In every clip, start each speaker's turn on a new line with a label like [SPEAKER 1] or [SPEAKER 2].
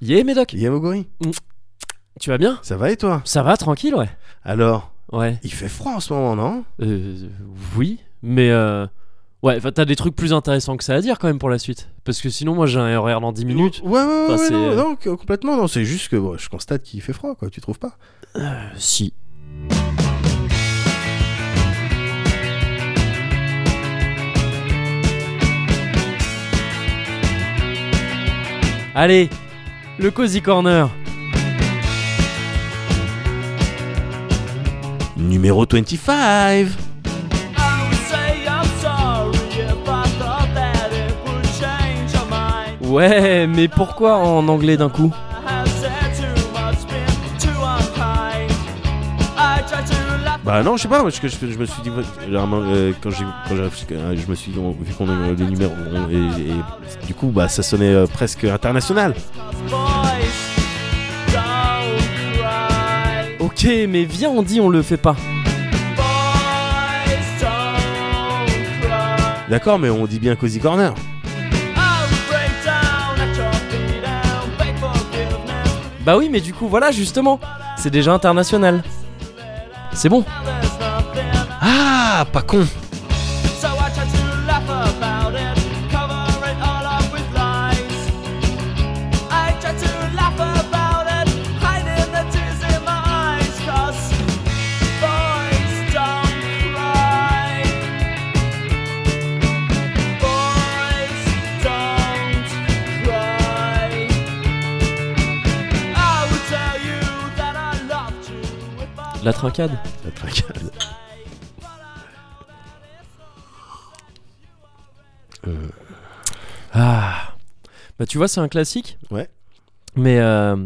[SPEAKER 1] Yé Médoc,
[SPEAKER 2] Yamogori,
[SPEAKER 1] tu vas bien
[SPEAKER 2] ça va et toi
[SPEAKER 1] Ça va, tranquille, ouais.
[SPEAKER 2] Alors,
[SPEAKER 1] Ouais.
[SPEAKER 2] il fait froid en ce moment, non
[SPEAKER 1] Euh, oui, mais... euh, Ouais, enfin, t'as des trucs plus intéressants que ça à dire quand même pour la suite. Parce que sinon, moi, j'ai un horaire dans 10 minutes.
[SPEAKER 2] Ouais, ouais, ouais,
[SPEAKER 1] Enfin,
[SPEAKER 2] ouais,
[SPEAKER 1] c'est-
[SPEAKER 2] non, non, que- complètement, non, c'est juste que bon, je constate qu'il fait froid, quoi, tu trouves pas
[SPEAKER 1] Euh, si. Allez, le Cozy Corner
[SPEAKER 2] Numéro 25
[SPEAKER 1] Ouais, mais pourquoi en anglais d'un coup
[SPEAKER 2] Bah non, je sais pas, parce que je, je me suis dit, généralement, euh, quand j'ai quand j'ai réfléchi, euh, je me suis dit, on- vu qu'on est euh, des numéros, on- et, et du coup, bah ça sonnait euh, presque international.
[SPEAKER 1] Ok, mais viens, on dit on le fait pas.
[SPEAKER 2] D'accord, mais on dit bien Cozy Corner.
[SPEAKER 1] Bah oui, mais du coup, voilà, justement, c'est déjà international. C'est bon.
[SPEAKER 2] Ah, pas con
[SPEAKER 1] La trincade.
[SPEAKER 2] La trincade. Euh,
[SPEAKER 1] Ah. Bah tu vois, c'est un classique.
[SPEAKER 2] Ouais.
[SPEAKER 1] Mais euh,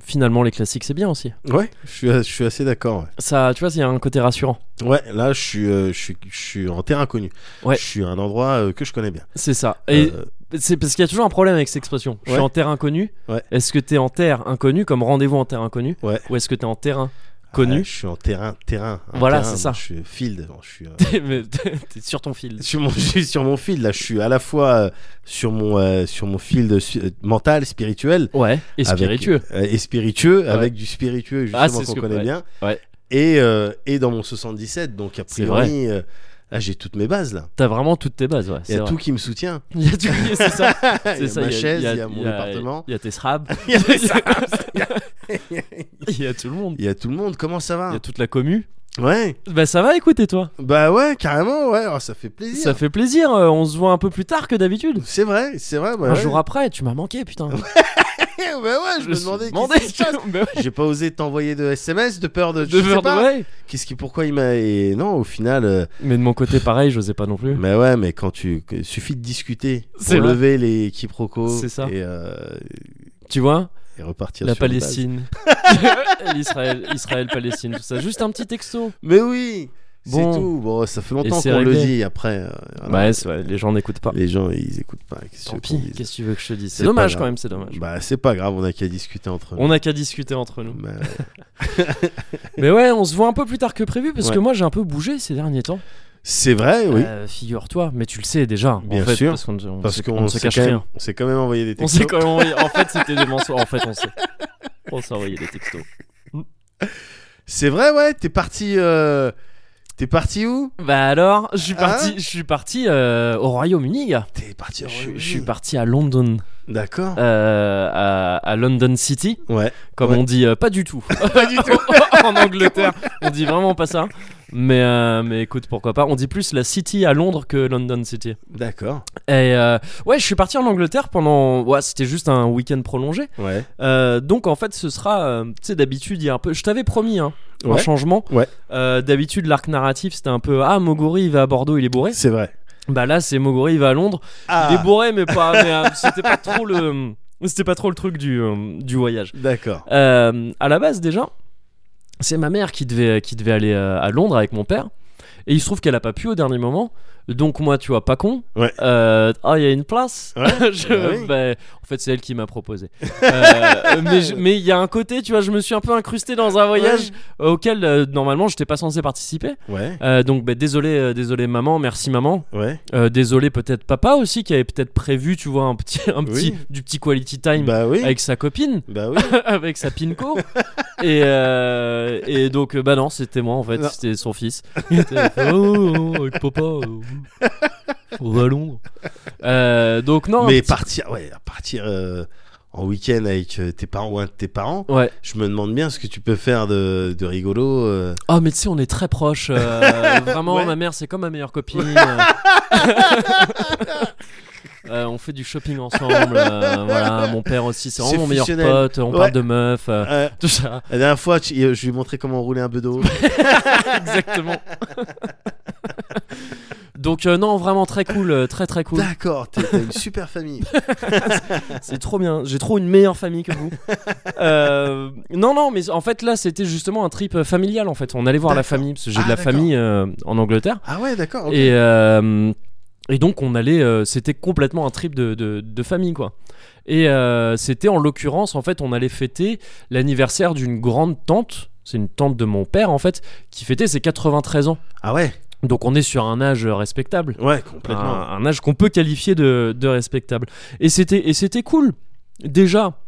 [SPEAKER 1] finalement, les classiques, c'est bien aussi.
[SPEAKER 2] ouais, je suis, je suis assez d'accord.
[SPEAKER 1] Ça, tu vois, il y a un côté rassurant.
[SPEAKER 2] Ouais. Ouais, là, je suis, euh, je, suis, je suis en terrain connu.
[SPEAKER 1] Ouais.
[SPEAKER 2] Je suis à un endroit euh, que je connais bien.
[SPEAKER 1] C'est ça. Et
[SPEAKER 2] Euh,
[SPEAKER 1] c'est parce qu'il y a toujours un problème avec cette expression. Je suis
[SPEAKER 2] Ouais.
[SPEAKER 1] en terre inconnue.
[SPEAKER 2] Ouais.
[SPEAKER 1] Est-ce que t'es en terre inconnue, comme rendez-vous en terre inconnue,
[SPEAKER 2] ouais.
[SPEAKER 1] ou est-ce que t'es en terrain connu
[SPEAKER 2] Ouais, je suis en terrain, terrain. un
[SPEAKER 1] Voilà,
[SPEAKER 2] terrain,
[SPEAKER 1] c'est ça.
[SPEAKER 2] Je suis field. bon, je suis. euh,
[SPEAKER 1] Mais T'es sur ton fil.
[SPEAKER 2] Sur mon, je suis sur mon field, là, je suis à la fois euh, sur mon, euh, sur mon field su- euh, mental, spirituel,
[SPEAKER 1] Ouais. Et
[SPEAKER 2] avec-
[SPEAKER 1] spiritueux.
[SPEAKER 2] euh, et spiritueux, avec du spiritueux justement
[SPEAKER 1] Ah, c'est ce
[SPEAKER 2] qu'on
[SPEAKER 1] que-
[SPEAKER 2] connaît
[SPEAKER 1] ouais.
[SPEAKER 2] bien,
[SPEAKER 1] Ouais.
[SPEAKER 2] et, euh, et dans mon 77, donc a
[SPEAKER 1] C'est vrai.
[SPEAKER 2] priori, euh, là j'ai toutes mes bases là.
[SPEAKER 1] T'as vraiment toutes tes bases. Ouais.
[SPEAKER 2] Il y
[SPEAKER 1] c'est
[SPEAKER 2] a
[SPEAKER 1] vrai.
[SPEAKER 2] tout qui me soutient.
[SPEAKER 1] Il y a tout. C'est ça.
[SPEAKER 2] il
[SPEAKER 1] C'est
[SPEAKER 2] y a
[SPEAKER 1] ça.
[SPEAKER 2] ma
[SPEAKER 1] il y a-
[SPEAKER 2] chaise,
[SPEAKER 1] il y a-
[SPEAKER 2] mon
[SPEAKER 1] il y a-
[SPEAKER 2] appartement.
[SPEAKER 1] Il y a tes srabs.
[SPEAKER 2] Il y, a ça.
[SPEAKER 1] Il y a tout le monde.
[SPEAKER 2] Il y a tout le monde. Comment ça
[SPEAKER 1] Il y
[SPEAKER 2] va
[SPEAKER 1] a toute la commu.
[SPEAKER 2] Ouais.
[SPEAKER 1] Bah ça va, écoutez toi.
[SPEAKER 2] Bah ouais, carrément. Ouais. Alors, ça fait plaisir.
[SPEAKER 1] Ça fait plaisir, euh, on se voit un peu plus tard que d'habitude.
[SPEAKER 2] C'est vrai, c'est vrai. bah
[SPEAKER 1] un
[SPEAKER 2] ouais.
[SPEAKER 1] jour après, tu m'as manqué, putain.
[SPEAKER 2] bah ouais, je, me
[SPEAKER 1] suis
[SPEAKER 2] demandais.
[SPEAKER 1] demandé,
[SPEAKER 2] qu'est-ce qui se passe.
[SPEAKER 1] bah ouais.
[SPEAKER 2] J'ai pas osé t'envoyer de SMS de peur de. je
[SPEAKER 1] De
[SPEAKER 2] sais
[SPEAKER 1] peur de-
[SPEAKER 2] pas.
[SPEAKER 1] ouais.
[SPEAKER 2] Qu'est-ce qui, pourquoi il m'a. et non, au final. euh,
[SPEAKER 1] Mais de mon côté, pareil, j'osais pas non plus.
[SPEAKER 2] Mais ouais, mais quand tu. que- Suffit de discuter pour
[SPEAKER 1] C'est vrai.
[SPEAKER 2] lever les quiproquos.
[SPEAKER 1] C'est ça.
[SPEAKER 2] Et, euh,
[SPEAKER 1] Tu vois,
[SPEAKER 2] et repartir
[SPEAKER 1] la
[SPEAKER 2] sur les
[SPEAKER 1] Palestine, l'Israël, Israël, Palestine, tout ça. Juste un petit texto.
[SPEAKER 2] bases. Mais oui.
[SPEAKER 1] Bon.
[SPEAKER 2] C'est tout. Bon, ça fait longtemps
[SPEAKER 1] c'est
[SPEAKER 2] qu'on le
[SPEAKER 1] réglé.
[SPEAKER 2] dit. Après. euh, voilà.
[SPEAKER 1] Ouais, Bah, c'est vrai, les gens n'écoutent pas.
[SPEAKER 2] Les gens, ils écoutent pas. Qu'est-ce
[SPEAKER 1] Tant
[SPEAKER 2] que tu veux qu'on
[SPEAKER 1] pis,
[SPEAKER 2] dise
[SPEAKER 1] qu'est-ce que tu veux que je te dise C'est
[SPEAKER 2] pas
[SPEAKER 1] dommage
[SPEAKER 2] grave.
[SPEAKER 1] quand même, c'est dommage.
[SPEAKER 2] Bah, c'est pas grave, on a qu'à discuter entre nous.
[SPEAKER 1] On n'a qu'à discuter entre nous.
[SPEAKER 2] Mais, euh,
[SPEAKER 1] Mais ouais, on se voit un peu plus tard que prévu parce
[SPEAKER 2] Ouais.
[SPEAKER 1] que moi j'ai un peu bougé ces derniers temps.
[SPEAKER 2] C'est vrai, oui.
[SPEAKER 1] Euh, Figure-toi, mais tu le sais déjà.
[SPEAKER 2] Bien
[SPEAKER 1] en fait,
[SPEAKER 2] sûr.
[SPEAKER 1] Parce qu'on on
[SPEAKER 2] parce
[SPEAKER 1] sait-
[SPEAKER 2] qu'on
[SPEAKER 1] on ne se
[SPEAKER 2] s'est
[SPEAKER 1] cache
[SPEAKER 2] quand, même-
[SPEAKER 1] rien.
[SPEAKER 2] on s'est quand même envoyé des
[SPEAKER 1] On sait
[SPEAKER 2] textos.
[SPEAKER 1] quand même envoyé- En fait, c'était des mensonges. En fait, on sait. On s'est envoyé des textos.
[SPEAKER 2] C'est vrai, ouais. T'es parti. euh, T'es parti où
[SPEAKER 1] Bah alors, je suis
[SPEAKER 2] Hein
[SPEAKER 1] parti, je suis parti euh, au Royaume-Uni, gars.
[SPEAKER 2] T'es
[SPEAKER 1] Je,
[SPEAKER 2] parti. au
[SPEAKER 1] je
[SPEAKER 2] Royaume-Uni.
[SPEAKER 1] suis parti à London,
[SPEAKER 2] D'accord.
[SPEAKER 1] euh, à, à London City,
[SPEAKER 2] Ouais.
[SPEAKER 1] comme
[SPEAKER 2] Ouais.
[SPEAKER 1] on dit euh, pas du tout
[SPEAKER 2] Pas du tout.
[SPEAKER 1] en Angleterre. On dit vraiment pas ça. Mais euh, mais écoute, pourquoi pas On dit plus la City à Londres que London City.
[SPEAKER 2] D'accord.
[SPEAKER 1] Et euh, ouais, je suis parti en Angleterre pendant. Ouais, c'était juste un week-end prolongé.
[SPEAKER 2] Ouais.
[SPEAKER 1] Euh, donc en fait, ce sera, euh, tu sais, d'habitude, il y a un peu. Je t'avais promis hein, un
[SPEAKER 2] Ouais.
[SPEAKER 1] changement.
[SPEAKER 2] Ouais.
[SPEAKER 1] Euh, d'habitude, l'arc narratif, c'était un peu ah Mogori il va à Bordeaux, il est bourré.
[SPEAKER 2] C'est vrai.
[SPEAKER 1] Bah là, c'est Mogori il va à Londres,
[SPEAKER 2] Ah.
[SPEAKER 1] il est bourré, mais pas. mais, euh, c'était pas trop le, c'était pas trop le truc du euh, du voyage.
[SPEAKER 2] D'accord.
[SPEAKER 1] Euh, à la base déjà, c'est ma mère qui devait qui devait aller euh, à Londres avec mon père, et il se trouve qu'elle a pas pu au dernier moment. Donc moi, tu vois, pas con.
[SPEAKER 2] Ouais.
[SPEAKER 1] Euh, ah, il y a une place.
[SPEAKER 2] Ouais,
[SPEAKER 1] Je-
[SPEAKER 2] bah oui.
[SPEAKER 1] ben, en fait, c'est elle qui m'a proposé. Euh, mais je- mais il y a un côté, tu vois, je me suis un peu incrusté dans un voyage auquel euh, normalement je n'étais pas censé participer.
[SPEAKER 2] Ouais,
[SPEAKER 1] Euh, donc ben, désolé, euh, désolé maman, merci maman.
[SPEAKER 2] ouais.
[SPEAKER 1] Euh, désolé peut-être papa aussi qui avait peut-être prévu, tu vois, un petit, un
[SPEAKER 2] Oui.
[SPEAKER 1] petit, du petit quality time
[SPEAKER 2] Bah oui.
[SPEAKER 1] avec sa copine.
[SPEAKER 2] Bah oui.
[SPEAKER 1] avec sa pinco et, euh, et donc euh, bah non c'était moi en fait
[SPEAKER 2] Non.
[SPEAKER 1] c'était son fils Il était, oh, oh, avec papa euh, on va à Londres Euh, donc non un
[SPEAKER 2] Mais
[SPEAKER 1] petit-
[SPEAKER 2] partir, ouais, partir euh, en week-end avec euh, tes parents ou un de tes parents,
[SPEAKER 1] ouais
[SPEAKER 2] je me demande bien ce que tu peux faire de, de rigolo. euh.
[SPEAKER 1] ah mais tu sais on est très proches euh, vraiment
[SPEAKER 2] Ouais.
[SPEAKER 1] ma mère c'est comme ma meilleure copine euh. Euh, on fait du shopping ensemble euh, voilà mon père aussi c'est
[SPEAKER 2] C'est
[SPEAKER 1] vraiment mon meilleur
[SPEAKER 2] fusionnel.
[SPEAKER 1] pote on
[SPEAKER 2] Ouais.
[SPEAKER 1] parle de meufs euh,
[SPEAKER 2] Euh,
[SPEAKER 1] tout ça
[SPEAKER 2] la dernière fois, tu- euh, je lui ai montré comment rouler un bedeau.
[SPEAKER 1] exactement donc euh, non vraiment très cool euh, très très cool
[SPEAKER 2] D'accord, t'es- t'as une super famille.
[SPEAKER 1] C'est trop bien. J'ai trop une meilleure famille que vous. Euh, non, non, mais en fait là, c'était justement un trip euh, familial. En fait, on allait voir la
[SPEAKER 2] D'accord.
[SPEAKER 1] famille parce que j'ai
[SPEAKER 2] Ah,
[SPEAKER 1] de la
[SPEAKER 2] d'accord.
[SPEAKER 1] famille euh, en Angleterre.
[SPEAKER 2] Ah ouais, d'accord. ok.
[SPEAKER 1] Et euh, et donc on allait. euh, c'était complètement un trip de, de, de famille quoi. Et euh, c'était en l'occurrence, en fait, on allait fêter l'anniversaire d'une grande tante. C'est une tante de mon père en fait qui fêtait ses 93 ans.
[SPEAKER 2] Ah ouais,
[SPEAKER 1] Donc on est sur un âge euh, respectable
[SPEAKER 2] ouais, complètement.
[SPEAKER 1] un, un âge qu'on peut qualifier de, de respectable. Et c'était, et c'était cool. Déjà,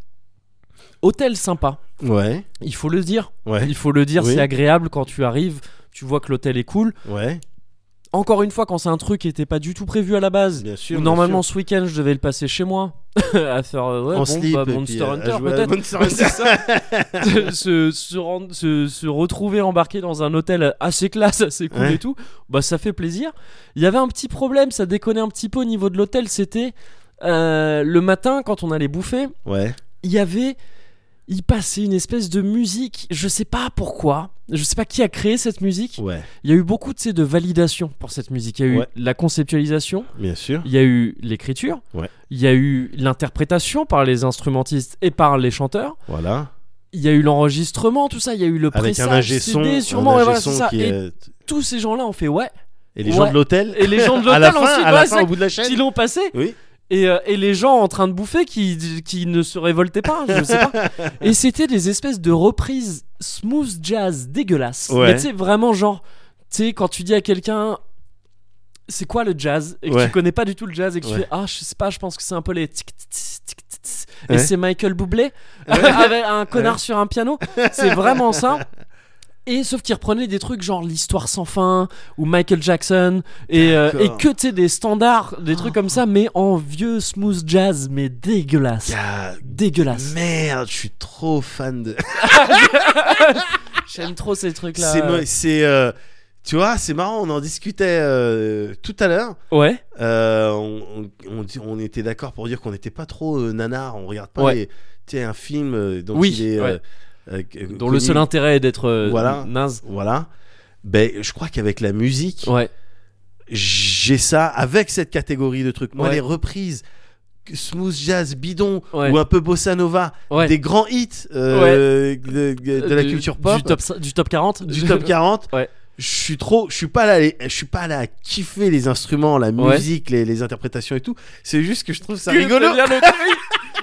[SPEAKER 1] hôtel sympa.
[SPEAKER 2] Ouais,
[SPEAKER 1] Il faut le dire.
[SPEAKER 2] ouais,
[SPEAKER 1] Il faut le dire,
[SPEAKER 2] Oui.
[SPEAKER 1] c'est agréable quand tu arrives. Tu vois que l'hôtel est cool.
[SPEAKER 2] ouais.
[SPEAKER 1] Encore une fois, quand c'est un truc qui n'était pas du tout prévu à la base.
[SPEAKER 2] Bien sûr. bien
[SPEAKER 1] Normalement,
[SPEAKER 2] sûr.
[SPEAKER 1] ce week-end, je devais le passer chez moi. à faire euh, ouais,
[SPEAKER 2] en
[SPEAKER 1] bon,
[SPEAKER 2] slip,
[SPEAKER 1] bah,
[SPEAKER 2] et
[SPEAKER 1] Monster
[SPEAKER 2] puis, euh, à
[SPEAKER 1] Hunter
[SPEAKER 2] jouer à
[SPEAKER 1] peut-être.
[SPEAKER 2] Monster Hunter.
[SPEAKER 1] se, se, rendre- se- se retrouver embarqué dans un hôtel assez classe, assez cool
[SPEAKER 2] Ouais.
[SPEAKER 1] et tout, bah ça fait plaisir. Il y avait un petit problème, ça déconnait un petit peu au niveau de l'hôtel, c'était euh, le matin quand on allait bouffer,
[SPEAKER 2] Ouais,
[SPEAKER 1] il y avait. Il passait une espèce de musique, je sais pas pourquoi, je sais pas qui a créé cette musique.
[SPEAKER 2] ouais,
[SPEAKER 1] Il y a eu beaucoup tu sais, de validation pour cette musique. Il y a eu
[SPEAKER 2] Ouais.
[SPEAKER 1] la conceptualisation,
[SPEAKER 2] bien sûr.
[SPEAKER 1] il y a eu l'écriture,
[SPEAKER 2] Ouais.
[SPEAKER 1] il y a eu l'interprétation par les instrumentistes et par les chanteurs
[SPEAKER 2] Voilà.
[SPEAKER 1] il y a eu l'enregistrement, tout ça, il y a eu le
[SPEAKER 2] Avec
[SPEAKER 1] pressage
[SPEAKER 2] un ingé son,
[SPEAKER 1] CD, sûrement, et
[SPEAKER 2] un ingé
[SPEAKER 1] voilà,
[SPEAKER 2] son
[SPEAKER 1] c'est ça.
[SPEAKER 2] qui
[SPEAKER 1] Et
[SPEAKER 2] est-
[SPEAKER 1] tous ces gens-là ont fait ouais.
[SPEAKER 2] Et les gens
[SPEAKER 1] Ouais.
[SPEAKER 2] de l'hôtel.
[SPEAKER 1] Et les gens de
[SPEAKER 2] à la
[SPEAKER 1] l'hôtel
[SPEAKER 2] fin,
[SPEAKER 1] ensuite,
[SPEAKER 2] à la
[SPEAKER 1] ouais,
[SPEAKER 2] fin,
[SPEAKER 1] ça,
[SPEAKER 2] au bout de la chaîne.
[SPEAKER 1] ils l'ont passé.
[SPEAKER 2] Oui.
[SPEAKER 1] Et, euh, et les gens en train de bouffer qui, qui ne se révoltaient pas, je sais pas. Et c'était des espèces de reprises smooth jazz dégueulasses.
[SPEAKER 2] Ouais.
[SPEAKER 1] Mais tu sais, vraiment genre, tu sais, quand tu dis à quelqu'un c'est quoi le jazz et que
[SPEAKER 2] Ouais.
[SPEAKER 1] tu connais pas du tout le jazz et que tu
[SPEAKER 2] Ouais.
[SPEAKER 1] fais ah, je sais pas, je pense que c'est un peu les tic tic tic tic tic.
[SPEAKER 2] Ouais.
[SPEAKER 1] Et c'est Michael Bublé avec un connard sur un piano. C'est vraiment ça. Et sauf qu'il reprenait des trucs genre l'histoire sans fin ou Michael Jackson et, euh, et
[SPEAKER 2] D'accord.
[SPEAKER 1] que tu sais des standards, des trucs comme ça, mais en vieux smooth jazz, mais dégueulasse.
[SPEAKER 2] Gars,
[SPEAKER 1] Dégueulasse.
[SPEAKER 2] Merde, je suis trop fan de.
[SPEAKER 1] J'aime trop ces trucs là.
[SPEAKER 2] C'est, mo- c'est, euh, tu vois, c'est marrant. On en discutait euh, tout à l'heure.
[SPEAKER 1] Ouais,
[SPEAKER 2] Euh, on, on- on dit- on était d'accord pour dire qu'on n'était pas trop euh, nanar. On regarde pas
[SPEAKER 1] Ouais.
[SPEAKER 2] les- tu sais, un film euh, dont
[SPEAKER 1] Oui,
[SPEAKER 2] il est, euh,
[SPEAKER 1] ouais.
[SPEAKER 2] euh, euh,
[SPEAKER 1] dont le
[SPEAKER 2] connu.
[SPEAKER 1] seul intérêt est d'être euh,
[SPEAKER 2] Voilà.
[SPEAKER 1] naze.
[SPEAKER 2] Voilà. Ben, je crois qu'avec la musique,
[SPEAKER 1] Ouais.
[SPEAKER 2] j'ai ça avec cette catégorie de trucs. Moi,
[SPEAKER 1] Ouais.
[SPEAKER 2] les reprises, smooth jazz, bidon
[SPEAKER 1] Ouais.
[SPEAKER 2] ou un peu bossa nova,
[SPEAKER 1] Ouais.
[SPEAKER 2] des grands hits euh, de, de- de la
[SPEAKER 1] Du-
[SPEAKER 2] culture pop,
[SPEAKER 1] Du top, cin- du top 40.
[SPEAKER 2] du top 40.
[SPEAKER 1] Ouais.
[SPEAKER 2] Je suis trop, je suis pas là, je suis pas là à kiffer les instruments, la
[SPEAKER 1] Ouais.
[SPEAKER 2] musique, les, les interprétations et tout. C'est juste que je trouve ça
[SPEAKER 1] Que-
[SPEAKER 2] rigolo.
[SPEAKER 1] de dire le truc.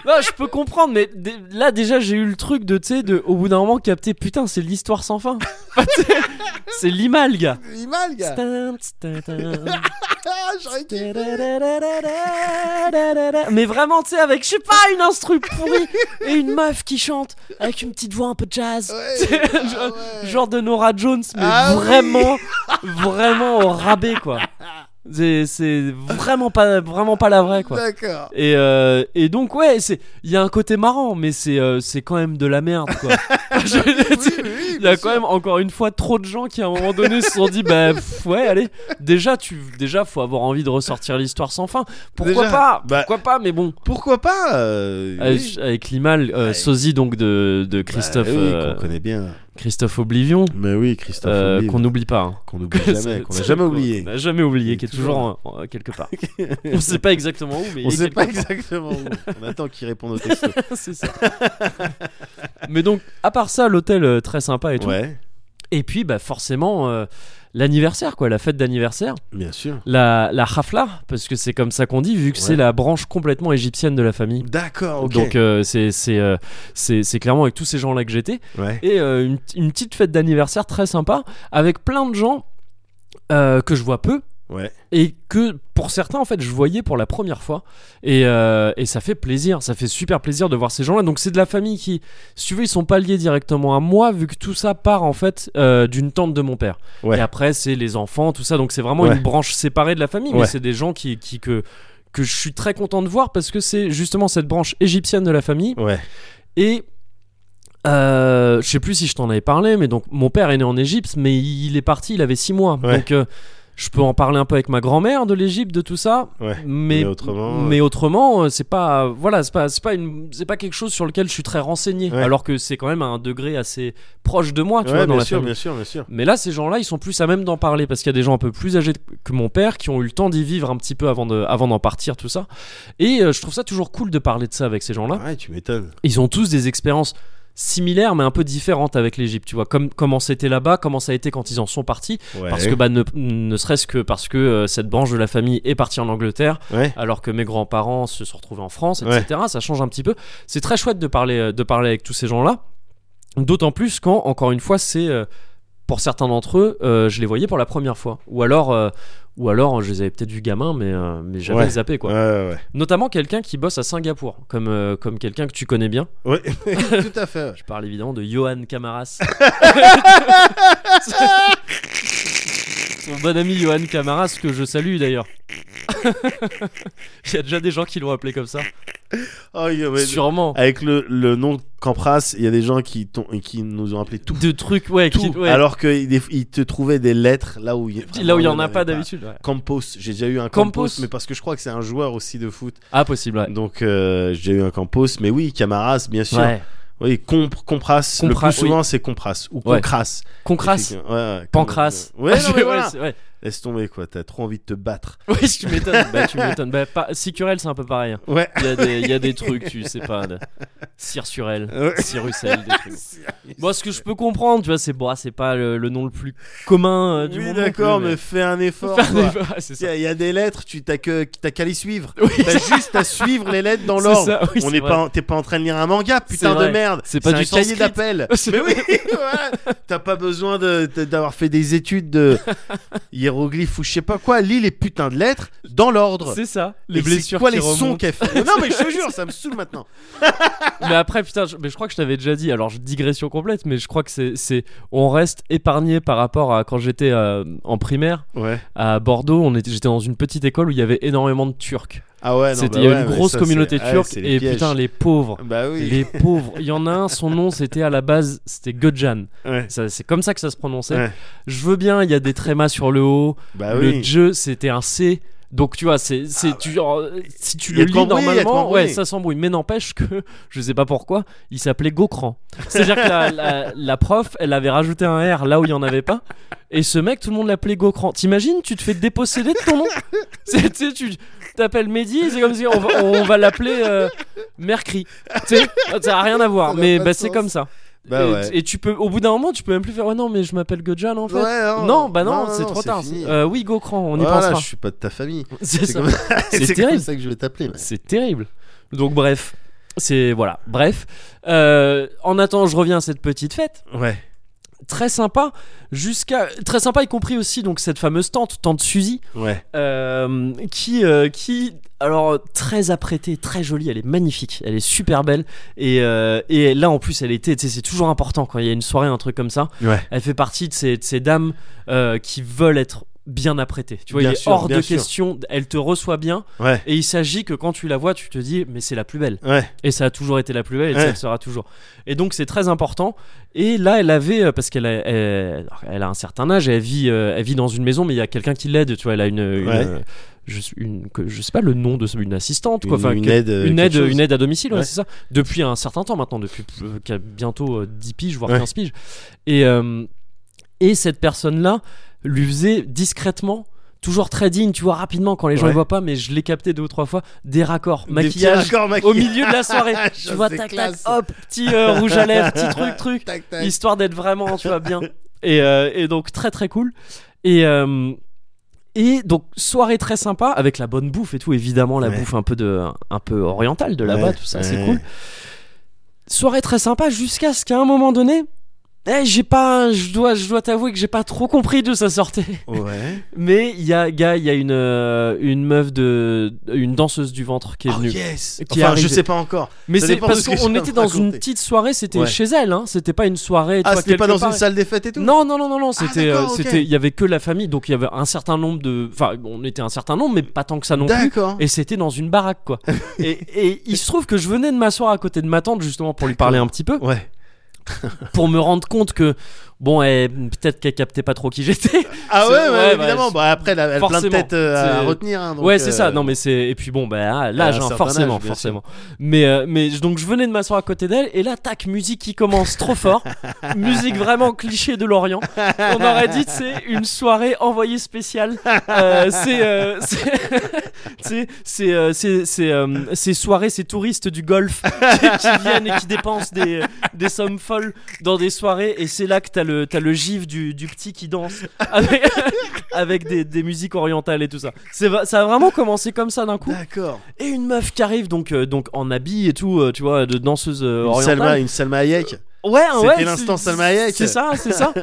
[SPEAKER 1] Non, je peux comprendre, mais dé- là déjà j'ai eu le truc de, tu sais, de, au bout d'un moment capter, putain, c'est l'histoire sans fin. Enfin, tu sais, c'est l'imal, gars.
[SPEAKER 2] Il est mal, gars. Ah, j'aurais kiffé.
[SPEAKER 1] Mais vraiment, tu sais, avec, je sais pas, une instru pourrie et une meuf qui chante avec une petite voix un peu jazz.
[SPEAKER 2] Ouais. Ah,
[SPEAKER 1] Genre-
[SPEAKER 2] ouais.
[SPEAKER 1] Genre de Nora Jones, mais
[SPEAKER 2] Ah oui.
[SPEAKER 1] vraiment, vraiment au rabais, quoi. C'est c'est vraiment pas, vraiment pas la vraie, quoi.
[SPEAKER 2] D'accord.
[SPEAKER 1] Et, euh, et donc ouais, c'est il y a un côté marrant, mais c'est euh, c'est quand même de la merde quoi. Je-
[SPEAKER 2] Oui, oui, oui,
[SPEAKER 1] il y
[SPEAKER 2] bien
[SPEAKER 1] a
[SPEAKER 2] sûr.
[SPEAKER 1] quand même encore une fois trop de gens qui à un moment donné se sont dit bah pff, ouais allez déjà tu déjà faut avoir envie de ressortir l'histoire sans fin. Pourquoi
[SPEAKER 2] Déjà,
[SPEAKER 1] pas
[SPEAKER 2] bah-
[SPEAKER 1] Pourquoi pas Mais bon
[SPEAKER 2] Pourquoi pas euh,
[SPEAKER 1] avec,
[SPEAKER 2] oui.
[SPEAKER 1] avec l'imal euh,
[SPEAKER 2] Ouais.
[SPEAKER 1] sosie donc de, de
[SPEAKER 2] Bah,
[SPEAKER 1] Ah, Christophe
[SPEAKER 2] oui,
[SPEAKER 1] euh,
[SPEAKER 2] qu'on connaît bien.
[SPEAKER 1] Christophe Oblivion
[SPEAKER 2] Mais oui, Christophe.
[SPEAKER 1] euh,
[SPEAKER 2] Olive.
[SPEAKER 1] qu'on n'oublie pas. hein.
[SPEAKER 2] qu'on n'oublie jamais, qu'on n'a jamais oublié.
[SPEAKER 1] Qu'on n'a jamais oublié,
[SPEAKER 2] Il est
[SPEAKER 1] qui est toujours
[SPEAKER 2] toujours
[SPEAKER 1] en- en- quelque part. On sait pas exactement où, mais il
[SPEAKER 2] On
[SPEAKER 1] est
[SPEAKER 2] sait
[SPEAKER 1] quelque
[SPEAKER 2] pas
[SPEAKER 1] part.
[SPEAKER 2] exactement où. On attend qu'il réponde au texto.
[SPEAKER 1] c'est ça. Mais donc, à part ça, l'hôtel euh, très sympa et tout.
[SPEAKER 2] ouais.
[SPEAKER 1] Et puis, bah forcément, euh, l'anniversaire, quoi, la fête d'anniversaire,
[SPEAKER 2] Bien sûr.
[SPEAKER 1] la, la hafla, parce que c'est comme ça qu'on dit, vu que c'est
[SPEAKER 2] Ouais.
[SPEAKER 1] la branche complètement égyptienne de la famille.
[SPEAKER 2] D'accord, ok.
[SPEAKER 1] Donc euh, c'est c'est euh, c'est- c'est clairement avec tous ces gens-là que j'étais.
[SPEAKER 2] ouais.
[SPEAKER 1] Et euh, une, une petite fête d'anniversaire très sympa, avec plein de gens euh, que je vois peu,
[SPEAKER 2] Ouais.
[SPEAKER 1] et que pour certains en fait je voyais pour la première fois et, euh, et ça fait plaisir ça fait super plaisir de voir ces gens là donc c'est de la famille qui si tu veux ils sont pas liés directement à moi vu que tout ça part en fait euh, d'une tante de mon père
[SPEAKER 2] Ouais.
[SPEAKER 1] et après c'est les enfants tout ça donc c'est vraiment
[SPEAKER 2] Ouais.
[SPEAKER 1] une branche séparée de la famille mais
[SPEAKER 2] Ouais.
[SPEAKER 1] c'est des gens qui, qui que que je suis très content de voir parce que c'est justement cette branche égyptienne de la famille
[SPEAKER 2] Ouais.
[SPEAKER 1] et euh, je sais plus si je t'en avais parlé, mais donc mon père est né en Égypte, mais il est parti, il avait 6 mois.
[SPEAKER 2] Ouais.
[SPEAKER 1] Donc euh, je peux en parler un peu avec ma grand-mère de l'Égypte, de tout ça.
[SPEAKER 2] Ouais.
[SPEAKER 1] Mais,
[SPEAKER 2] Mais autrement,
[SPEAKER 1] mais autrement, euh, c'est pas voilà, c'est pas c'est pas une c'est pas quelque chose sur lequel je suis très renseigné,
[SPEAKER 2] Ouais.
[SPEAKER 1] alors que c'est quand même à un degré assez proche de moi, tu
[SPEAKER 2] Ouais,
[SPEAKER 1] vois, dans
[SPEAKER 2] bien
[SPEAKER 1] la
[SPEAKER 2] sûr,
[SPEAKER 1] famille.
[SPEAKER 2] bien sûr, bien sûr.
[SPEAKER 1] Mais là, ces gens-là, ils sont plus à même d'en parler parce qu'il y a des gens un peu plus âgés que mon père qui ont eu le temps d'y vivre un petit peu avant de avant d'en partir, tout ça. Et euh, je trouve ça toujours cool de parler de ça avec ces gens-là
[SPEAKER 2] Ouais, tu m'étonnes.
[SPEAKER 1] ils ont tous des expériences similaires mais un peu différentes avec l'Égypte tu vois comme comment c'était là-bas comment ça a été quand ils en sont partis
[SPEAKER 2] Ouais.
[SPEAKER 1] parce que bah ne, ne serait-ce que parce que euh, cette branche de la famille est partie en Angleterre
[SPEAKER 2] Ouais.
[SPEAKER 1] alors que mes grands-parents se sont retrouvés en France
[SPEAKER 2] Ouais.
[SPEAKER 1] etc ça change un petit peu c'est très chouette de parler euh, de parler avec tous ces gens là d'autant plus quand encore une fois c'est euh, pour certains d'entre eux euh, je les voyais pour la première fois ou alors euh, ou alors je les avais peut-être vus gamins mais euh, mais j'avais
[SPEAKER 2] Ouais.
[SPEAKER 1] zappé quoi
[SPEAKER 2] Ouais, ouais,
[SPEAKER 1] notamment quelqu'un qui bosse à Singapour comme euh, comme quelqu'un que tu connais bien
[SPEAKER 2] ouais. Ouais, tout à fait.
[SPEAKER 1] je parle évidemment de Johan Camaras. Mon bon ami Johan Camaras, que je salue d'ailleurs. Il y a déjà des gens qui l'ont appelé comme ça.
[SPEAKER 2] Oh, il y avait-
[SPEAKER 1] Sûrement.
[SPEAKER 2] Avec le, le nom Campras, il y a des gens qui, t'ont- qui nous ont appelé tout.
[SPEAKER 1] De trucs, ouais.
[SPEAKER 2] tout
[SPEAKER 1] qui- ouais.
[SPEAKER 2] Alors qu'ils te trouvaient des lettres là où il
[SPEAKER 1] là où il n'y en
[SPEAKER 2] vraiment,
[SPEAKER 1] a pas
[SPEAKER 2] avait
[SPEAKER 1] d'habitude. ouais.
[SPEAKER 2] Campos, j'ai déjà eu un
[SPEAKER 1] Campos.
[SPEAKER 2] Campos, mais parce que je crois que c'est un joueur aussi de foot.
[SPEAKER 1] Ah, possible, ouais.
[SPEAKER 2] Donc euh, j'ai eu un Campos, mais oui, Camaras, bien sûr.
[SPEAKER 1] Ouais.
[SPEAKER 2] Oui, Compr- Compras. le
[SPEAKER 1] Compras,
[SPEAKER 2] plus souvent, c'est Compras ou
[SPEAKER 1] Ouais.
[SPEAKER 2] Concras.
[SPEAKER 1] Concras.
[SPEAKER 2] Effectivement. Ouais, ouais, comme-
[SPEAKER 1] Pancras.
[SPEAKER 2] Ouais, non, mais voilà.
[SPEAKER 1] c'est- ouais.
[SPEAKER 2] Laisse tomber quoi, t'as trop envie de te battre.
[SPEAKER 1] Ouais, tu m'étonnes. bah, tu m'étonnes. Bah, pas- Sicurel, c'est un peu pareil. hein.
[SPEAKER 2] Ouais.
[SPEAKER 1] Il y, a des- il y a des trucs, tu sais pas. de- Cirsurel.
[SPEAKER 2] Ouais.
[SPEAKER 1] Cirusel, des trucs. Moi, ce que je peux comprendre, tu vois, c'est bon, ah, c'est pas le, le nom le plus commun euh, du
[SPEAKER 2] oui,
[SPEAKER 1] monde.
[SPEAKER 2] d'accord, mais fais un effort.
[SPEAKER 1] Faire
[SPEAKER 2] quoi.
[SPEAKER 1] des- ouais, c'est
[SPEAKER 2] Il y
[SPEAKER 1] ça.
[SPEAKER 2] a- il y a des lettres, tu t'as que- t'as qu'à les suivre.
[SPEAKER 1] Oui,
[SPEAKER 2] T'as juste à suivre les lettres dans
[SPEAKER 1] C'est
[SPEAKER 2] l'ordre.
[SPEAKER 1] ça, oui,
[SPEAKER 2] On
[SPEAKER 1] c'est
[SPEAKER 2] n'est
[SPEAKER 1] vrai.
[SPEAKER 2] pas, en- t'es pas en train de lire un manga, putain
[SPEAKER 1] vrai.
[SPEAKER 2] de merde.
[SPEAKER 1] C'est pas
[SPEAKER 2] un
[SPEAKER 1] du
[SPEAKER 2] cahier
[SPEAKER 1] sanskrit.
[SPEAKER 2] d'appel.
[SPEAKER 1] C'est-
[SPEAKER 2] Mais oui, voilà. T'as pas besoin de- de- d'avoir fait des études de hiéroglyphes ou je sais pas quoi. Lis les putains de lettres dans l'ordre.
[SPEAKER 1] c'est ça.
[SPEAKER 2] Et
[SPEAKER 1] Les
[SPEAKER 2] c'est
[SPEAKER 1] blessures
[SPEAKER 2] quoi
[SPEAKER 1] qui
[SPEAKER 2] les
[SPEAKER 1] remontent.
[SPEAKER 2] sons qu'elle fait Non, mais je te jure, ça me saoule maintenant.
[SPEAKER 1] Mais après, putain, je, mais je crois que je t'avais déjà dit. Alors, je- digression complète, mais je crois que c'est, c'est, on reste épargné par rapport à quand j'étais euh, en primaire
[SPEAKER 2] Ouais.
[SPEAKER 1] à Bordeaux. On était, j'étais dans une petite école où il y avait énormément de Turcs.
[SPEAKER 2] Ah ouais, non,
[SPEAKER 1] C'était,
[SPEAKER 2] bah
[SPEAKER 1] il y
[SPEAKER 2] ouais,
[SPEAKER 1] avait une
[SPEAKER 2] mais
[SPEAKER 1] grosse
[SPEAKER 2] ça,
[SPEAKER 1] communauté
[SPEAKER 2] c'est- ouais,
[SPEAKER 1] turque
[SPEAKER 2] c'est les
[SPEAKER 1] et
[SPEAKER 2] pièges.
[SPEAKER 1] putain, les pauvres.
[SPEAKER 2] Bah oui.
[SPEAKER 1] Les pauvres. Il y en a un, son nom c'était à la base, c'était Gökhan.
[SPEAKER 2] Ouais.
[SPEAKER 1] Ça, C'est comme ça que ça se prononçait.
[SPEAKER 2] Ouais.
[SPEAKER 1] Je veux bien, il y a des trémas sur le haut.
[SPEAKER 2] Bah
[SPEAKER 1] le
[SPEAKER 2] oui. Ah bah.
[SPEAKER 1] jeu c'était un C donc tu vois c'est c'est tu euh, si tu
[SPEAKER 2] Y
[SPEAKER 1] le
[SPEAKER 2] a de
[SPEAKER 1] lis
[SPEAKER 2] l'embrouille, y a de
[SPEAKER 1] normalement
[SPEAKER 2] l'embrouille.
[SPEAKER 1] ouais ça s'embrouille mais n'empêche que je sais pas pourquoi il s'appelait Gokran c'est à dire que la, la, la prof elle avait rajouté un R là où il y en avait pas et ce mec tout le monde l'appelait Gokran t'imagines tu te fais déposséder de ton nom c'est tu sais, tu t'appelles Mehdi c'est comme si on va, on va l'appeler euh, Mercri tu sais ça a rien à voir
[SPEAKER 2] Ça n'a
[SPEAKER 1] mais
[SPEAKER 2] pas
[SPEAKER 1] bah,
[SPEAKER 2] de
[SPEAKER 1] c'est
[SPEAKER 2] sens.
[SPEAKER 1] comme ça
[SPEAKER 2] Bah
[SPEAKER 1] et,
[SPEAKER 2] ouais.
[SPEAKER 1] et tu peux au bout d'un moment tu peux même plus faire ouais non mais je m'appelle Gojan en fait
[SPEAKER 2] Ouais,
[SPEAKER 1] non, bah non, c'est trop tard.
[SPEAKER 2] fini.
[SPEAKER 1] Euh, oui, Gokran, on y
[SPEAKER 2] Voilà,
[SPEAKER 1] pensera.
[SPEAKER 2] Je suis pas de ta famille.
[SPEAKER 1] C'est
[SPEAKER 2] C'est
[SPEAKER 1] ça.
[SPEAKER 2] comme...
[SPEAKER 1] C'est
[SPEAKER 2] c'est comme
[SPEAKER 1] terrible.
[SPEAKER 2] ça que je vais t'appeler. mec.
[SPEAKER 1] C'est terrible. Donc bref, c'est voilà, bref. Euh, en attendant, je reviens à cette petite fête,
[SPEAKER 2] Ouais.
[SPEAKER 1] très sympa, jusqu'à très sympa y compris aussi donc cette fameuse tante, tante Suzy,
[SPEAKER 2] Ouais.
[SPEAKER 1] euh, qui euh, qui alors très apprêtée, très jolie, elle est magnifique, elle est super belle et, euh, et là en plus elle était, tu sais, c'est toujours important quand il y a une soirée un truc comme ça,
[SPEAKER 2] Ouais.
[SPEAKER 1] elle fait partie de ces, de ces dames euh, qui veulent être bien apprêtées. Tu vois,
[SPEAKER 2] Bien
[SPEAKER 1] il est
[SPEAKER 2] sûr,
[SPEAKER 1] hors
[SPEAKER 2] bien
[SPEAKER 1] de
[SPEAKER 2] sûr.
[SPEAKER 1] question, elle te reçoit bien,
[SPEAKER 2] Ouais.
[SPEAKER 1] et il s'agit que quand tu la vois, tu te dis, mais c'est la plus belle.
[SPEAKER 2] Ouais.
[SPEAKER 1] Et ça a toujours été la plus belle, et
[SPEAKER 2] Ouais.
[SPEAKER 1] ça le sera toujours. Et donc c'est très important. Et là, elle avait, euh, parce qu'elle a, elle, elle a un certain âge, et elle vit, euh, elle vit dans une maison, mais il y a quelqu'un qui l'aide, tu vois, elle a une... une,
[SPEAKER 2] Ouais.
[SPEAKER 1] euh, je, une que- je sais pas le nom de ce- une assistante quoi enfin,
[SPEAKER 2] une,
[SPEAKER 1] que-
[SPEAKER 2] aide. euh,
[SPEAKER 1] une aide,
[SPEAKER 2] quelque chose.
[SPEAKER 1] une aide à domicile, ouais,
[SPEAKER 2] Ouais.
[SPEAKER 1] c'est ça. Depuis un certain temps maintenant, depuis euh, qu'a- bientôt euh, 10 piges, voire
[SPEAKER 2] Ouais.
[SPEAKER 1] 15 piges. Et, euh, et cette personne-là lui faisait discrètement, toujours très digne, tu vois, rapidement quand les gens ne
[SPEAKER 2] Ouais.
[SPEAKER 1] le voient pas, mais je l'ai capté deux ou trois fois, des raccords,
[SPEAKER 2] Des
[SPEAKER 1] maquillage
[SPEAKER 2] petits raccords,
[SPEAKER 1] au
[SPEAKER 2] maquillage.
[SPEAKER 1] milieu de la soirée. tu
[SPEAKER 2] Ça,
[SPEAKER 1] vois,
[SPEAKER 2] c'est
[SPEAKER 1] tac, tac,
[SPEAKER 2] classe.
[SPEAKER 1] hop, petit euh, rouge à lèvres, petit truc, truc
[SPEAKER 2] Tac, tac.
[SPEAKER 1] histoire d'être vraiment tu vois bien et, euh, et donc très très cool Et, euh, et donc, soirée très sympa, avec la bonne bouffe et tout, évidemment, la
[SPEAKER 2] Ouais.
[SPEAKER 1] bouffe un peu, de, un peu orientale de là-bas,
[SPEAKER 2] Ouais,
[SPEAKER 1] tout ça, c'est
[SPEAKER 2] ouais.
[SPEAKER 1] cool. Soirée très sympa jusqu'à ce qu'à un moment donné, eh, j'ai pas, je dois, je dois t'avouer que j'ai pas trop compris d'où ça sortait.
[SPEAKER 2] Ouais.
[SPEAKER 1] Mais il y a, gars, il y a une, euh, une meuf de, une danseuse du ventre qui est
[SPEAKER 2] Oh
[SPEAKER 1] venue.
[SPEAKER 2] yes.
[SPEAKER 1] qui est
[SPEAKER 2] enfin,
[SPEAKER 1] arrivé.
[SPEAKER 2] je sais pas encore.
[SPEAKER 1] Mais
[SPEAKER 2] Ça
[SPEAKER 1] c'est
[SPEAKER 2] dépend
[SPEAKER 1] parce
[SPEAKER 2] de ce que tu
[SPEAKER 1] qu'on
[SPEAKER 2] vas
[SPEAKER 1] était
[SPEAKER 2] me
[SPEAKER 1] dans une
[SPEAKER 2] raconter.
[SPEAKER 1] petite soirée, c'était
[SPEAKER 2] Ouais.
[SPEAKER 1] chez elle, hein. C'était pas une soirée.
[SPEAKER 2] Ah,
[SPEAKER 1] toi,
[SPEAKER 2] c'était pas dans
[SPEAKER 1] quelque part.
[SPEAKER 2] une salle des fêtes et tout. Ah,
[SPEAKER 1] Non, non, non, non, non, c'était, euh,
[SPEAKER 2] d'accord, ok.
[SPEAKER 1] c'était, il y avait que la famille, donc il y avait un certain nombre de, enfin, on était un certain nombre, mais pas tant que ça non plus.
[SPEAKER 2] D'accord.
[SPEAKER 1] Et c'était dans une baraque, quoi. et, et il se trouve que je venais de m'asseoir à côté de ma tante, justement, pour lui parler un petit peu,
[SPEAKER 2] Ouais.
[SPEAKER 1] pour me rendre compte que, bon, eh, peut-être qu'elle captait pas trop qui j'étais.
[SPEAKER 2] Ah
[SPEAKER 1] C'est-
[SPEAKER 2] ouais, ouais,
[SPEAKER 1] ouais, bah,
[SPEAKER 2] évidemment.
[SPEAKER 1] c'est-
[SPEAKER 2] bah, après, elle a elle a plein de
[SPEAKER 1] forcément.
[SPEAKER 2] têtes euh, à
[SPEAKER 1] C'est-
[SPEAKER 2] retenir. hein, donc,
[SPEAKER 1] ouais, c'est ça.
[SPEAKER 2] euh,
[SPEAKER 1] Non, mais c'est, et puis bon, bah, à l'âge,
[SPEAKER 2] à un
[SPEAKER 1] hein,
[SPEAKER 2] certain
[SPEAKER 1] forcément,
[SPEAKER 2] âge, bien
[SPEAKER 1] forcément. Mais, euh, mais, je- donc, je venais de m'asseoir à côté d'elle, et là, tac, musique qui commence trop fort. musique vraiment cliché de l'Orient. On aurait dit, c'est une soirée envoyée spéciale. Euh, c'est, euh, c'est, tu sais, c'est, euh, c'est, c'est, euh, ces soirées, ces touristes du golf qui, qui viennent et qui dépensent des, des sommes folles dans des soirées. Et c'est là que t'as le, t'as le gif du, du petit qui danse avec, avec des, des musiques orientales et tout ça. C'est, va- ça a vraiment commencé comme ça d'un coup.
[SPEAKER 2] D'accord.
[SPEAKER 1] Et une meuf qui arrive donc, euh, donc en habit et tout, euh, tu vois, de danseuse euh,
[SPEAKER 2] Une
[SPEAKER 1] orientale. Euh,
[SPEAKER 2] Salma, une Salma Hayek.
[SPEAKER 1] Ouais,
[SPEAKER 2] C'était
[SPEAKER 1] ouais,
[SPEAKER 2] l'instant
[SPEAKER 1] c'est-
[SPEAKER 2] Salma Hayek.
[SPEAKER 1] C'est ça, c'est ça.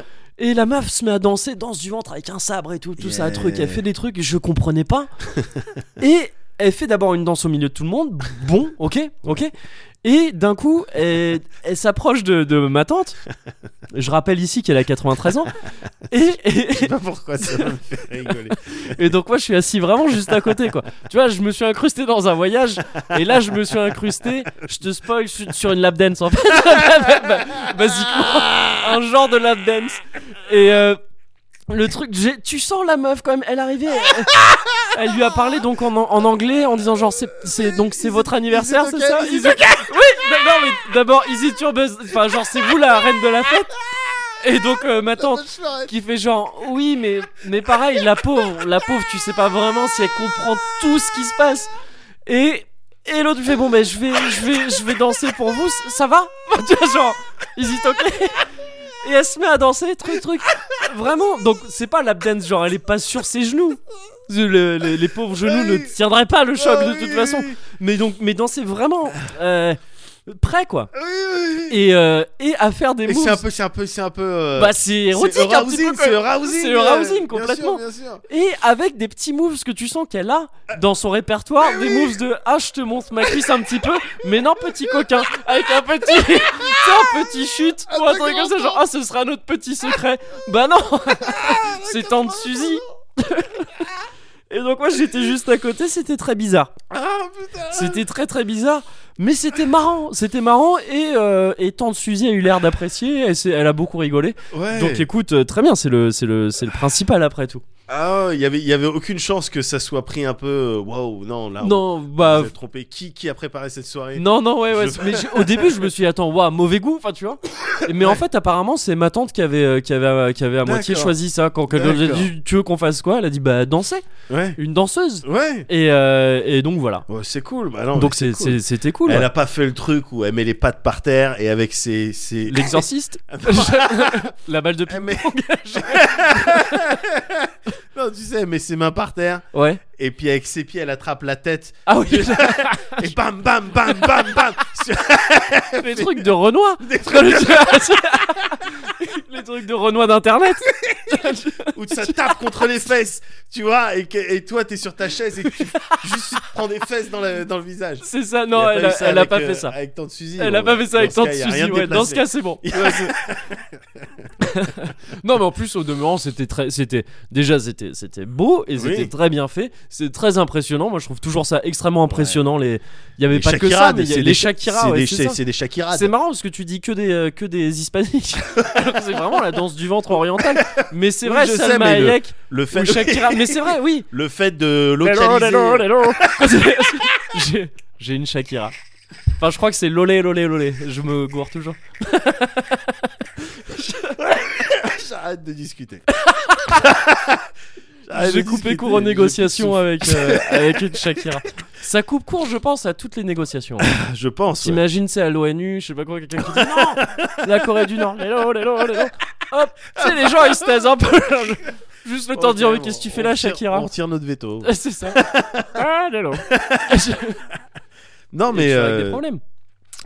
[SPEAKER 1] Et la meuf se met à danser, danse du ventre avec un sabre et tout, tout ça,
[SPEAKER 2] Yeah.
[SPEAKER 1] truc. Elle fait des trucs, je comprenais pas. et elle fait d'abord une danse au milieu de tout le monde. Bon, ok, ok. Et d'un coup, elle, elle s'approche de, de ma tante. Je rappelle ici qu'elle a 93 ans. Et,
[SPEAKER 2] Je sais
[SPEAKER 1] et-
[SPEAKER 2] pas pourquoi ça me fait rigoler.
[SPEAKER 1] et donc moi, je suis assis vraiment juste à côté, quoi. Tu vois, je me suis incrusté dans un voyage. Et là, je me suis incrusté. Je te spoil je suis sur une lap dance, en fait. Bah, Basiquement un genre de lap dance. Et euh, le truc, j'ai- tu sens la meuf quand même, elle arrivait. Elle, elle lui a parlé donc en, en anglais en disant genre c'est- c'est donc c'est votre anniversaire,
[SPEAKER 2] it
[SPEAKER 1] c'est
[SPEAKER 2] okay,
[SPEAKER 1] ça
[SPEAKER 2] is it
[SPEAKER 1] Is it- Oui, d'abord mais d'abord Easy Turbuzz, enfin genre c'est vous la reine de la fête. Et donc euh, ma tante qui fait genre oui mais mais pareil la pauvre la pauvre tu sais pas vraiment si elle comprend tout ce qui se passe et et l'autre fait bon ben je vais je vais je vais danser pour vous ça va tu vois genre is it okay et elle se met à danser truc truc vraiment donc c'est pas la dance genre elle est pas sur ses genoux Le- le- les pauvres genoux ne tiendraient pas le choc de toute façon mais donc mais danser vraiment euh, prêt quoi
[SPEAKER 2] Oui, oui, oui.
[SPEAKER 1] et euh, et à faire des
[SPEAKER 2] Et c'est un
[SPEAKER 1] moves
[SPEAKER 2] peu, c'est un peu, c'est un peu. euh,
[SPEAKER 1] bah c'est érotique
[SPEAKER 2] c'est
[SPEAKER 1] un petit
[SPEAKER 2] arousing,
[SPEAKER 1] peu, quoi.
[SPEAKER 2] c'est arousing,
[SPEAKER 1] C'est arousing, complètement.
[SPEAKER 2] Bien sûr, bien sûr.
[SPEAKER 1] Et avec des petits moves que tu sens qu'elle a dans son répertoire, des moves de ah je te monte ma cuisse un petit peu, mais non petit coquin, avec un petit, tu sais, un petit chute ou un truc comme ça genre ah ce sera notre petit secret. Bah non, c'est tante Suzy. Et donc moi j'étais juste à côté, c'était très bizarre.
[SPEAKER 2] Ah putain.
[SPEAKER 1] C'était très très bizarre, mais c'était marrant, c'était marrant et, euh, et tante Suzy a eu l'air d'apprécier, elle, s'est- elle a beaucoup rigolé.
[SPEAKER 2] Ouais.
[SPEAKER 1] Donc écoute, euh, très bien, c'est le, c'est le, c'est le principal après tout.
[SPEAKER 2] Ah, ouais, il y avait, il y avait aucune chance que ça soit pris un peu. euh, Waouh, non, là. on-
[SPEAKER 1] Non,
[SPEAKER 2] Vous
[SPEAKER 1] bah
[SPEAKER 2] êtes trompé. Qui, qui a préparé cette soirée
[SPEAKER 1] Non, non, ouais, ouais.
[SPEAKER 2] Je-
[SPEAKER 1] Mais j'ai- au début, je me suis dit, attends, waouh, mauvais goût, enfin, tu vois. Mais en fait, apparemment, c'est ma tante qui avait, euh, qui avait, euh, qui avait à moitié
[SPEAKER 2] D'accord.
[SPEAKER 1] choisi ça. Quand quelqu'un lui a dit, tu veux qu'on fasse quoi Elle a dit, bah, danser,
[SPEAKER 2] Ouais.
[SPEAKER 1] une danseuse.
[SPEAKER 2] Ouais.
[SPEAKER 1] Et, euh, et donc, voilà.
[SPEAKER 2] Ouais, c'est cool. Bah non,
[SPEAKER 1] donc,
[SPEAKER 2] mais
[SPEAKER 1] c'est- c'est- c'était cool.
[SPEAKER 2] Elle
[SPEAKER 1] ouais.
[SPEAKER 2] a pas fait le truc où elle met les pattes par terre et avec ses. ses...
[SPEAKER 1] L'exorciste La balle de
[SPEAKER 2] Elle
[SPEAKER 1] ping
[SPEAKER 2] met- non, tu sais, elle met ses mains par terre
[SPEAKER 1] Ouais.
[SPEAKER 2] et puis avec ses pieds, elle attrape la tête
[SPEAKER 1] Ah oui,
[SPEAKER 2] et bam, bam, bam, bam, bam. sur-
[SPEAKER 1] les trucs de Renoir. les trucs de Renoir d'Internet.
[SPEAKER 2] Ou ça tape contre les fesses, tu vois, et, que- et toi, t'es sur ta chaise et tu, juste tu te prends des fesses dans, le- dans le visage.
[SPEAKER 1] C'est ça.
[SPEAKER 2] Il y
[SPEAKER 1] Non,
[SPEAKER 2] a
[SPEAKER 1] elle
[SPEAKER 2] eu
[SPEAKER 1] a,
[SPEAKER 2] ça
[SPEAKER 1] elle a
[SPEAKER 2] avec,
[SPEAKER 1] pas
[SPEAKER 2] euh,
[SPEAKER 1] fait ça.
[SPEAKER 2] Avec Tante Suzy.
[SPEAKER 1] Elle
[SPEAKER 2] bon,
[SPEAKER 1] a pas fait ça avec
[SPEAKER 2] dans ce
[SPEAKER 1] tante
[SPEAKER 2] cas, il y a
[SPEAKER 1] Suzy,
[SPEAKER 2] rien de
[SPEAKER 1] ouais. Dans ce cas,
[SPEAKER 2] déplacé.
[SPEAKER 1] c'est bon. Ouais, c'est- non, mais en plus, au demeurant, c'était très, c'était déjà, c'était, c'était beau et
[SPEAKER 2] Oui.
[SPEAKER 1] c'était très bien fait. C'est très impressionnant. Moi, je trouve toujours ça extrêmement impressionnant. Les, il y avait
[SPEAKER 2] Les
[SPEAKER 1] pas que ça,
[SPEAKER 2] Shakira,
[SPEAKER 1] mais il y a-
[SPEAKER 2] c'est
[SPEAKER 1] les
[SPEAKER 2] des-
[SPEAKER 1] Shakira,
[SPEAKER 2] c'est
[SPEAKER 1] ouais,
[SPEAKER 2] des-
[SPEAKER 1] c'est
[SPEAKER 2] C'est
[SPEAKER 1] ça.
[SPEAKER 2] c'est des Shakira.
[SPEAKER 1] C'est marrant parce que tu dis que des euh, que des hispaniques. Alors que c'est vraiment la danse du ventre oriental. Mais c'est
[SPEAKER 2] Oui,
[SPEAKER 1] vrai,
[SPEAKER 2] je sais,
[SPEAKER 1] Salma
[SPEAKER 2] mais le-
[SPEAKER 1] Hayek
[SPEAKER 2] Le
[SPEAKER 1] ou
[SPEAKER 2] fait,
[SPEAKER 1] Shakira. Mais c'est vrai, oui.
[SPEAKER 2] le fait de
[SPEAKER 1] Hello,
[SPEAKER 2] localiser.
[SPEAKER 1] hello, hello. J'ai- J'ai une Shakira. Enfin, je crois que c'est lolé, lolé, lolé. Je me gourre toujours.
[SPEAKER 2] J'arrête de discuter. J'arrête
[SPEAKER 1] J'ai
[SPEAKER 2] de
[SPEAKER 1] coupé
[SPEAKER 2] discuter,
[SPEAKER 1] court aux
[SPEAKER 2] j'ai plus de
[SPEAKER 1] négociations
[SPEAKER 2] souffle.
[SPEAKER 1] avec, euh, avec une Shakira. Ça coupe court, je pense, à toutes les négociations.
[SPEAKER 2] Je pense. ouais.
[SPEAKER 1] T'imagines, c'est à l'ONU, je sais pas quoi, quelqu'un qui dit non La Corée du Nord, hello, hello, hello. Hop Tu sais, les gens, ils se taisent un peu. Je- Juste le temps de dire, mais qu'est-ce que tu fais là, Shakira
[SPEAKER 2] On tire notre veto.
[SPEAKER 1] C'est ça. ah, là, là.
[SPEAKER 2] Non,
[SPEAKER 1] Et
[SPEAKER 2] mais.
[SPEAKER 1] tu règles des
[SPEAKER 2] euh,
[SPEAKER 1] problèmes.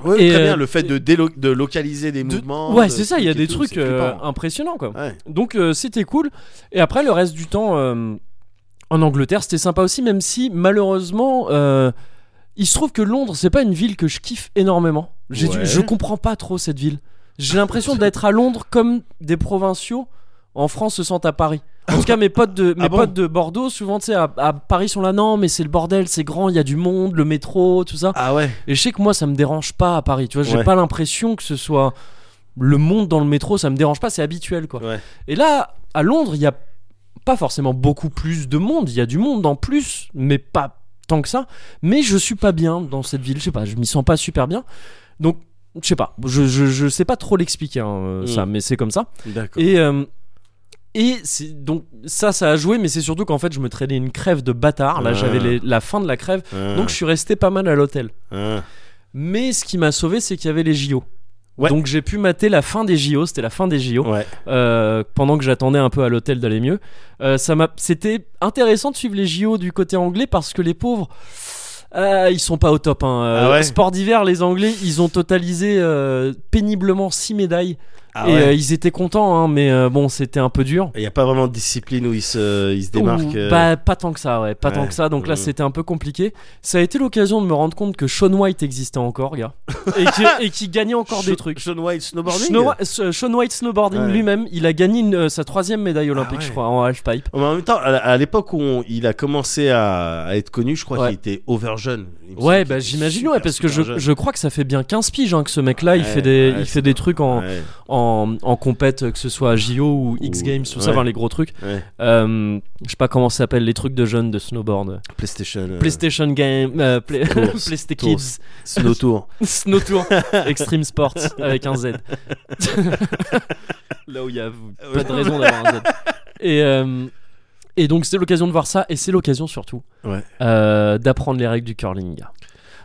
[SPEAKER 2] ouais,
[SPEAKER 1] Et,
[SPEAKER 2] très
[SPEAKER 1] euh,
[SPEAKER 2] bien, le fait de, délo- de localiser des
[SPEAKER 1] De-
[SPEAKER 2] mouvements.
[SPEAKER 1] ouais,
[SPEAKER 2] de
[SPEAKER 1] c'est ça, il y a
[SPEAKER 2] trucs et
[SPEAKER 1] des
[SPEAKER 2] tout,
[SPEAKER 1] trucs
[SPEAKER 2] c'est
[SPEAKER 1] euh,
[SPEAKER 2] flippant.
[SPEAKER 1] impressionnants, quoi.
[SPEAKER 2] Ouais.
[SPEAKER 1] Donc euh, c'était cool. Et après, le reste du temps euh, en Angleterre, c'était sympa aussi, même si malheureusement, euh, il se trouve que Londres, c'est pas une ville que je kiffe énormément. J'ai du-
[SPEAKER 2] Ouais.
[SPEAKER 1] je comprends pas trop cette ville. J'ai l'impression d'être à Londres comme des provinciaux en France se sentent à Paris. En tout cas, mes potes de, mes
[SPEAKER 2] Ah bon
[SPEAKER 1] potes de Bordeaux, souvent, tu sais, à, à Paris sont là, non, mais c'est le bordel, c'est grand, il y a du monde, le métro, tout ça.
[SPEAKER 2] Ah ouais.
[SPEAKER 1] Et je sais que moi, ça me dérange pas à Paris. Tu vois, j'ai
[SPEAKER 2] Ouais.
[SPEAKER 1] pas l'impression que ce soit le monde dans le métro, ça me dérange pas, c'est habituel, quoi.
[SPEAKER 2] Ouais.
[SPEAKER 1] Et là, à Londres, il y a pas forcément beaucoup plus de monde. Il y a du monde en plus, mais pas tant que ça. Mais je suis pas bien dans cette ville. Je sais pas, je m'y sens pas super bien. Donc, je sais pas. Je, je, je sais pas trop l'expliquer hein, euh,
[SPEAKER 2] Mm.
[SPEAKER 1] ça, mais c'est comme ça.
[SPEAKER 2] D'accord.
[SPEAKER 1] Et euh, et c'est donc ça, ça a joué. Mais c'est surtout qu'en fait, je me traînais une crève de bâtard. Là,
[SPEAKER 2] Ah.
[SPEAKER 1] j'avais les- la fin de la crève.
[SPEAKER 2] Ah,
[SPEAKER 1] Donc, je suis resté pas mal à l'hôtel.
[SPEAKER 2] ah.
[SPEAKER 1] Mais ce qui m'a sauvé, c'est qu'il y avait les JO.
[SPEAKER 2] Ouais.
[SPEAKER 1] Donc j'ai pu mater la fin des JO, c'était la fin des JO,
[SPEAKER 2] Ouais.
[SPEAKER 1] euh, pendant que j'attendais un peu à l'hôtel d'aller mieux. Euh, ça m'a, c'était intéressant de suivre les JO du côté anglais parce que les pauvres, euh, ils sont pas au top. Hein. Euh,
[SPEAKER 2] Ah ouais
[SPEAKER 1] Sport d'hiver, les Anglais, ils ont totalisé euh, péniblement 6 médailles
[SPEAKER 2] Ah
[SPEAKER 1] et
[SPEAKER 2] ouais.
[SPEAKER 1] euh, ils étaient contents, hein, mais euh, bon, c'était un peu dur.
[SPEAKER 2] Il n'y a pas vraiment de discipline où ils se, ils se
[SPEAKER 1] Ou-
[SPEAKER 2] démarquent. euh,
[SPEAKER 1] bah, pas tant que ça, ouais, pas
[SPEAKER 2] Ouais.
[SPEAKER 1] tant que ça. Donc là,
[SPEAKER 2] Mhm.
[SPEAKER 1] c'était un peu compliqué. Ça a été l'occasion de me rendre compte que Sean White existait encore, gars, et que- et qu'il gagnait encore
[SPEAKER 2] Sha-
[SPEAKER 1] des trucs.
[SPEAKER 2] Sean White snowboarding
[SPEAKER 1] Snow- euh, Sean White snowboarding
[SPEAKER 2] Ouais.
[SPEAKER 1] lui-même, il a gagné une, euh, sa troisième médaille olympique,
[SPEAKER 2] Ah ouais.
[SPEAKER 1] je crois, en halfpipe.
[SPEAKER 2] Oh, mais en même temps, à la- à l'époque où on- il a commencé à, à être connu, je crois
[SPEAKER 1] Ouais.
[SPEAKER 2] qu'il était over jeune. Il me
[SPEAKER 1] Ouais,
[SPEAKER 2] semble
[SPEAKER 1] bah
[SPEAKER 2] qu'il était
[SPEAKER 1] j'imagine,
[SPEAKER 2] super,
[SPEAKER 1] ouais, parce que
[SPEAKER 2] super
[SPEAKER 1] je,
[SPEAKER 2] jeune.
[SPEAKER 1] je crois que ça fait bien 15 piges hein, que ce mec-là, il
[SPEAKER 2] Ouais,
[SPEAKER 1] fait des,
[SPEAKER 2] ouais,
[SPEAKER 1] il
[SPEAKER 2] c'est
[SPEAKER 1] fait des trucs en,
[SPEAKER 2] Ouais,
[SPEAKER 1] en, en compète, que ce soit à JO ou X
[SPEAKER 2] Ou-
[SPEAKER 1] Games, tout ça,
[SPEAKER 2] ouais.
[SPEAKER 1] enfin les gros trucs.
[SPEAKER 2] ouais.
[SPEAKER 1] Euh, je sais pas comment ça s'appelle, les trucs de jeunes de snowboard.
[SPEAKER 2] PlayStation, euh,
[SPEAKER 1] PlayStation Game, euh, Play-
[SPEAKER 2] Tours,
[SPEAKER 1] PlayStation
[SPEAKER 2] tours.
[SPEAKER 1] Kids,
[SPEAKER 2] Snow Tour.
[SPEAKER 1] Snow Tour, Extreme Sports avec un Z. Là où il y a
[SPEAKER 2] Ah
[SPEAKER 1] pas de raison d'avoir un Z. Et, euh, et donc c'est l'occasion de voir ça, et c'est l'occasion surtout
[SPEAKER 2] Ouais.
[SPEAKER 1] euh, d'apprendre les règles du curling. gars.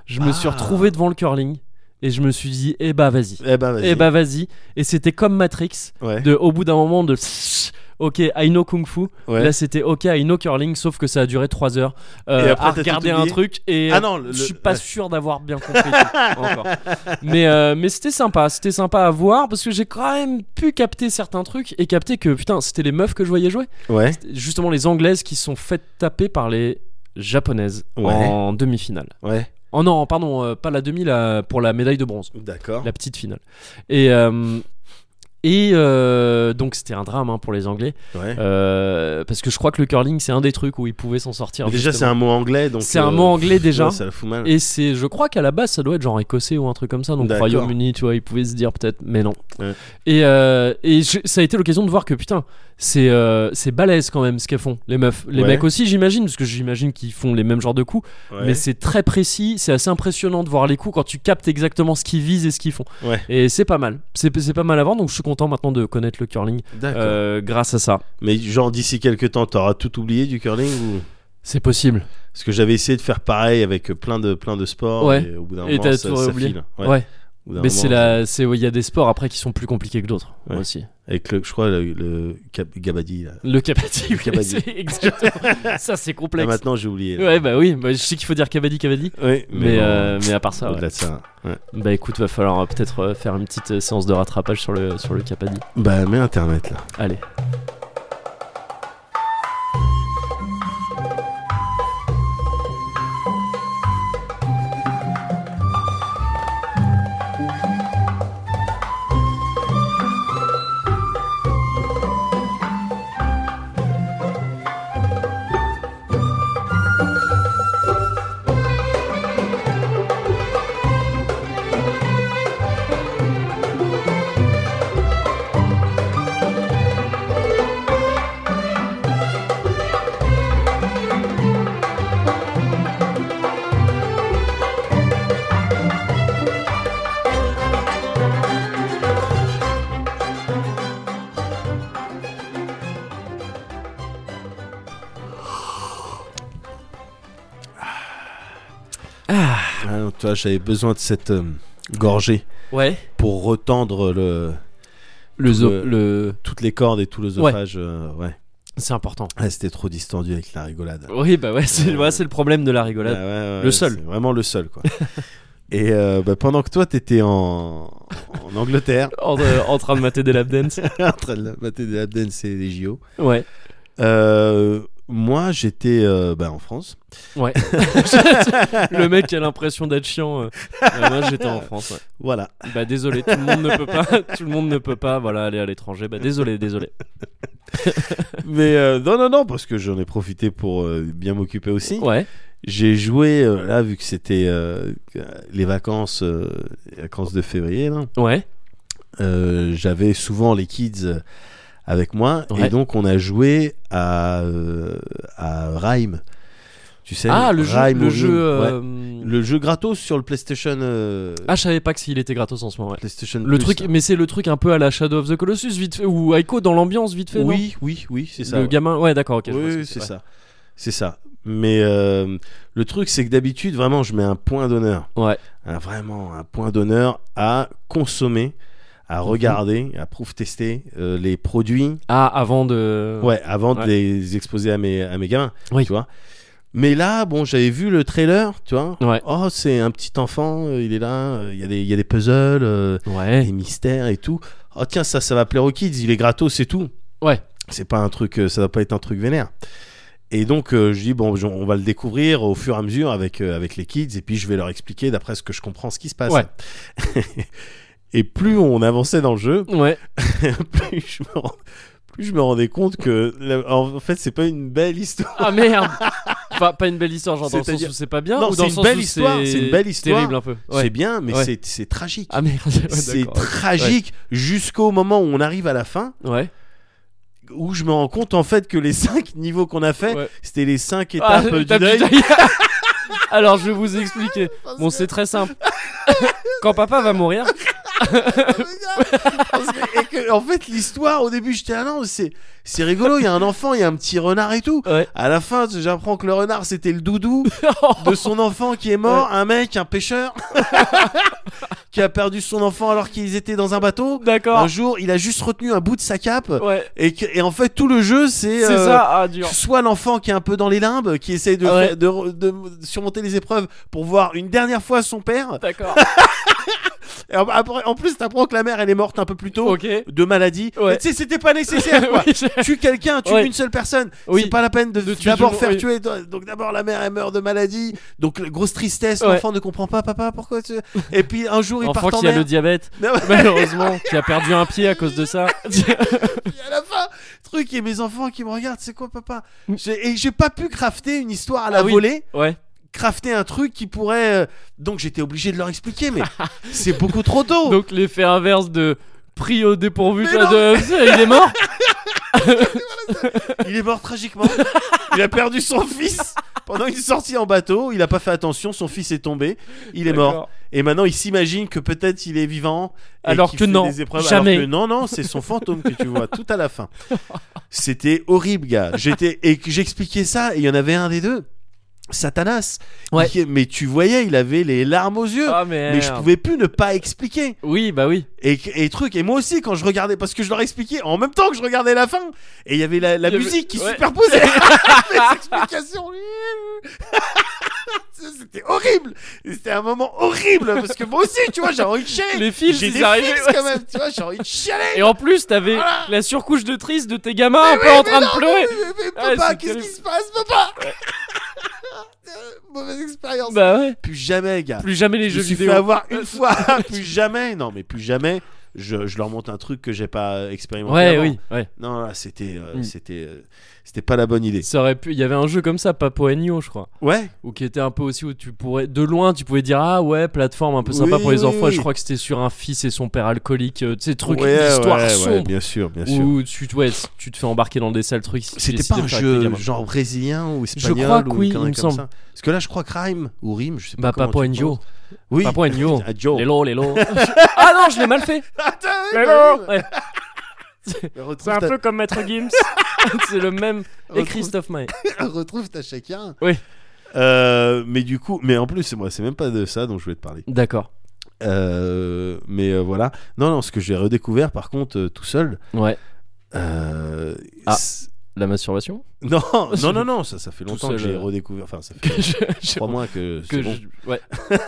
[SPEAKER 1] Je me suis
[SPEAKER 2] Ah.
[SPEAKER 1] retrouvé devant le curling, et je me suis dit, eh bah vas-y,
[SPEAKER 2] Eh bah, vas-y.
[SPEAKER 1] eh bah vas-y. Et c'était comme Matrix,
[SPEAKER 2] ouais.
[SPEAKER 1] de, au bout d'un moment de... Ok, I know Kung Fu.
[SPEAKER 2] ouais.
[SPEAKER 1] Là, c'était Ok, I know Curling, sauf que ça a duré 3 heures. euh,
[SPEAKER 2] Et après,
[SPEAKER 1] à
[SPEAKER 2] t'as tout
[SPEAKER 1] regarder un
[SPEAKER 2] oublié
[SPEAKER 1] truc et euh,
[SPEAKER 2] Ah non, le-
[SPEAKER 1] je suis
[SPEAKER 2] le-
[SPEAKER 1] pas
[SPEAKER 2] ouais.
[SPEAKER 1] sûr d'avoir bien compris tout, encore. Mais, euh, mais c'était sympa, c'était sympa à voir parce que j'ai quand même pu capter certains trucs et capter que putain, c'était les meufs que je voyais jouer.
[SPEAKER 2] ouais.
[SPEAKER 1] Justement, les anglaises qui se sont faites taper par les japonaises
[SPEAKER 2] Ouais.
[SPEAKER 1] en demi-finale.
[SPEAKER 2] Ouais.
[SPEAKER 1] Oh non, pardon, euh, pas la demi, la, pour la médaille de bronze,
[SPEAKER 2] D'accord.
[SPEAKER 1] la petite finale. Et. euh, et euh, donc c'était un drame hein, pour les Anglais
[SPEAKER 2] Ouais.
[SPEAKER 1] euh, parce que je crois que le curling c'est un des trucs où ils pouvaient s'en sortir.
[SPEAKER 2] Mais déjà,
[SPEAKER 1] justement.
[SPEAKER 2] c'est un mot anglais. donc,
[SPEAKER 1] C'est un
[SPEAKER 2] euh,
[SPEAKER 1] mot anglais, déjà.
[SPEAKER 2] ouais, ça la fout mal.
[SPEAKER 1] Et c'est, je crois qu'à la base, ça doit être genre écossais ou un truc comme ça. Donc
[SPEAKER 2] D'accord.
[SPEAKER 1] Royaume-Uni, tu vois, ils pouvaient se dire peut-être, mais non.
[SPEAKER 2] Ouais.
[SPEAKER 1] Et, euh, et je- ça a été l'occasion de voir que putain, c'est euh, c'est balèze quand même ce qu'elles font. Les meufs, les
[SPEAKER 2] Ouais.
[SPEAKER 1] mecs aussi, j'imagine, parce que j'imagine qu'ils font les mêmes genres de coups.
[SPEAKER 2] Ouais.
[SPEAKER 1] Mais c'est très précis, c'est assez impressionnant de voir les coups quand tu captes exactement ce qu'ils visent et ce qu'ils font.
[SPEAKER 2] Ouais.
[SPEAKER 1] Et c'est pas mal. C'est c'est pas mal avant, donc je suis content maintenant de connaître le curling
[SPEAKER 2] D'accord.
[SPEAKER 1] euh, grâce à ça.
[SPEAKER 2] Mais genre, d'ici quelques temps, t'auras tout oublié du curling ou...
[SPEAKER 1] C'est possible.
[SPEAKER 2] Parce que j'avais essayé de faire pareil avec plein de, plein de sports.
[SPEAKER 1] Ouais.
[SPEAKER 2] Et au bout d'un
[SPEAKER 1] Et
[SPEAKER 2] moment,
[SPEAKER 1] t'as
[SPEAKER 2] ça,
[SPEAKER 1] tout
[SPEAKER 2] ça
[SPEAKER 1] oublié.
[SPEAKER 2] file.
[SPEAKER 1] Ouais.
[SPEAKER 2] Au bout d'un
[SPEAKER 1] Mais c'est
[SPEAKER 2] moment, euh,
[SPEAKER 1] la, c'est ouais, il y a des sports après qui sont plus compliqués que d'autres
[SPEAKER 2] Ouais.
[SPEAKER 1] aussi.
[SPEAKER 2] Avec le, je crois, le, le cap- Gabadi. Là.
[SPEAKER 1] Le kabaddi,
[SPEAKER 2] Le
[SPEAKER 1] oui,
[SPEAKER 2] kabaddi.
[SPEAKER 1] c'est exactement. ça c'est
[SPEAKER 2] Là,
[SPEAKER 1] complexe.
[SPEAKER 2] Ah, maintenant, j'ai oublié. là.
[SPEAKER 1] ouais bah oui, bah, je sais qu'il faut dire kabaddi, kabaddi.
[SPEAKER 2] Oui,
[SPEAKER 1] Mais
[SPEAKER 2] bon,
[SPEAKER 1] euh, mais à part ça, ouais.
[SPEAKER 2] au-delà de ça. ouais.
[SPEAKER 1] bah écoute, va falloir euh, peut-être euh, faire une petite euh, séance de rattrapage sur le sur le kabaddi.
[SPEAKER 2] Bah, mets Internet là.
[SPEAKER 1] Allez.
[SPEAKER 2] Ah, non, toi, j'avais besoin de cette euh, gorgée
[SPEAKER 1] Ouais.
[SPEAKER 2] pour retendre le,
[SPEAKER 1] Le
[SPEAKER 2] zo-
[SPEAKER 1] le
[SPEAKER 2] toutes les cordes et tout l'œsophage. euh, Ouais.
[SPEAKER 1] C'est important.
[SPEAKER 2] Ah, c'était trop distendu avec la rigolade.
[SPEAKER 1] Oui, bah ouais, c'est
[SPEAKER 2] Euh,
[SPEAKER 1] ouais, c'est le problème de la rigolade.
[SPEAKER 2] Ah ouais, ouais,
[SPEAKER 1] Le seul.
[SPEAKER 2] c'est Vraiment le seul, quoi. Et euh, bah, pendant que toi, t'étais en, en Angleterre,
[SPEAKER 1] En, euh, en train de mater des lap dance.
[SPEAKER 2] en train de mater des lap dance et des JO,
[SPEAKER 1] Ouais.
[SPEAKER 2] euh, moi, j'étais euh, bah, en France.
[SPEAKER 1] Ouais. le mec a l'impression d'être chiant. euh. Euh, moi, j'étais en France. ouais.
[SPEAKER 2] Voilà.
[SPEAKER 1] Bah désolé, tout le monde ne peut pas. Tout le monde ne peut pas. Voilà, aller à l'étranger. Bah désolé, désolé.
[SPEAKER 2] Mais euh, non, non, non, parce que j'en ai profité pour euh, bien m'occuper aussi.
[SPEAKER 1] Ouais.
[SPEAKER 2] J'ai joué, euh, là, vu que c'était euh, les vacances, euh, les vacances de février, là,
[SPEAKER 1] Ouais.
[SPEAKER 2] euh, j'avais souvent les kids avec moi.
[SPEAKER 1] Ouais.
[SPEAKER 2] Et donc, on a joué à, euh, à Rhyme. Tu sais,
[SPEAKER 1] Ah, le jeu.
[SPEAKER 2] Rhyme
[SPEAKER 1] Le
[SPEAKER 2] au
[SPEAKER 1] jeu.
[SPEAKER 2] Ouais.
[SPEAKER 1] euh,
[SPEAKER 2] Le jeu gratos sur le PlayStation. euh,
[SPEAKER 1] Ah, je savais pas que s'il était gratos en ce moment. Ouais.
[SPEAKER 2] PlayStation
[SPEAKER 1] Le
[SPEAKER 2] Plus,
[SPEAKER 1] truc,
[SPEAKER 2] là.
[SPEAKER 1] mais c'est le truc un peu à la Shadow of the Colossus vite fait ou Aiko dans l'ambiance vite fait. non
[SPEAKER 2] Oui, oui, oui, c'est ça.
[SPEAKER 1] Le
[SPEAKER 2] ouais.
[SPEAKER 1] gamin. Ouais, d'accord. Ok. je vois
[SPEAKER 2] oui,
[SPEAKER 1] ce que
[SPEAKER 2] oui, c'est
[SPEAKER 1] ouais.
[SPEAKER 2] ça. C'est ça. Mais euh, le truc, c'est que d'habitude, vraiment, je mets un point d'honneur.
[SPEAKER 1] Ouais.
[SPEAKER 2] Un- vraiment, un point d'honneur à consommer,
[SPEAKER 1] Mhm.
[SPEAKER 2] à regarder, à prouve-tester euh, les produits.
[SPEAKER 1] Ah, avant de.
[SPEAKER 2] ouais, avant
[SPEAKER 1] ouais.
[SPEAKER 2] de les exposer à mes, à mes gamins.
[SPEAKER 1] Oui.
[SPEAKER 2] Tu vois mais là, bon, j'avais vu le trailer, tu vois.
[SPEAKER 1] Ouais.
[SPEAKER 2] Oh, c'est un petit enfant, euh, il est là, euh, il y a des, il y a des puzzles, euh,
[SPEAKER 1] Ouais.
[SPEAKER 2] des mystères et tout. Oh, tiens, ça, ça va plaire aux kids, il est gratos, c'est tout.
[SPEAKER 1] Ouais.
[SPEAKER 2] C'est pas un truc, euh, ça va pas être un truc vénère. Et donc, euh, je dis, bon, je- on va le découvrir au fur et à mesure avec, euh, avec les kids, et puis je vais leur expliquer d'après ce que je comprends ce qui se passe.
[SPEAKER 1] Ouais.
[SPEAKER 2] et plus on avançait dans le jeu,
[SPEAKER 1] Ouais.
[SPEAKER 2] plus je me, rend- plus je me rendais compte que, la- en fait, c'est pas une belle histoire.
[SPEAKER 1] Ah merde. Pas, pas une belle histoire, genre dans le sens
[SPEAKER 2] C'est-à-dire-
[SPEAKER 1] où c'est pas bien
[SPEAKER 2] Non,
[SPEAKER 1] ou
[SPEAKER 2] c'est
[SPEAKER 1] dans le
[SPEAKER 2] une
[SPEAKER 1] sens
[SPEAKER 2] belle
[SPEAKER 1] où
[SPEAKER 2] histoire, c'est une belle histoire.
[SPEAKER 1] Terrible un peu. Ouais.
[SPEAKER 2] C'est bien, mais
[SPEAKER 1] Ouais.
[SPEAKER 2] c'est- c'est tragique.
[SPEAKER 1] Ah merde. ouais,
[SPEAKER 2] c'est
[SPEAKER 1] d'accord.
[SPEAKER 2] tragique jusqu'au moment où on arrive à la fin.
[SPEAKER 1] Ouais.
[SPEAKER 2] où je me rends compte en fait que les 5 niveaux qu'on a fait,
[SPEAKER 1] Ouais.
[SPEAKER 2] c'était les 5
[SPEAKER 1] Ah,
[SPEAKER 2] étapes du
[SPEAKER 1] étape
[SPEAKER 2] deuil.
[SPEAKER 1] deuil. Alors je vais vous expliquer. Bon, c'est très simple. Quand papa va mourir,
[SPEAKER 2] Parce que- et que, en fait, l'histoire au début, j'étais ah non, c'est c'est rigolo, il y a un enfant, il y a un petit renard et tout.
[SPEAKER 1] Ouais.
[SPEAKER 2] À la fin, j'apprends que le renard c'était le doudou de son enfant qui est mort, un mec, un pêcheur qui a perdu son enfant alors qu'ils étaient dans un bateau.
[SPEAKER 1] d'accord.
[SPEAKER 2] Un jour, il a juste retenu un bout de sa cape
[SPEAKER 1] Ouais.
[SPEAKER 2] et, que- et en fait tout le jeu c'est
[SPEAKER 1] C'est
[SPEAKER 2] euh,
[SPEAKER 1] ça. Ah dur.
[SPEAKER 2] soit l'enfant qui est un peu dans les limbes, qui essaye de,
[SPEAKER 1] Ouais.
[SPEAKER 2] faire- de- de surmonter les épreuves pour voir une dernière fois son père.
[SPEAKER 1] D'accord.
[SPEAKER 2] Et en, après- en plus, t'apprends que la mère, elle est morte un peu plus tôt
[SPEAKER 1] Ok.
[SPEAKER 2] de maladie.
[SPEAKER 1] Ouais.
[SPEAKER 2] Mais Tu sais, c'était pas nécessaire. Quoi.
[SPEAKER 1] Oui, je-
[SPEAKER 2] Tue quelqu'un, tue
[SPEAKER 1] Ouais.
[SPEAKER 2] une seule personne.
[SPEAKER 1] Oui.
[SPEAKER 2] C'est pas la peine de,
[SPEAKER 1] De tuer
[SPEAKER 2] d'abord
[SPEAKER 1] tout le
[SPEAKER 2] faire
[SPEAKER 1] monde,
[SPEAKER 2] tuer. Donc d'abord la mère elle meurt de maladie. Donc la grosse tristesse,
[SPEAKER 1] Ouais.
[SPEAKER 2] l'enfant ne comprend pas papa pourquoi. Tu... Et puis un jour il
[SPEAKER 1] Enfant
[SPEAKER 2] part en
[SPEAKER 1] qui a
[SPEAKER 2] mer.
[SPEAKER 1] le diabète,
[SPEAKER 2] Non, mais-
[SPEAKER 1] malheureusement, qui a perdu un pied à cause de ça.
[SPEAKER 2] puis à la fin, truc et mes enfants qui me regardent, c'est quoi papa J'ai- Et j'ai pas pu crafter une histoire à la
[SPEAKER 1] Mm. Ah oui.
[SPEAKER 2] volée.
[SPEAKER 1] Ouais.
[SPEAKER 2] crafter un truc qui pourrait. euh, Donc j'étais obligé de leur expliquer, mais c'est beaucoup trop tôt.
[SPEAKER 1] Donc l'effet inverse de pris au dépourvu,
[SPEAKER 2] Oh. Mais
[SPEAKER 1] tu vois,
[SPEAKER 2] non.
[SPEAKER 1] de- il est mort.
[SPEAKER 2] Il est mort tragiquement. Il a perdu son fils pendant une sortie en bateau. Il a pas fait attention, son fils est tombé. Il est mort.
[SPEAKER 1] D'accord.
[SPEAKER 2] Et maintenant, il s'imagine que peut-être il est vivant. et
[SPEAKER 1] Alors
[SPEAKER 2] qu'il
[SPEAKER 1] que
[SPEAKER 2] fait
[SPEAKER 1] non,
[SPEAKER 2] des épreuves,
[SPEAKER 1] jamais.
[SPEAKER 2] Alors que non, non, c'est son fantôme que tu vois tout à la fin. C'était horrible, gars. J'étais et que j'expliquais ça et il y en avait un des deux. Satanas.
[SPEAKER 1] Ouais.
[SPEAKER 2] Qui- Mais tu voyais, il avait les larmes aux yeux.
[SPEAKER 1] Ah merde.
[SPEAKER 2] mais je pouvais plus ne pas expliquer.
[SPEAKER 1] Oui, bah oui.
[SPEAKER 2] et, et truc et moi aussi quand je regardais parce que je leur expliquais en même temps que je regardais la fin et il y avait la, la
[SPEAKER 1] Il y avait-
[SPEAKER 2] musique qui
[SPEAKER 1] ouais.
[SPEAKER 2] superposait les explications c'était horrible c'était un moment horrible parce que moi aussi tu vois j'ai envie de chialer
[SPEAKER 1] Les fils,
[SPEAKER 2] j'ai
[SPEAKER 1] ils
[SPEAKER 2] des
[SPEAKER 1] arrivaient,
[SPEAKER 2] fils
[SPEAKER 1] ouais,
[SPEAKER 2] quand même tu vois j'ai envie de chialer
[SPEAKER 1] Et en plus, t'avais
[SPEAKER 2] Voilà.
[SPEAKER 1] la surcouche de triste de tes gamins un
[SPEAKER 2] Mais
[SPEAKER 1] peu
[SPEAKER 2] oui,
[SPEAKER 1] en
[SPEAKER 2] mais
[SPEAKER 1] train
[SPEAKER 2] non,
[SPEAKER 1] de pleurer.
[SPEAKER 2] mais- mais- mais
[SPEAKER 1] Ah,
[SPEAKER 2] papa
[SPEAKER 1] c'est
[SPEAKER 2] qu'est-ce qui
[SPEAKER 1] terrible.
[SPEAKER 2] se passe papa mauvaise expérience
[SPEAKER 1] Bah ouais.
[SPEAKER 2] plus jamais gars
[SPEAKER 1] Plus jamais les
[SPEAKER 2] je
[SPEAKER 1] jeux
[SPEAKER 2] me suis
[SPEAKER 1] vidéo.
[SPEAKER 2] fait avoir une fois plus jamais non mais plus jamais je, je leur montre un truc que j'ai pas expérimenté
[SPEAKER 1] Ouais,
[SPEAKER 2] avant.
[SPEAKER 1] oui, ouais.
[SPEAKER 2] Non, là, c'était, euh,
[SPEAKER 1] Mm.
[SPEAKER 2] c'était, euh, c'était pas la bonne idée.
[SPEAKER 1] Ça aurait pu. Il y avait un jeu comme ça, Papo Nio, je crois,
[SPEAKER 2] Ouais.
[SPEAKER 1] ou qui était un peu aussi où tu pourrais, de loin, tu pouvais dire ah ouais, plateforme un peu
[SPEAKER 2] Oui,
[SPEAKER 1] sympa pour les
[SPEAKER 2] oui,
[SPEAKER 1] enfants.
[SPEAKER 2] oui.
[SPEAKER 1] Et je crois que c'était sur un fils et son père alcoolique. euh, Tu sais, truc
[SPEAKER 2] ouais,
[SPEAKER 1] d'histoire
[SPEAKER 2] ouais, ouais,
[SPEAKER 1] sombre.
[SPEAKER 2] bien sûr, bien sûr.
[SPEAKER 1] Où tu, ouais, tu te fais embarquer dans des sales trucs. si tu
[SPEAKER 2] C'était
[SPEAKER 1] décides
[SPEAKER 2] pas
[SPEAKER 1] de
[SPEAKER 2] un
[SPEAKER 1] faire avec tes
[SPEAKER 2] jeu
[SPEAKER 1] gamins.
[SPEAKER 2] genre brésilien ou espagnol
[SPEAKER 1] crois que
[SPEAKER 2] ou
[SPEAKER 1] oui,
[SPEAKER 2] une connerie
[SPEAKER 1] il me
[SPEAKER 2] comme
[SPEAKER 1] semble.
[SPEAKER 2] ça. Parce que là, je crois que Rhyme ou Rime, je sais pas.
[SPEAKER 1] Bah,
[SPEAKER 2] comment
[SPEAKER 1] Papo
[SPEAKER 2] tu le
[SPEAKER 1] Nio.
[SPEAKER 2] prononces. Oui.
[SPEAKER 1] Papo Nio.
[SPEAKER 2] Ah, Joe.
[SPEAKER 1] Les lots, les lots. ah non, je l'ai mal fait.
[SPEAKER 2] Attends, oui,
[SPEAKER 1] Les
[SPEAKER 2] bah
[SPEAKER 1] lots. Ouais.
[SPEAKER 2] oui.
[SPEAKER 1] C'est
[SPEAKER 2] Retrouve
[SPEAKER 1] un
[SPEAKER 2] ta-
[SPEAKER 1] peu comme Maître Gims. C'est le même. Et
[SPEAKER 2] Retrouve-
[SPEAKER 1] Christophe Maé.
[SPEAKER 2] Retrouve ta chacun.
[SPEAKER 1] Oui.
[SPEAKER 2] Euh, mais du coup, mais en plus, moi, c'est même pas de ça dont je voulais te parler.
[SPEAKER 1] D'accord.
[SPEAKER 2] Euh, mais euh, voilà. Non, non, ce que j'ai redécouvert, par contre, euh, tout seul,
[SPEAKER 1] Ouais.
[SPEAKER 2] euh,
[SPEAKER 1] Ah.
[SPEAKER 2] c'est-
[SPEAKER 1] La masturbation
[SPEAKER 2] Non, non, non, non, ça, ça fait longtemps que
[SPEAKER 1] seul,
[SPEAKER 2] j'ai
[SPEAKER 1] euh,
[SPEAKER 2] redécouvert. Enfin, ça fait
[SPEAKER 1] que je, je-
[SPEAKER 2] trois mois que,
[SPEAKER 1] que
[SPEAKER 2] c'est bon.
[SPEAKER 1] je- ouais.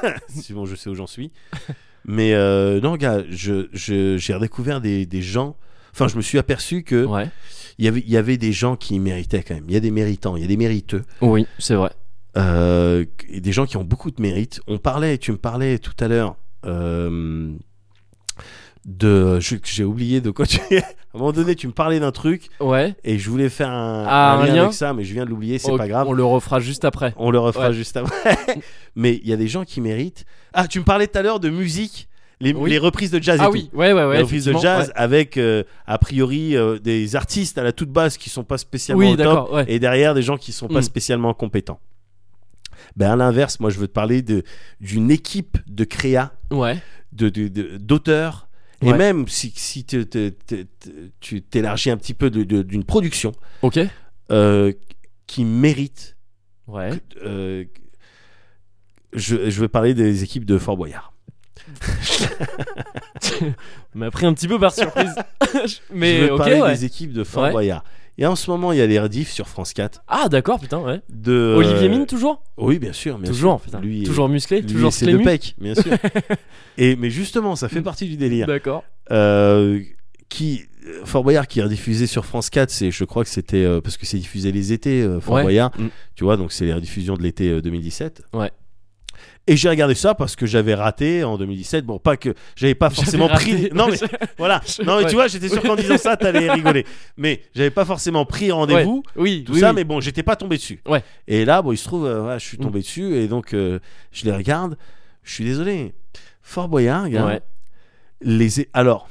[SPEAKER 2] c'est bon, je sais où j'en suis. Mais euh, non, gars, je- je- j'ai redécouvert des, des gens. Enfin, je me suis aperçu que
[SPEAKER 1] ouais.
[SPEAKER 2] il y avait- il y avait des gens qui méritaient quand même. Il y a des méritants, il y a des mériteux.
[SPEAKER 1] Oui, c'est vrai.
[SPEAKER 2] Euh, et des gens qui ont beaucoup de mérite. On parlait, tu me parlais tout à l'heure euh, de. je- J'ai oublié de quoi tu. à un moment donné, tu me parlais d'un truc
[SPEAKER 1] Ouais.
[SPEAKER 2] et je voulais faire un,
[SPEAKER 1] Ah,
[SPEAKER 2] un
[SPEAKER 1] un
[SPEAKER 2] lien,
[SPEAKER 1] lien
[SPEAKER 2] avec ça, mais je viens de l'oublier, c'est
[SPEAKER 1] Oh,
[SPEAKER 2] pas grave.
[SPEAKER 1] On le refera juste après.
[SPEAKER 2] On le refera
[SPEAKER 1] Ouais.
[SPEAKER 2] juste après. mais il y a des gens qui méritent. Ah, tu me parlais tout à l'heure de musique, les,
[SPEAKER 1] Oui.
[SPEAKER 2] les reprises de jazz et
[SPEAKER 1] Ah
[SPEAKER 2] tout.
[SPEAKER 1] oui, ouais, ouais, ouais.
[SPEAKER 2] les reprises de
[SPEAKER 1] effectivement,
[SPEAKER 2] jazz
[SPEAKER 1] ouais.
[SPEAKER 2] avec, euh, a priori, euh, des artistes à la toute basse qui sont pas spécialement
[SPEAKER 1] Oui,
[SPEAKER 2] au top
[SPEAKER 1] d'accord, ouais.
[SPEAKER 2] et derrière des gens qui sont pas
[SPEAKER 1] Mm.
[SPEAKER 2] spécialement compétents. Ben à l'inverse, moi je veux te parler de d'une équipe de créa,
[SPEAKER 1] Ouais.
[SPEAKER 2] de de- de- d'auteurs. Et
[SPEAKER 1] Ouais.
[SPEAKER 2] même si, si te- te- te- te- tu t'élargis un petit peu de- de- d'une production
[SPEAKER 1] Ok.
[SPEAKER 2] euh, qui mérite
[SPEAKER 1] Ouais.
[SPEAKER 2] euh, je, je veux parler des équipes de Fort Boyard.
[SPEAKER 1] m'a pris un petit peu par surprise.
[SPEAKER 2] je
[SPEAKER 1] Mais
[SPEAKER 2] veux
[SPEAKER 1] ok,
[SPEAKER 2] parler
[SPEAKER 1] ouais.
[SPEAKER 2] des équipes de Fort
[SPEAKER 1] Ouais.
[SPEAKER 2] Boyard. Et en ce moment, il y a les rediffs sur France 4
[SPEAKER 1] Ah d'accord, putain, ouais.
[SPEAKER 2] de euh,
[SPEAKER 1] Olivier Mine toujours
[SPEAKER 2] Oui, bien sûr, bien
[SPEAKER 1] Toujours,
[SPEAKER 2] sûr.
[SPEAKER 1] putain.
[SPEAKER 2] Lui,
[SPEAKER 1] toujours musclé,
[SPEAKER 2] lui,
[SPEAKER 1] toujours
[SPEAKER 2] c'est le
[SPEAKER 1] slému.
[SPEAKER 2] pec, bien sûr. Et mais justement, ça
[SPEAKER 1] Mm.
[SPEAKER 2] fait partie du délire.
[SPEAKER 1] D'accord.
[SPEAKER 2] Euh, qui euh, Fort Boyard qui est rediffusé sur France 4, c'est je crois que c'était euh, parce que c'est diffusé les étés euh, Fort
[SPEAKER 1] Ouais.
[SPEAKER 2] Boyard,
[SPEAKER 1] Mm.
[SPEAKER 2] tu vois donc c'est les rediffusions de l'été euh, 2017.
[SPEAKER 1] Ouais.
[SPEAKER 2] Et j'ai regardé ça parce que j'avais raté en 2017. Bon, pas que j'avais pas forcément
[SPEAKER 1] J'avais raté.
[SPEAKER 2] pris. Non mais voilà.
[SPEAKER 1] Je-
[SPEAKER 2] Non mais
[SPEAKER 1] ouais.
[SPEAKER 2] tu vois, j'étais sûr
[SPEAKER 1] Oui.
[SPEAKER 2] qu'en disant ça, t'allais rigoler. Mais j'avais pas forcément pris rendez-vous
[SPEAKER 1] oui,
[SPEAKER 2] tout
[SPEAKER 1] oui,
[SPEAKER 2] ça,
[SPEAKER 1] oui.
[SPEAKER 2] mais bon, j'étais pas tombé dessus.
[SPEAKER 1] Ouais. Mm.
[SPEAKER 2] Et là, bon, il se trouve, euh, voilà, je suis tombé dessus, et donc euh, je les regarde. Je suis désolé. Fort Boyard, gars,
[SPEAKER 1] Ouais.
[SPEAKER 2] les... é- alors,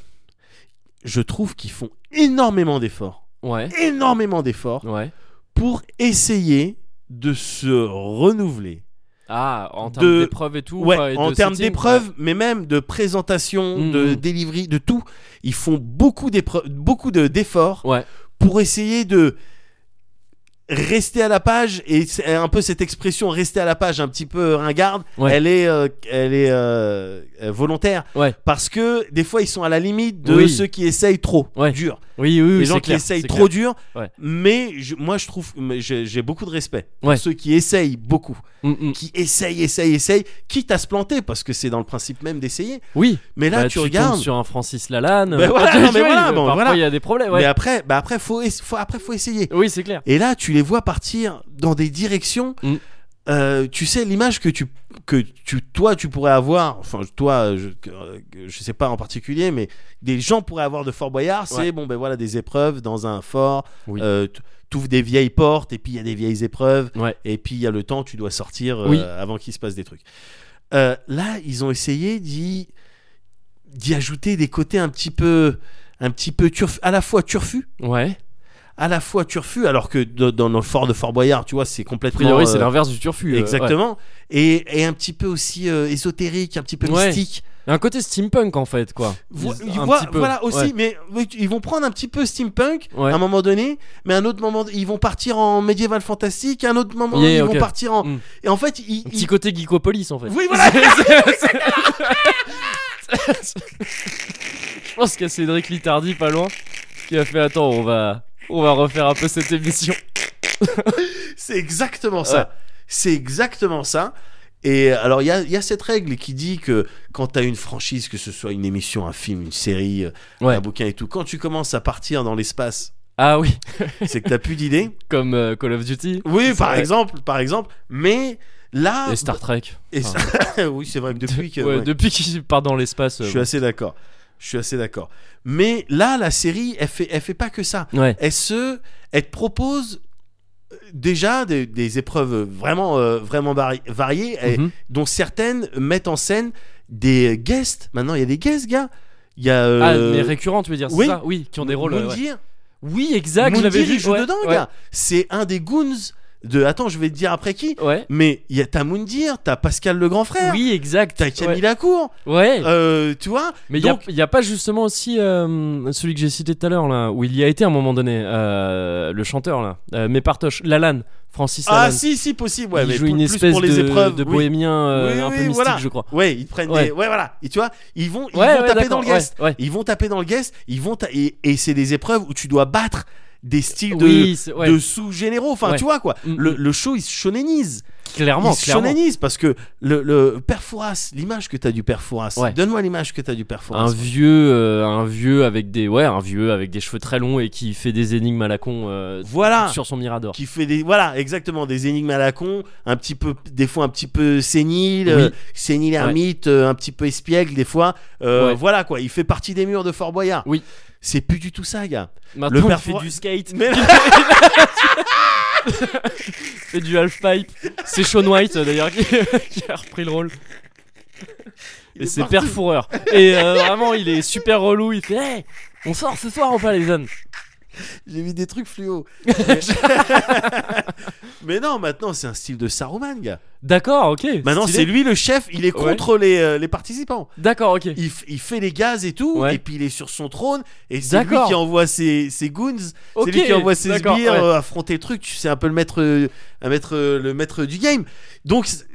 [SPEAKER 2] je trouve qu'ils font énormément d'efforts,
[SPEAKER 1] Ouais.
[SPEAKER 2] énormément d'efforts
[SPEAKER 1] Ouais.
[SPEAKER 2] pour essayer de se renouveler.
[SPEAKER 1] Ah, en
[SPEAKER 2] De-
[SPEAKER 1] termes d'épreuves et tout. enfin,
[SPEAKER 2] ouais,
[SPEAKER 1] et
[SPEAKER 2] en
[SPEAKER 1] de
[SPEAKER 2] termes
[SPEAKER 1] setting,
[SPEAKER 2] d'épreuves, mais même de présentation,
[SPEAKER 1] Mm,
[SPEAKER 2] de
[SPEAKER 1] mm.
[SPEAKER 2] délivrerie, de tout. Ils font beaucoup d'épreuves, beaucoup de- d'efforts
[SPEAKER 1] Ouais.
[SPEAKER 2] pour essayer de rester à la page et c'est un peu cette expression rester à la page un petit peu ringarde
[SPEAKER 1] Ouais.
[SPEAKER 2] elle est euh, elle est euh, euh, volontaire
[SPEAKER 1] Ouais.
[SPEAKER 2] parce que des fois ils sont à la limite de
[SPEAKER 1] Oui.
[SPEAKER 2] ceux qui essayent trop
[SPEAKER 1] Ouais.
[SPEAKER 2] dur
[SPEAKER 1] Oui, oui, oui.
[SPEAKER 2] les
[SPEAKER 1] c'est
[SPEAKER 2] gens qui
[SPEAKER 1] clair,
[SPEAKER 2] essayent
[SPEAKER 1] c'est
[SPEAKER 2] trop
[SPEAKER 1] clair.
[SPEAKER 2] dur
[SPEAKER 1] Ouais.
[SPEAKER 2] mais je- moi je trouve mais j'ai j'ai beaucoup de respect pour
[SPEAKER 1] Ouais.
[SPEAKER 2] ceux qui essayent beaucoup
[SPEAKER 1] Mm, mm.
[SPEAKER 2] qui essayent essayent essayent quitte à se planter parce que c'est dans le principe même d'essayer
[SPEAKER 1] Oui.
[SPEAKER 2] mais là
[SPEAKER 1] Bah,
[SPEAKER 2] tu, regardes
[SPEAKER 1] tombes sur un Francis Lalanne.
[SPEAKER 2] Bah,
[SPEAKER 1] euh,
[SPEAKER 2] voilà,
[SPEAKER 1] tu-
[SPEAKER 2] non, mais
[SPEAKER 1] tu vois,
[SPEAKER 2] voilà,
[SPEAKER 1] euh,
[SPEAKER 2] bon,
[SPEAKER 1] parfois,
[SPEAKER 2] voilà.
[SPEAKER 1] il y a des problèmes.
[SPEAKER 2] mais
[SPEAKER 1] Ouais.
[SPEAKER 2] après bah après faut, es- faut après faut essayer
[SPEAKER 1] Oui, c'est clair.
[SPEAKER 2] Et là, tu les vois partir dans des directions.
[SPEAKER 1] Mm.
[SPEAKER 2] euh, tu sais l'image que tu que tu toi tu pourrais avoir enfin toi je que- que je sais pas en particulier mais des gens pourraient avoir de Fort Boyard c'est
[SPEAKER 1] Ouais.
[SPEAKER 2] bon ben voilà des épreuves dans un fort
[SPEAKER 1] Oui.
[SPEAKER 2] euh, t- t'ouvres des vieilles portes et puis il y a des vieilles épreuves
[SPEAKER 1] Ouais.
[SPEAKER 2] et puis il y a le temps tu dois sortir euh,
[SPEAKER 1] Oui.
[SPEAKER 2] avant qu'il se passe des trucs Euh, là ils ont essayé d'y d'y ajouter des côtés un petit peu un petit peu turf à la fois turfu
[SPEAKER 1] Ouais.
[SPEAKER 2] à la fois turfu, alors que de- dans le fort de Fort Boyard, tu vois, c'est
[SPEAKER 1] A
[SPEAKER 2] complètement.
[SPEAKER 1] priori,
[SPEAKER 2] euh,
[SPEAKER 1] c'est l'inverse du turfu. euh, ouais.
[SPEAKER 2] Exactement. Et, et un petit peu aussi euh, ésotérique, un petit peu
[SPEAKER 1] Ouais.
[SPEAKER 2] mystique.
[SPEAKER 1] Un côté steampunk en fait, quoi.
[SPEAKER 2] Vo-
[SPEAKER 1] Ils-
[SPEAKER 2] ils
[SPEAKER 1] un
[SPEAKER 2] voient-
[SPEAKER 1] petit peu.
[SPEAKER 2] Voilà aussi,
[SPEAKER 1] Ouais.
[SPEAKER 2] mais oui, tu- ils vont prendre un petit peu steampunk
[SPEAKER 1] Ouais.
[SPEAKER 2] à un moment donné, mais à un autre moment, ils vont partir en médiéval fantastique, à un autre moment,
[SPEAKER 1] Yeah,
[SPEAKER 2] ils
[SPEAKER 1] ok.
[SPEAKER 2] vont partir en.
[SPEAKER 1] Mm.
[SPEAKER 2] Et en fait, ils.
[SPEAKER 1] Un
[SPEAKER 2] ils-
[SPEAKER 1] petit côté geekopolis en fait.
[SPEAKER 2] Oui, voilà
[SPEAKER 1] Je pense qu'il y a Cédric Littardi pas loin qui a fait attends, on va on va refaire un peu cette émission.
[SPEAKER 2] C'est exactement ça. C'est exactement ça. Et alors, il y a, il y a cette règle qui dit que quand tu as une franchise, que ce soit une émission, un film, une série, euh,
[SPEAKER 1] Ouais.
[SPEAKER 2] un bouquin et tout, quand tu commences à partir dans l'espace,
[SPEAKER 1] Ah oui,
[SPEAKER 2] c'est que tu plus d'idées.
[SPEAKER 1] comme euh, Call of Duty
[SPEAKER 2] Oui, par
[SPEAKER 1] vrai.
[SPEAKER 2] exemple, par exemple. Mais là.
[SPEAKER 1] et Star Trek.
[SPEAKER 2] et ça- oui, c'est vrai que Ah, bah, depuis que.
[SPEAKER 1] Ouais,
[SPEAKER 2] ouais,
[SPEAKER 1] Depuis qu'il part dans l'espace. euh,
[SPEAKER 2] Je suis assez d'accord. Je suis assez d'accord. Mais là, la série, elle fait, elle fait pas que ça.
[SPEAKER 1] Ouais.
[SPEAKER 2] elle se, elle te propose euh, déjà des, des épreuves vraiment, euh, vraiment vari- variées, et
[SPEAKER 1] Mhm.
[SPEAKER 2] dont certaines mettent en scène des guests. Maintenant, il y a des guests, gars. Il y a. euh,
[SPEAKER 1] Ah mais récurrent tu veux dire c'est
[SPEAKER 2] oui.
[SPEAKER 1] ça Oui, qui ont des rôles. euh, ouais, ouais.
[SPEAKER 2] Moundir.
[SPEAKER 1] Oui, exact. je
[SPEAKER 2] Moundir,
[SPEAKER 1] l'avais vu.
[SPEAKER 2] il joue
[SPEAKER 1] ouais,
[SPEAKER 2] dedans,
[SPEAKER 1] ouais.
[SPEAKER 2] gars. C'est un des goons de. Attends, je vais te dire après qui.
[SPEAKER 1] Ouais.
[SPEAKER 2] Mais il y a t'as Moundir, t'as Pascal le grand frère,
[SPEAKER 1] Oui, exact.
[SPEAKER 2] t'as Camille Lacour.
[SPEAKER 1] Ouais. Ouais.
[SPEAKER 2] Euh, tu vois.
[SPEAKER 1] Mais il n'y a,
[SPEAKER 2] donc-
[SPEAKER 1] y a pas justement aussi euh, celui que j'ai cité tout à l'heure, là, où il y a été à un moment donné, euh, le chanteur, là, euh, mais Partoche, Lalanne, Francis Lalanne.
[SPEAKER 2] Ah si si possible. Ouais,
[SPEAKER 1] il
[SPEAKER 2] mais
[SPEAKER 1] joue
[SPEAKER 2] pour-
[SPEAKER 1] une
[SPEAKER 2] plus
[SPEAKER 1] espèce
[SPEAKER 2] pour les
[SPEAKER 1] de,
[SPEAKER 2] épreuves.
[SPEAKER 1] de
[SPEAKER 2] oui.
[SPEAKER 1] bohémien euh,
[SPEAKER 2] Oui,
[SPEAKER 1] un
[SPEAKER 2] oui,
[SPEAKER 1] peu mystique,
[SPEAKER 2] voilà.
[SPEAKER 1] je crois.
[SPEAKER 2] Ouais, ils prennent
[SPEAKER 1] Ouais.
[SPEAKER 2] des. Ouais, voilà. Et tu vois, ils vont, ils
[SPEAKER 1] Ouais,
[SPEAKER 2] vont
[SPEAKER 1] ouais,
[SPEAKER 2] taper
[SPEAKER 1] d'accord,
[SPEAKER 2] dans le guest.
[SPEAKER 1] ouais, ouais.
[SPEAKER 2] Ils vont taper dans le guest. Ils vont ta- et, et c'est des épreuves où tu dois battre des styles de,
[SPEAKER 1] oui, c'est- ouais,
[SPEAKER 2] de sous-généraux. Enfin,
[SPEAKER 1] Ouais.
[SPEAKER 2] tu vois quoi.
[SPEAKER 1] Mm,
[SPEAKER 2] Le,
[SPEAKER 1] mm.
[SPEAKER 2] le show, il se shonenise.
[SPEAKER 1] clairement,
[SPEAKER 2] il se
[SPEAKER 1] clairement.
[SPEAKER 2] shonenise parce que le, le Père Fouras, l'image que t'as du Père Fouras,
[SPEAKER 1] Ouais.
[SPEAKER 2] donne-moi l'image que t'as du Père Fouras.
[SPEAKER 1] Un vieux, euh, un vieux avec des, ouais, un vieux avec des cheveux très longs et qui fait des énigmes à la con euh,
[SPEAKER 2] Voilà.
[SPEAKER 1] sur son mirador.
[SPEAKER 2] Qui fait des. Voilà, exactement, des énigmes à la con, un petit peu, des fois un petit peu sénile,
[SPEAKER 1] Oui.
[SPEAKER 2] euh, sénile ermite, euh, un petit peu espiègle, des fois. Euh,
[SPEAKER 1] Ouais.
[SPEAKER 2] Voilà quoi, il fait partie des murs de Fort Boyard.
[SPEAKER 1] Oui.
[SPEAKER 2] C'est plus du tout ça, gars.
[SPEAKER 1] Maintenant, il
[SPEAKER 2] père
[SPEAKER 1] fait
[SPEAKER 2] Fouras-
[SPEAKER 1] du skate,
[SPEAKER 2] Mais-
[SPEAKER 1] il fait du half pipe. C'est Sean White euh, d'ailleurs qui, qui a repris le rôle.
[SPEAKER 2] Il
[SPEAKER 1] Et
[SPEAKER 2] est
[SPEAKER 1] c'est
[SPEAKER 2] partout.
[SPEAKER 1] père fourreur. Et euh, vraiment, il est super relou. Il fait, Hey, on sort ce soir ou pas les jeunes
[SPEAKER 2] J'ai vu des trucs fluo. Mais non, maintenant c'est un style de Saruman, gars.
[SPEAKER 1] D'accord, ok.
[SPEAKER 2] Maintenant
[SPEAKER 1] stylé.
[SPEAKER 2] Bah c'est lui le chef, il est contre les, euh, les participants.
[SPEAKER 1] D'accord, ok.
[SPEAKER 2] Il, f- il fait les gaz et tout,
[SPEAKER 1] Ouais.
[SPEAKER 2] et puis il est sur son trône, et c'est lui
[SPEAKER 1] D'accord.
[SPEAKER 2] qui envoie ses, ses goons,
[SPEAKER 1] Ok,
[SPEAKER 2] c'est lui qui envoie ses
[SPEAKER 1] d'accord,
[SPEAKER 2] sbires
[SPEAKER 1] ouais.
[SPEAKER 2] euh, affronter le truc. Tu sais, un peu le maître, euh, un maître, euh, le maître du game. Donc c'est-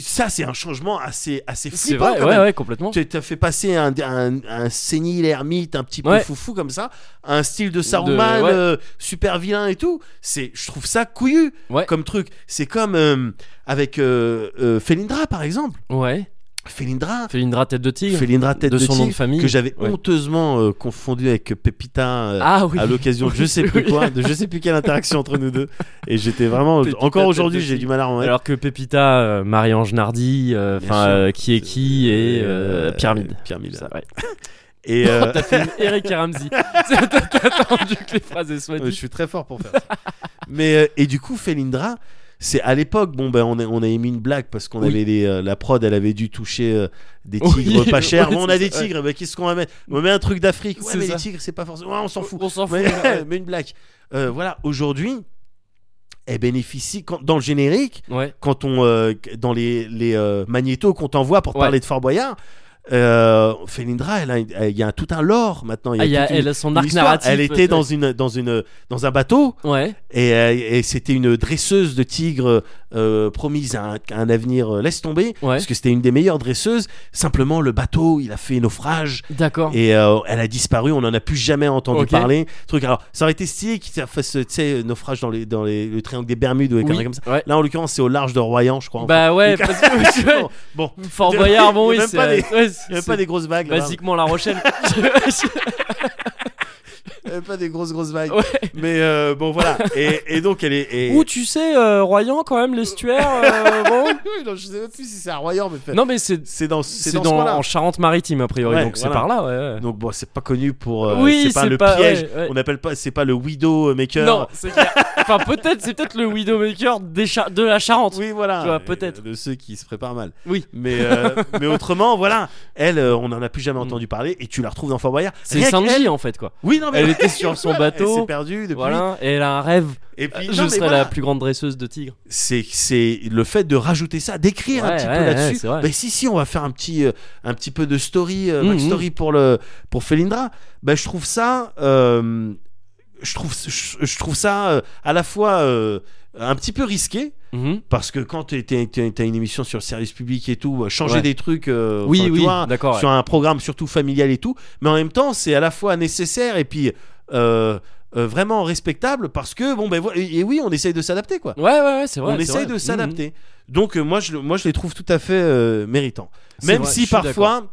[SPEAKER 2] ça c'est un changement assez, assez
[SPEAKER 1] C'est
[SPEAKER 2] flippant.
[SPEAKER 1] vrai,
[SPEAKER 2] quand
[SPEAKER 1] ouais,
[SPEAKER 2] même.
[SPEAKER 1] ouais, complètement.
[SPEAKER 2] Tu t'as fait passer un, un, un sénile ermite un petit peu
[SPEAKER 1] Ouais.
[SPEAKER 2] foufou comme ça, à un style de Saruman
[SPEAKER 1] De- ouais.
[SPEAKER 2] euh, super vilain et tout. C'est, je trouve ça couillu
[SPEAKER 1] Ouais.
[SPEAKER 2] comme truc. C'est comme euh, avec euh, euh, Felindra par exemple.
[SPEAKER 1] Ouais.
[SPEAKER 2] Felindra,
[SPEAKER 1] Felindra tête de tigre.
[SPEAKER 2] Felindra tête
[SPEAKER 1] de
[SPEAKER 2] de,
[SPEAKER 1] son nom
[SPEAKER 2] tigre,
[SPEAKER 1] de famille.
[SPEAKER 2] que j'avais
[SPEAKER 1] Ouais.
[SPEAKER 2] honteusement euh, confondu avec Pepita. euh,
[SPEAKER 1] Ah oui.
[SPEAKER 2] à l'occasion de je sais plus
[SPEAKER 1] Oui.
[SPEAKER 2] quoi, de je sais plus quelle interaction entre nous deux. Et j'étais vraiment.
[SPEAKER 1] Pépita,
[SPEAKER 2] encore
[SPEAKER 1] tête
[SPEAKER 2] aujourd'hui,
[SPEAKER 1] de
[SPEAKER 2] j'ai
[SPEAKER 1] tigre.
[SPEAKER 2] du mal à en mettre.
[SPEAKER 1] Alors que Pépita, euh, Marie-Ange Nardi, euh,
[SPEAKER 2] Bien
[SPEAKER 1] enfin
[SPEAKER 2] sûr.
[SPEAKER 1] euh, qui est qui et euh,
[SPEAKER 2] Euh,
[SPEAKER 1] Pyramide.
[SPEAKER 2] Pyramide.
[SPEAKER 1] Ça, ouais.
[SPEAKER 2] Et euh,
[SPEAKER 1] T'as fait une Eric et Ramsey. T'as t'as attendu que les phrases soient
[SPEAKER 2] Euh, je
[SPEAKER 1] dites.
[SPEAKER 2] suis très fort pour faire ça. Mais euh, et du coup, Felindra, c'est à l'époque, bon ben on, a, on avait mis une blague parce qu'on
[SPEAKER 1] Oui.
[SPEAKER 2] avait les, euh, la prod, elle avait dû toucher euh, des
[SPEAKER 1] Oui.
[SPEAKER 2] tigres pas chers.
[SPEAKER 1] Ouais,
[SPEAKER 2] Bon, on a
[SPEAKER 1] c'est
[SPEAKER 2] des
[SPEAKER 1] ça, ouais.
[SPEAKER 2] tigres, mais qu'est-ce qu'on va mettre On met un truc d'Afrique. Ouais,
[SPEAKER 1] C'est
[SPEAKER 2] mais
[SPEAKER 1] ça.
[SPEAKER 2] les tigres, c'est pas forcément. Ouais, on s'en fout.
[SPEAKER 1] On s'en fout.
[SPEAKER 2] Mais,
[SPEAKER 1] ouais.
[SPEAKER 2] mais une blague. Euh, voilà, aujourd'hui, elle bénéficie quand- dans le générique,
[SPEAKER 1] Ouais.
[SPEAKER 2] quand on euh, dans les, les euh, magnétos qu'on t'envoie pour
[SPEAKER 1] Ouais.
[SPEAKER 2] parler de Fort Boyard. euh, Felindra, elle a- il y a tout un lore maintenant. Il y a
[SPEAKER 1] Ah, il y a-
[SPEAKER 2] toute une-
[SPEAKER 1] elle a son
[SPEAKER 2] une
[SPEAKER 1] arc
[SPEAKER 2] histoire.
[SPEAKER 1] narratif.
[SPEAKER 2] Elle était dans une dans une dans un bateau
[SPEAKER 1] Ouais.
[SPEAKER 2] et, euh, et c'était une dresseuse de tigres euh, promise à un, à un avenir euh, laisse tomber
[SPEAKER 1] Ouais.
[SPEAKER 2] parce que c'était une des meilleures dresseuses. Simplement le bateau il a fait naufrage
[SPEAKER 1] D'accord.
[SPEAKER 2] et euh, elle a disparu. On n'en a plus jamais entendu
[SPEAKER 1] Oh. Ok.
[SPEAKER 2] parler. Truc alors ça aurait été stylé qu'il fasse tu sais naufrage dans les dans les- le triangle des Bermudes ou quelque chose
[SPEAKER 1] Oui.
[SPEAKER 2] comme ça.
[SPEAKER 1] Ouais.
[SPEAKER 2] Là en l'occurrence c'est au large de Royan je crois. en
[SPEAKER 1] Bah ouais,
[SPEAKER 2] fait.
[SPEAKER 1] parce que tu vois,
[SPEAKER 2] bon,
[SPEAKER 1] Fort
[SPEAKER 2] Il y a-
[SPEAKER 1] Boyard, bon
[SPEAKER 2] il
[SPEAKER 1] oui,
[SPEAKER 2] y a même
[SPEAKER 1] c'est
[SPEAKER 2] pas des-
[SPEAKER 1] ouais,
[SPEAKER 2] il n'y avait
[SPEAKER 1] c'est
[SPEAKER 2] pas des grosses vagues. là. hein.
[SPEAKER 1] basiquement La Rochelle.
[SPEAKER 2] Il y avait pas des grosses grosses vagues.
[SPEAKER 1] Ouais.
[SPEAKER 2] Mais euh, bon voilà. Et, et donc elle est. et-
[SPEAKER 1] Ou tu sais, euh, Royan quand même, l'estuaire. euh, bon.
[SPEAKER 2] Oui, non, je sais même plus si c'est à Royan, mais fait-
[SPEAKER 1] Non mais c'est
[SPEAKER 2] c'est dans, c'est
[SPEAKER 1] c'est
[SPEAKER 2] dans, ce
[SPEAKER 1] dans,
[SPEAKER 2] coin-là.
[SPEAKER 1] en Charente-Maritime a priori,
[SPEAKER 2] Ouais,
[SPEAKER 1] donc c'est
[SPEAKER 2] voilà.
[SPEAKER 1] par là. Ouais. ouais.
[SPEAKER 2] Donc bon, c'est pas connu pour. euh,
[SPEAKER 1] Oui,
[SPEAKER 2] c'est pas
[SPEAKER 1] c'est
[SPEAKER 2] le
[SPEAKER 1] pas-
[SPEAKER 2] piège.
[SPEAKER 1] ouais, ouais.
[SPEAKER 2] On appelle pas. C'est pas le Widowmaker.
[SPEAKER 1] Non, c'est clair. enfin peut-être, c'est peut-être le Widowmaker des Char- de la Charente.
[SPEAKER 2] Oui, voilà. euh,
[SPEAKER 1] Tu vois, peut-être.
[SPEAKER 2] De ceux qui se préparent mal.
[SPEAKER 1] Oui.
[SPEAKER 2] Mais, euh, mais autrement, voilà. Elle, euh, on en a plus jamais entendu parler et tu la retrouves dans Fort Boyard.
[SPEAKER 1] Mm. C'est
[SPEAKER 2] Rien qu'elle-
[SPEAKER 1] Sanji en fait quoi.
[SPEAKER 2] Oui, non, mais.
[SPEAKER 1] Elle était sur son
[SPEAKER 2] Voilà, Elle s'est
[SPEAKER 1] bateau.
[SPEAKER 2] perdue depuis.
[SPEAKER 1] Voilà, et elle a un rêve.
[SPEAKER 2] Et puis,
[SPEAKER 1] je
[SPEAKER 2] non, mais
[SPEAKER 1] serai
[SPEAKER 2] voilà.
[SPEAKER 1] la plus grande dresseuse de tigres.
[SPEAKER 2] c'est c'est le fait de rajouter ça d'écrire un
[SPEAKER 1] Ouais,
[SPEAKER 2] petit
[SPEAKER 1] ouais,
[SPEAKER 2] peu
[SPEAKER 1] ouais,
[SPEAKER 2] là-dessus
[SPEAKER 1] c'est vrai.
[SPEAKER 2] bah si si on va faire un petit euh, un petit peu de story euh,
[SPEAKER 1] Mhm.
[SPEAKER 2] backstory pour le pour Felindra bah je trouve ça euh, je trouve je, je trouve ça euh, à la fois euh, un petit peu risqué
[SPEAKER 1] Mhm.
[SPEAKER 2] parce que quand t'es- t'es- t'es- t'as une émission sur le service public et tout euh, changer
[SPEAKER 1] Ouais.
[SPEAKER 2] des trucs euh,
[SPEAKER 1] Oui,
[SPEAKER 2] enfin, tu
[SPEAKER 1] oui,
[SPEAKER 2] vois,
[SPEAKER 1] d'accord.
[SPEAKER 2] sur
[SPEAKER 1] ouais.
[SPEAKER 2] un programme surtout familial et tout mais en même temps c'est à la fois nécessaire et puis euh, euh, vraiment respectable parce que bon ben voilà et et oui on essaye de s'adapter quoi
[SPEAKER 1] Ouais, ouais, ouais, c'est vrai.
[SPEAKER 2] on
[SPEAKER 1] c'est vrai.
[SPEAKER 2] essaye
[SPEAKER 1] Mhm. Mmh,
[SPEAKER 2] de s'adapter. Donc euh, moi, je, le- moi, je les trouve tout à fait euh, méritants.
[SPEAKER 1] C'est
[SPEAKER 2] Même
[SPEAKER 1] vrai, je
[SPEAKER 2] si
[SPEAKER 1] suis
[SPEAKER 2] parfois,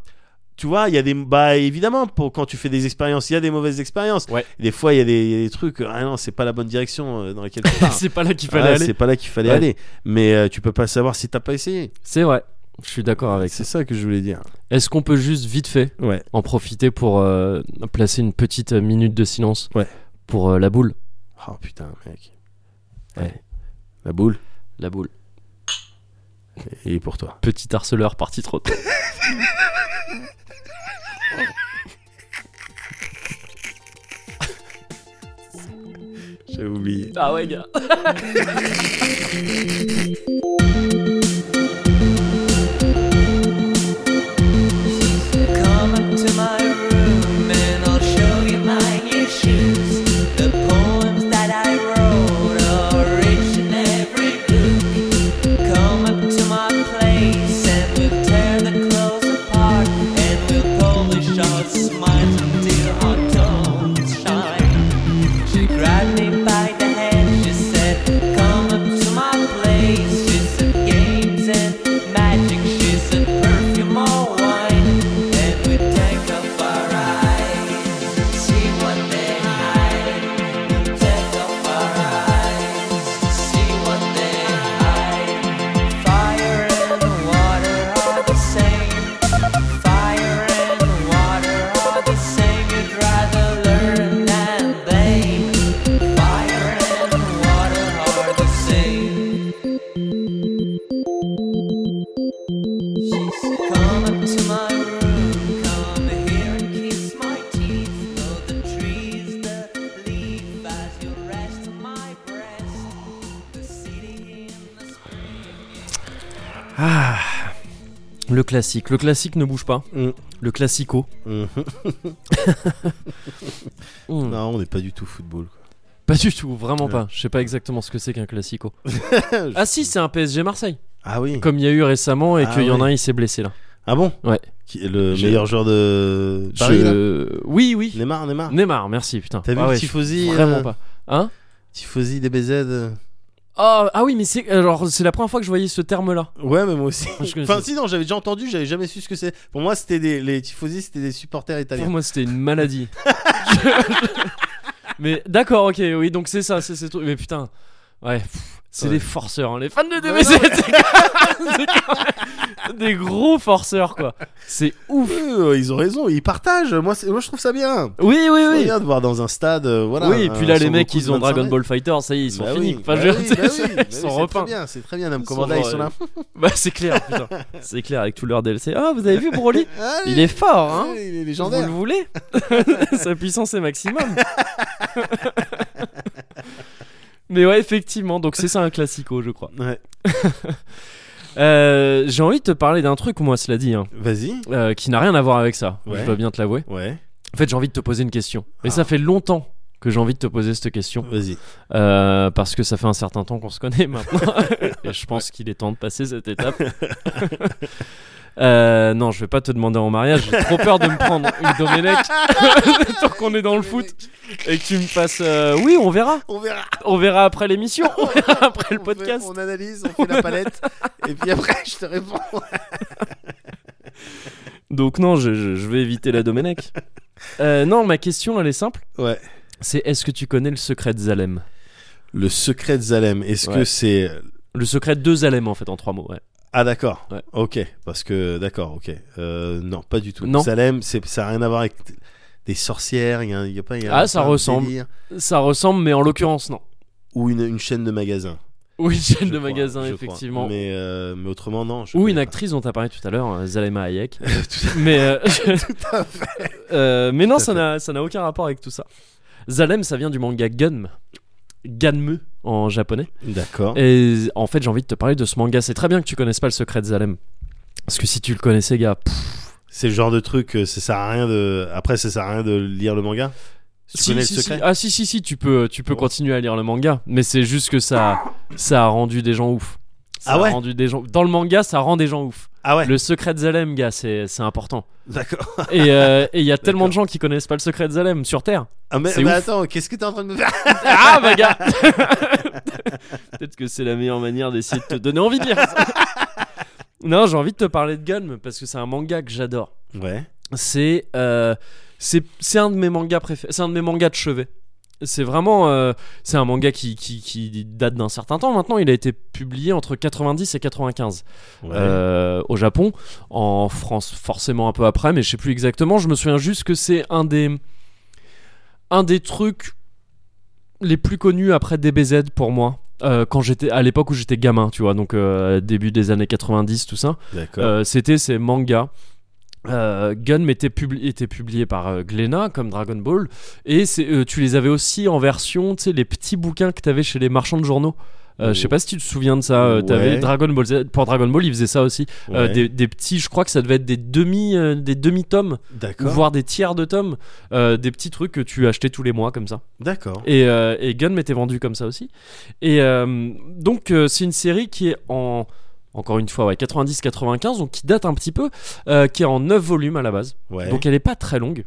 [SPEAKER 2] tu vois, il y a des... Bah évidemment, pour, quand tu fais des expériences, il y a des mauvaises expériences.
[SPEAKER 1] Ouais.
[SPEAKER 2] Des fois, il y, a des- il y a des trucs... Ah non, c'est pas la bonne direction euh, dans laquelle tu
[SPEAKER 1] Mhm.
[SPEAKER 2] pars.
[SPEAKER 1] c'est pas là qu'il
[SPEAKER 2] Ah,
[SPEAKER 1] fallait
[SPEAKER 2] c'est
[SPEAKER 1] aller.
[SPEAKER 2] pas là qu'il fallait
[SPEAKER 1] Ouais.
[SPEAKER 2] aller. Mais euh, tu peux pas savoir si t'as pas essayé.
[SPEAKER 1] C'est vrai. Je suis d'accord avec ça.
[SPEAKER 2] C'est ça que je voulais dire.
[SPEAKER 1] Est-ce qu'on peut juste vite fait
[SPEAKER 2] Ouais.
[SPEAKER 1] en profiter pour euh, placer une petite euh, minute de silence
[SPEAKER 2] Ouais.
[SPEAKER 1] pour euh, la boule
[SPEAKER 2] Oh putain, mec.
[SPEAKER 1] Ouais.
[SPEAKER 2] Ouais. La boule,
[SPEAKER 1] La boule.
[SPEAKER 2] il est pour toi.
[SPEAKER 1] Petit harceleur parti trop tôt.
[SPEAKER 2] J'avais oublié.
[SPEAKER 1] ah ouais, gars.
[SPEAKER 3] Come up to my room and I'll show you my new shoes. The poems that I wrote are rich in every book. Come up to my place and we'll tear the clothes apart and we'll polish our smiles until our tones shine. She grabbed me
[SPEAKER 1] Le classique. Le classique ne bouge pas.
[SPEAKER 2] Mm.
[SPEAKER 1] Le classico.
[SPEAKER 2] Mhm.
[SPEAKER 1] Mm.
[SPEAKER 2] Non, on n'est pas du tout football. quoi.
[SPEAKER 1] Pas du tout, vraiment
[SPEAKER 2] Ouais.
[SPEAKER 1] pas. Je sais pas exactement ce que c'est qu'un classico.
[SPEAKER 2] Je-
[SPEAKER 1] Ah si, c'est un PSG Marseille.
[SPEAKER 2] Ah oui.
[SPEAKER 1] Comme il y a eu récemment et
[SPEAKER 2] Ah
[SPEAKER 1] qu'il y en a
[SPEAKER 2] ouais.
[SPEAKER 1] un, il s'est blessé là.
[SPEAKER 2] Ah bon
[SPEAKER 1] Ouais.
[SPEAKER 2] Qui est le
[SPEAKER 1] Je-
[SPEAKER 2] meilleur joueur de Paris
[SPEAKER 1] Je-
[SPEAKER 2] Bah là
[SPEAKER 1] Oui, oui.
[SPEAKER 2] Neymar, Neymar.
[SPEAKER 1] Neymar, merci, putain.
[SPEAKER 2] T'as vu
[SPEAKER 1] Ah ouais,
[SPEAKER 2] le Tifosi
[SPEAKER 1] je- Vraiment
[SPEAKER 2] euh,
[SPEAKER 1] pas. Hein
[SPEAKER 2] Tifosi DBZ. euh,
[SPEAKER 1] Ah, ah oui, mais c'est alors c'est la première fois que je voyais ce terme-là.
[SPEAKER 2] Ouais, mais moi aussi.
[SPEAKER 1] Je connaissais.
[SPEAKER 2] enfin, si, non, j'avais déjà entendu, j'avais jamais su ce que c'est. Pour moi, c'était des... les Tifosi, c'était des supporters
[SPEAKER 1] Pour
[SPEAKER 2] italiens.
[SPEAKER 1] moi, c'était une maladie. mais d'accord, ok, oui, donc c'est ça, c'est ces trucs. Mais putain, ouais, pff, c'est
[SPEAKER 2] Ouais.
[SPEAKER 1] des forceurs, hein, les fans de DBZ.
[SPEAKER 2] Ouais,
[SPEAKER 1] c'est quand- c'est quand même des gros forceurs, quoi. C'est ouf.
[SPEAKER 2] Euh, ils ont raison, ils partagent. Moi, c'est- moi je trouve ça bien.
[SPEAKER 1] Oui, oui,
[SPEAKER 2] C'est
[SPEAKER 1] oui.
[SPEAKER 2] bien de voir dans un stade. euh, voilà,
[SPEAKER 1] oui, et puis là,
[SPEAKER 2] un
[SPEAKER 1] les
[SPEAKER 2] Son
[SPEAKER 1] mecs,
[SPEAKER 2] Goku de
[SPEAKER 1] ils ont
[SPEAKER 2] 25
[SPEAKER 1] Dragon
[SPEAKER 2] mètres.
[SPEAKER 1] Ball Fighter, ça y est, ils sont
[SPEAKER 2] Bah
[SPEAKER 1] finis.
[SPEAKER 2] oui,
[SPEAKER 1] Enfin,
[SPEAKER 2] bah
[SPEAKER 1] je veux
[SPEAKER 2] oui,
[SPEAKER 1] dire,
[SPEAKER 2] bah oui, bah oui,
[SPEAKER 1] ils sont
[SPEAKER 2] c'est très
[SPEAKER 1] repeints.
[SPEAKER 2] bien, C'est très bien, Nam
[SPEAKER 1] Ils sont
[SPEAKER 2] Commanda, ils
[SPEAKER 1] re-
[SPEAKER 2] sont là.
[SPEAKER 1] Bah, c'est clair, putain. C'est clair, avec tout leur DLC. Ah, vous avez vu Broly Il est fort, hein
[SPEAKER 2] Ah Il est
[SPEAKER 1] Vous
[SPEAKER 2] légendaire.
[SPEAKER 1] le voulez Sa puissance est maximum. Mais ouais, effectivement, donc c'est ça un classico, je crois.
[SPEAKER 2] Ouais,
[SPEAKER 1] Euh, J'ai envie de te parler d'un truc, moi, cela dit, hein,
[SPEAKER 2] vas-y.
[SPEAKER 1] euh, qui n'a rien à voir avec ça,
[SPEAKER 2] Ouais.
[SPEAKER 1] je dois bien te l'avouer.
[SPEAKER 2] Ouais,
[SPEAKER 1] En fait, j'ai envie de te poser une question. Mais
[SPEAKER 2] Ah.
[SPEAKER 1] ça fait longtemps que j'ai envie de te poser cette question,
[SPEAKER 2] vas-y.
[SPEAKER 1] euh, parce que ça fait un certain temps qu'on se connaît maintenant. Et je pense qu'il est temps de passer cette étape. Euh, non, je vais pas te demander en mariage, j'ai trop peur de me prendre une Domenech tant qu'on est dans le foot. et que tu me passes. euh, Oui, on verra.
[SPEAKER 2] On verra.
[SPEAKER 1] On verra après l'émission. On verra après le
[SPEAKER 2] On fait-
[SPEAKER 1] podcast.
[SPEAKER 2] on analyse, on fait la palette. et puis après, je te réponds.
[SPEAKER 1] Donc non, je, je- je vais éviter la Domenech. Euh, non, ma question elle est simple.
[SPEAKER 2] Ouais.
[SPEAKER 1] C'est est-ce que tu connais le secret de Zalem
[SPEAKER 2] Le secret de Zalem, est-ce
[SPEAKER 1] Ouais.
[SPEAKER 2] que c'est.
[SPEAKER 1] Le secret de Zalem en fait en trois mots. Ouais.
[SPEAKER 2] Ah, d'accord.
[SPEAKER 1] Ouais.
[SPEAKER 2] Ok, parce que. D'accord, ok. Euh, non, pas du tout.
[SPEAKER 1] Non.
[SPEAKER 2] Zalem, c'est- ça n'a rien à voir avec t- des sorcières. Il y a, il y a pas. il y a
[SPEAKER 1] Ah,
[SPEAKER 2] un-
[SPEAKER 1] ça
[SPEAKER 2] un
[SPEAKER 1] ressemble.
[SPEAKER 2] délire.
[SPEAKER 1] Ça ressemble, mais en l'occurrence non.
[SPEAKER 2] Ou une, une chaîne de magasins.
[SPEAKER 1] Ou une chaîne
[SPEAKER 2] je
[SPEAKER 1] de
[SPEAKER 2] crois,
[SPEAKER 1] magasin
[SPEAKER 2] je crois.
[SPEAKER 1] effectivement.
[SPEAKER 2] Mais, euh, mais autrement, non. je
[SPEAKER 1] Ou
[SPEAKER 2] connais
[SPEAKER 1] une
[SPEAKER 2] pas.
[SPEAKER 1] actrice dont tu as parlé tout à l'heure, euh, Zalema Hayek.
[SPEAKER 2] Tout à-
[SPEAKER 1] Mais, euh, Euh, mais non,
[SPEAKER 2] Tout à
[SPEAKER 1] ça
[SPEAKER 2] fait.
[SPEAKER 1] n'a, ça n'a aucun rapport avec tout ça. Zalem, ça vient du manga Gunm. Ganmu en japonais.
[SPEAKER 2] D'accord.
[SPEAKER 1] Hein. Et en fait, j'ai envie de te parler de ce manga. C'est très bien que tu connaisses pas le secret de Zalem. Parce que si tu le connaissais, gars, pff,
[SPEAKER 2] C'est le genre de truc, euh, ça sert à rien de. Après, ça sert à rien de lire le manga Tu
[SPEAKER 1] si,
[SPEAKER 2] connais
[SPEAKER 1] si,
[SPEAKER 2] le
[SPEAKER 1] si.
[SPEAKER 2] secret Oh.
[SPEAKER 1] Ah si si si, tu peux tu peux
[SPEAKER 2] Bon.
[SPEAKER 1] continuer à lire le manga, mais c'est juste que ça ça a rendu des gens ouf. Ça
[SPEAKER 2] Ah ouais
[SPEAKER 1] a rendu des gens dans le manga, ça rend des gens ouf.
[SPEAKER 2] Ah ouais
[SPEAKER 1] Le secret de Zalem, gars, c'est c'est important.
[SPEAKER 2] D'accord.
[SPEAKER 1] Et il y a tellement de gens qui connaissent pas le secret de Zalem sur Terre.
[SPEAKER 2] Ah, mais,
[SPEAKER 1] C'est
[SPEAKER 2] mais
[SPEAKER 1] ouf.
[SPEAKER 2] attends, qu'est-ce que t'es en train de me faire
[SPEAKER 1] Ah bah gars Peut-être que c'est la meilleure manière d'essayer de te donner envie de lire. ça. non, j'ai envie de te parler de Gunm parce que c'est un manga que j'adore.
[SPEAKER 2] Ouais.
[SPEAKER 1] C'est euh, c'est c'est un de mes mangas préférés, c'est un de mes mangas de chevet. C'est vraiment euh, c'est un manga qui, qui, qui date d'un certain temps maintenant, il a été publié entre 90 et 95
[SPEAKER 2] Ouais.
[SPEAKER 1] euh, au Japon, en France forcément un peu après mais je sais plus exactement, je me souviens juste que c'est un des un des trucs les plus connus après DBZ pour moi. Euh, quand j'étais à l'époque où j'étais gamin, tu vois, donc euh, début des années 90 tout ça.
[SPEAKER 2] D'accord.
[SPEAKER 1] Euh, c'était ces mangas. Euh, Gun était, publi- était publié par euh, Glénat comme Dragon Ball et c'est- euh, tu les avais aussi en version tu sais les petits bouquins que t'avais chez les marchands de journaux Euh, je sais pas si tu te souviens de ça euh, t'avais
[SPEAKER 2] Oh. Ouais.
[SPEAKER 1] Dragon Ball Z pour Dragon Ball ils faisaient ça aussi Euh,
[SPEAKER 2] Ouais.
[SPEAKER 1] des, des petits je crois que ça devait être des demi euh, des demi tomes ou
[SPEAKER 2] D'accord.
[SPEAKER 1] voire des tiers de tomes euh, des petits trucs que tu achetais tous les mois comme ça
[SPEAKER 2] D'accord.
[SPEAKER 1] et, euh, et Gun m'était vendu comme ça aussi. Et euh, donc, euh, c'est une série qui est en, encore une fois, ouais, 90-95, donc qui date un petit peu, euh, qui est en 9 volumes à la base.
[SPEAKER 2] Ouais.
[SPEAKER 1] Donc, elle n'est pas très longue.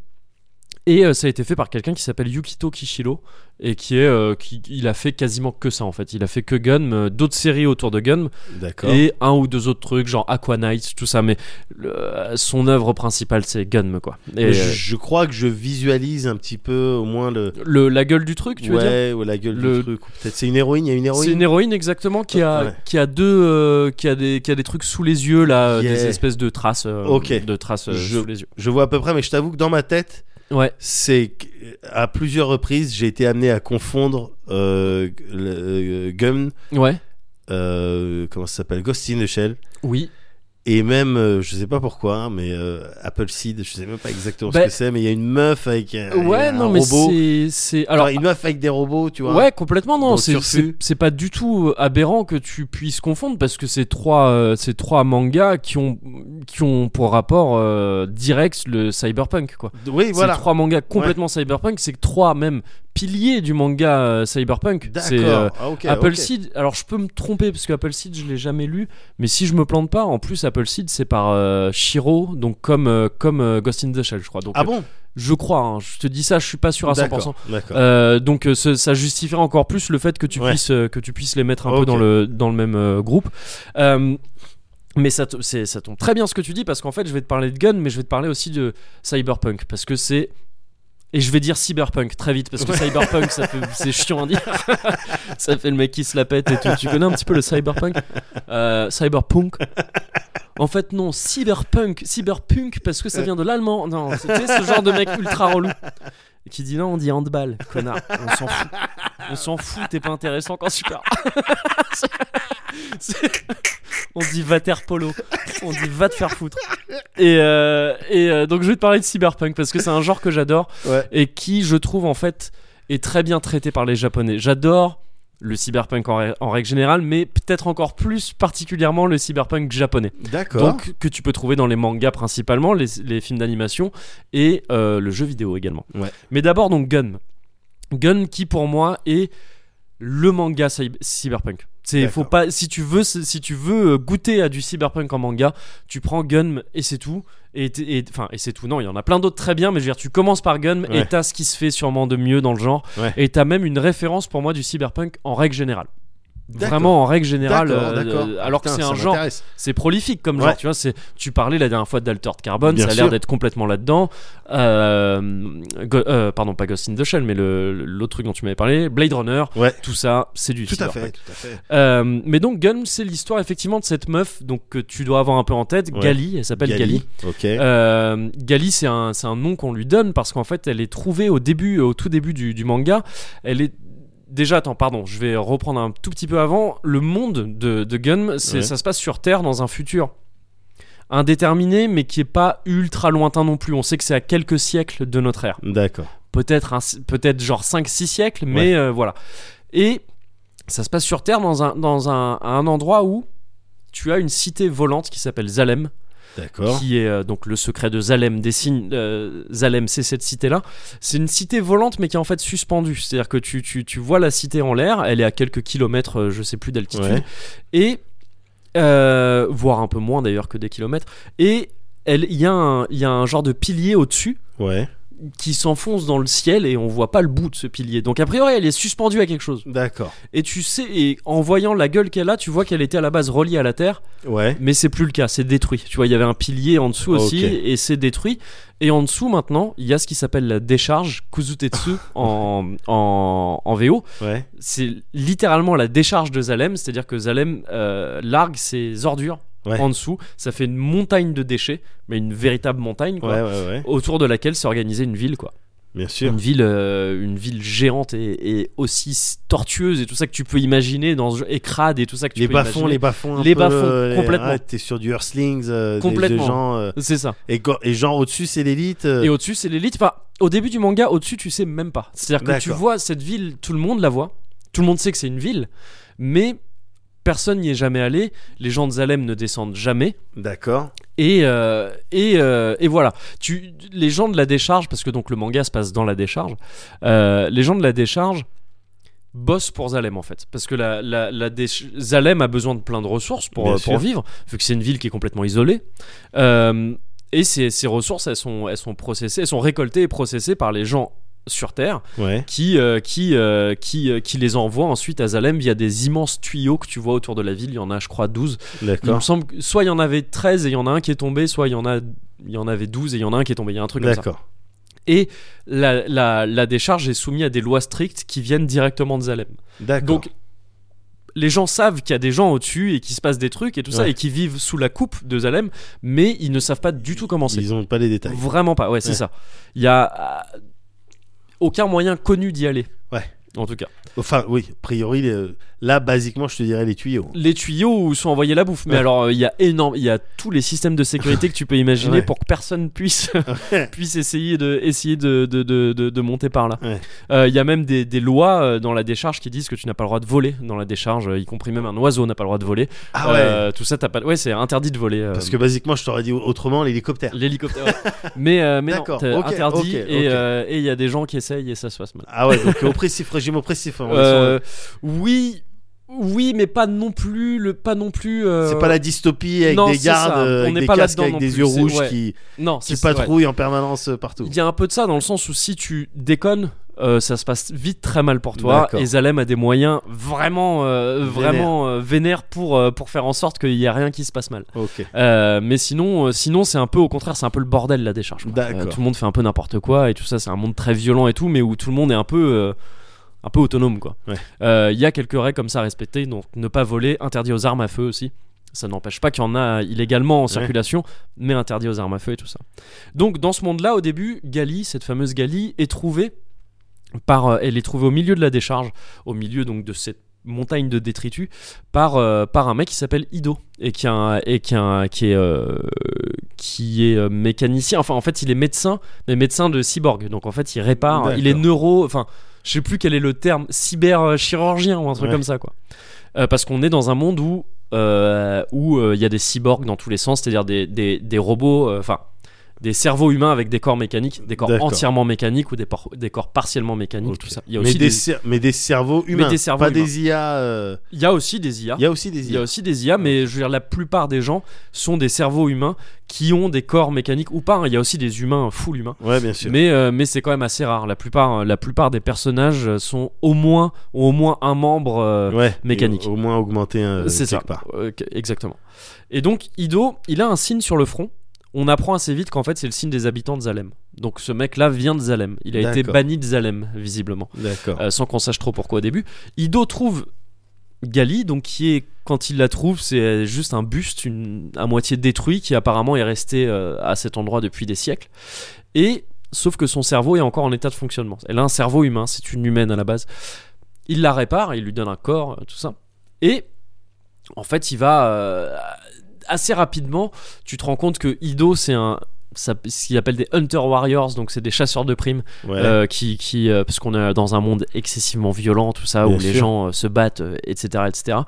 [SPEAKER 1] Et euh, ça a été fait par quelqu'un qui s'appelle Yukito Kishiro et qui est, euh, qui, il a fait quasiment que ça en fait. Il a fait que Gun, d'autres séries autour de Gun,
[SPEAKER 2] D'accord.
[SPEAKER 1] et un ou deux autres trucs genre Aqua Knight, tout ça. Mais le- son œuvre principale c'est Gun quoi. Et,
[SPEAKER 2] Mais je,
[SPEAKER 1] euh,
[SPEAKER 2] je crois que je visualise un petit peu au moins le.
[SPEAKER 1] le, la gueule du truc, tu veux dire
[SPEAKER 2] ouais, ou la gueule
[SPEAKER 1] Le-
[SPEAKER 2] du truc. ou Peut-être c'est une héroïne, il y a une héroïne.
[SPEAKER 1] C'est une héroïne exactement qui a,
[SPEAKER 2] Ouais.
[SPEAKER 1] qui a deux euh, qui a des qui a des trucs sous les yeux là, euh,
[SPEAKER 2] Yeah.
[SPEAKER 1] des espèces de traces euh,
[SPEAKER 2] Ok.
[SPEAKER 1] de traces euh,
[SPEAKER 2] Je-
[SPEAKER 1] sous les yeux.
[SPEAKER 2] Je vois à peu près, mais je t'avoue que dans ma tête,
[SPEAKER 1] Ouais.
[SPEAKER 2] c'est que- à plusieurs reprises j'ai été amené à confondre euh, le- euh, Gum,
[SPEAKER 1] Ouais.
[SPEAKER 2] euh, comment ça s'appelle, Ghost in the Shell
[SPEAKER 1] Oui.
[SPEAKER 2] Et même, euh, je sais pas pourquoi, hein, mais euh, Apple Seed, je sais même pas exactement ce
[SPEAKER 1] Bah,
[SPEAKER 2] que c'est, mais il y a une meuf avec un,
[SPEAKER 1] ouais,
[SPEAKER 2] un
[SPEAKER 1] non, mais
[SPEAKER 2] robot.
[SPEAKER 1] c'est- c'est.
[SPEAKER 2] Alors,
[SPEAKER 1] Alors,
[SPEAKER 2] une meuf avec des robots, tu vois.
[SPEAKER 1] ouais, complètement,
[SPEAKER 2] dans
[SPEAKER 1] non.
[SPEAKER 2] le
[SPEAKER 1] C'est c'est-
[SPEAKER 2] surplus.
[SPEAKER 1] c'est pas du tout euh, aberrant que tu puisses confondre parce que ces trois, euh, ces trois mangas qui ont, qui ont pour rapport euh, direct le cyberpunk, quoi.
[SPEAKER 2] Oui, voilà.
[SPEAKER 1] Ces trois mangas complètement cyberpunk, c'est trois même piliers du manga euh, cyberpunk. C'est,
[SPEAKER 2] D'accord.
[SPEAKER 1] euh,
[SPEAKER 2] Ah, ok,
[SPEAKER 1] Apple
[SPEAKER 2] ok.
[SPEAKER 1] Seed, alors je peux me tromper parce que Apple Seed je l'ai jamais lu, mais si je me plante pas, en plus Apple Seed c'est par euh, Shiro, donc comme, euh, comme euh, Ghost in the Shell, je crois. Donc
[SPEAKER 2] Ah
[SPEAKER 1] euh,
[SPEAKER 2] bon
[SPEAKER 1] je crois, hein, je te dis ça, je suis pas sûr à 100%.
[SPEAKER 2] D'accord. D'accord.
[SPEAKER 1] Euh, donc euh, ce- ça justifierait encore plus le fait que tu
[SPEAKER 2] Ouais.
[SPEAKER 1] puisses euh, que tu puisses les mettre un peu
[SPEAKER 2] Ok.
[SPEAKER 1] dans le dans le même euh, groupe. Euh, mais ça, to- c'est- ça tombe très bien ce que tu dis parce qu'en fait je vais te parler de Gun mais je vais te parler aussi de Cyberpunk parce que c'est et je vais dire Cyberpunk très vite parce que Cyberpunk ça fait- c'est chiant à dire ça fait le mec qui se la pète et tout tu connais un petit peu le Cyberpunk Euh, Cyberpunk en fait non Cyberpunk Cyberpunk parce que ça vient de l'allemand non c'était ce genre de mec ultra relou qui dit non on dit handball connard on s'en fout on s'en fout t'es pas intéressant quand tu parles C'est- c'est- on dit va terre polo on dit va te faire foutre et, euh, et euh, donc je vais te parler de cyberpunk parce que c'est un genre que j'adore
[SPEAKER 2] Ouais.
[SPEAKER 1] et qui je trouve en fait est très bien traité par les japonais j'adore le cyberpunk en, rè- en règle générale mais peut-être encore plus particulièrement le cyberpunk japonais
[SPEAKER 2] D'accord.
[SPEAKER 1] donc que tu peux trouver dans les mangas principalement les, les films d'animation et euh, le jeu vidéo également
[SPEAKER 2] Ouais.
[SPEAKER 1] mais d'abord donc Gun Gun qui pour moi est le manga cy- cyberpunk c'est
[SPEAKER 2] D'accord.
[SPEAKER 1] faut pas si tu veux si tu veux euh, goûter à du cyberpunk en manga tu prends Gun et c'est tout et t'es- et- enfin et, c'est tout non il y en a plein d'autres très bien mais je veux dire tu commences par Gun et
[SPEAKER 2] Ouais.
[SPEAKER 1] t'as ce qui se fait sûrement de mieux dans le genre
[SPEAKER 2] Ouais.
[SPEAKER 1] et t'as même une référence pour moi du cyberpunk en règle générale
[SPEAKER 2] D'accord.
[SPEAKER 1] vraiment en règle générale
[SPEAKER 2] D'accord,
[SPEAKER 1] euh,
[SPEAKER 2] d'accord.
[SPEAKER 1] alors
[SPEAKER 2] Putain,
[SPEAKER 1] que c'est
[SPEAKER 2] ça
[SPEAKER 1] un genre
[SPEAKER 2] m'intéresse.
[SPEAKER 1] c'est prolifique comme
[SPEAKER 2] Ouais.
[SPEAKER 1] genre, tu vois. C'est, tu parlais la dernière fois d'Altered Carbon,
[SPEAKER 2] Bien
[SPEAKER 1] ça a l'air
[SPEAKER 2] sûr.
[SPEAKER 1] d'être complètement là-dedans. Euh, Go- euh, pardon, pas Ghost in the Shell, mais le, le- l'autre truc dont tu m'avais parlé, Blade Runner,
[SPEAKER 2] Ouais.
[SPEAKER 1] tout ça, c'est du
[SPEAKER 2] Tout à
[SPEAKER 1] cyberpunk.
[SPEAKER 2] fait. Tout à fait.
[SPEAKER 1] Euh, mais donc, Gun, c'est l'histoire effectivement de cette meuf donc, que tu dois avoir un peu en tête,
[SPEAKER 2] Ouais.
[SPEAKER 1] Gali, elle s'appelle Gali.
[SPEAKER 2] Ok.
[SPEAKER 1] Euh, Gali, c'est un, c'est un nom qu'on lui donne parce qu'en fait, elle est trouvée au début, euh, au tout début du, du manga. Elle est déjà, attends, pardon, je vais reprendre un tout petit peu avant. Le monde de, de Gun, c'est-
[SPEAKER 2] Ouais.
[SPEAKER 1] ça se passe sur Terre dans un futur indéterminé, mais qui est pas ultra lointain non plus. On sait que c'est à quelques siècles de notre ère
[SPEAKER 2] D'accord.
[SPEAKER 1] peut-être un- peut-être genre 5-6 siècles, mais euh, voilà. Et ça se passe sur Terre dans un, dans un, à un endroit où tu as une cité volante qui s'appelle Zalem,
[SPEAKER 2] D'accord.
[SPEAKER 1] qui est euh, donc le secret de Zalem des signes. euh, Zalem, c'est cette cité-là. C'est une cité volante, mais qui est en fait suspendue. C'est-à-dire que tu, tu, tu vois la cité en l'air, elle est à quelques kilomètres, euh, je sais plus, d'altitude,
[SPEAKER 2] Ouais.
[SPEAKER 1] et euh, voire un peu moins d'ailleurs que des kilomètres. Et elle- il y, a un- il y a un genre de pilier au-dessus
[SPEAKER 2] Ouais.
[SPEAKER 1] qui s'enfonce dans le ciel et on voit pas le bout de ce pilier. Donc a priori, elle est suspendue à quelque chose.
[SPEAKER 2] D'accord.
[SPEAKER 1] Et tu sais, et en voyant la gueule qu'elle a, tu vois qu'elle était à la base reliée à la terre,
[SPEAKER 2] Ouais.
[SPEAKER 1] mais c'est plus le cas, c'est détruit. Tu vois, il y avait un pilier en dessous aussi
[SPEAKER 2] Ok.
[SPEAKER 1] et c'est détruit. Et en dessous maintenant, il y a ce qui s'appelle la décharge Kuzutetsu en, en, en VO.
[SPEAKER 2] Ouais.
[SPEAKER 1] C'est littéralement la décharge de Zalem, c'est-à-dire que Zalem euh, largue ses ordures
[SPEAKER 2] Ouais.
[SPEAKER 1] en dessous. Ça fait une montagne de déchets, mais une véritable montagne, quoi,
[SPEAKER 2] Ouais, ouais, ouais.
[SPEAKER 1] autour de laquelle s'est organisée une ville, quoi
[SPEAKER 2] Bien sûr.
[SPEAKER 1] une ville euh, une ville géante et, et aussi s- tortueuse et tout ça que tu peux imaginer dans ce jeu, et crade et tout ça que tu
[SPEAKER 2] Les
[SPEAKER 1] peux
[SPEAKER 2] bas-fonds, les
[SPEAKER 1] imaginer.
[SPEAKER 2] bas-fonds. un
[SPEAKER 1] Les
[SPEAKER 2] peu,
[SPEAKER 1] bas-fonds,
[SPEAKER 2] euh, les-
[SPEAKER 1] complètement.
[SPEAKER 2] ah, T'es sur du Earthlings. euh, des-
[SPEAKER 1] Complètement.
[SPEAKER 2] des gens, euh,
[SPEAKER 1] c'est ça
[SPEAKER 2] Et, go- et genre au-dessus, c'est l'élite. euh,
[SPEAKER 1] et au-dessus c'est l'élite enfin au début du manga au-dessus tu sais même pas c'est-à-dire que tu
[SPEAKER 2] D'accord.
[SPEAKER 1] vois cette ville tout le monde la voit tout le monde sait que c'est une ville mais personne n'y est jamais allé les gens de Zalem ne descendent jamais
[SPEAKER 2] D'accord.
[SPEAKER 1] et euh, et, euh, et voilà tu les gens de la décharge parce que donc le manga se passe dans la décharge euh, les gens de la décharge bossent pour Zalem en fait parce que la, la, la déch- Zalem a besoin de plein de ressources pour,
[SPEAKER 2] Bien
[SPEAKER 1] euh, pour
[SPEAKER 2] sûr.
[SPEAKER 1] vivre vu que c'est une ville qui est complètement isolée Euh, et ces, ces ressources elles sont elles sont processées elles sont récoltées et processées par les gens sur Terre
[SPEAKER 2] Ouais.
[SPEAKER 1] qui, euh, qui, euh, qui, euh, qui les envoie ensuite à Zalem via des immenses tuyaux que tu vois autour de la ville. Il y en a, je crois, 12. Il me
[SPEAKER 2] D'accord.
[SPEAKER 1] semble que soit il y en avait 13 et il y en a un qui est tombé, soit il y en a il y en avait 12 et il y en a un qui est tombé. Il y a un truc comme ça.
[SPEAKER 2] D'accord.
[SPEAKER 1] Et la, la, la décharge est soumise à des lois strictes qui viennent directement de Zalem.
[SPEAKER 2] D'accord.
[SPEAKER 1] Donc les gens savent qu'il y a des gens au-dessus et qu'il se passe des trucs et tout ça
[SPEAKER 2] Ouais.
[SPEAKER 1] et qui vivent sous la coupe de Zalem, mais ils ne savent pas du tout comment c'est.
[SPEAKER 2] Ils ont pas les détails.
[SPEAKER 1] Vraiment pas, ouais, c'est
[SPEAKER 2] Ouais.
[SPEAKER 1] ça. Il y a euh, aucun moyen connu d'y aller.
[SPEAKER 2] Ouais.
[SPEAKER 1] en tout cas.
[SPEAKER 2] Enfin, oui, a priori, euh, là, basiquement, je te dirais les tuyaux.
[SPEAKER 1] Les tuyaux où sont envoyés la bouffe. Mais
[SPEAKER 2] Ouais.
[SPEAKER 1] alors, euh, il y a énorme, il y a tous les systèmes de sécurité que tu peux imaginer
[SPEAKER 2] Ouais.
[SPEAKER 1] pour que personne puisse puisse essayer de essayer de, de, de, de- de monter par là.
[SPEAKER 2] Ouais.
[SPEAKER 1] Euh, Il y a même des, des lois euh, dans la décharge qui disent que tu n'as pas le droit de voler dans la décharge, euh, y compris même un oiseau n'a pas le droit de voler.
[SPEAKER 2] Ah ouais.
[SPEAKER 1] Euh, tout ça, t'as pas. Ouais, c'est interdit de voler. euh,
[SPEAKER 2] Parce que basiquement, je t'aurais dit autrement l'hélicoptère.
[SPEAKER 1] L'hélicoptère. ouais. mais euh, mais non,
[SPEAKER 2] D'accord,
[SPEAKER 1] t'es
[SPEAKER 2] ok,
[SPEAKER 1] interdit
[SPEAKER 2] ok,
[SPEAKER 1] et
[SPEAKER 2] ok.
[SPEAKER 1] euh, et il y a des gens qui essayent et ça se passe mal.
[SPEAKER 2] Ah ouais, donc oppressif, régime oppressif. hein, on est
[SPEAKER 1] Euh, oui, oui, mais pas non plus le pas non plus.
[SPEAKER 2] sur-
[SPEAKER 1] euh,
[SPEAKER 2] C'est pas la dystopie avec
[SPEAKER 1] non,
[SPEAKER 2] des
[SPEAKER 1] c'est ça.
[SPEAKER 2] gardes, euh,
[SPEAKER 1] On
[SPEAKER 2] avec
[SPEAKER 1] n'est
[SPEAKER 2] des
[SPEAKER 1] pas
[SPEAKER 2] casques,
[SPEAKER 1] là-dedans
[SPEAKER 2] avec
[SPEAKER 1] non
[SPEAKER 2] des
[SPEAKER 1] plus,
[SPEAKER 2] yeux
[SPEAKER 1] c'est-
[SPEAKER 2] rouges
[SPEAKER 1] ouais.
[SPEAKER 2] qui,
[SPEAKER 1] Non,
[SPEAKER 2] qui
[SPEAKER 1] c'est ça, ouais.
[SPEAKER 2] patrouillent en permanence euh, partout.
[SPEAKER 1] Il y a un peu de ça dans le sens où si tu déconnes, euh, ça se passe vite très mal pour toi.
[SPEAKER 2] D'accord.
[SPEAKER 1] Et Zalem a des moyens vraiment, euh, vraiment euh, vénères pour, euh, pour faire en sorte qu'il n'y a rien qui se passe mal.
[SPEAKER 2] Ok.
[SPEAKER 1] Euh, mais sinon, euh, sinon c'est un peu au contraire, c'est un peu le bordel la décharge. quoi. Euh,
[SPEAKER 2] D'accord.
[SPEAKER 1] tout le monde fait un peu n'importe quoi et tout ça. C'est un monde très violent et tout, mais où tout le monde est un peu. euh, un peu autonome quoi. Euh,
[SPEAKER 2] Ouais.
[SPEAKER 1] Il y a quelques règles comme ça à respecter, donc ne pas voler, interdit aux armes à feu aussi. Ça n'empêche pas qu'il y en a illégalement en circulation, mais interdit aux armes à feu et tout ça. Donc dans ce monde-là, au début, Gali, cette fameuse Gali, est trouvée par, euh, elle est trouvée au milieu de la décharge, au milieu donc de cette montagne de détritus, par, euh, par un mec qui s'appelle Ido et qui, a un- et qui, a un- qui est, euh, qui est euh, mécanicien. Enfin, en fait, il est médecin, mais médecin de cyborg. Donc en fait, il répare, hein, il est
[SPEAKER 2] D'accord.
[SPEAKER 1] neuro, enfin, je sais plus quel est le terme, cyberchirurgien ou un truc
[SPEAKER 2] Ouais.
[SPEAKER 1] comme ça quoi. Euh, parce qu'on est dans un monde où euh, où euh, il y a des cyborgs dans tous les sens, c'est-à-dire des, des, des robots, euh, enfin des cerveaux humains avec des corps mécaniques, des corps
[SPEAKER 2] D'accord.
[SPEAKER 1] entièrement mécaniques ou des, por- des corps partiellement mécaniques,
[SPEAKER 2] Ok.
[SPEAKER 1] tout ça. Il y a
[SPEAKER 2] mais,
[SPEAKER 1] aussi
[SPEAKER 2] des...
[SPEAKER 1] des,
[SPEAKER 2] cer- mais des cerveaux humains,
[SPEAKER 1] des cerveaux
[SPEAKER 2] pas
[SPEAKER 1] humains.
[SPEAKER 2] des IA. euh,
[SPEAKER 1] il y a aussi des IA.
[SPEAKER 2] Il y a aussi des
[SPEAKER 1] Il y a
[SPEAKER 2] IA.
[SPEAKER 1] aussi des IA, mais je veux dire, la plupart des gens sont des cerveaux humains qui ont des corps mécaniques ou pas. hein. Il y a aussi des humains, full humains.
[SPEAKER 2] Ouais, bien sûr.
[SPEAKER 1] Mais, euh, mais c'est quand même assez rare. La plupart, euh, la plupart des personnages euh, sont au moins, ont au moins un membre euh,
[SPEAKER 2] Ouais,
[SPEAKER 1] mécanique.
[SPEAKER 2] et Au, au moins augmenter un.
[SPEAKER 1] c'est ça,
[SPEAKER 2] quelque part.
[SPEAKER 1] Euh, que- exactement. Et donc Ido, il a un signe sur le front. On apprend assez vite qu'en fait c'est le signe des habitants de Zalem. Donc ce mec-là vient de Zalem. Il a été
[SPEAKER 2] D'accord.
[SPEAKER 1] banni de Zalem, visiblement,
[SPEAKER 2] D'accord.
[SPEAKER 1] Euh, sans qu'on sache trop pourquoi au début. Ido trouve Gali, donc qui est quand il la trouve, c'est juste un buste une, à moitié détruit qui apparemment est resté euh, à cet endroit depuis des siècles. Et sauf que son cerveau est encore en état de fonctionnement. Elle a un cerveau humain, c'est une humaine à la base. Il la répare, il lui donne un corps, euh, tout ça. Et en fait, il va euh, assez rapidement. Tu te rends compte que Ido, c'est un ça- ce qu'il appelle des Hunter Warriors, donc c'est des chasseurs de primes,
[SPEAKER 2] Ouais.
[SPEAKER 1] euh, qui, qui, euh, parce qu'on est dans un monde excessivement violent, tout ça,
[SPEAKER 2] Bien
[SPEAKER 1] où les
[SPEAKER 2] sûr.
[SPEAKER 1] gens euh, se battent, euh, etc., etc.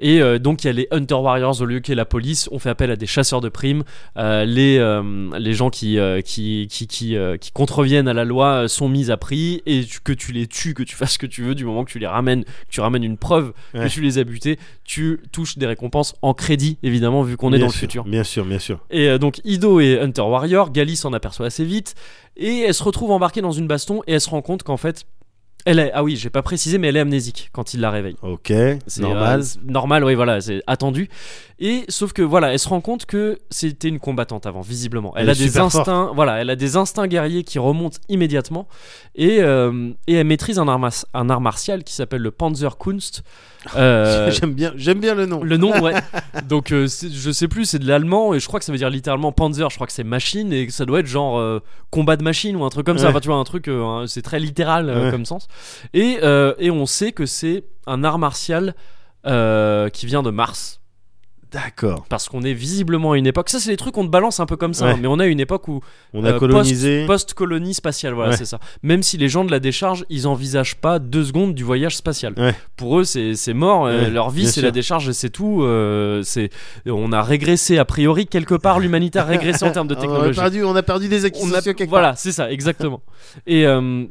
[SPEAKER 1] Et euh, donc il y a les Hunter Warriors au lieu qu'il y ait la police, on fait appel à des chasseurs de primes. Euh, les euh, les gens qui euh, qui qui qui, euh, qui contreviennent à la loi euh, sont mis à prix et tu- que tu les tues, que tu fasses ce que tu veux, du moment que tu les ramènes, que tu ramènes une preuve
[SPEAKER 2] Ouais.
[SPEAKER 1] que tu les as butés, tu touches des récompenses en crédit évidemment vu qu'on est dans
[SPEAKER 2] Bien
[SPEAKER 1] le
[SPEAKER 2] sûr,
[SPEAKER 1] futur.
[SPEAKER 2] Bien sûr, bien sûr.
[SPEAKER 1] Et euh, donc Ido et Hunter Warrior, Gali s'en aperçoit assez vite, et elle se retrouve embarquée dans une baston, et elle se rend compte qu'en fait, elle est, ah oui, j'ai pas précisé, mais elle est amnésique quand il la réveille.
[SPEAKER 2] Ok.
[SPEAKER 1] C'est,
[SPEAKER 2] Normal.
[SPEAKER 1] euh, c'est normal, oui, voilà, c'est attendu. Et sauf que voilà, elle se rend compte que c'était une combattante avant, visiblement. Elle,
[SPEAKER 2] Elle
[SPEAKER 1] a
[SPEAKER 2] est
[SPEAKER 1] des
[SPEAKER 2] super
[SPEAKER 1] instincts, voilà, elle a des instincts guerriers qui remontent immédiatement, et, euh, et elle maîtrise un art, mas- un art martial qui s'appelle le Panzerkunst. Euh,
[SPEAKER 2] J'aime bien, j'aime bien le nom.
[SPEAKER 1] le nom, ouais. Donc, euh, c'est- je sais plus, c'est de l'allemand et je crois que ça veut dire littéralement Panzer. Je crois que c'est machine et que ça doit être genre euh, combat de machine ou un truc comme ça.
[SPEAKER 2] Ouais.
[SPEAKER 1] Enfin, tu vois, un truc, euh, hein, c'est très littéral euh,
[SPEAKER 2] Ouais.
[SPEAKER 1] comme sens. Et, euh, et on sait que c'est un art martial euh, qui vient de Mars
[SPEAKER 2] D'accord.
[SPEAKER 1] parce qu'on est visiblement à une époque. Ça, c'est des trucs qu'on te balance un peu comme ça,
[SPEAKER 2] Ouais.
[SPEAKER 1] hein, mais on a une époque où
[SPEAKER 2] On a
[SPEAKER 1] euh,
[SPEAKER 2] colonisé.
[SPEAKER 1] post- post-colonie spatiale, voilà,
[SPEAKER 2] Ouais.
[SPEAKER 1] c'est ça. Même si les gens de la décharge, ils envisagent pas deux secondes du voyage spatial.
[SPEAKER 2] Ouais.
[SPEAKER 1] Pour eux, c'est c'est mort. euh,
[SPEAKER 2] Ouais,
[SPEAKER 1] leur vie,
[SPEAKER 2] bien
[SPEAKER 1] c'est la
[SPEAKER 2] sûr.
[SPEAKER 1] décharge et c'est tout. euh, c'est on a régressé a priori quelque part. L'humanité a régressé en termes de
[SPEAKER 2] Ah, on, a
[SPEAKER 1] technologie.
[SPEAKER 2] perdu, on a perdu des acquis
[SPEAKER 1] On a-
[SPEAKER 2] sociaux quelque part.
[SPEAKER 1] voilà, c'est ça, exactement. et euh,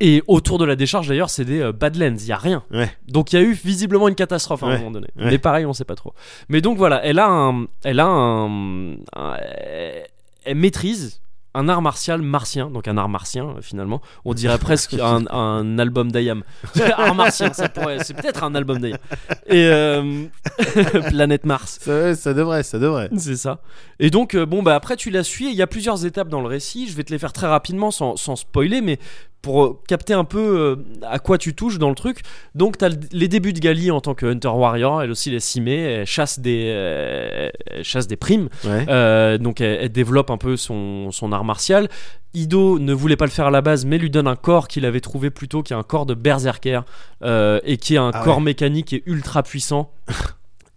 [SPEAKER 1] et autour de la décharge, d'ailleurs, c'est des euh, Badlands. Il y a rien.
[SPEAKER 2] Ouais.
[SPEAKER 1] Donc il y a eu visiblement une catastrophe à un
[SPEAKER 2] Ouais,
[SPEAKER 1] moment donné.
[SPEAKER 2] ouais.
[SPEAKER 1] Mais pareil, on sait pas trop. Mais donc voilà, elle a un, elle a un, un- elle- elle maîtrise un art martial martien, donc un art martien euh, finalement. On dirait presque un, un album d'Ayam. art martien, ça pourrait- c'est peut-être un album d'Ayam. Et euh, planète Mars.
[SPEAKER 2] Ça, ça devrait, ça devrait.
[SPEAKER 1] C'est ça. Et donc, euh, bon, bah après, tu la suis et il y a plusieurs étapes dans le récit. Je vais te les faire très rapidement sans, sans spoiler, mais pour euh, capter un peu euh, à quoi tu touches dans le truc. Donc t'as le- les débuts de Gali en tant que Hunter Warrior, elle aussi elle est cimée, elle chasse des, euh, elle chasse des primes.
[SPEAKER 2] Ouais.
[SPEAKER 1] Euh, donc elle, elle développe un peu son, son art martial. Ido ne voulait pas le faire à la base, mais lui donne un corps qu'il avait trouvé plus tôt, qui est un corps de berserker, euh, et qui est un
[SPEAKER 2] Ah
[SPEAKER 1] corps
[SPEAKER 2] ouais.
[SPEAKER 1] mécanique et ultra puissant.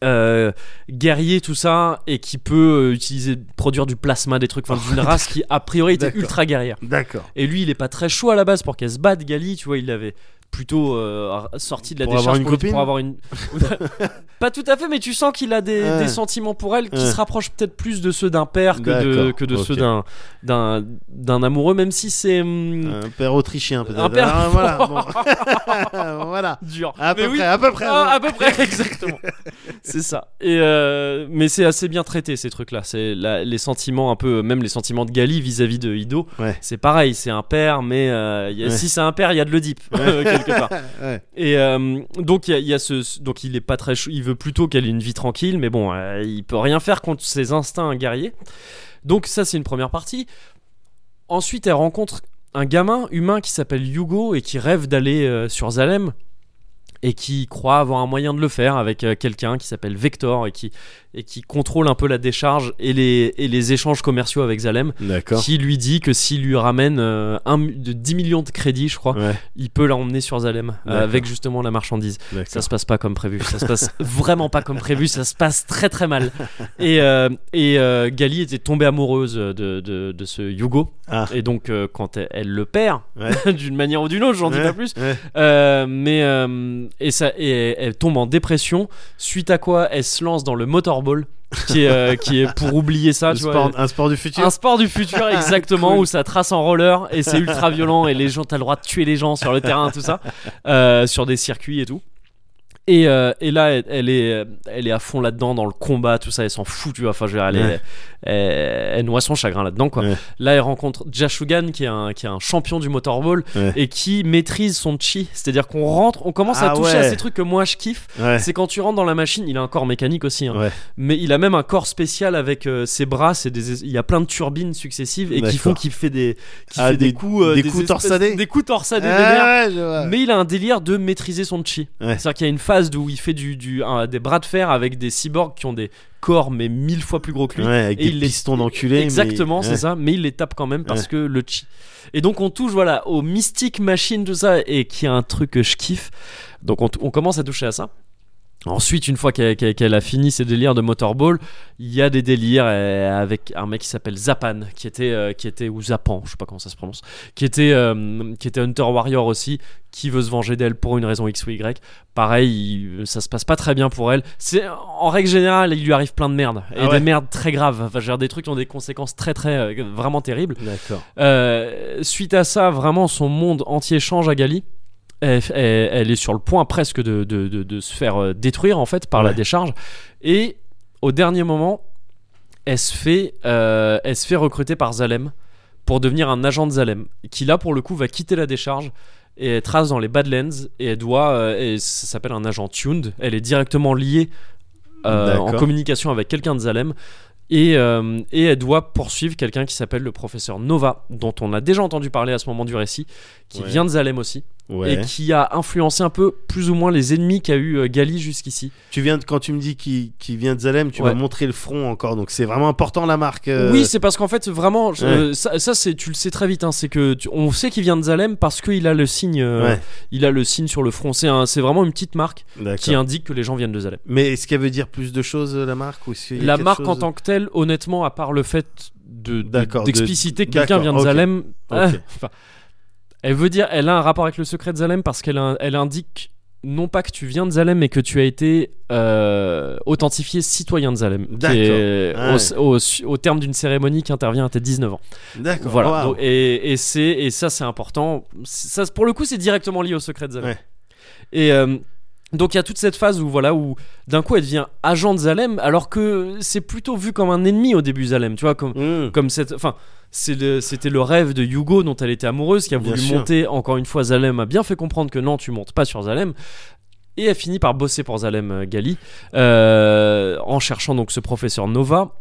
[SPEAKER 1] Euh, guerrier tout ça et qui peut euh, utiliser produire du plasma des trucs enfin d'une race qui a priori était
[SPEAKER 2] D'accord.
[SPEAKER 1] ultra guerrière
[SPEAKER 2] D'accord.
[SPEAKER 1] et lui il est pas très chaud à la base pour qu'elle se batte Gali tu vois il l'avait plutôt euh, sorti de la
[SPEAKER 2] Pour
[SPEAKER 1] décharge
[SPEAKER 2] avoir une
[SPEAKER 1] politique,
[SPEAKER 2] copine
[SPEAKER 1] pour avoir une pas tout à fait mais tu sens qu'il a des,
[SPEAKER 2] Ouais.
[SPEAKER 1] des sentiments pour elle qui
[SPEAKER 2] Ouais.
[SPEAKER 1] se rapprochent peut-être plus de ceux d'un père que de,
[SPEAKER 2] D'accord,
[SPEAKER 1] que de ceux
[SPEAKER 2] ok.
[SPEAKER 1] d'un d'un d'un amoureux même si c'est hum,
[SPEAKER 2] Un père autrichien peut-être.
[SPEAKER 1] Un père-
[SPEAKER 2] Ah, voilà. bon. voilà.
[SPEAKER 1] dur
[SPEAKER 2] À
[SPEAKER 1] mais
[SPEAKER 2] peu,
[SPEAKER 1] oui
[SPEAKER 2] près, à peu près. hein.
[SPEAKER 1] ah, à peu près, exactement. c'est ça. Et euh, mais c'est assez bien traité ces trucs-là. C'est la- les sentiments un peu, même les sentiments de Gali vis-à-vis de Ido.
[SPEAKER 2] Ouais.
[SPEAKER 1] C'est pareil, c'est un père, mais euh, il y a-
[SPEAKER 2] Ouais.
[SPEAKER 1] si c'est un père, il y a de l'Oedipe quelque part.
[SPEAKER 2] Ouais.
[SPEAKER 1] Et euh, donc il y a, il y a ce, ce- donc il est pas très, chou- il veut plutôt qu'elle ait une vie tranquille, mais bon, euh, il peut rien faire contre ses instincts guerriers. Donc ça c'est une première partie. Ensuite elle rencontre un gamin humain qui s'appelle Hugo et qui rêve d'aller euh, sur Zalem et qui croit avoir un moyen de le faire avec euh, quelqu'un qui s'appelle Vector et qui, et qui contrôle un peu la décharge et les, et les échanges commerciaux avec Zalem
[SPEAKER 2] D'accord.
[SPEAKER 1] qui lui dit que s'il lui ramène euh, un, mi- de 10 millions de crédits je crois
[SPEAKER 2] Ouais.
[SPEAKER 1] il peut l'emmener sur Zalem euh,
[SPEAKER 2] D'accord.
[SPEAKER 1] avec justement la marchandise. Ça
[SPEAKER 2] D'accord.
[SPEAKER 1] se passe pas comme prévu. Ça se passe vraiment pas comme prévu. Ça se passe très très mal. Et, euh, et euh, Gali était tombée amoureuse de, de, de ce Hugo.
[SPEAKER 2] Ah.
[SPEAKER 1] Et donc, euh, quand elle, elle le perd,
[SPEAKER 2] Ouais.
[SPEAKER 1] d'une manière ou d'une autre, j'en dis
[SPEAKER 2] Ouais.
[SPEAKER 1] pas plus.
[SPEAKER 2] Ouais.
[SPEAKER 1] euh, mais euh, et ça, et elle, elle tombe en dépression. Suite à quoi, elle se lance dans le motorball, qui est, euh, qui est pour oublier ça.
[SPEAKER 2] Le
[SPEAKER 1] tu vois,
[SPEAKER 2] sport- un sport du futur. Ah,
[SPEAKER 1] un sport du futur, exactement,
[SPEAKER 2] Cool.
[SPEAKER 1] où ça trace en roller et c'est ultra violent et les gens, t'as le droit de tuer les gens sur le terrain, tout ça, euh, sur des circuits et tout. Et, euh, et là, elle, elle est, euh, elle est à fond là-dedans, dans le combat, tout ça, elle s'en fout, tu vois. Enfin, je veux dire, elle, est-
[SPEAKER 2] Ouais.
[SPEAKER 1] elle- elle noie son chagrin là-dedans, quoi.
[SPEAKER 2] Ouais.
[SPEAKER 1] Là, elle rencontre Jashugan, qui est un, qui est un champion du motorball
[SPEAKER 2] Ouais.
[SPEAKER 1] et qui maîtrise son chi. C'est-à-dire qu'on rentre, on commence à
[SPEAKER 2] Ah
[SPEAKER 1] toucher à
[SPEAKER 2] ouais.
[SPEAKER 1] ces trucs que moi je kiffe.
[SPEAKER 2] Ouais.
[SPEAKER 1] C'est quand tu rentres dans la machine, il a un corps mécanique aussi, hein
[SPEAKER 2] Ouais.
[SPEAKER 1] mais il a même un corps spécial avec euh, ses bras c'est des il y a plein de turbines successives et qui
[SPEAKER 2] D'accord.
[SPEAKER 1] font qu'il fait des qui
[SPEAKER 2] Ah,
[SPEAKER 1] fait des,
[SPEAKER 2] des-
[SPEAKER 1] coups euh,
[SPEAKER 2] des coups
[SPEAKER 1] espèces-
[SPEAKER 2] torsadés
[SPEAKER 1] des coups torsadés
[SPEAKER 2] Ah,
[SPEAKER 1] de nerfs.
[SPEAKER 2] ouais, je vois.
[SPEAKER 1] mais il a un délire de maîtriser son chi
[SPEAKER 2] Ouais.
[SPEAKER 1] c'est-à-dire qu'il y a une phase d'où il fait du, du un- des bras de fer avec des cyborgs qui ont des corps mais mille fois plus gros que lui
[SPEAKER 2] Ouais, avec
[SPEAKER 1] et il
[SPEAKER 2] des
[SPEAKER 1] les-
[SPEAKER 2] pistons d'enculés. mais-
[SPEAKER 1] Exactement, c'est
[SPEAKER 2] Ouais.
[SPEAKER 1] ça. Mais il les tape quand même parce
[SPEAKER 2] Ouais.
[SPEAKER 1] que le chi. Et donc on touche voilà au mystique machine tout ça et qui est un truc que je kiffe. Donc on, t- on commence à toucher à ça. Ensuite, une fois qu'elle qu'elle- qu'elle a fini ses délires de motorball, il y a des délires euh, avec un mec qui s'appelle Zapan, qui était, euh, qui était ou Zapan, je sais pas comment ça se prononce, qui était, euh, qui était Hunter Warrior aussi, qui veut se venger d'elle pour une raison X ou Y. Pareil, il- ça se passe pas très bien pour elle. C'est en règle générale, il lui arrive plein de merdes et
[SPEAKER 2] Ah ouais.
[SPEAKER 1] des merdes très graves. Enfin, je veux dire, des trucs qui ont des conséquences très très euh, vraiment terribles.
[SPEAKER 2] D'accord.
[SPEAKER 1] Euh, suite à ça, vraiment, son monde entier change à Gali. Elle, elle- elle est sur le point presque de, de- de- de se faire euh, détruire en fait par la
[SPEAKER 2] Ouais.
[SPEAKER 1] décharge. Et au dernier moment, elle se fait, euh, elle se fait recruter par Zalem pour devenir un agent de Zalem, qui là pour le coup va quitter la décharge et elle trace dans les Badlands et elle doit, euh, et ça s'appelle un agent tuned. Elle est directement liée euh, en
[SPEAKER 2] D'accord.
[SPEAKER 1] communication avec quelqu'un de Zalem et, euh, et elle doit poursuivre quelqu'un qui s'appelle le professeur Nova, dont on a déjà entendu parler à ce moment du récit, qui
[SPEAKER 2] Ouais.
[SPEAKER 1] vient de Zalem aussi,
[SPEAKER 2] Ouais.
[SPEAKER 1] et qui a influencé un peu plus ou moins les ennemis qu'a eu euh, Gali jusqu'ici.
[SPEAKER 2] Tu viens de, quand tu me dis qu'il qu'il vient de Zalem, tu
[SPEAKER 1] Ouais.
[SPEAKER 2] m'as montré le front encore, donc c'est vraiment important la marque. euh,
[SPEAKER 1] Oui, c'est parce qu'en fait, vraiment, je-
[SPEAKER 2] ouais.
[SPEAKER 1] euh, ça, ça, c'est, tu le sais très vite, hein, c'est que tu- on sait qu'il vient de Zalem parce qu'il a le signe, euh,
[SPEAKER 2] Ouais.
[SPEAKER 1] il a le signe sur le front. C'est, un- c'est vraiment une petite marque
[SPEAKER 2] D'accord.
[SPEAKER 1] qui indique que les gens viennent de Zalem.
[SPEAKER 2] Mais est-ce qu'elle veut dire plus de choses euh, la marque ou est-ce qu'il y a
[SPEAKER 1] La
[SPEAKER 2] quelque
[SPEAKER 1] marque en
[SPEAKER 2] chose-
[SPEAKER 1] tant que telle, honnêtement, à part le fait de, de-
[SPEAKER 2] D'accord, de-
[SPEAKER 1] d'expliciter que quelqu'un
[SPEAKER 2] d'accord,
[SPEAKER 1] vient de
[SPEAKER 2] ok,
[SPEAKER 1] Zalem, ah,
[SPEAKER 2] ok.
[SPEAKER 1] enfin, elle veut dire, elle a un rapport avec le secret de Zalem parce qu'elle a- elle indique non pas que tu viens de Zalem, mais que tu as été euh, authentifié citoyen de Zalem, qui
[SPEAKER 2] D'accord,
[SPEAKER 1] est
[SPEAKER 2] ouais.
[SPEAKER 1] au, au- au terme d'une cérémonie qui intervient à tes 19 ans.
[SPEAKER 2] D'accord.
[SPEAKER 1] Ah. Voilà.
[SPEAKER 2] waouh.
[SPEAKER 1] Donc, et, et c'est et ça c'est important. C'est- Ça pour le coup c'est directement lié au secret de Zalem.
[SPEAKER 2] Ouais.
[SPEAKER 1] Et euh, donc il y a toute cette phase où voilà où d'un coup elle devient agent de Zalem alors que c'est plutôt vu comme un ennemi au début Zalem, tu vois comme
[SPEAKER 2] Mmh.
[SPEAKER 1] comme cette enfin c'est le- c'était le rêve de Hugo dont elle était amoureuse qui a
[SPEAKER 2] Bien
[SPEAKER 1] voulu
[SPEAKER 2] sûr.
[SPEAKER 1] monter encore une fois Zalem a bien fait comprendre que non tu montes pas sur Zalem et elle finit par bosser pour Zalem euh, Gali euh, en cherchant donc ce professeur Nova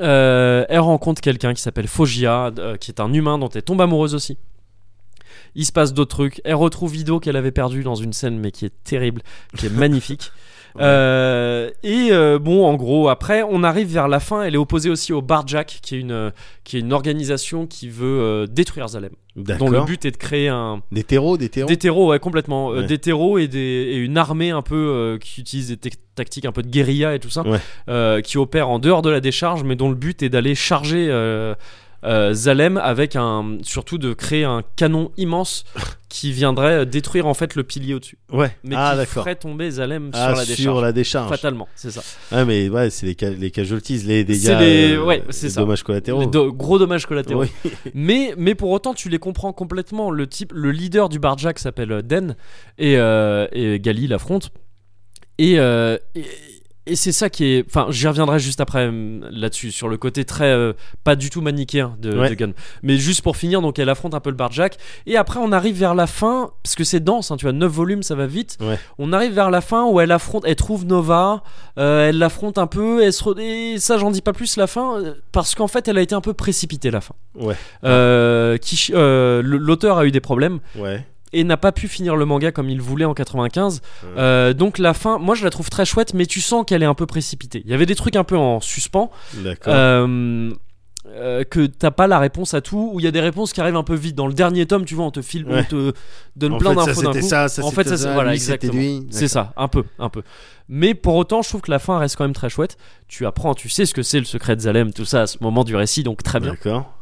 [SPEAKER 1] Euh, elle rencontre quelqu'un qui s'appelle Foggia euh, qui est un humain dont elle tombe amoureuse aussi Il se passe d'autres trucs. Elle retrouve Ido qu'elle avait perdu dans une scène, mais qui est terrible, qui est magnifique. Euh, et euh, bon, en gros, après, on arrive vers la fin. Elle est opposée aussi au Bar Jack, qui est une, euh, qui est une organisation qui veut euh, détruire Zalem, dont le
[SPEAKER 2] D'accord.
[SPEAKER 1] but est de créer un,
[SPEAKER 2] Des terreaux, des terreaux.
[SPEAKER 1] des terreaux, ouais, complètement. Euh,
[SPEAKER 2] Ouais.
[SPEAKER 1] Des terreaux et, des, et une armée un peu euh, qui utilise des tec- tactiques un peu de guérilla et tout ça,
[SPEAKER 2] Ouais.
[SPEAKER 1] euh, qui opère en dehors de la décharge, mais dont le but est d'aller charger euh, euh, Zalem avec un. surtout de créer un canon immense qui viendrait euh, détruire en fait le pilier au-dessus.
[SPEAKER 2] Ouais.
[SPEAKER 1] Mais
[SPEAKER 2] ah,
[SPEAKER 1] qui
[SPEAKER 2] d'accord.
[SPEAKER 1] ferait tomber Zalem
[SPEAKER 2] Ah,
[SPEAKER 1] sur la décharge.
[SPEAKER 2] décharge.
[SPEAKER 1] Fatalement, c'est ça.
[SPEAKER 2] Ah, mais ouais, c'est les, ca- les casualties, les dégâts.
[SPEAKER 1] C'est les-
[SPEAKER 2] euh,
[SPEAKER 1] ouais, c'est
[SPEAKER 2] les
[SPEAKER 1] ça.
[SPEAKER 2] Dommages collatéraux.
[SPEAKER 1] Les do- gros dommages collatéraux.
[SPEAKER 2] Oui.
[SPEAKER 1] Mais, mais pour autant, tu les comprends complètement. Le type, le leader du bar Jack s'appelle euh, Den et, euh, et Gali l'affronte. Et, euh, et, et c'est ça qui est. Enfin, j'y reviendrai juste après hum, là-dessus, sur le côté très. euh, pas du tout manichéen de,
[SPEAKER 2] Ouais.
[SPEAKER 1] de Gunn. Mais juste pour finir, donc elle affronte un peu le bar Jack. Et après, on arrive vers la fin, parce que c'est dense, hein, tu vois, 9 volumes, ça va vite.
[SPEAKER 2] Ouais.
[SPEAKER 1] On arrive vers la fin où elle affronte, elle trouve Nova, euh, elle l'affronte un peu, elle se re- et ça, j'en dis pas plus la fin, euh, parce qu'en fait, elle a été un peu précipitée la fin.
[SPEAKER 2] Ouais.
[SPEAKER 1] Euh, qui- euh, l- l'auteur a eu des problèmes
[SPEAKER 2] Ouais.
[SPEAKER 1] et n'a pas pu finir le manga comme il voulait en 95. Euh, donc la fin, moi je la trouve très chouette, mais tu sens qu'elle est un peu précipitée. Il y avait des trucs un peu en suspens.
[SPEAKER 2] D'accord.
[SPEAKER 1] Euh, euh, que t'as pas la réponse à tout, ou il y a des réponses qui arrivent un peu vite. Dans le dernier tome, tu vois, on te file, on
[SPEAKER 2] Ouais.
[SPEAKER 1] te donne
[SPEAKER 2] en
[SPEAKER 1] plein
[SPEAKER 2] fait, ça,
[SPEAKER 1] d'infos d'un
[SPEAKER 2] c'était
[SPEAKER 1] coup.
[SPEAKER 2] ça, ça,
[SPEAKER 1] En
[SPEAKER 2] c'était
[SPEAKER 1] fait, ça, c'est-
[SPEAKER 2] ça,
[SPEAKER 1] voilà,
[SPEAKER 2] lui, c'était
[SPEAKER 1] exactement.
[SPEAKER 2] lui.
[SPEAKER 1] C'est ça, un peu, un peu. Mais pour autant, je trouve que la fin reste quand même très chouette. Tu apprends, tu sais ce que c'est le secret de Zalem, tout ça à ce moment du récit, donc très bien.
[SPEAKER 2] D'accord.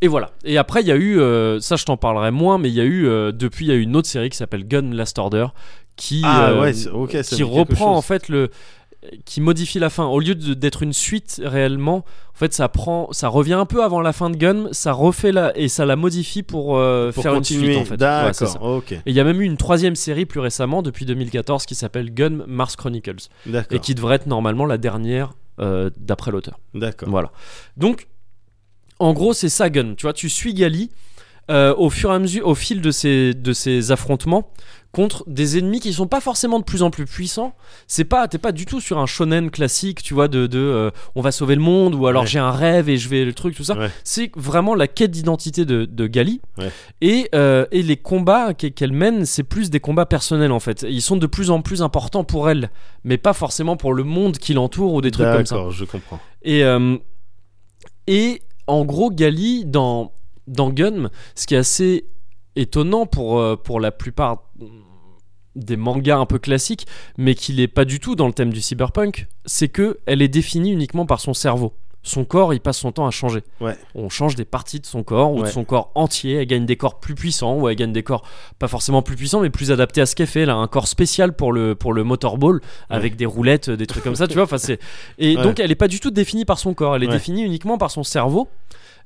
[SPEAKER 1] Et voilà. Et après, il y a eu, euh, ça je t'en parlerai moins, mais il y a eu, euh, depuis, il y a eu une autre série qui s'appelle Gun Last Order, qui,
[SPEAKER 2] Ah
[SPEAKER 1] euh,
[SPEAKER 2] ouais, c'est- ok, ça me dit
[SPEAKER 1] qui
[SPEAKER 2] quelque
[SPEAKER 1] reprend en
[SPEAKER 2] chose.
[SPEAKER 1] fait le qui modifie la fin au lieu de- d'être une suite réellement en fait ça prend ça revient un peu avant la fin de Gun ça refait la et ça la modifie pour, euh,
[SPEAKER 2] Pour
[SPEAKER 1] faire une
[SPEAKER 2] continuer.
[SPEAKER 1] suite en fait Ouais, c'est
[SPEAKER 2] D'accord.
[SPEAKER 1] ça.
[SPEAKER 2] ok.
[SPEAKER 1] et il y a même eu une troisième série plus récemment depuis 2014 qui s'appelle Gun Mars Chronicles
[SPEAKER 2] D'accord.
[SPEAKER 1] et qui devrait être normalement la dernière euh, d'après l'auteur
[SPEAKER 2] D'accord.
[SPEAKER 1] voilà. Donc, en gros, c'est ça Gun. Tu vois, tu suis Gali euh, au fur et à mesure, au fil de ces, de ces affrontements contre des ennemis qui sont pas forcément de plus en plus puissants. C'est pas, t'es pas du tout sur un shonen classique, tu vois, de, de euh, on va sauver le monde ou alors
[SPEAKER 2] Ouais.
[SPEAKER 1] j'ai un rêve et je vais le truc, tout ça.
[SPEAKER 2] Ouais.
[SPEAKER 1] C'est vraiment la quête d'identité de, de Gali.
[SPEAKER 2] Ouais.
[SPEAKER 1] Et, euh, et les combats qu'e- qu'elle mène, c'est plus des combats personnels en fait. Ils sont de plus en plus importants pour elle, mais pas forcément pour le monde qui l'entoure ou des trucs comme ça.
[SPEAKER 2] D'accord, je comprends.
[SPEAKER 1] Et, euh, et en gros, Gali, dans, dans Gun, ce qui est assez étonnant pour, euh, pour la plupart des mangas un peu classiques, mais qui n'est pas du tout dans le thème du cyberpunk, c'est que elle est définie uniquement par son cerveau. Son corps, il passe son temps à changer.
[SPEAKER 2] Ouais.
[SPEAKER 1] On change des parties de son corps ou de
[SPEAKER 2] Ouais.
[SPEAKER 1] son corps entier. Elle gagne des corps plus puissants ou elle gagne des corps pas forcément plus puissants, mais plus adaptés à ce qu'elle fait. Elle a un corps spécial pour le, pour le motorball avec des roulettes, des trucs comme ça, tu vois. Enfin, c'est- Et
[SPEAKER 2] Ouais.
[SPEAKER 1] donc, elle n'est pas du tout définie par son corps. Elle est
[SPEAKER 2] Ouais.
[SPEAKER 1] définie uniquement par son cerveau.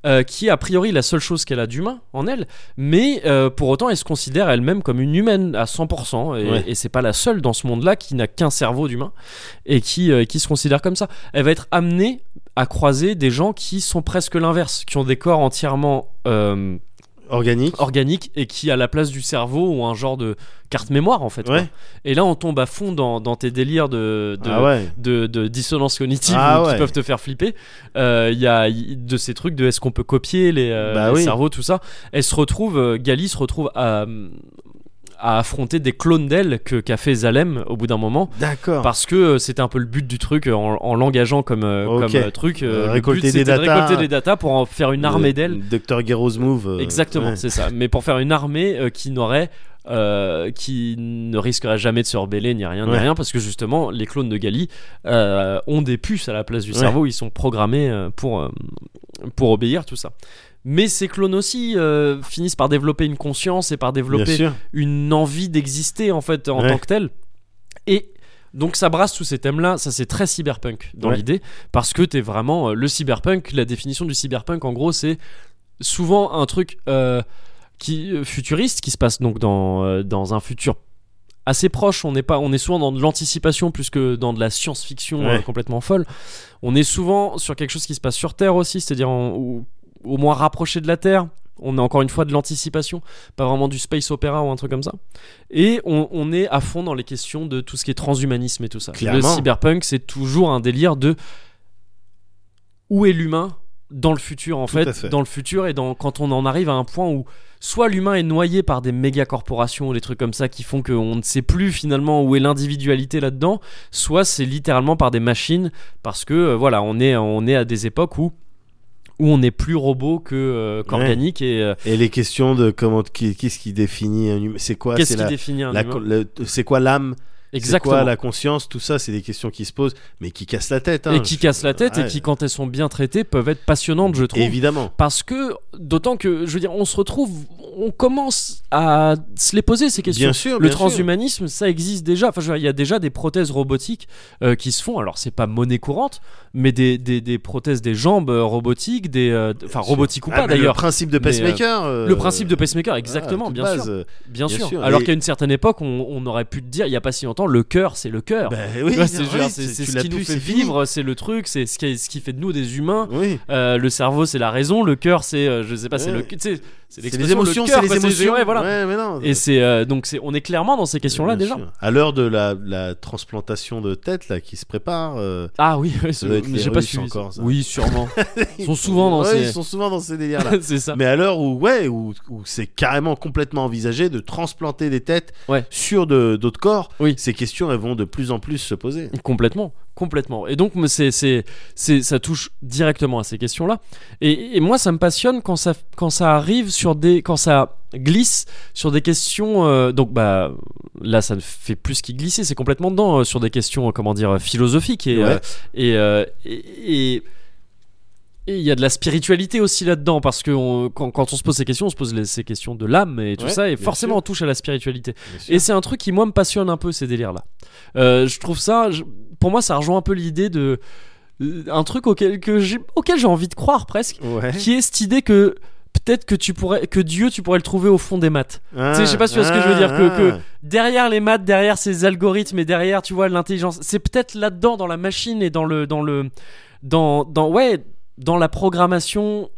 [SPEAKER 1] euh, qui est a priori la seule chose qu'elle a d'humain en elle, mais euh, pour autant elle se considère elle-même comme une humaine à 100%, et,
[SPEAKER 2] Ouais.
[SPEAKER 1] et c'est pas la seule dans ce monde-là qui n'a qu'un cerveau d'humain et qui, euh, qui se considère comme ça. Elle va être amenée à croiser des gens qui sont presque l'inverse, qui ont des corps entièrement euh,
[SPEAKER 2] Organique.
[SPEAKER 1] organiques et qui à la place du cerveau ont un genre de carte mémoire en fait. quoi.
[SPEAKER 2] Ouais.
[SPEAKER 1] Et là on tombe à fond dans, dans tes délires de, de,
[SPEAKER 2] Ah ouais.
[SPEAKER 1] de, de dissonance cognitive
[SPEAKER 2] Ah
[SPEAKER 1] ou- qui
[SPEAKER 2] ouais.
[SPEAKER 1] peuvent te faire flipper. Euh, Il y a y- de ces trucs de est-ce qu'on peut copier les, euh,
[SPEAKER 2] Bah
[SPEAKER 1] les
[SPEAKER 2] oui.
[SPEAKER 1] cerveaux, tout ça. Elle se retrouve, euh, Gali se retrouve à, à affronter des clones d'elle que- qu'a fait Zalem au bout d'un moment.
[SPEAKER 2] D'accord.
[SPEAKER 1] Parce que euh, c'était un peu le but du truc euh, en, en l'engageant comme, euh,
[SPEAKER 2] Ok.
[SPEAKER 1] comme euh, truc.
[SPEAKER 2] Euh,
[SPEAKER 1] le
[SPEAKER 2] récolter
[SPEAKER 1] but,
[SPEAKER 2] des
[SPEAKER 1] c'était de
[SPEAKER 2] datas.
[SPEAKER 1] récolter des datas pour en faire une armée d'elle.
[SPEAKER 2] Docteur Guerrero's Move. euh,
[SPEAKER 1] Exactement,
[SPEAKER 2] ouais.
[SPEAKER 1] c'est ça. Mais pour faire une armée euh, qui n'aurait. euh, qui ne risquerait jamais de se rebeller ni rien ni
[SPEAKER 2] Ouais.
[SPEAKER 1] rien parce que justement les clones de Gali euh, ont des puces à la place du
[SPEAKER 2] Ouais.
[SPEAKER 1] cerveau ils sont programmés euh, pour euh, pour obéir tout ça mais ces clones aussi euh, finissent par développer une conscience et par
[SPEAKER 2] Bien
[SPEAKER 1] développer
[SPEAKER 2] sûr.
[SPEAKER 1] une envie d'exister en fait en
[SPEAKER 2] Ouais.
[SPEAKER 1] tant que telle et donc ça brasse tous ces thèmes-là, ça c'est très cyberpunk dans
[SPEAKER 2] Ouais.
[SPEAKER 1] l'idée, parce que t'es vraiment euh, le cyberpunk, la définition du cyberpunk en gros c'est souvent un truc euh, qui, euh, futuriste qui se passe donc dans, euh, dans un futur assez proche, on est, pas, on est souvent dans de l'anticipation plus que dans de la science-fiction euh,
[SPEAKER 2] Ouais.
[SPEAKER 1] complètement folle, on est souvent sur quelque chose qui se passe sur Terre aussi, c'est-à-dire en- ou- au moins rapproché de la Terre, on est encore une fois de l'anticipation, pas vraiment du space opéra ou un truc comme ça. Et on, on est à fond dans les questions de tout ce qui est transhumanisme et tout ça. Le
[SPEAKER 2] Clairement.
[SPEAKER 1] cyberpunk, c'est toujours un délire de où est l'humain dans le futur en
[SPEAKER 4] Tout à
[SPEAKER 1] fait,
[SPEAKER 4] fait.
[SPEAKER 1] dans le futur et dans quand on en arrive à un point où soit l'humain est noyé par des méga corporations ou des trucs comme ça qui font qu'on ne sait plus finalement où est l'individualité là-dedans, soit c'est littéralement par des machines parce que euh, voilà on est on est à des époques où où on n'est plus robot que euh, qu'organique et euh,
[SPEAKER 2] Et les questions de comment, qui- qu'est-ce qui définit un humain C'est quoi
[SPEAKER 1] qu'est-ce
[SPEAKER 2] C'est
[SPEAKER 1] qui
[SPEAKER 2] la,
[SPEAKER 1] définit un
[SPEAKER 2] la-
[SPEAKER 1] humain
[SPEAKER 2] le- c'est quoi l'âme C'est
[SPEAKER 1] Exactement.
[SPEAKER 2] quoi la conscience Tout ça, c'est des questions qui se posent, mais qui cassent la tête. hein.
[SPEAKER 1] et qui
[SPEAKER 2] Je-
[SPEAKER 1] cassent la tête et
[SPEAKER 2] ouais.
[SPEAKER 1] qui quand elles sont bien traitées peuvent être passionnantes je trouve.
[SPEAKER 2] Évidemment.
[SPEAKER 1] Parce que, d'autant que, je veux dire, on se retrouve, on commence à se les poser ces questions.
[SPEAKER 2] Bien sûr.
[SPEAKER 1] le
[SPEAKER 2] bien sûr.
[SPEAKER 1] transhumanisme, ça existe déjà. Enfin, je veux dire, il y a déjà des prothèses robotiques euh, qui se font. Alors, c'est pas monnaie courante, mais des, des, des prothèses des jambes euh, robotiques, des, euh, d- enfin,
[SPEAKER 2] Bien sûr.
[SPEAKER 1] robotiques ou
[SPEAKER 2] Ah,
[SPEAKER 1] pas
[SPEAKER 2] mais Le
[SPEAKER 1] d'ailleurs.
[SPEAKER 2] principe de
[SPEAKER 1] Mais, euh,
[SPEAKER 2] pacemaker.
[SPEAKER 1] Le principe de pacemaker, exactement, bien, sûr,
[SPEAKER 2] euh,
[SPEAKER 1] bien,
[SPEAKER 2] bien
[SPEAKER 1] sûr.
[SPEAKER 2] sûr.
[SPEAKER 1] Alors
[SPEAKER 2] Et-
[SPEAKER 1] qu'à une certaine époque, on, on aurait pu te dire, il y a pas si longtemps, le cœur, c'est le cœur.
[SPEAKER 2] Bah
[SPEAKER 1] Tu
[SPEAKER 2] oui,
[SPEAKER 1] vois, c'est
[SPEAKER 2] oui,
[SPEAKER 1] genre, c'est- c'est
[SPEAKER 2] tu
[SPEAKER 1] ce
[SPEAKER 2] l'as
[SPEAKER 1] qui nous
[SPEAKER 2] pu,
[SPEAKER 1] fait
[SPEAKER 2] c'est fini.
[SPEAKER 1] vivre, c'est le truc, c'est ce qui, ce qui fait de nous des humains.
[SPEAKER 2] Oui.
[SPEAKER 1] Euh, le cerveau c'est la raison, le cœur c'est euh, je sais pas c'est
[SPEAKER 2] Ouais.
[SPEAKER 1] le tu sais, c'est
[SPEAKER 2] C'est
[SPEAKER 1] l'expression,
[SPEAKER 2] les émotions,
[SPEAKER 1] le cœur,
[SPEAKER 2] c'est les
[SPEAKER 1] quoi,
[SPEAKER 2] émotions.
[SPEAKER 1] ouais, voilà.
[SPEAKER 2] Ouais, mais non.
[SPEAKER 1] Et c'est euh, donc c'est on est clairement dans ces questions là
[SPEAKER 2] Bien
[SPEAKER 1] déjà.
[SPEAKER 2] sûr. À l'heure de la, la transplantation de tête là qui se prépare, euh,
[SPEAKER 1] Ah oui, oui,
[SPEAKER 2] Ça doit être
[SPEAKER 1] mais
[SPEAKER 2] les
[SPEAKER 1] j'ai pas
[SPEAKER 2] Russes
[SPEAKER 1] suivi.
[SPEAKER 2] encore, ça.
[SPEAKER 1] Oui, sûrement. Ils sont souvent dans
[SPEAKER 2] ouais,
[SPEAKER 1] ces-
[SPEAKER 2] ils sont souvent dans ces délires là.
[SPEAKER 1] c'est ça.
[SPEAKER 2] Mais à l'heure où ouais où, où c'est carrément complètement envisagé de transplanter des têtes
[SPEAKER 1] Ouais.
[SPEAKER 2] sur de- d'autres corps,
[SPEAKER 1] Oui.
[SPEAKER 2] ces questions elles vont de plus en plus se poser.
[SPEAKER 1] Complètement, complètement. Et donc, mais c'est, c'est, c'est, ça touche directement à ces questions-là. Et, et moi, ça me passionne quand ça, quand ça arrive sur des, quand ça glisse sur des questions. euh, donc, bah, là, ça ne fait plus qu'y glisser. C'est complètement dedans euh, sur des questions, euh, comment dire, philosophiques et
[SPEAKER 2] Ouais.
[SPEAKER 1] euh, et euh, et- et- et il y a de la spiritualité aussi là-dedans parce que on- quand, quand on se pose ces questions, on se pose les- ces questions de l'âme et tout
[SPEAKER 2] Ouais,
[SPEAKER 1] ça, et
[SPEAKER 2] bien
[SPEAKER 1] forcément
[SPEAKER 2] sûr.
[SPEAKER 1] on touche à la spiritualité.
[SPEAKER 2] Bien sûr.
[SPEAKER 1] Et c'est un truc qui, moi, me passionne un peu, ces délires-là. Euh, je trouve ça, je- pour moi, ça rejoint un peu l'idée de. euh, un truc auquel, que j'ai, auquel j'ai envie de croire presque,
[SPEAKER 2] Ouais.
[SPEAKER 1] qui est cette idée que peut-être que tu pourrais que Dieu tu pourrais le trouver au fond des maths
[SPEAKER 2] Ah,
[SPEAKER 1] Tu sais, je sais pas si tu vois ce que je veux dire, que- que- derrière les maths derrière ces algorithmes et derrière tu vois l'intelligence c'est peut-être là-dedans dans la machine et dans le dans le dans dans ouais dans la programmation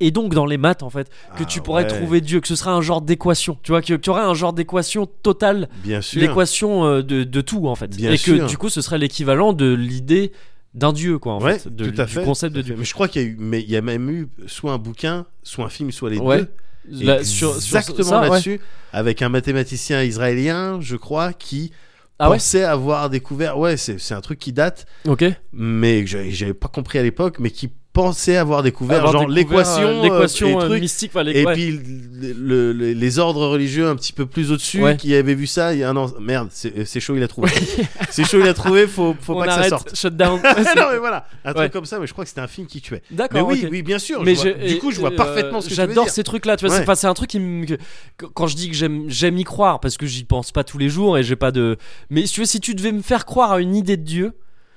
[SPEAKER 1] et donc dans les maths en fait que
[SPEAKER 2] Ah,
[SPEAKER 1] tu pourrais
[SPEAKER 2] ouais.
[SPEAKER 1] trouver Dieu que ce sera un genre d'équation tu vois que tu aurais un genre d'équation totale
[SPEAKER 2] Bien sûr.
[SPEAKER 1] l'équation euh, de, de tout en fait
[SPEAKER 2] Bien
[SPEAKER 1] et que
[SPEAKER 2] sûr.
[SPEAKER 1] du coup ce serait l'équivalent de l'idée d'un dieu quoi en
[SPEAKER 2] Ouais,
[SPEAKER 1] fait de,
[SPEAKER 2] tout à
[SPEAKER 1] du
[SPEAKER 2] fait,
[SPEAKER 1] concept
[SPEAKER 2] tout
[SPEAKER 1] de
[SPEAKER 2] à fait.
[SPEAKER 1] dieu
[SPEAKER 2] Mais je crois qu'il y a eu, mais il y a même eu soit un bouquin, soit un film, soit les
[SPEAKER 1] Ouais.
[SPEAKER 2] deux.
[SPEAKER 1] Là, Bah, sur- sur
[SPEAKER 2] exactement
[SPEAKER 1] ça, ouais.
[SPEAKER 2] là-dessus, avec un mathématicien israélien, je crois, qui
[SPEAKER 1] ah ouais
[SPEAKER 2] pensait avoir découvert. Ouais, c'est c'est un truc qui date,
[SPEAKER 1] ok
[SPEAKER 2] mais que j'avais j'avais pas compris à l'époque, mais qui pensait avoir découvert
[SPEAKER 1] Avoir
[SPEAKER 2] genre
[SPEAKER 1] découvert,
[SPEAKER 2] l'équation,
[SPEAKER 1] euh,
[SPEAKER 2] euh,
[SPEAKER 1] l'équation
[SPEAKER 2] les
[SPEAKER 1] euh,
[SPEAKER 2] trucs,
[SPEAKER 1] mystique enfin, les-
[SPEAKER 2] Et
[SPEAKER 1] ouais.
[SPEAKER 2] puis le- le- le- les ordres religieux un petit peu plus au-dessus
[SPEAKER 1] Ouais.
[SPEAKER 2] qui avaient vu ça il y a un an. Merde, c'est c'est chaud, il a trouvé. c'est chaud, il a trouvé, faut, faut
[SPEAKER 1] on
[SPEAKER 2] pas que ça
[SPEAKER 1] arrête
[SPEAKER 2] sorte.
[SPEAKER 1] shutdown
[SPEAKER 2] non mais voilà, un
[SPEAKER 1] Ouais.
[SPEAKER 2] truc comme ça, mais je crois que c'était un film qui tuait. Mais
[SPEAKER 1] d'accord
[SPEAKER 2] oui,
[SPEAKER 1] ok.
[SPEAKER 2] oui, bien sûr.
[SPEAKER 1] Mais
[SPEAKER 2] je vois-
[SPEAKER 1] je-
[SPEAKER 2] du coup, je vois
[SPEAKER 1] euh,
[SPEAKER 2] parfaitement ce que tu veux
[SPEAKER 1] J'adore
[SPEAKER 2] dire.
[SPEAKER 1] ces trucs-là, tu vois. c'est-
[SPEAKER 2] Ouais.
[SPEAKER 1] enfin, C'est un truc qui me. que- Quand je dis que j'aime j'aime y croire, parce que j'y pense pas tous les jours et j'ai pas de. Mais si tu veux, si tu devais me faire croire à une idée de Dieu,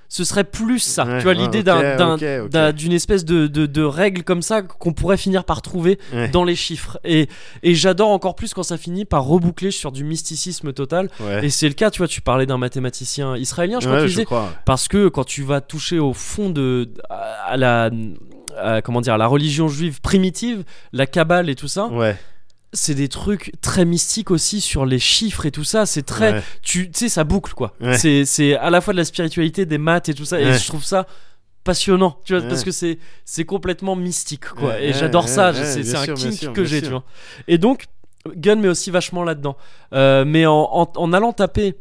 [SPEAKER 1] ce serait plus ça.
[SPEAKER 2] Ouais,
[SPEAKER 1] tu vois,
[SPEAKER 2] ouais,
[SPEAKER 1] l'idée
[SPEAKER 2] ok,
[SPEAKER 1] d'un- d'un-
[SPEAKER 2] ok, ok.
[SPEAKER 1] d'un- d'une espèce de, de, de règle comme ça qu'on pourrait finir par trouver
[SPEAKER 2] Ouais.
[SPEAKER 1] dans les chiffres. Et, et j'adore encore plus quand ça finit par reboucler sur du mysticisme total.
[SPEAKER 2] Ouais.
[SPEAKER 1] Et c'est le cas, tu vois, tu parlais d'un mathématicien israélien, je crois
[SPEAKER 2] Ouais,
[SPEAKER 1] que tu
[SPEAKER 2] je
[SPEAKER 1] disais.
[SPEAKER 2] crois.
[SPEAKER 1] Parce que quand tu vas toucher au fond de à à la à- comment dire à la religion juive primitive, la kabbale et tout ça,
[SPEAKER 2] Ouais.
[SPEAKER 1] c'est des trucs très mystiques aussi sur les chiffres et tout ça. C'est très
[SPEAKER 2] ouais.
[SPEAKER 1] tu tu sais ça boucle quoi.
[SPEAKER 2] Ouais.
[SPEAKER 1] C'est c'est à la fois de la spiritualité, des maths et tout ça. Et
[SPEAKER 2] Ouais.
[SPEAKER 1] je trouve ça passionnant, tu vois,
[SPEAKER 2] Ouais.
[SPEAKER 1] parce que c'est c'est complètement mystique quoi. et
[SPEAKER 2] Ouais, ouais,
[SPEAKER 1] j'adore
[SPEAKER 2] ouais,
[SPEAKER 1] ça.
[SPEAKER 2] ouais,
[SPEAKER 1] c'est
[SPEAKER 2] bien
[SPEAKER 1] c'est un
[SPEAKER 2] sûr, bien
[SPEAKER 1] kink
[SPEAKER 2] sûr,
[SPEAKER 1] que
[SPEAKER 2] bien
[SPEAKER 1] j'ai,
[SPEAKER 2] sûr.
[SPEAKER 1] tu vois. Et donc Gun mais aussi vachement là-dedans. Euh, mais en, en- en allant taper,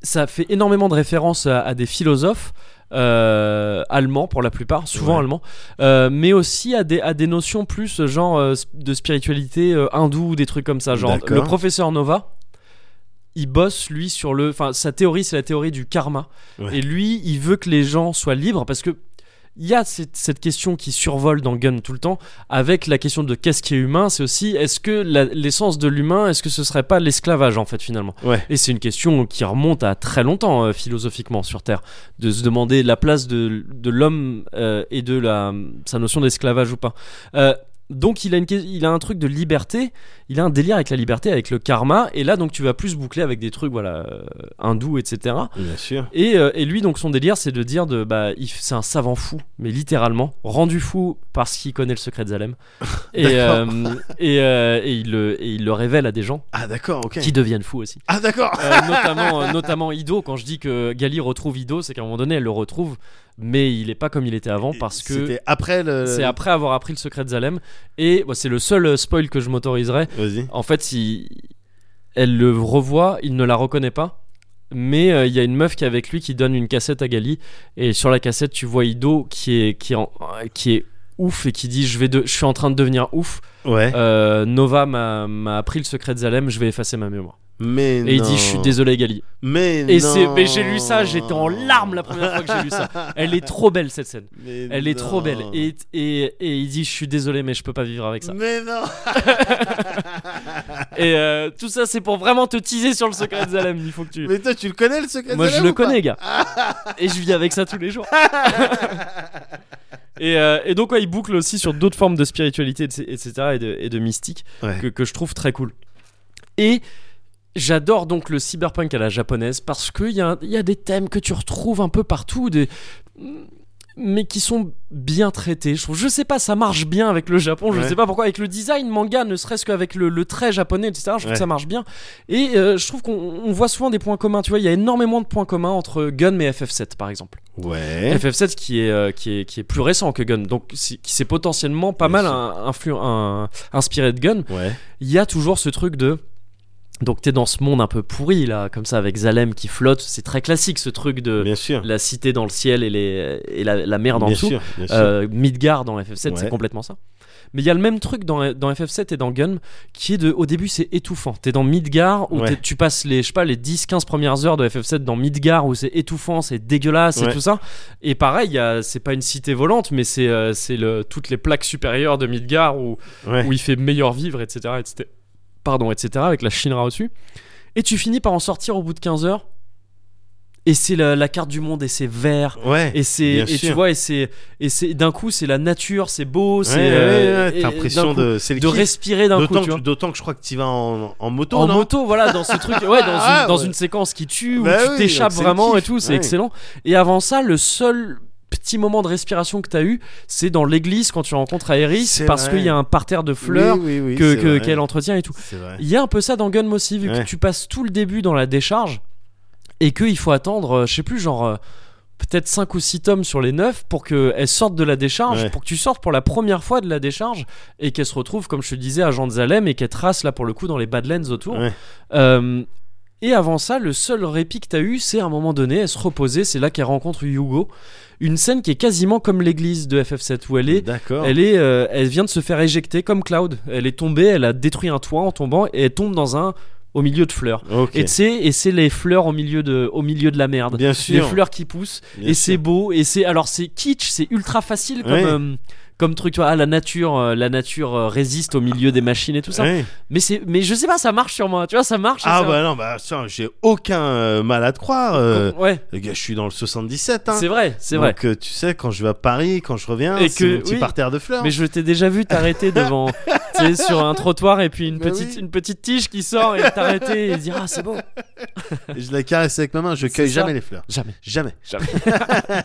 [SPEAKER 1] ça fait énormément de références à, à des philosophes euh, allemands pour la plupart, souvent
[SPEAKER 2] Ouais.
[SPEAKER 1] allemands, euh, mais aussi à des, à des notions plus euh, genre euh, sp- de spiritualité euh, hindoue, des trucs comme ça. Genre
[SPEAKER 2] D'accord.
[SPEAKER 1] le professeur Nova. Il bosse lui sur le, enfin sa théorie c'est la théorie du karma
[SPEAKER 2] Ouais.
[SPEAKER 1] et lui il veut que les gens soient libres parce que il y a cette, cette question qui survole dans Gun tout le temps avec la question de qu'est-ce qui est humain, c'est aussi est-ce que la- l'essence de l'humain, est-ce que ce serait pas l'esclavage en fait finalement
[SPEAKER 2] Ouais.
[SPEAKER 1] Et c'est une question qui remonte à très longtemps euh, philosophiquement sur Terre, de se demander la place de, de l'homme euh, et de la, sa notion d'esclavage ou pas. Euh, donc il a, une, que- il a un truc de liberté, il a un délire avec la liberté, avec le karma, et là donc tu vas plus boucler avec des trucs voilà euh, hindous etc.
[SPEAKER 2] Bien sûr.
[SPEAKER 1] Et, euh, et lui, donc, son délire, c'est de dire de, bah, il f- c'est un savant fou, mais littéralement, rendu fou parce qu'il connaît le secret de Zalem. et,
[SPEAKER 2] D'accord.
[SPEAKER 1] euh, et, euh, et il le, et il le révèle à des gens
[SPEAKER 2] Ah d'accord, ok.
[SPEAKER 1] qui deviennent fous aussi.
[SPEAKER 2] Ah d'accord.
[SPEAKER 1] Euh, notamment, euh, notamment Ido, quand je dis que Gali retrouve Ido, c'est qu'à un moment donné, elle le retrouve mais il est pas comme il était avant parce que
[SPEAKER 2] C'était euh, après le.
[SPEAKER 1] c'est après avoir appris le secret de Zalem. Et bah, c'est le seul euh, spoil que je m'autoriserais.
[SPEAKER 2] Vas-y.
[SPEAKER 1] En fait, il- elle le revoit, il ne la reconnaît pas. Mais euh, il y a une meuf qui est avec lui qui donne une cassette à Gali. Et sur la cassette, tu vois Ido qui est, qui est, en- qui est ouf et qui dit je, vais de, je suis en train de devenir ouf.
[SPEAKER 2] Ouais.
[SPEAKER 1] Euh, Nova m'a m'a appris le secret de Zalem, je vais effacer ma mémoire.
[SPEAKER 2] mais
[SPEAKER 1] Et il dit je suis
[SPEAKER 2] non.
[SPEAKER 1] désolé Gali.
[SPEAKER 2] Mais
[SPEAKER 1] Et c'est
[SPEAKER 2] non.
[SPEAKER 1] mais j'ai lu ça, j'étais en larmes la première fois que j'ai lu ça. Elle est trop belle cette scène.
[SPEAKER 2] Mais
[SPEAKER 1] Elle est trop
[SPEAKER 2] non.
[SPEAKER 1] belle. Et, et, et il dit je suis désolé mais je peux pas vivre avec ça.
[SPEAKER 2] Mais non.
[SPEAKER 1] Et euh, tout ça c'est pour vraiment te teaser sur le secret de Zalem. Il faut que tu.
[SPEAKER 2] Mais toi, tu le connais le secret
[SPEAKER 1] Moi
[SPEAKER 2] de
[SPEAKER 1] je
[SPEAKER 2] l'âme
[SPEAKER 1] le
[SPEAKER 2] ou pas
[SPEAKER 1] connais gars. Et je vis avec ça tous les jours. Et, euh, et donc ouais, il boucle aussi sur d'autres formes de spiritualité etc et de, et de mystique.
[SPEAKER 2] Ouais.
[SPEAKER 1] que, que je trouve très cool. Et j'adore donc le cyberpunk à la japonaise parce qu'il y, a un- il y a des thèmes que tu retrouves un peu partout, des... mais qui sont bien traités. Je, trouve, je sais pas, ça marche bien avec le Japon, je
[SPEAKER 2] Ouais.
[SPEAKER 1] sais pas pourquoi, avec le design manga, ne serait-ce qu'avec le, le trait japonais, etc. Je trouve
[SPEAKER 2] Ouais.
[SPEAKER 1] que ça marche bien. Et euh, je trouve qu'on on voit souvent des points communs, tu vois, il y a énormément de points communs entre Gun et FF7 par exemple.
[SPEAKER 2] Ouais.
[SPEAKER 1] FF7 qui est, euh, qui, est, qui est plus récent que Gun, donc si- qui s'est potentiellement pas
[SPEAKER 2] Bien
[SPEAKER 1] mal
[SPEAKER 2] sûr.
[SPEAKER 1] un- influ- un- inspiré de Gun
[SPEAKER 2] Ouais.
[SPEAKER 1] il y a toujours ce truc de donc t'es dans ce monde un peu pourri là comme ça avec Zalem qui flotte c'est très classique ce truc de
[SPEAKER 2] Bien sûr.
[SPEAKER 1] euh, la cité dans le ciel et, les, et la, la mer dans
[SPEAKER 2] Bien
[SPEAKER 1] dessous
[SPEAKER 2] sûr. Bien sûr.
[SPEAKER 1] Euh, Midgard dans FF7
[SPEAKER 2] Ouais.
[SPEAKER 1] c'est complètement ça mais il y a le même truc dans, dans FF7 et dans Gun qui est de au début c'est étouffant t'es dans Midgard où
[SPEAKER 2] Ouais.
[SPEAKER 1] t'es- tu passes les je sais pas les 10-15 premières heures de FF7 dans Midgard où c'est étouffant c'est dégueulasse et
[SPEAKER 2] Ouais.
[SPEAKER 1] tout ça et pareil il y a- c'est pas une cité volante mais c'est euh, c'est le toutes les plaques supérieures de Midgard où
[SPEAKER 2] Ouais.
[SPEAKER 1] où il fait meilleur vivre, etc., etc. Pardon, etc. Avec la Shinra au-dessus. Et tu finis par en sortir au bout de 15 heures. Et c'est la, la carte du monde et c'est vert.
[SPEAKER 2] Ouais.
[SPEAKER 1] Et c'est
[SPEAKER 2] Bien
[SPEAKER 1] et tu
[SPEAKER 2] sûr.
[SPEAKER 1] vois et c'est et c'est d'un coup c'est la nature, c'est beau,
[SPEAKER 2] Ouais,
[SPEAKER 1] c'est
[SPEAKER 2] ouais,
[SPEAKER 1] euh,
[SPEAKER 2] ouais,
[SPEAKER 1] et-
[SPEAKER 2] T'as l'impression
[SPEAKER 1] d'un coup,
[SPEAKER 2] de. C'est le
[SPEAKER 1] de
[SPEAKER 2] kiff.
[SPEAKER 1] respirer d'un coup,
[SPEAKER 2] D'autant
[SPEAKER 1] tu
[SPEAKER 2] que,
[SPEAKER 1] vois.
[SPEAKER 2] d'autant que je crois que tu vas en, en moto,
[SPEAKER 1] en
[SPEAKER 2] non
[SPEAKER 1] moto, voilà, dans ce truc, ouais, dans,
[SPEAKER 2] Ah,
[SPEAKER 1] une, dans
[SPEAKER 2] ouais.
[SPEAKER 1] une séquence qui tue, où
[SPEAKER 2] Bah
[SPEAKER 1] tu
[SPEAKER 2] oui,
[SPEAKER 1] t'échappes
[SPEAKER 2] donc c'est le
[SPEAKER 1] vraiment et
[SPEAKER 2] kiff,
[SPEAKER 1] tout, c'est
[SPEAKER 2] ouais.
[SPEAKER 1] excellent. Et avant ça, le seul petit moment de respiration que t'as eu, c'est dans l'église quand tu rencontres Aéris,
[SPEAKER 2] C'est
[SPEAKER 1] parce
[SPEAKER 2] vrai.
[SPEAKER 1] qu'il y a un parterre de fleurs
[SPEAKER 2] Oui, oui, oui,
[SPEAKER 1] que-
[SPEAKER 2] c'est
[SPEAKER 1] que-
[SPEAKER 2] vrai.
[SPEAKER 1] qu'elle entretient et tout.
[SPEAKER 2] C'est vrai.
[SPEAKER 1] Il y a un peu ça dans Gunm aussi, vu
[SPEAKER 2] Ouais.
[SPEAKER 1] que tu passes tout le début dans la décharge et qu'il faut attendre, euh, je sais plus, genre euh, peut-être 5 ou 6 tomes sur les 9 pour qu'elle sorte de la décharge,
[SPEAKER 2] Ouais.
[SPEAKER 1] pour que tu sortes pour la première fois de la décharge et qu'elle se retrouve, comme je te disais, à Jean de Zalem et qu'elle trace là pour le coup dans les Badlands autour.
[SPEAKER 2] Ouais.
[SPEAKER 1] Euh, et avant ça, le seul répit que t'as eu, c'est à un moment donné, elle se reposait, c'est là qu'elle rencontre Hugo. Une scène qui est quasiment comme l'église de FF7 où elle est
[SPEAKER 2] D'accord.
[SPEAKER 1] elle, est, euh, elle vient de se faire éjecter comme Cloud. Elle est tombée, elle a détruit un toit en tombant et elle tombe dans un au milieu de fleurs.
[SPEAKER 2] Ok.
[SPEAKER 1] Et tu sais, et c'est les fleurs au milieu de, au milieu de la merde.
[SPEAKER 2] Bien
[SPEAKER 1] les
[SPEAKER 2] sûr.
[SPEAKER 1] fleurs qui poussent
[SPEAKER 2] bien
[SPEAKER 1] et
[SPEAKER 2] sûr.
[SPEAKER 1] c'est beau et c'est alors c'est kitsch, c'est ultra facile comme
[SPEAKER 2] Ouais.
[SPEAKER 1] euh, comme truc. Tu vois, ah, la nature, euh, la nature euh, résiste au milieu des machines et tout ça.
[SPEAKER 2] Ouais.
[SPEAKER 1] Mais c'est, mais je sais pas, ça marche sur moi. Tu vois, ça marche. et
[SPEAKER 2] Hein Ah
[SPEAKER 1] ça-
[SPEAKER 2] bah non, bah ça, j'ai aucun euh, mal à te croire. euh,
[SPEAKER 1] ouais,
[SPEAKER 2] les gars, je suis dans le 77. Hein.
[SPEAKER 1] c'est vrai, c'est vrai.
[SPEAKER 2] Donc euh, tu sais, quand je vais à Paris, quand je reviens,
[SPEAKER 1] Et
[SPEAKER 2] c'est
[SPEAKER 1] que-
[SPEAKER 2] mon petit
[SPEAKER 1] oui.
[SPEAKER 2] parterre de fleurs.
[SPEAKER 1] Mais je t'ai déjà vu t'arrêter devant, tu sais, sur un trottoir et puis une
[SPEAKER 2] Bah
[SPEAKER 1] petite,
[SPEAKER 2] oui.
[SPEAKER 1] une petite tige qui sort et t'arrêter et dire ah c'est beau.
[SPEAKER 2] Et je la caresse avec ma main, je
[SPEAKER 1] C'est
[SPEAKER 2] cueille
[SPEAKER 1] ça.
[SPEAKER 2] jamais les fleurs.
[SPEAKER 1] Jamais.
[SPEAKER 2] Jamais.
[SPEAKER 1] Jamais.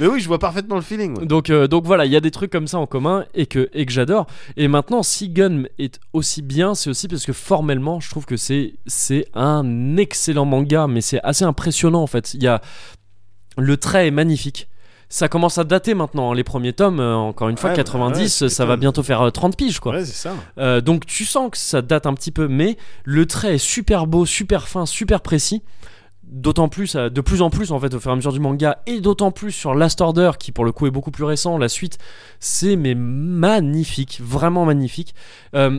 [SPEAKER 2] Mais oui, je vois parfaitement le feeling. ouais.
[SPEAKER 1] Donc, euh, donc voilà, il y a des trucs comme ça en commun et que, et que j'adore. Et maintenant, si Gun est aussi bien, c'est aussi parce que formellement, je trouve que c'est, c'est un excellent manga, mais c'est assez impressionnant en fait. Il y a, le trait est magnifique. Ça commence à dater maintenant, hein, les premiers tomes, euh, encore une fois,
[SPEAKER 2] Ouais, bah,
[SPEAKER 1] 90,
[SPEAKER 2] ouais,
[SPEAKER 1] ça va
[SPEAKER 2] putain.
[SPEAKER 1] bientôt faire euh, 30 piges quoi.
[SPEAKER 2] Ouais, c'est ça.
[SPEAKER 1] Euh, donc tu sens que ça date un petit peu, mais le trait est super beau, super fin, super précis. D'autant plus, euh, de plus en plus en fait, au fur et à mesure du manga, et d'autant plus sur Last Order, qui pour le coup est beaucoup plus récent, la suite, c'est mais magnifique, vraiment magnifique. Euh,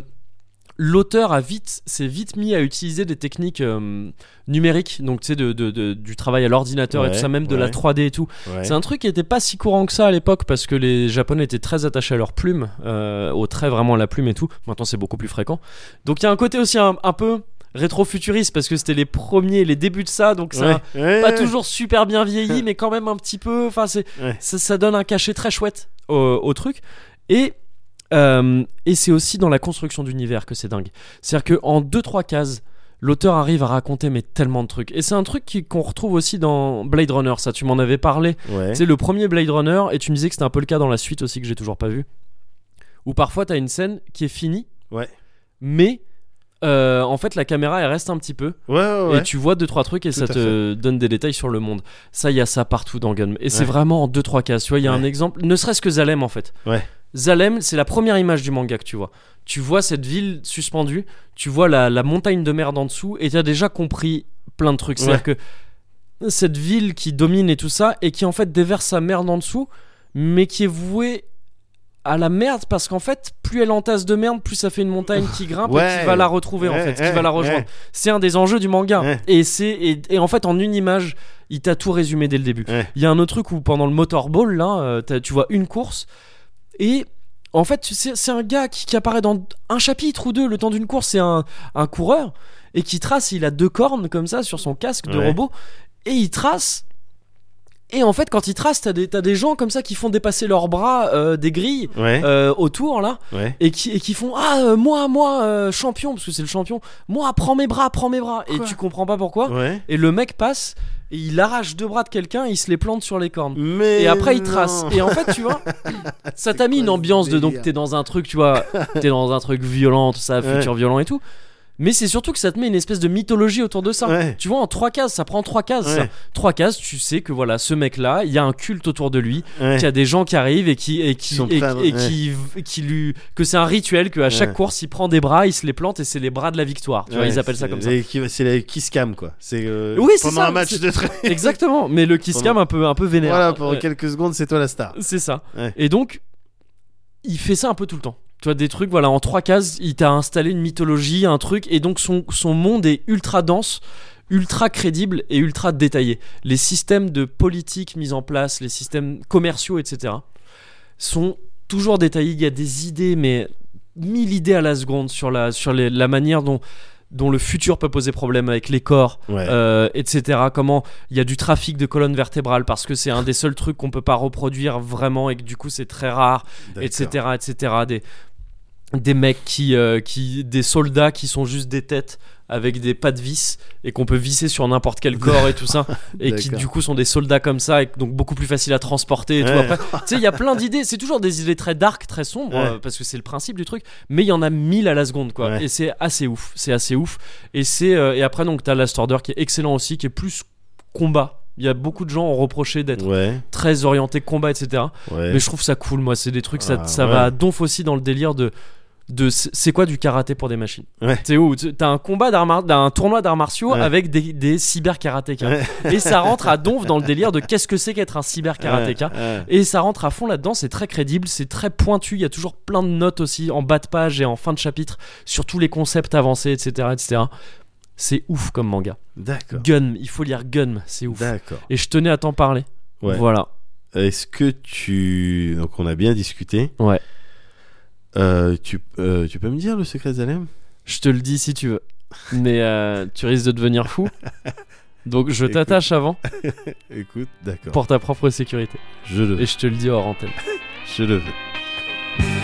[SPEAKER 1] L'auteur a vite, s'est vite mis à utiliser des techniques euh, numériques, donc tu sais de, de- de- du travail à l'ordinateur et
[SPEAKER 2] Ouais,
[SPEAKER 1] tout ça, même de la
[SPEAKER 2] ouais.
[SPEAKER 1] 3D et tout.
[SPEAKER 2] Ouais.
[SPEAKER 1] C'est un truc qui n'était pas si courant que ça à l'époque parce que les Japonais étaient très attachés à leur plume, euh, aux traits vraiment à la plume et tout. Maintenant c'est beaucoup plus fréquent. Donc il y a un côté aussi un, un peu rétro-futuriste parce que c'était les premiers, les débuts de ça, donc ça
[SPEAKER 2] Ouais.
[SPEAKER 1] a
[SPEAKER 2] Ouais,
[SPEAKER 1] pas
[SPEAKER 2] ouais.
[SPEAKER 1] toujours super bien vieilli, mais quand même un petit peu. Enfin c'est
[SPEAKER 2] Ouais.
[SPEAKER 1] ça, ça donne un cachet très chouette au, au truc et euh, et c'est aussi dans la construction d'univers que c'est dingue. C'est-à-dire qu'en 2-3 cases, l'auteur arrive à raconter mais tellement de trucs. Et c'est un truc qui- qu'on retrouve aussi dans Blade Runner, ça tu m'en avais parlé.
[SPEAKER 2] Ouais.
[SPEAKER 1] C'est le premier Blade Runner, et tu me disais que c'était un peu le cas dans la suite aussi que j'ai toujours pas vu. Où parfois t'as une scène qui est finie,
[SPEAKER 2] Ouais.
[SPEAKER 1] mais euh, en fait, la caméra elle reste un petit peu
[SPEAKER 2] Ouais, ouais, ouais.
[SPEAKER 1] et tu vois deux trois trucs et
[SPEAKER 2] Tout
[SPEAKER 1] ça
[SPEAKER 2] à
[SPEAKER 1] te donne des détails sur le monde. Ça, il y a ça partout dans Gunm. Et c'est
[SPEAKER 2] Ouais.
[SPEAKER 1] vraiment en deux trois cases. Tu vois, il y a un
[SPEAKER 2] Ouais.
[SPEAKER 1] exemple, ne serait-ce que Zalem en fait.
[SPEAKER 2] Ouais.
[SPEAKER 1] Zalem, c'est la première image du manga que tu vois. Tu vois cette ville suspendue, tu vois la, la montagne de merde en dessous et tu as déjà compris plein de trucs. C'est-à-dire que cette ville qui domine et tout ça et qui en fait déverse sa merde en dessous, mais qui est vouée à la merde parce qu'en fait plus elle entasse de merde plus ça fait une montagne qui grimpe et
[SPEAKER 2] Ouais.
[SPEAKER 1] qui va la retrouver en
[SPEAKER 2] Ouais,
[SPEAKER 1] fait qui
[SPEAKER 2] ouais,
[SPEAKER 1] va la rejoindre
[SPEAKER 2] ouais.
[SPEAKER 1] c'est un des enjeux du manga.
[SPEAKER 2] Ouais.
[SPEAKER 1] Et, c'est, et, et en fait, en une image, il t'a tout résumé dès le début. Il
[SPEAKER 2] Ouais.
[SPEAKER 1] y a un autre truc où pendant le motorball, là, euh, t'as- tu vois une course. Et en fait, tu sais, c'est un gars qui, qui apparaît dans un chapitre ou deux, le temps d'une course, c'est un, un coureur. Et qui trace, il a deux cornes comme ça sur son casque de
[SPEAKER 2] Ouais.
[SPEAKER 1] robot. Et il trace. Et en fait, quand il trace, t'as des, t'as des gens comme ça qui font dépasser leurs bras euh, des grilles
[SPEAKER 2] Ouais,
[SPEAKER 1] euh, autour, là
[SPEAKER 2] ouais.
[SPEAKER 1] et qui, et qui font Ah, euh, moi, moi, euh, champion, parce que c'est le champion, moi, prends mes bras, prends mes bras. et
[SPEAKER 2] Quoi
[SPEAKER 1] tu comprends pas pourquoi.
[SPEAKER 2] Ouais.
[SPEAKER 1] Et le mec passe, et il arrache deux bras de quelqu'un, et il se les plante sur les cornes.
[SPEAKER 2] Mais.
[SPEAKER 1] Et après, il
[SPEAKER 2] non.
[SPEAKER 1] trace. Et en fait, tu vois, ça t'a mis
[SPEAKER 2] quoi
[SPEAKER 1] une
[SPEAKER 2] ce
[SPEAKER 1] ambiance de donc
[SPEAKER 2] délire
[SPEAKER 1] t'es dans un truc, tu vois, t'es dans un truc violent, tout ça,
[SPEAKER 2] Ouais.
[SPEAKER 1] futur violent et tout. Mais c'est surtout que ça te met une espèce de mythologie autour de ça.
[SPEAKER 2] Ouais.
[SPEAKER 1] Tu vois, en trois cases, ça prend trois cases. ça.
[SPEAKER 2] Ouais.
[SPEAKER 1] Trois cases, tu sais que voilà, ce mec-là, il y a un culte autour de lui
[SPEAKER 2] Ouais.
[SPEAKER 1] qu'il y a des gens qui arrivent et qui et qui
[SPEAKER 2] Qui sont
[SPEAKER 1] et,
[SPEAKER 2] prêts à-
[SPEAKER 1] et qui, qui lui que c'est un rituel que à chaque
[SPEAKER 2] Ouais. course,
[SPEAKER 1] course il prend des bras il se les plante et c'est les bras de la victoire tu vois
[SPEAKER 2] Ouais,
[SPEAKER 1] ils appellent ça
[SPEAKER 2] c'est
[SPEAKER 1] comme ça
[SPEAKER 2] les- qui- C'est les kiss cam, quoi. C'est euh,
[SPEAKER 1] Oui, c'est
[SPEAKER 2] pendant
[SPEAKER 1] ça,
[SPEAKER 2] un match
[SPEAKER 1] c'est-
[SPEAKER 2] de train.
[SPEAKER 1] exactement mais le kiss cam un peu un peu vénère
[SPEAKER 2] Voilà, pour
[SPEAKER 1] Ouais,
[SPEAKER 2] quelques secondes, c'est toi la star.
[SPEAKER 1] c'est ça
[SPEAKER 2] Ouais.
[SPEAKER 1] et donc il fait ça un peu tout le temps tu vois des trucs voilà en trois cases il t'a installé une mythologie un truc et donc son son monde est ultra dense ultra crédible et ultra détaillé les systèmes de politique mis en place les systèmes commerciaux etc sont toujours détaillés. Il y a des idées, mais mille idées à la seconde sur la, sur les- la manière dont, dont le futur peut poser problème avec les corps,
[SPEAKER 2] Ouais.
[SPEAKER 1] euh, etc. Comment il y a du trafic de colonne vertébrale parce que c'est un des seuls trucs qu'on peut pas reproduire vraiment et que du coup c'est très rare, etc.
[SPEAKER 2] D'accord.
[SPEAKER 1] etc. Des, des mecs qui, euh, qui. des soldats qui sont juste des têtes avec des pas de vis et qu'on peut visser sur n'importe quel corps et tout ça et qui
[SPEAKER 2] D'accord.
[SPEAKER 1] du coup sont des soldats comme ça et donc beaucoup plus facile à transporter et tout
[SPEAKER 2] Ouais.
[SPEAKER 1] après tu sais, il y a plein d'idées. C'est toujours des idées très dark, très sombres,
[SPEAKER 2] Ouais.
[SPEAKER 1] euh, parce que c'est le principe du truc. Mais il y en a mille à la seconde, quoi.
[SPEAKER 2] Ouais.
[SPEAKER 1] Et c'est assez ouf. C'est assez ouf. Et c'est euh, et après donc t'as Last Order qui est excellent aussi, qui est plus combat. Il y a beaucoup de gens ont reproché d'être
[SPEAKER 2] Ouais,
[SPEAKER 1] très orienté combat, etc.
[SPEAKER 2] ouais.
[SPEAKER 1] Mais je trouve ça cool, moi. C'est des trucs, ça,
[SPEAKER 2] Ah,
[SPEAKER 1] ça
[SPEAKER 2] ouais.
[SPEAKER 1] va à donf aussi dans le délire de. de c'est c'est quoi du karaté pour des machines
[SPEAKER 2] Ouais.
[SPEAKER 1] T'es où Tu- T'as un combat d'arts mar- d'un tournoi d'arts martiaux
[SPEAKER 2] Ouais.
[SPEAKER 1] avec des, des cyber karatékas.
[SPEAKER 2] Ouais.
[SPEAKER 1] Et ça rentre à donf dans le délire de qu'est-ce que c'est qu'être un cyber karatéka.
[SPEAKER 2] Ouais.
[SPEAKER 1] Et ça rentre à fond là-dedans, c'est très crédible, c'est très pointu, il y a toujours plein de notes aussi en bas de page et en fin de chapitre sur tous les concepts avancés, etc. etc. C'est ouf comme manga.
[SPEAKER 2] D'accord.
[SPEAKER 1] Gun, il faut lire Gun, c'est ouf.
[SPEAKER 2] D'accord.
[SPEAKER 1] Et je tenais à t'en parler.
[SPEAKER 2] Ouais.
[SPEAKER 1] Voilà.
[SPEAKER 2] Est-ce que tu. Donc, on a bien discuté.
[SPEAKER 1] Ouais.
[SPEAKER 2] Euh, tu, euh, tu peux me dire le secret de Zalem
[SPEAKER 1] Je te le dis si tu veux. Mais euh, tu risques de devenir fou. Donc je t'attache avant
[SPEAKER 2] Écoute, d'accord.
[SPEAKER 1] pour ta propre sécurité.
[SPEAKER 2] Je le
[SPEAKER 1] Et je te le dis hors antenne.
[SPEAKER 2] Je le veux.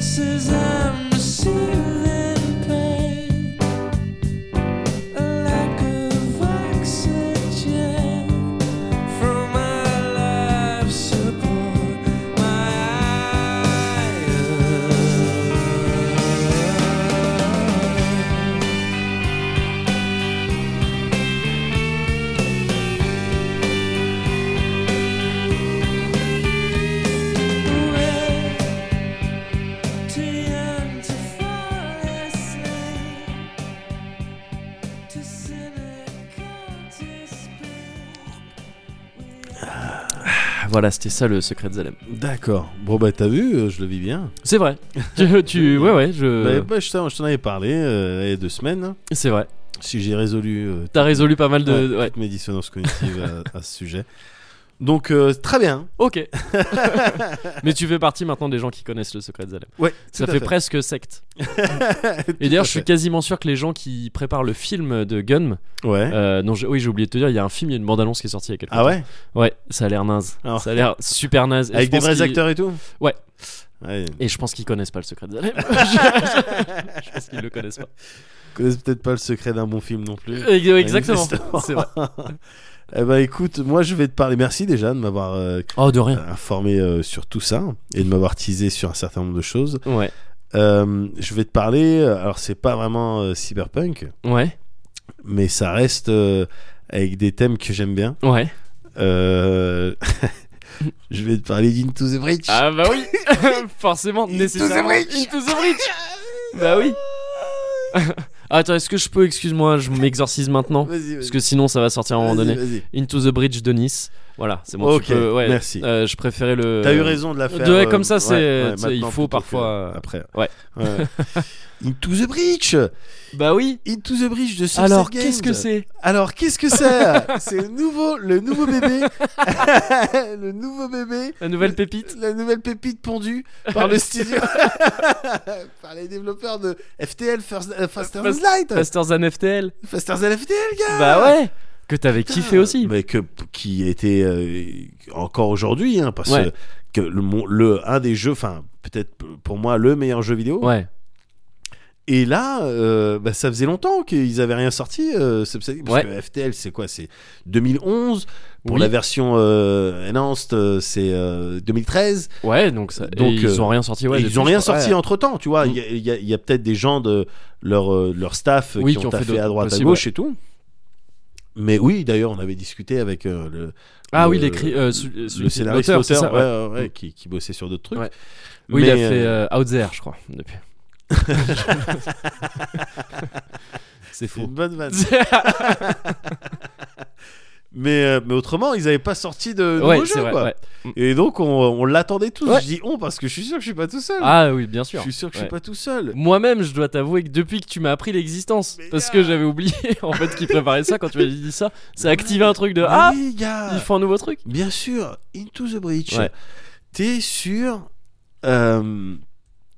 [SPEAKER 3] Says I'm receiving pain a lack of oxygen from my life support, my iron. We're too young to fall asleep to
[SPEAKER 2] Ah,
[SPEAKER 1] Voilà, c'était ça le secret de Zalem.
[SPEAKER 2] D'accord. Bon, bah, t'as vu, euh, je le vis bien.
[SPEAKER 1] C'est vrai. tu, tu- ouais, ouais, je.
[SPEAKER 2] Bah, bah, je t'en je t'en avais parlé euh, il y a deux semaines.
[SPEAKER 1] C'est vrai.
[SPEAKER 2] Si j'ai résolu euh,
[SPEAKER 1] T'as résolu pas mal de.
[SPEAKER 2] toutes
[SPEAKER 1] ouais.
[SPEAKER 2] mes dissonances cognitives à, à ce sujet. Donc, euh, très bien.
[SPEAKER 1] Ok. Mais tu fais partie maintenant des gens qui connaissent le secret de Zalem.
[SPEAKER 2] Ouais,
[SPEAKER 1] Ça
[SPEAKER 2] tout à
[SPEAKER 1] fait
[SPEAKER 2] fait.
[SPEAKER 1] presque secte.
[SPEAKER 2] Tout
[SPEAKER 1] Et d'ailleurs,
[SPEAKER 2] à
[SPEAKER 1] je suis
[SPEAKER 2] fait.
[SPEAKER 1] quasiment sûr que les gens qui préparent le film de Gun,
[SPEAKER 2] Ouais.
[SPEAKER 1] euh, non, j'ai- oui, j'ai oublié de te dire, il y a un film, il y a une bande-annonce qui est sortie il y a quelques
[SPEAKER 2] Hein ah ouais
[SPEAKER 1] temps. Ouais, ça a l'air naze.
[SPEAKER 2] Alors.
[SPEAKER 1] Ça a l'air super naze. Et
[SPEAKER 2] Avec
[SPEAKER 1] je
[SPEAKER 2] des
[SPEAKER 1] pense
[SPEAKER 2] vrais
[SPEAKER 1] qu'ils-
[SPEAKER 2] acteurs et tout
[SPEAKER 1] Ouais.
[SPEAKER 2] Ouais.
[SPEAKER 1] Et je pense qu'ils connaissent pas le secret de Zalem. Je- je pense qu'ils le connaissent pas.
[SPEAKER 2] Ils connaissent peut-être pas le secret d'un bon film non plus.
[SPEAKER 1] Euh, Exactement.
[SPEAKER 2] Manifestement.
[SPEAKER 1] C'est vrai.
[SPEAKER 2] eh ben écoute, moi je vais te parler. Merci déjà de m'avoir euh,
[SPEAKER 1] Oh, de rien.
[SPEAKER 2] informé euh, sur tout ça et de m'avoir teasé sur un certain nombre de choses.
[SPEAKER 1] Ouais.
[SPEAKER 2] Euh, je vais te parler. euh, Alors c'est pas vraiment euh, cyberpunk,
[SPEAKER 1] Ouais.
[SPEAKER 2] mais ça reste euh, avec des thèmes que j'aime bien.
[SPEAKER 1] Ouais.
[SPEAKER 2] Euh, je vais te parler d'Into the Bridge.
[SPEAKER 1] Ah, bah oui. Forcément, nécessairement. Into the bridge. Bah oui. Attends, est-ce que je peux, excuse-moi, je m'exorcise maintenant
[SPEAKER 2] Vas-y, vas-y.
[SPEAKER 1] Parce que sinon, ça va sortir à un moment
[SPEAKER 2] Vas-y,
[SPEAKER 1] donné.
[SPEAKER 2] vas-y.
[SPEAKER 1] Into the Bridge de Nice. Voilà, c'est bon. tu
[SPEAKER 2] Ok,
[SPEAKER 1] peux- ouais,
[SPEAKER 2] merci.
[SPEAKER 1] euh, je préférais le.
[SPEAKER 2] T'as eu raison de la faire.
[SPEAKER 1] de-
[SPEAKER 2] euh,
[SPEAKER 1] comme ça, c'est- tu sais, il
[SPEAKER 2] maintenant
[SPEAKER 1] faut
[SPEAKER 2] plutôt
[SPEAKER 1] parfois, euh,
[SPEAKER 2] que Après.
[SPEAKER 1] ouais.
[SPEAKER 2] ouais. Into the Bridge
[SPEAKER 1] Bah oui.
[SPEAKER 2] Into the Bridge de Sunset
[SPEAKER 1] Alors,
[SPEAKER 2] Games.
[SPEAKER 1] qu'est-ce que c'est
[SPEAKER 2] Alors, qu'est-ce que c'est C'est le nouveau, le nouveau bébé. le nouveau bébé.
[SPEAKER 1] La nouvelle pépite
[SPEAKER 2] La nouvelle pépite pondue par le studio. par les développeurs de FTL, First, euh, Faster
[SPEAKER 1] Fast-
[SPEAKER 2] Than Light.
[SPEAKER 1] Masters and FTL
[SPEAKER 2] Faster Than FTL, gars
[SPEAKER 1] Bah ouais Bah, Que t'avais kiffé aussi
[SPEAKER 2] mais que qui était euh, encore aujourd'hui hein, parce
[SPEAKER 1] Ouais.
[SPEAKER 2] que le, mon- le un des jeux enfin peut-être p- pour moi le meilleur jeu vidéo
[SPEAKER 1] Ouais.
[SPEAKER 2] et là euh, bah, ça faisait longtemps qu'ils avaient rien sorti euh, Subsea- parce
[SPEAKER 1] Ouais.
[SPEAKER 2] que FTL c'est quoi c'est 2011 pour
[SPEAKER 1] Oui.
[SPEAKER 2] la version euh, enhanced euh, c'est euh, 2013
[SPEAKER 1] Ouais, donc, ça,
[SPEAKER 2] Donc,
[SPEAKER 1] et ils
[SPEAKER 2] euh,
[SPEAKER 1] ont rien sorti. Ouais,
[SPEAKER 2] Et ils
[SPEAKER 1] depuis,
[SPEAKER 2] ont
[SPEAKER 1] je
[SPEAKER 2] rien
[SPEAKER 1] crois.
[SPEAKER 2] sorti hein.
[SPEAKER 1] Ouais. Mm.
[SPEAKER 2] entre temps tu vois il y a- il y a, il y a peut-être des gens de leur euh, leur staff euh,
[SPEAKER 1] Oui,
[SPEAKER 2] qui, ont, taffé
[SPEAKER 1] d'autres-
[SPEAKER 2] à droite
[SPEAKER 1] possible,
[SPEAKER 2] à gauche et tout mais oui d'ailleurs on avait discuté avec euh, le
[SPEAKER 1] Ah
[SPEAKER 2] le-
[SPEAKER 1] oui, l'écrit. Euh, su-
[SPEAKER 2] le
[SPEAKER 1] celui qui-
[SPEAKER 2] scénariste
[SPEAKER 1] l'auteur, c'est
[SPEAKER 2] l'auteur,
[SPEAKER 1] ça, ouais.
[SPEAKER 2] ouais, ouais, ouais, qui, qui bossait sur d'autres trucs
[SPEAKER 1] Ouais. Oui, il
[SPEAKER 2] Mais,
[SPEAKER 1] a fait
[SPEAKER 2] euh,
[SPEAKER 1] euh, Out There, je crois, depuis. c'est
[SPEAKER 2] c'est
[SPEAKER 1] faux.
[SPEAKER 2] une bonne vanne mais, euh, mais autrement ils n'avaient pas sorti de nouveau
[SPEAKER 1] ouais,
[SPEAKER 2] jeu
[SPEAKER 1] c'est vrai.
[SPEAKER 2] quoi.
[SPEAKER 1] ouais.
[SPEAKER 2] et donc on, on l'attendait tous
[SPEAKER 1] Ouais.
[SPEAKER 2] je dis on parce que je suis sûr que je suis pas tout seul
[SPEAKER 1] Ah oui, bien
[SPEAKER 2] je
[SPEAKER 1] sûr.
[SPEAKER 2] suis sûr que je
[SPEAKER 1] Ouais.
[SPEAKER 2] suis pas tout seul
[SPEAKER 1] Moi-même, je dois t'avouer que depuis que tu m'as appris l'existence,
[SPEAKER 2] Mais
[SPEAKER 1] parce
[SPEAKER 2] gars.
[SPEAKER 1] que j'avais oublié en fait qu'ils préparaient ça quand tu m'as dit ça, ça a activé un truc de
[SPEAKER 2] Mais
[SPEAKER 1] Ah
[SPEAKER 2] oui, gars.
[SPEAKER 1] Ils font un nouveau truc
[SPEAKER 2] bien sûr Into the Breach
[SPEAKER 1] Ouais.
[SPEAKER 2] t'es sur euh,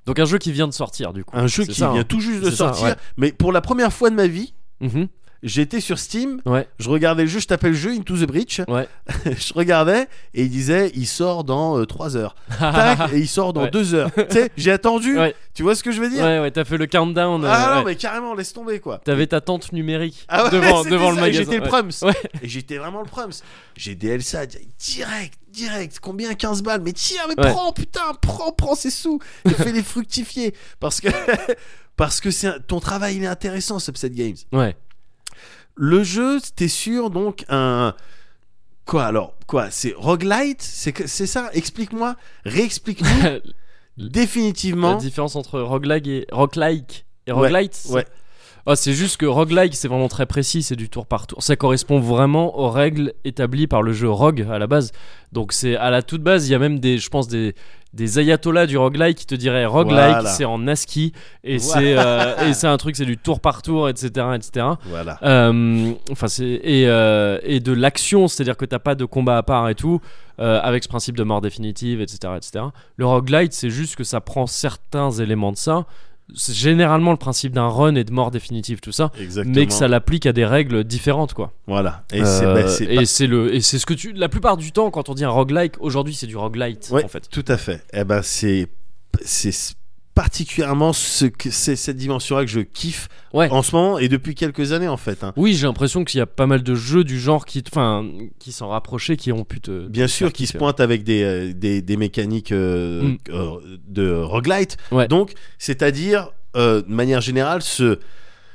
[SPEAKER 1] Donc un jeu qui vient de sortir du coup.
[SPEAKER 2] un jeu
[SPEAKER 1] C'est
[SPEAKER 2] qui
[SPEAKER 1] ça,
[SPEAKER 2] vient
[SPEAKER 1] hein.
[SPEAKER 2] tout juste de
[SPEAKER 1] C'est ça,
[SPEAKER 2] sortir
[SPEAKER 1] ouais.
[SPEAKER 2] mais pour la première fois de ma vie
[SPEAKER 1] Mhm.
[SPEAKER 2] j'étais sur Steam
[SPEAKER 1] Ouais.
[SPEAKER 2] je regardais le jeu, je tapais le jeu Into the Breach.
[SPEAKER 1] Ouais.
[SPEAKER 2] je regardais et il disait il sort dans 3 heures. Tac, et il sort dans
[SPEAKER 1] Ah, Ouais.
[SPEAKER 2] 2 heures. tu sais, j'ai attendu.
[SPEAKER 1] Ouais.
[SPEAKER 2] Tu vois ce que je veux dire
[SPEAKER 1] ouais, ouais, t'as fait le countdown. euh,
[SPEAKER 2] Ah non,
[SPEAKER 1] ouais.
[SPEAKER 2] mais carrément, laisse tomber quoi.
[SPEAKER 1] T'avais ta tente numérique
[SPEAKER 2] Ah ouais,
[SPEAKER 1] devant,
[SPEAKER 2] c'était
[SPEAKER 1] devant
[SPEAKER 2] ça,
[SPEAKER 1] le
[SPEAKER 2] et
[SPEAKER 1] magasin.
[SPEAKER 2] J'étais le
[SPEAKER 1] ouais.
[SPEAKER 2] prums.
[SPEAKER 1] Ouais.
[SPEAKER 2] Et j'étais vraiment le prums. J'ai DL ça direct, direct. Combien 15 balles. Mais tiens, mais
[SPEAKER 1] Ouais.
[SPEAKER 2] prends, putain, prends, prends ces sous. Et fais les fructifier. Parce que. Parce que c'est un- ton travail il est intéressant, Subset Games.
[SPEAKER 1] Ouais.
[SPEAKER 2] Le jeu, t'es sûr, donc un. Quoi alors Quoi C'est roguelite C'est que- c'est ça Explique-moi, réexplique-nous
[SPEAKER 1] La
[SPEAKER 2] définitivement.
[SPEAKER 1] différence entre roguelike et roguelike et roguelite. c'est-
[SPEAKER 2] ouais.
[SPEAKER 1] Ah, c'est juste que roguelike c'est vraiment très précis, c'est du tour par tour. Ça correspond vraiment aux règles établies par le jeu Rogue à la base. Donc c'est à la toute base, il y a même des je pense des des ayatollahs du roguelike qui te diraient roguelike
[SPEAKER 2] Voilà.
[SPEAKER 1] c'est en ASCII et
[SPEAKER 2] Voilà.
[SPEAKER 1] c'est euh, et c'est un truc c'est du tour par tour etc etc
[SPEAKER 2] Voilà.
[SPEAKER 1] Euh, enfin, c'est et, euh, et de l'action, c'est-à-dire que t'as pas de combat à part et tout, euh, avec ce principe de mort définitive, etc., etc. Le roguelite, c'est juste que ça prend certains éléments de ça. C'est généralement le principe d'un run et de mort définitive, tout ça,
[SPEAKER 2] Exactement.
[SPEAKER 1] mais que ça l'applique à des règles différentes, quoi.
[SPEAKER 2] Voilà. Et c'est
[SPEAKER 1] Euh,
[SPEAKER 2] bah, c'est
[SPEAKER 1] et
[SPEAKER 2] pas-
[SPEAKER 1] c'est le et c'est ce que tu la plupart du temps quand on dit un roguelike aujourd'hui c'est du roguelite
[SPEAKER 2] Ouais,
[SPEAKER 1] en fait
[SPEAKER 2] tout à fait. Eh ben c'est c'est s- particulièrement ce que c'est cette dimension-là que je kiffe
[SPEAKER 1] Ouais.
[SPEAKER 2] en ce moment et depuis quelques années en fait. hein.
[SPEAKER 1] oui j'ai l'impression qu'il y a pas mal de jeux du genre qui te- enfin qui s'en rapprochaient qui ont pu te
[SPEAKER 2] Bien sûr,
[SPEAKER 1] faire
[SPEAKER 2] qui se
[SPEAKER 1] kiffer.
[SPEAKER 2] pointe avec des, euh, des, des mécaniques euh,
[SPEAKER 1] Mm.
[SPEAKER 2] euh, de roguelite.
[SPEAKER 1] Ouais.
[SPEAKER 2] Donc, c'est-à-dire, euh, de manière générale, ce,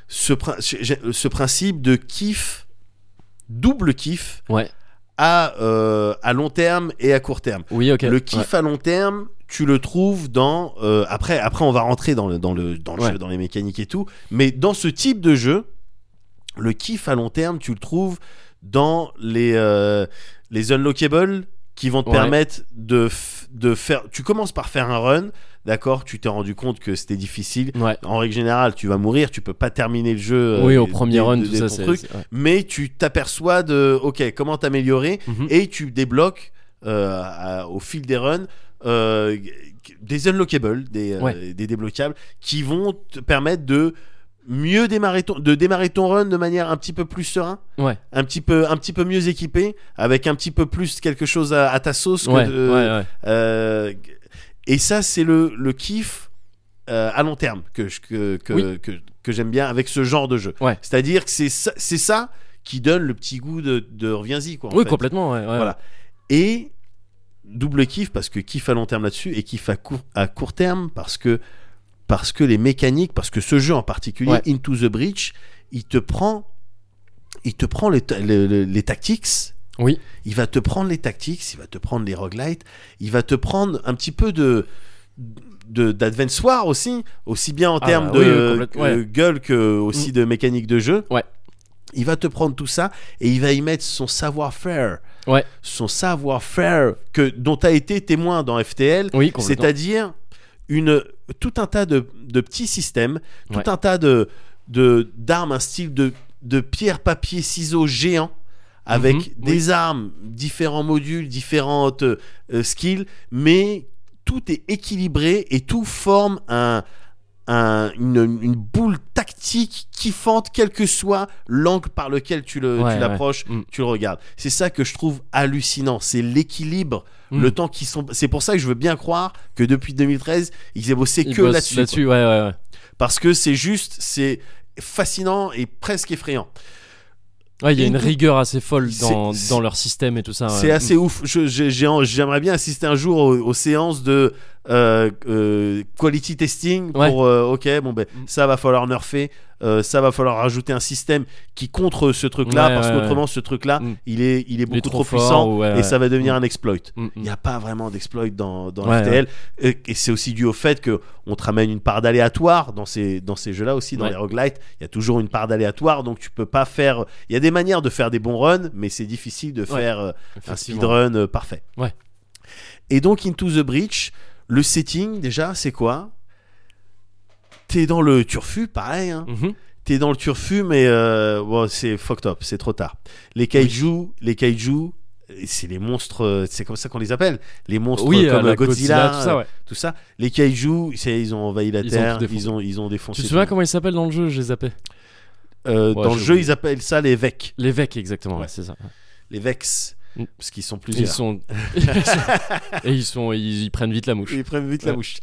[SPEAKER 2] ce, prin- ce- ce principe de kiff, double kiff,
[SPEAKER 1] ouais
[SPEAKER 2] à, euh, à long terme et à court terme.
[SPEAKER 1] oui ok
[SPEAKER 2] Le kiff à long terme, tu le trouves dans. euh, après, après, on va rentrer dans le, dans le, dans le
[SPEAKER 1] Ouais.
[SPEAKER 2] jeu, dans les mécaniques et tout. Mais dans ce type de jeu, le kiff à long terme, tu le trouves dans les, euh, les unlockables qui vont te
[SPEAKER 1] Ouais.
[SPEAKER 2] permettre de, f- de faire. Tu commences par faire un run, d'accord, tu t'es rendu compte que c'était difficile.
[SPEAKER 1] Ouais.
[SPEAKER 2] En règle générale, tu vas mourir, tu peux pas terminer le jeu. euh,
[SPEAKER 1] oui, au
[SPEAKER 2] dès-
[SPEAKER 1] premier
[SPEAKER 2] dès-
[SPEAKER 1] run,
[SPEAKER 2] dès
[SPEAKER 1] tout
[SPEAKER 2] ton
[SPEAKER 1] ça, c'est.
[SPEAKER 2] truc.
[SPEAKER 1] c'est- ouais.
[SPEAKER 2] Mais tu t'aperçois de, ok, comment t'améliorer
[SPEAKER 1] Mhm.
[SPEAKER 2] et tu débloques euh, à- au fil des runs euh, des unlockables, des, euh,
[SPEAKER 1] Ouais.
[SPEAKER 2] des débloquables qui vont te permettre de mieux démarrer ton, de démarrer ton run de manière un petit peu plus serein,
[SPEAKER 1] Ouais.
[SPEAKER 2] un petit peu, un petit peu mieux équipé, avec un petit peu plus quelque chose à, à ta sauce. que
[SPEAKER 1] Ouais,
[SPEAKER 2] de-
[SPEAKER 1] ouais, ouais.
[SPEAKER 2] euh, et ça, c'est le, le kiff euh, à long terme que, je- que, que,
[SPEAKER 1] Oui.
[SPEAKER 2] que, que j'aime bien avec ce genre de jeu.
[SPEAKER 1] Ouais.
[SPEAKER 2] C'est-à-dire que c'est ça, c'est ça qui donne le petit goût de, de reviens-y. Quoi, en
[SPEAKER 1] Oui,
[SPEAKER 2] fait.
[SPEAKER 1] complètement, ouais, ouais.
[SPEAKER 2] Voilà. Et double kiff parce que kiff à long terme là-dessus et kiff à court, à court terme parce que, parce que les mécaniques, parce que ce jeu en particulier,
[SPEAKER 1] Ouais.
[SPEAKER 2] Into the Breach, il te prend, il te prend les, ta- les- les- les tactics.
[SPEAKER 1] Oui.
[SPEAKER 2] Il va te prendre les tactics, il va te prendre les roguelites, il va te prendre un petit peu de de- d'advensoir aussi aussi bien en
[SPEAKER 1] Ah
[SPEAKER 2] termes
[SPEAKER 1] bah oui, oui,
[SPEAKER 2] de
[SPEAKER 1] complètement, ouais. Mm.
[SPEAKER 2] de gueule que aussi de mécanique de jeu
[SPEAKER 1] Ouais.
[SPEAKER 2] il va te prendre tout ça et il va y mettre son savoir-faire
[SPEAKER 1] Ouais.
[SPEAKER 2] son savoir-faire que dont a été témoin dans FTL
[SPEAKER 1] Oui, complètement.
[SPEAKER 2] c'est-à-dire une tout un tas de, de petits systèmes tout
[SPEAKER 1] Ouais.
[SPEAKER 2] un tas de de d'armes un style de de pierre papier ciseaux géant avec
[SPEAKER 1] Mhm,
[SPEAKER 2] des armes différents modules différentes euh, skills mais tout est équilibré et tout forme un un- une, une boule tactique kiffante, quel que soit l'angle par lequel tu le-
[SPEAKER 1] Ouais,
[SPEAKER 2] tu l'approches,
[SPEAKER 1] ouais. Mm.
[SPEAKER 2] tu le regardes. C'est ça que je trouve hallucinant, c'est l'équilibre
[SPEAKER 1] Mm.
[SPEAKER 2] le temps qu'ils sont. C'est pour ça que je veux bien croire que depuis 2013, ils aient bossé
[SPEAKER 1] Il
[SPEAKER 2] que
[SPEAKER 1] bosse
[SPEAKER 2] là-dessus.
[SPEAKER 1] Là-dessus, ouais, ouais, ouais.
[SPEAKER 2] quoi. Parce que c'est juste, c'est fascinant et presque effrayant.
[SPEAKER 1] Ouais, il y a une
[SPEAKER 2] Into-
[SPEAKER 1] rigueur assez folle dans,
[SPEAKER 2] C'est-
[SPEAKER 1] dans leur système et tout ça. Ah ouais.
[SPEAKER 2] C'est assez ouf. Je- j'ai- j'ai en- J'aimerais bien assister un jour aux, aux séances de euh, euh, quality testing
[SPEAKER 1] Ouais.
[SPEAKER 2] pour. euh, ok, bon ben,
[SPEAKER 1] Mm.
[SPEAKER 2] ça va falloir nerfer. euh, ça va falloir rajouter un système qui contre ce truc-là
[SPEAKER 1] Ouais,
[SPEAKER 2] parce
[SPEAKER 1] ouais,
[SPEAKER 2] qu'autrement ce truc-là
[SPEAKER 1] Mm.
[SPEAKER 2] il est il est
[SPEAKER 1] Il est
[SPEAKER 2] beaucoup trop,
[SPEAKER 1] fort,
[SPEAKER 2] puissant
[SPEAKER 1] ou ouais, ouais.
[SPEAKER 2] et ça va devenir un exploit.
[SPEAKER 1] Mm,
[SPEAKER 2] Il
[SPEAKER 1] mm.
[SPEAKER 2] n'y a pas vraiment d'exploit dans, dans
[SPEAKER 1] Ouais,
[SPEAKER 2] FTL. Et, et c'est aussi dû au fait qu'on te ramène une part d'aléatoire dans ces, dans ces jeux-là aussi, dans
[SPEAKER 1] Ouais.
[SPEAKER 2] les roguelites. Il y a toujours une part d'aléatoire, donc tu peux pas faire. Il y a des manières de faire des bons runs, mais c'est difficile de faire euh, un
[SPEAKER 1] Effectivement.
[SPEAKER 2] speedrun euh, parfait.
[SPEAKER 1] Ouais.
[SPEAKER 2] Et donc, Into the Breach, le setting, déjà, c'est quoi T'es dans le turfu, pareil. hein.
[SPEAKER 1] Mhm.
[SPEAKER 2] T'es dans le turfu, mais euh, bon, c'est fucked up, c'est trop tard. Les kaiju, les kaiju, c'est les monstres, euh, c'est comme ça qu'on les appelle. Les monstres
[SPEAKER 1] Oui,
[SPEAKER 2] comme
[SPEAKER 1] euh, la
[SPEAKER 2] euh, Godzilla,
[SPEAKER 1] tout ça, ouais.
[SPEAKER 2] euh, tout ça. Les kaiju, c'est- ils ont envahi la
[SPEAKER 1] Ils ont
[SPEAKER 2] Terre,
[SPEAKER 1] tout défoncé.
[SPEAKER 2] ils, ont, ils ont défoncé.
[SPEAKER 1] Tu te souviens
[SPEAKER 2] tout.
[SPEAKER 1] comment il s'appelle dans le jeu J'ai zappé.
[SPEAKER 2] Euh,
[SPEAKER 1] Ouais,
[SPEAKER 2] Dans
[SPEAKER 1] j'ai
[SPEAKER 2] le jeu,
[SPEAKER 1] oublié.
[SPEAKER 2] ils appellent ça les Vex.
[SPEAKER 1] L'évêque, exactement,
[SPEAKER 2] Ouais.
[SPEAKER 1] ouais, c'est ça.
[SPEAKER 2] Les Vex,
[SPEAKER 1] Mm.
[SPEAKER 2] parce qu'ils sont
[SPEAKER 1] Ils
[SPEAKER 2] plusieurs.
[SPEAKER 1] sont... ils sont- Et ils sont. Ils, ils prennent vite la mouche.
[SPEAKER 2] Ils prennent vite
[SPEAKER 1] Ouais.
[SPEAKER 2] la bouche.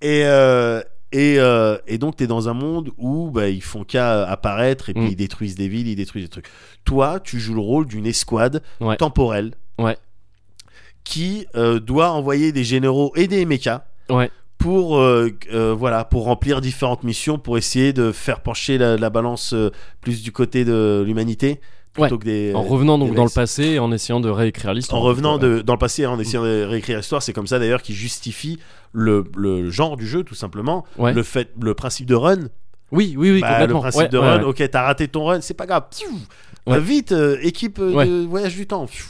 [SPEAKER 2] et, euh, et, euh, et donc, tu es dans un monde où bah, ils font qu'à apparaître et puis
[SPEAKER 1] Mm.
[SPEAKER 2] ils détruisent des villes, ils détruisent des trucs. Toi, tu joues le rôle d'une escouade
[SPEAKER 1] Ouais.
[SPEAKER 2] temporelle
[SPEAKER 1] Ouais.
[SPEAKER 2] qui euh, doit envoyer des généraux et des mechas
[SPEAKER 1] Ouais.
[SPEAKER 2] pour, euh, euh, voilà, pour remplir différentes missions, pour essayer de faire pencher la, la balance euh, plus du côté de l'humanité plutôt
[SPEAKER 1] Ouais.
[SPEAKER 2] que des.
[SPEAKER 1] En revenant donc
[SPEAKER 2] des
[SPEAKER 1] dans le
[SPEAKER 2] Vex.
[SPEAKER 1] passé et en essayant de réécrire l'histoire.
[SPEAKER 2] En revenant
[SPEAKER 1] Ouais.
[SPEAKER 2] de, dans le passé, hein, en essayant
[SPEAKER 1] Mm.
[SPEAKER 2] de réécrire l'histoire, c'est comme ça d'ailleurs qui justifie le, le genre du jeu, tout simplement.
[SPEAKER 1] Ouais.
[SPEAKER 2] Le, fait, le principe de run.
[SPEAKER 1] Oui, oui, oui,
[SPEAKER 2] Bah, le
[SPEAKER 1] complètement.
[SPEAKER 2] principe
[SPEAKER 1] Ouais,
[SPEAKER 2] de
[SPEAKER 1] ouais,
[SPEAKER 2] run,
[SPEAKER 1] ouais.
[SPEAKER 2] ok, t'as raté ton run, c'est pas grave. Pfiou.
[SPEAKER 1] Ouais.
[SPEAKER 2] Euh, vite, euh, équipe euh,
[SPEAKER 1] Ouais.
[SPEAKER 2] de voyage du temps. Pfiou.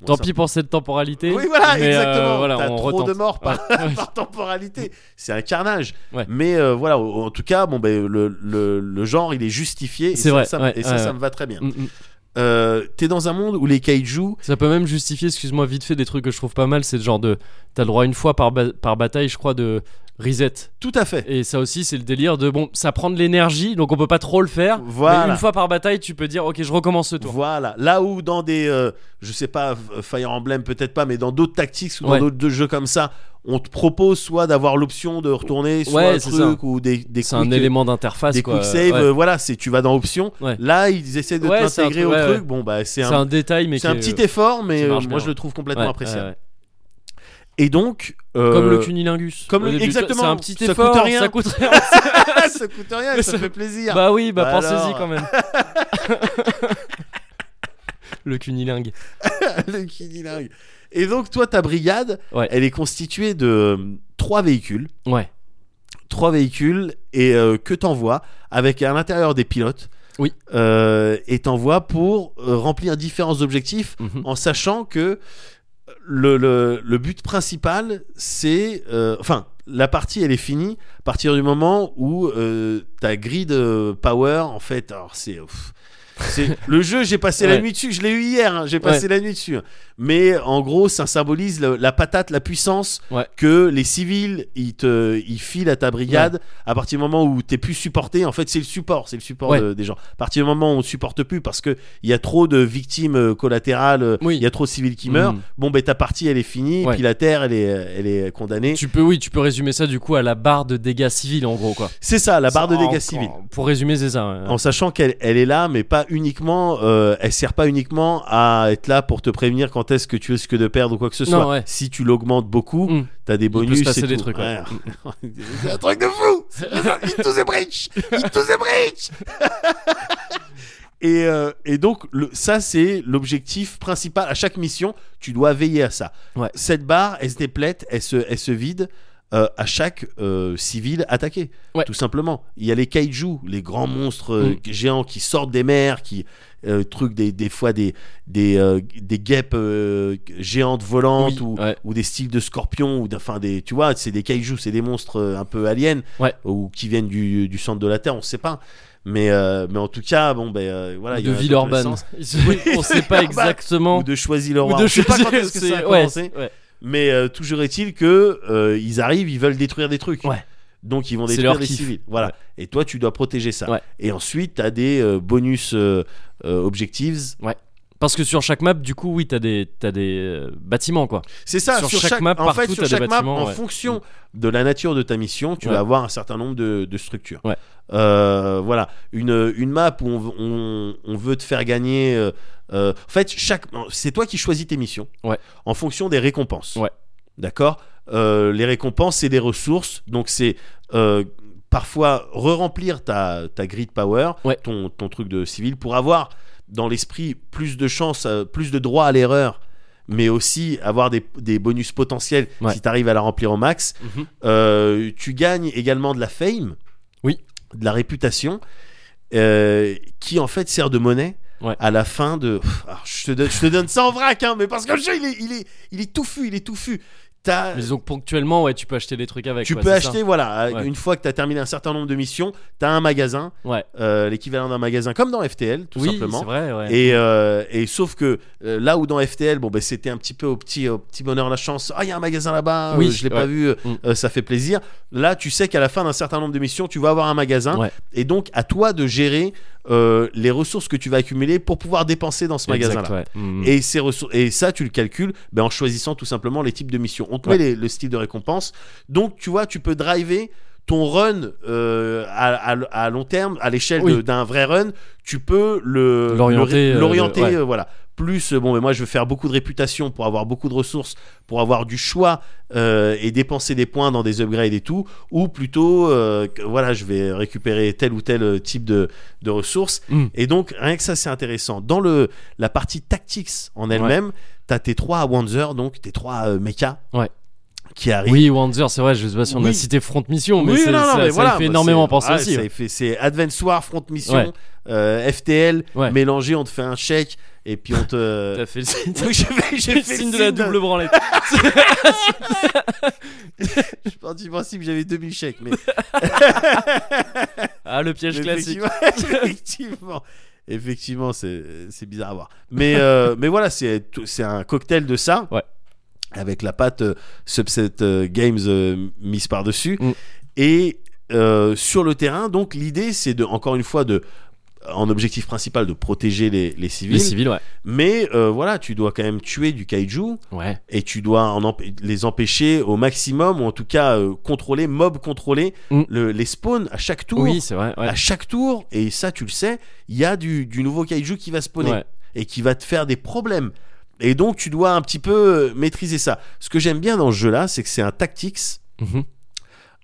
[SPEAKER 2] Bon,
[SPEAKER 1] Tant
[SPEAKER 2] ça-
[SPEAKER 1] pis pour cette temporalité.
[SPEAKER 2] Oui, voilà,
[SPEAKER 1] mais, euh,
[SPEAKER 2] exactement.
[SPEAKER 1] voilà,
[SPEAKER 2] T'as
[SPEAKER 1] on
[SPEAKER 2] trop
[SPEAKER 1] retente.
[SPEAKER 2] de morts par,
[SPEAKER 1] Ouais, ouais.
[SPEAKER 2] par temporalité. C'est un carnage.
[SPEAKER 1] Ouais.
[SPEAKER 2] Mais euh, voilà, en en tout cas, bon, ben le, le- le genre, il est justifié. Et
[SPEAKER 1] C'est
[SPEAKER 2] ça,
[SPEAKER 1] vrai,
[SPEAKER 2] ça-
[SPEAKER 1] ouais,
[SPEAKER 2] et ça,
[SPEAKER 1] ouais,
[SPEAKER 2] ça
[SPEAKER 1] ouais.
[SPEAKER 2] me va très bien.
[SPEAKER 1] Mm, mm.
[SPEAKER 2] Euh, T'es dans un monde où les kaiju,
[SPEAKER 1] Ça peut même justifier, excuse-moi, vite fait, des trucs que je trouve pas mal. C'est le genre de. T'as le droit à une fois par, ba- par bataille, je crois, de reset.
[SPEAKER 2] tout à fait.
[SPEAKER 1] Et ça aussi, c'est le délire de. Bon, ça prend de l'énergie, donc on peut pas trop le faire.
[SPEAKER 2] Voilà.
[SPEAKER 1] Mais une fois par bataille, tu peux dire, ok, je recommence ce tour.
[SPEAKER 2] Voilà. Là où dans des, euh, je sais pas, F- Fire Emblem peut-être pas, mais dans d'autres tactics ou
[SPEAKER 1] Ouais.
[SPEAKER 2] dans d'autres jeux comme ça, on te propose soit d'avoir l'option de retourner sur
[SPEAKER 1] Ouais,
[SPEAKER 2] un
[SPEAKER 1] c'est
[SPEAKER 2] truc
[SPEAKER 1] ça.
[SPEAKER 2] ou des, des
[SPEAKER 1] C'est un
[SPEAKER 2] quick-
[SPEAKER 1] élément d'interface.
[SPEAKER 2] Des
[SPEAKER 1] quoi.
[SPEAKER 2] quick save,
[SPEAKER 1] Ouais.
[SPEAKER 2] euh, voilà, c'est tu vas dans option.
[SPEAKER 1] Ouais.
[SPEAKER 2] Là, ils essaient de
[SPEAKER 1] Ouais, c'est un
[SPEAKER 2] t'intégrer
[SPEAKER 1] truc-
[SPEAKER 2] au
[SPEAKER 1] ouais,
[SPEAKER 2] truc.
[SPEAKER 1] ouais.
[SPEAKER 2] Bon, bah, c'est
[SPEAKER 1] C'est
[SPEAKER 2] un,
[SPEAKER 1] un détail, mais
[SPEAKER 2] c'est un
[SPEAKER 1] qui est-
[SPEAKER 2] petit effort, mais
[SPEAKER 1] ça
[SPEAKER 2] euh,
[SPEAKER 1] marche
[SPEAKER 2] moi,
[SPEAKER 1] bien,
[SPEAKER 2] je le trouve complètement
[SPEAKER 1] Ouais,
[SPEAKER 2] appréciable.
[SPEAKER 1] ouais, ouais.
[SPEAKER 2] Et donc, euh,
[SPEAKER 1] Comme le cunilingus.
[SPEAKER 2] comme
[SPEAKER 1] Au
[SPEAKER 2] le-
[SPEAKER 1] début,
[SPEAKER 2] exactement.
[SPEAKER 1] C'est un petit
[SPEAKER 2] Ça coûte
[SPEAKER 1] effort.
[SPEAKER 2] rien.
[SPEAKER 1] Ça coûte rien.
[SPEAKER 2] ça coûte rien, ça
[SPEAKER 1] Ça-
[SPEAKER 2] fait plaisir.
[SPEAKER 1] bah oui, bah,
[SPEAKER 2] Bah
[SPEAKER 1] pensez-y
[SPEAKER 2] alors.
[SPEAKER 1] quand même. le cunilingue.
[SPEAKER 2] le Kinilingue. Et donc, toi, ta brigade,
[SPEAKER 1] Ouais.
[SPEAKER 2] elle est constituée de euh, trois véhicules.
[SPEAKER 1] Ouais.
[SPEAKER 2] trois véhicules et euh, que t'envoies avec à l'intérieur des pilotes.
[SPEAKER 1] Oui.
[SPEAKER 2] Euh, et t'envoies pour euh, remplir différents objectifs
[SPEAKER 1] Mhm.
[SPEAKER 2] en sachant que le, le- le but principal, c'est. euh, Enfin, la partie, elle est finie à partir du moment où euh, ta grid euh, power, en fait, alors c'est. pff, c'est- le jeu, j'ai passé la
[SPEAKER 1] Ouais.
[SPEAKER 2] nuit dessus, je l'ai eu hier, hein, j'ai passé la nuit dessus. Mais en gros, ça symbolise le- la patate, la puissance
[SPEAKER 1] Ouais.
[SPEAKER 2] que les civils, ils, te, ils filent à ta brigade à partir du moment où t'es plus supporté. En fait, c'est le support, c'est le support
[SPEAKER 1] Ouais.
[SPEAKER 2] de- des gens. À partir du moment où on ne supporte plus parce qu'il y a trop de victimes euh, collatérales, euh, il
[SPEAKER 1] Oui.
[SPEAKER 2] y a trop de civils qui meurent,
[SPEAKER 1] Mm.
[SPEAKER 2] bon ben ta partie elle est finie
[SPEAKER 1] Ouais.
[SPEAKER 2] puis la terre elle est elle est condamnée
[SPEAKER 1] Tu peux, oui, tu peux résumer ça du coup à la barre de dégâts civils en gros quoi.
[SPEAKER 2] c'est ça la barre de
[SPEAKER 1] En-
[SPEAKER 2] dégâts
[SPEAKER 1] en-
[SPEAKER 2] civils
[SPEAKER 1] Pour résumer, c'est ça. hein. ouais.
[SPEAKER 2] en sachant qu'elle elle est là mais pas uniquement euh, elle sert pas uniquement à être là pour te prévenir quand est-ce que tu risques de perdre ou quoi que ce
[SPEAKER 1] Non,
[SPEAKER 2] soit
[SPEAKER 1] ouais.
[SPEAKER 2] si tu l'augmentes beaucoup
[SPEAKER 1] Mm.
[SPEAKER 2] t'as des
[SPEAKER 1] peut se
[SPEAKER 2] bonus
[SPEAKER 1] passer
[SPEAKER 2] et
[SPEAKER 1] des
[SPEAKER 2] tout.
[SPEAKER 1] trucs, ouais. Mm,
[SPEAKER 2] c'est un truc de fou il tous est bridge il tous est bridge Et, euh, et donc le- ça c'est l'objectif principal à chaque mission tu dois veiller à ça
[SPEAKER 1] Ouais.
[SPEAKER 2] cette barre elle se déplète elle se, elle se vide euh, à chaque euh, civil attaqué
[SPEAKER 1] Ouais.
[SPEAKER 2] tout simplement il y a les kaiju les grands monstres euh,
[SPEAKER 1] Mm.
[SPEAKER 2] géants qui sortent des mers qui euh, trucs des, des fois des des, euh, des guêpes euh, géantes volantes
[SPEAKER 1] Oui,
[SPEAKER 2] ou,
[SPEAKER 1] ouais.
[SPEAKER 2] ou des styles de scorpions ou enfin des tu vois c'est des kaiju c'est des monstres euh, un peu aliens
[SPEAKER 1] Ouais.
[SPEAKER 2] ou qui viennent du, du centre de la terre on sait pas mais euh, mais en tout cas bon ben euh, voilà il y
[SPEAKER 1] de
[SPEAKER 2] en a dans tous les
[SPEAKER 1] Villeurbanne.
[SPEAKER 2] sens.
[SPEAKER 1] On sait pas
[SPEAKER 2] Villeurbanne.
[SPEAKER 1] exactement.
[SPEAKER 2] ou de choisir le
[SPEAKER 1] Ou
[SPEAKER 2] roi
[SPEAKER 1] de
[SPEAKER 2] on sait pas
[SPEAKER 1] choisir,
[SPEAKER 2] quand est-ce que ça a
[SPEAKER 1] c'est- ouais,
[SPEAKER 2] commencé
[SPEAKER 1] ouais.
[SPEAKER 2] mais euh, toujours est-il que euh, ils arrivent ils veulent détruire des trucs
[SPEAKER 1] Ouais.
[SPEAKER 2] donc ils vont
[SPEAKER 1] C'est
[SPEAKER 2] détruire
[SPEAKER 1] leur
[SPEAKER 2] des
[SPEAKER 1] kiff.
[SPEAKER 2] civils voilà
[SPEAKER 1] Ouais.
[SPEAKER 2] et toi tu dois protéger ça
[SPEAKER 1] Ouais.
[SPEAKER 2] et ensuite tu as des euh, bonus euh, euh, objectives
[SPEAKER 1] Parce que sur chaque map, du coup, oui, t'as des, t'as des euh, bâtiments quoi.
[SPEAKER 2] C'est ça, sur, chaque, map, en
[SPEAKER 1] partout,
[SPEAKER 2] fait, sur
[SPEAKER 1] t'as des
[SPEAKER 2] chaque map,
[SPEAKER 1] bâtiments,
[SPEAKER 2] en
[SPEAKER 1] ouais.
[SPEAKER 2] fonction de la nature de ta mission, tu
[SPEAKER 1] Ouais.
[SPEAKER 2] vas avoir un certain nombre de, de structures.
[SPEAKER 1] Ouais.
[SPEAKER 2] Euh, voilà, une, une map où on, on- on veut te faire gagner. euh, euh, en fait, chaque, c'est toi qui choisis tes missions
[SPEAKER 1] Ouais.
[SPEAKER 2] en fonction des récompenses.
[SPEAKER 1] Ouais.
[SPEAKER 2] D'accord Euh, Les récompenses, c'est des ressources. Donc, c'est euh, parfois re-remplir ta, ta grid power,
[SPEAKER 1] Ouais.
[SPEAKER 2] ton, ton truc de civil, pour avoir dans l'esprit plus de chance, euh, plus de droit à l'erreur, mais aussi avoir des, des bonus potentiels
[SPEAKER 1] Ouais.
[SPEAKER 2] si tu arrives à la remplir au max.
[SPEAKER 1] Mhm.
[SPEAKER 2] Euh, tu gagnes également de la fame,
[SPEAKER 1] Oui.
[SPEAKER 2] de la réputation, euh, qui en fait sert de monnaie.
[SPEAKER 1] Ouais.
[SPEAKER 2] À la fin de. Pff, alors, je, te donne, je te donne ça en vrac, hein, mais parce que le jeu, il est, il est, il est touffu, il est touffu. T'as-
[SPEAKER 1] Mais donc ponctuellement, ouais, tu peux acheter des trucs avec.
[SPEAKER 2] tu
[SPEAKER 1] quoi,
[SPEAKER 2] peux
[SPEAKER 1] c'est ça
[SPEAKER 2] acheter, voilà,
[SPEAKER 1] Ouais.
[SPEAKER 2] une fois que tu as terminé un certain nombre de missions, tu as un magasin,
[SPEAKER 1] Ouais.
[SPEAKER 2] euh, l'équivalent d'un magasin, comme dans FTL, tout
[SPEAKER 1] oui,
[SPEAKER 2] simplement.
[SPEAKER 1] c'est vrai. Ouais.
[SPEAKER 2] Et, euh, et sauf que euh, là où dans FTL, bon, ben c'était un petit peu au petit, au petit bonheur la chance. Ah, il y a un magasin là-bas,
[SPEAKER 1] Oui,
[SPEAKER 2] euh, je l'ai pas
[SPEAKER 1] ouais.
[SPEAKER 2] vu, euh,
[SPEAKER 1] Mm.
[SPEAKER 2] euh, ça fait plaisir. Là, tu sais qu'à la fin d'un certain nombre de missions, tu vas avoir un magasin.
[SPEAKER 1] Ouais.
[SPEAKER 2] Et donc, à toi de gérer euh, les ressources que tu vas accumuler pour pouvoir dépenser dans ce magasin-là.
[SPEAKER 1] Exact, ouais. Mhm.
[SPEAKER 2] Et, ces ressources, et ça, tu le calcules ben, en choisissant tout simplement les types de missions. On te
[SPEAKER 1] Ouais.
[SPEAKER 2] met les- le style de récompense. Donc, tu vois, tu peux driver ton run euh, à, à- à long terme, à l'échelle
[SPEAKER 1] Oui.
[SPEAKER 2] de- d'un vrai run. Tu peux le
[SPEAKER 1] L'orienter,
[SPEAKER 2] le-
[SPEAKER 1] euh,
[SPEAKER 2] l'orienter,
[SPEAKER 1] le- ouais.
[SPEAKER 2] euh, voilà. Plus, euh, bon, mais moi, je veux faire beaucoup de réputation pour avoir beaucoup de ressources, pour avoir du choix euh, et dépenser des points dans des upgrades et tout. Ou plutôt, euh, que- voilà, je vais récupérer tel ou tel euh, type de, de ressources.
[SPEAKER 1] Mm.
[SPEAKER 2] Et donc, rien que ça, c'est intéressant. Dans le, la partie tactics en elle-même, t'as tes trois à Wanzer, donc tes trois euh, mechas
[SPEAKER 1] Ouais.
[SPEAKER 2] qui arrivent.
[SPEAKER 1] Oui, Wanzer, c'est vrai, je sais pas si on a
[SPEAKER 2] Oui.
[SPEAKER 1] cité Front Mission, mais,
[SPEAKER 2] Oui,
[SPEAKER 1] c'est-
[SPEAKER 2] non, non,
[SPEAKER 1] ça,
[SPEAKER 2] mais
[SPEAKER 1] ça
[SPEAKER 2] voilà,
[SPEAKER 1] me fait
[SPEAKER 2] bah,
[SPEAKER 1] énormément
[SPEAKER 2] c'est-
[SPEAKER 1] penser
[SPEAKER 2] ouais,
[SPEAKER 1] aussi.
[SPEAKER 2] ça
[SPEAKER 1] ouais.
[SPEAKER 2] fait- C'est Advance War, Front Mission,
[SPEAKER 1] Ouais.
[SPEAKER 2] euh, FTL,
[SPEAKER 1] Ouais.
[SPEAKER 2] mélangé, on te fait un chèque et puis on te.
[SPEAKER 1] T'as fait le
[SPEAKER 2] euh, Oui, j'ai fait, j'ai
[SPEAKER 1] le
[SPEAKER 2] fait le
[SPEAKER 1] signe de la
[SPEAKER 2] signe
[SPEAKER 1] double branlette.
[SPEAKER 2] Je suis parti du principe que j'avais 2000 chèques, mais.
[SPEAKER 1] Ah, le piège
[SPEAKER 2] Mais
[SPEAKER 1] classique.
[SPEAKER 2] Effectivement, effectivement, Effectivement, c'est c'est bizarre à voir. Mais, euh, mais voilà, c'est tout- c'est un cocktail de ça.
[SPEAKER 1] Ouais.
[SPEAKER 2] Avec la pâte euh, Subset euh, Games euh, mise par-dessus.
[SPEAKER 1] Mm.
[SPEAKER 2] Et euh, sur le terrain, donc, l'idée, c'est de, encore une fois, de en objectif principal de protéger les, les civils
[SPEAKER 1] Les civils, ouais.
[SPEAKER 2] mais euh, voilà tu dois quand même tuer du kaiju
[SPEAKER 1] Ouais.
[SPEAKER 2] et tu dois en emp- les empêcher au maximum ou en tout cas euh, contrôler mob contrôler
[SPEAKER 1] Mm.
[SPEAKER 2] le- les spawns à chaque tour
[SPEAKER 1] Oui, c'est vrai. ouais.
[SPEAKER 2] à chaque tour, et ça tu le sais, il y a du, du nouveau kaiju qui va spawner
[SPEAKER 1] Ouais.
[SPEAKER 2] et qui va te faire des problèmes. Et donc tu dois un petit peu euh, maîtriser ça. Ce que j'aime bien dans ce jeu-là, c'est que c'est un tactics
[SPEAKER 1] Mhm.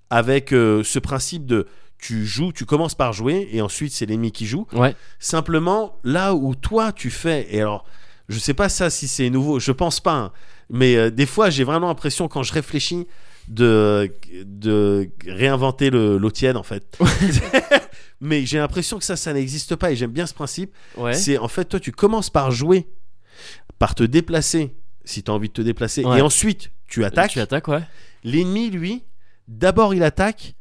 [SPEAKER 2] avec euh, ce principe de tu joues, tu commences par jouer, et ensuite c'est l'ennemi qui joue.
[SPEAKER 1] Ouais.
[SPEAKER 2] Simplement, là où toi tu fais, et alors je sais pas ça si c'est nouveau, je pense pas, hein, mais euh, des fois j'ai vraiment l'impression quand je réfléchis de, de réinventer le, l'eau tiède en fait. mais j'ai l'impression que ça, ça n'existe pas, et j'aime bien ce principe.
[SPEAKER 1] Ouais.
[SPEAKER 2] C'est en fait, toi tu commences par jouer, par te déplacer si t'as envie de te déplacer.
[SPEAKER 1] Ouais.
[SPEAKER 2] Et ensuite, tu attaques.
[SPEAKER 1] Tu attaques, ouais.
[SPEAKER 2] L'ennemi, lui, d'abord il attaque,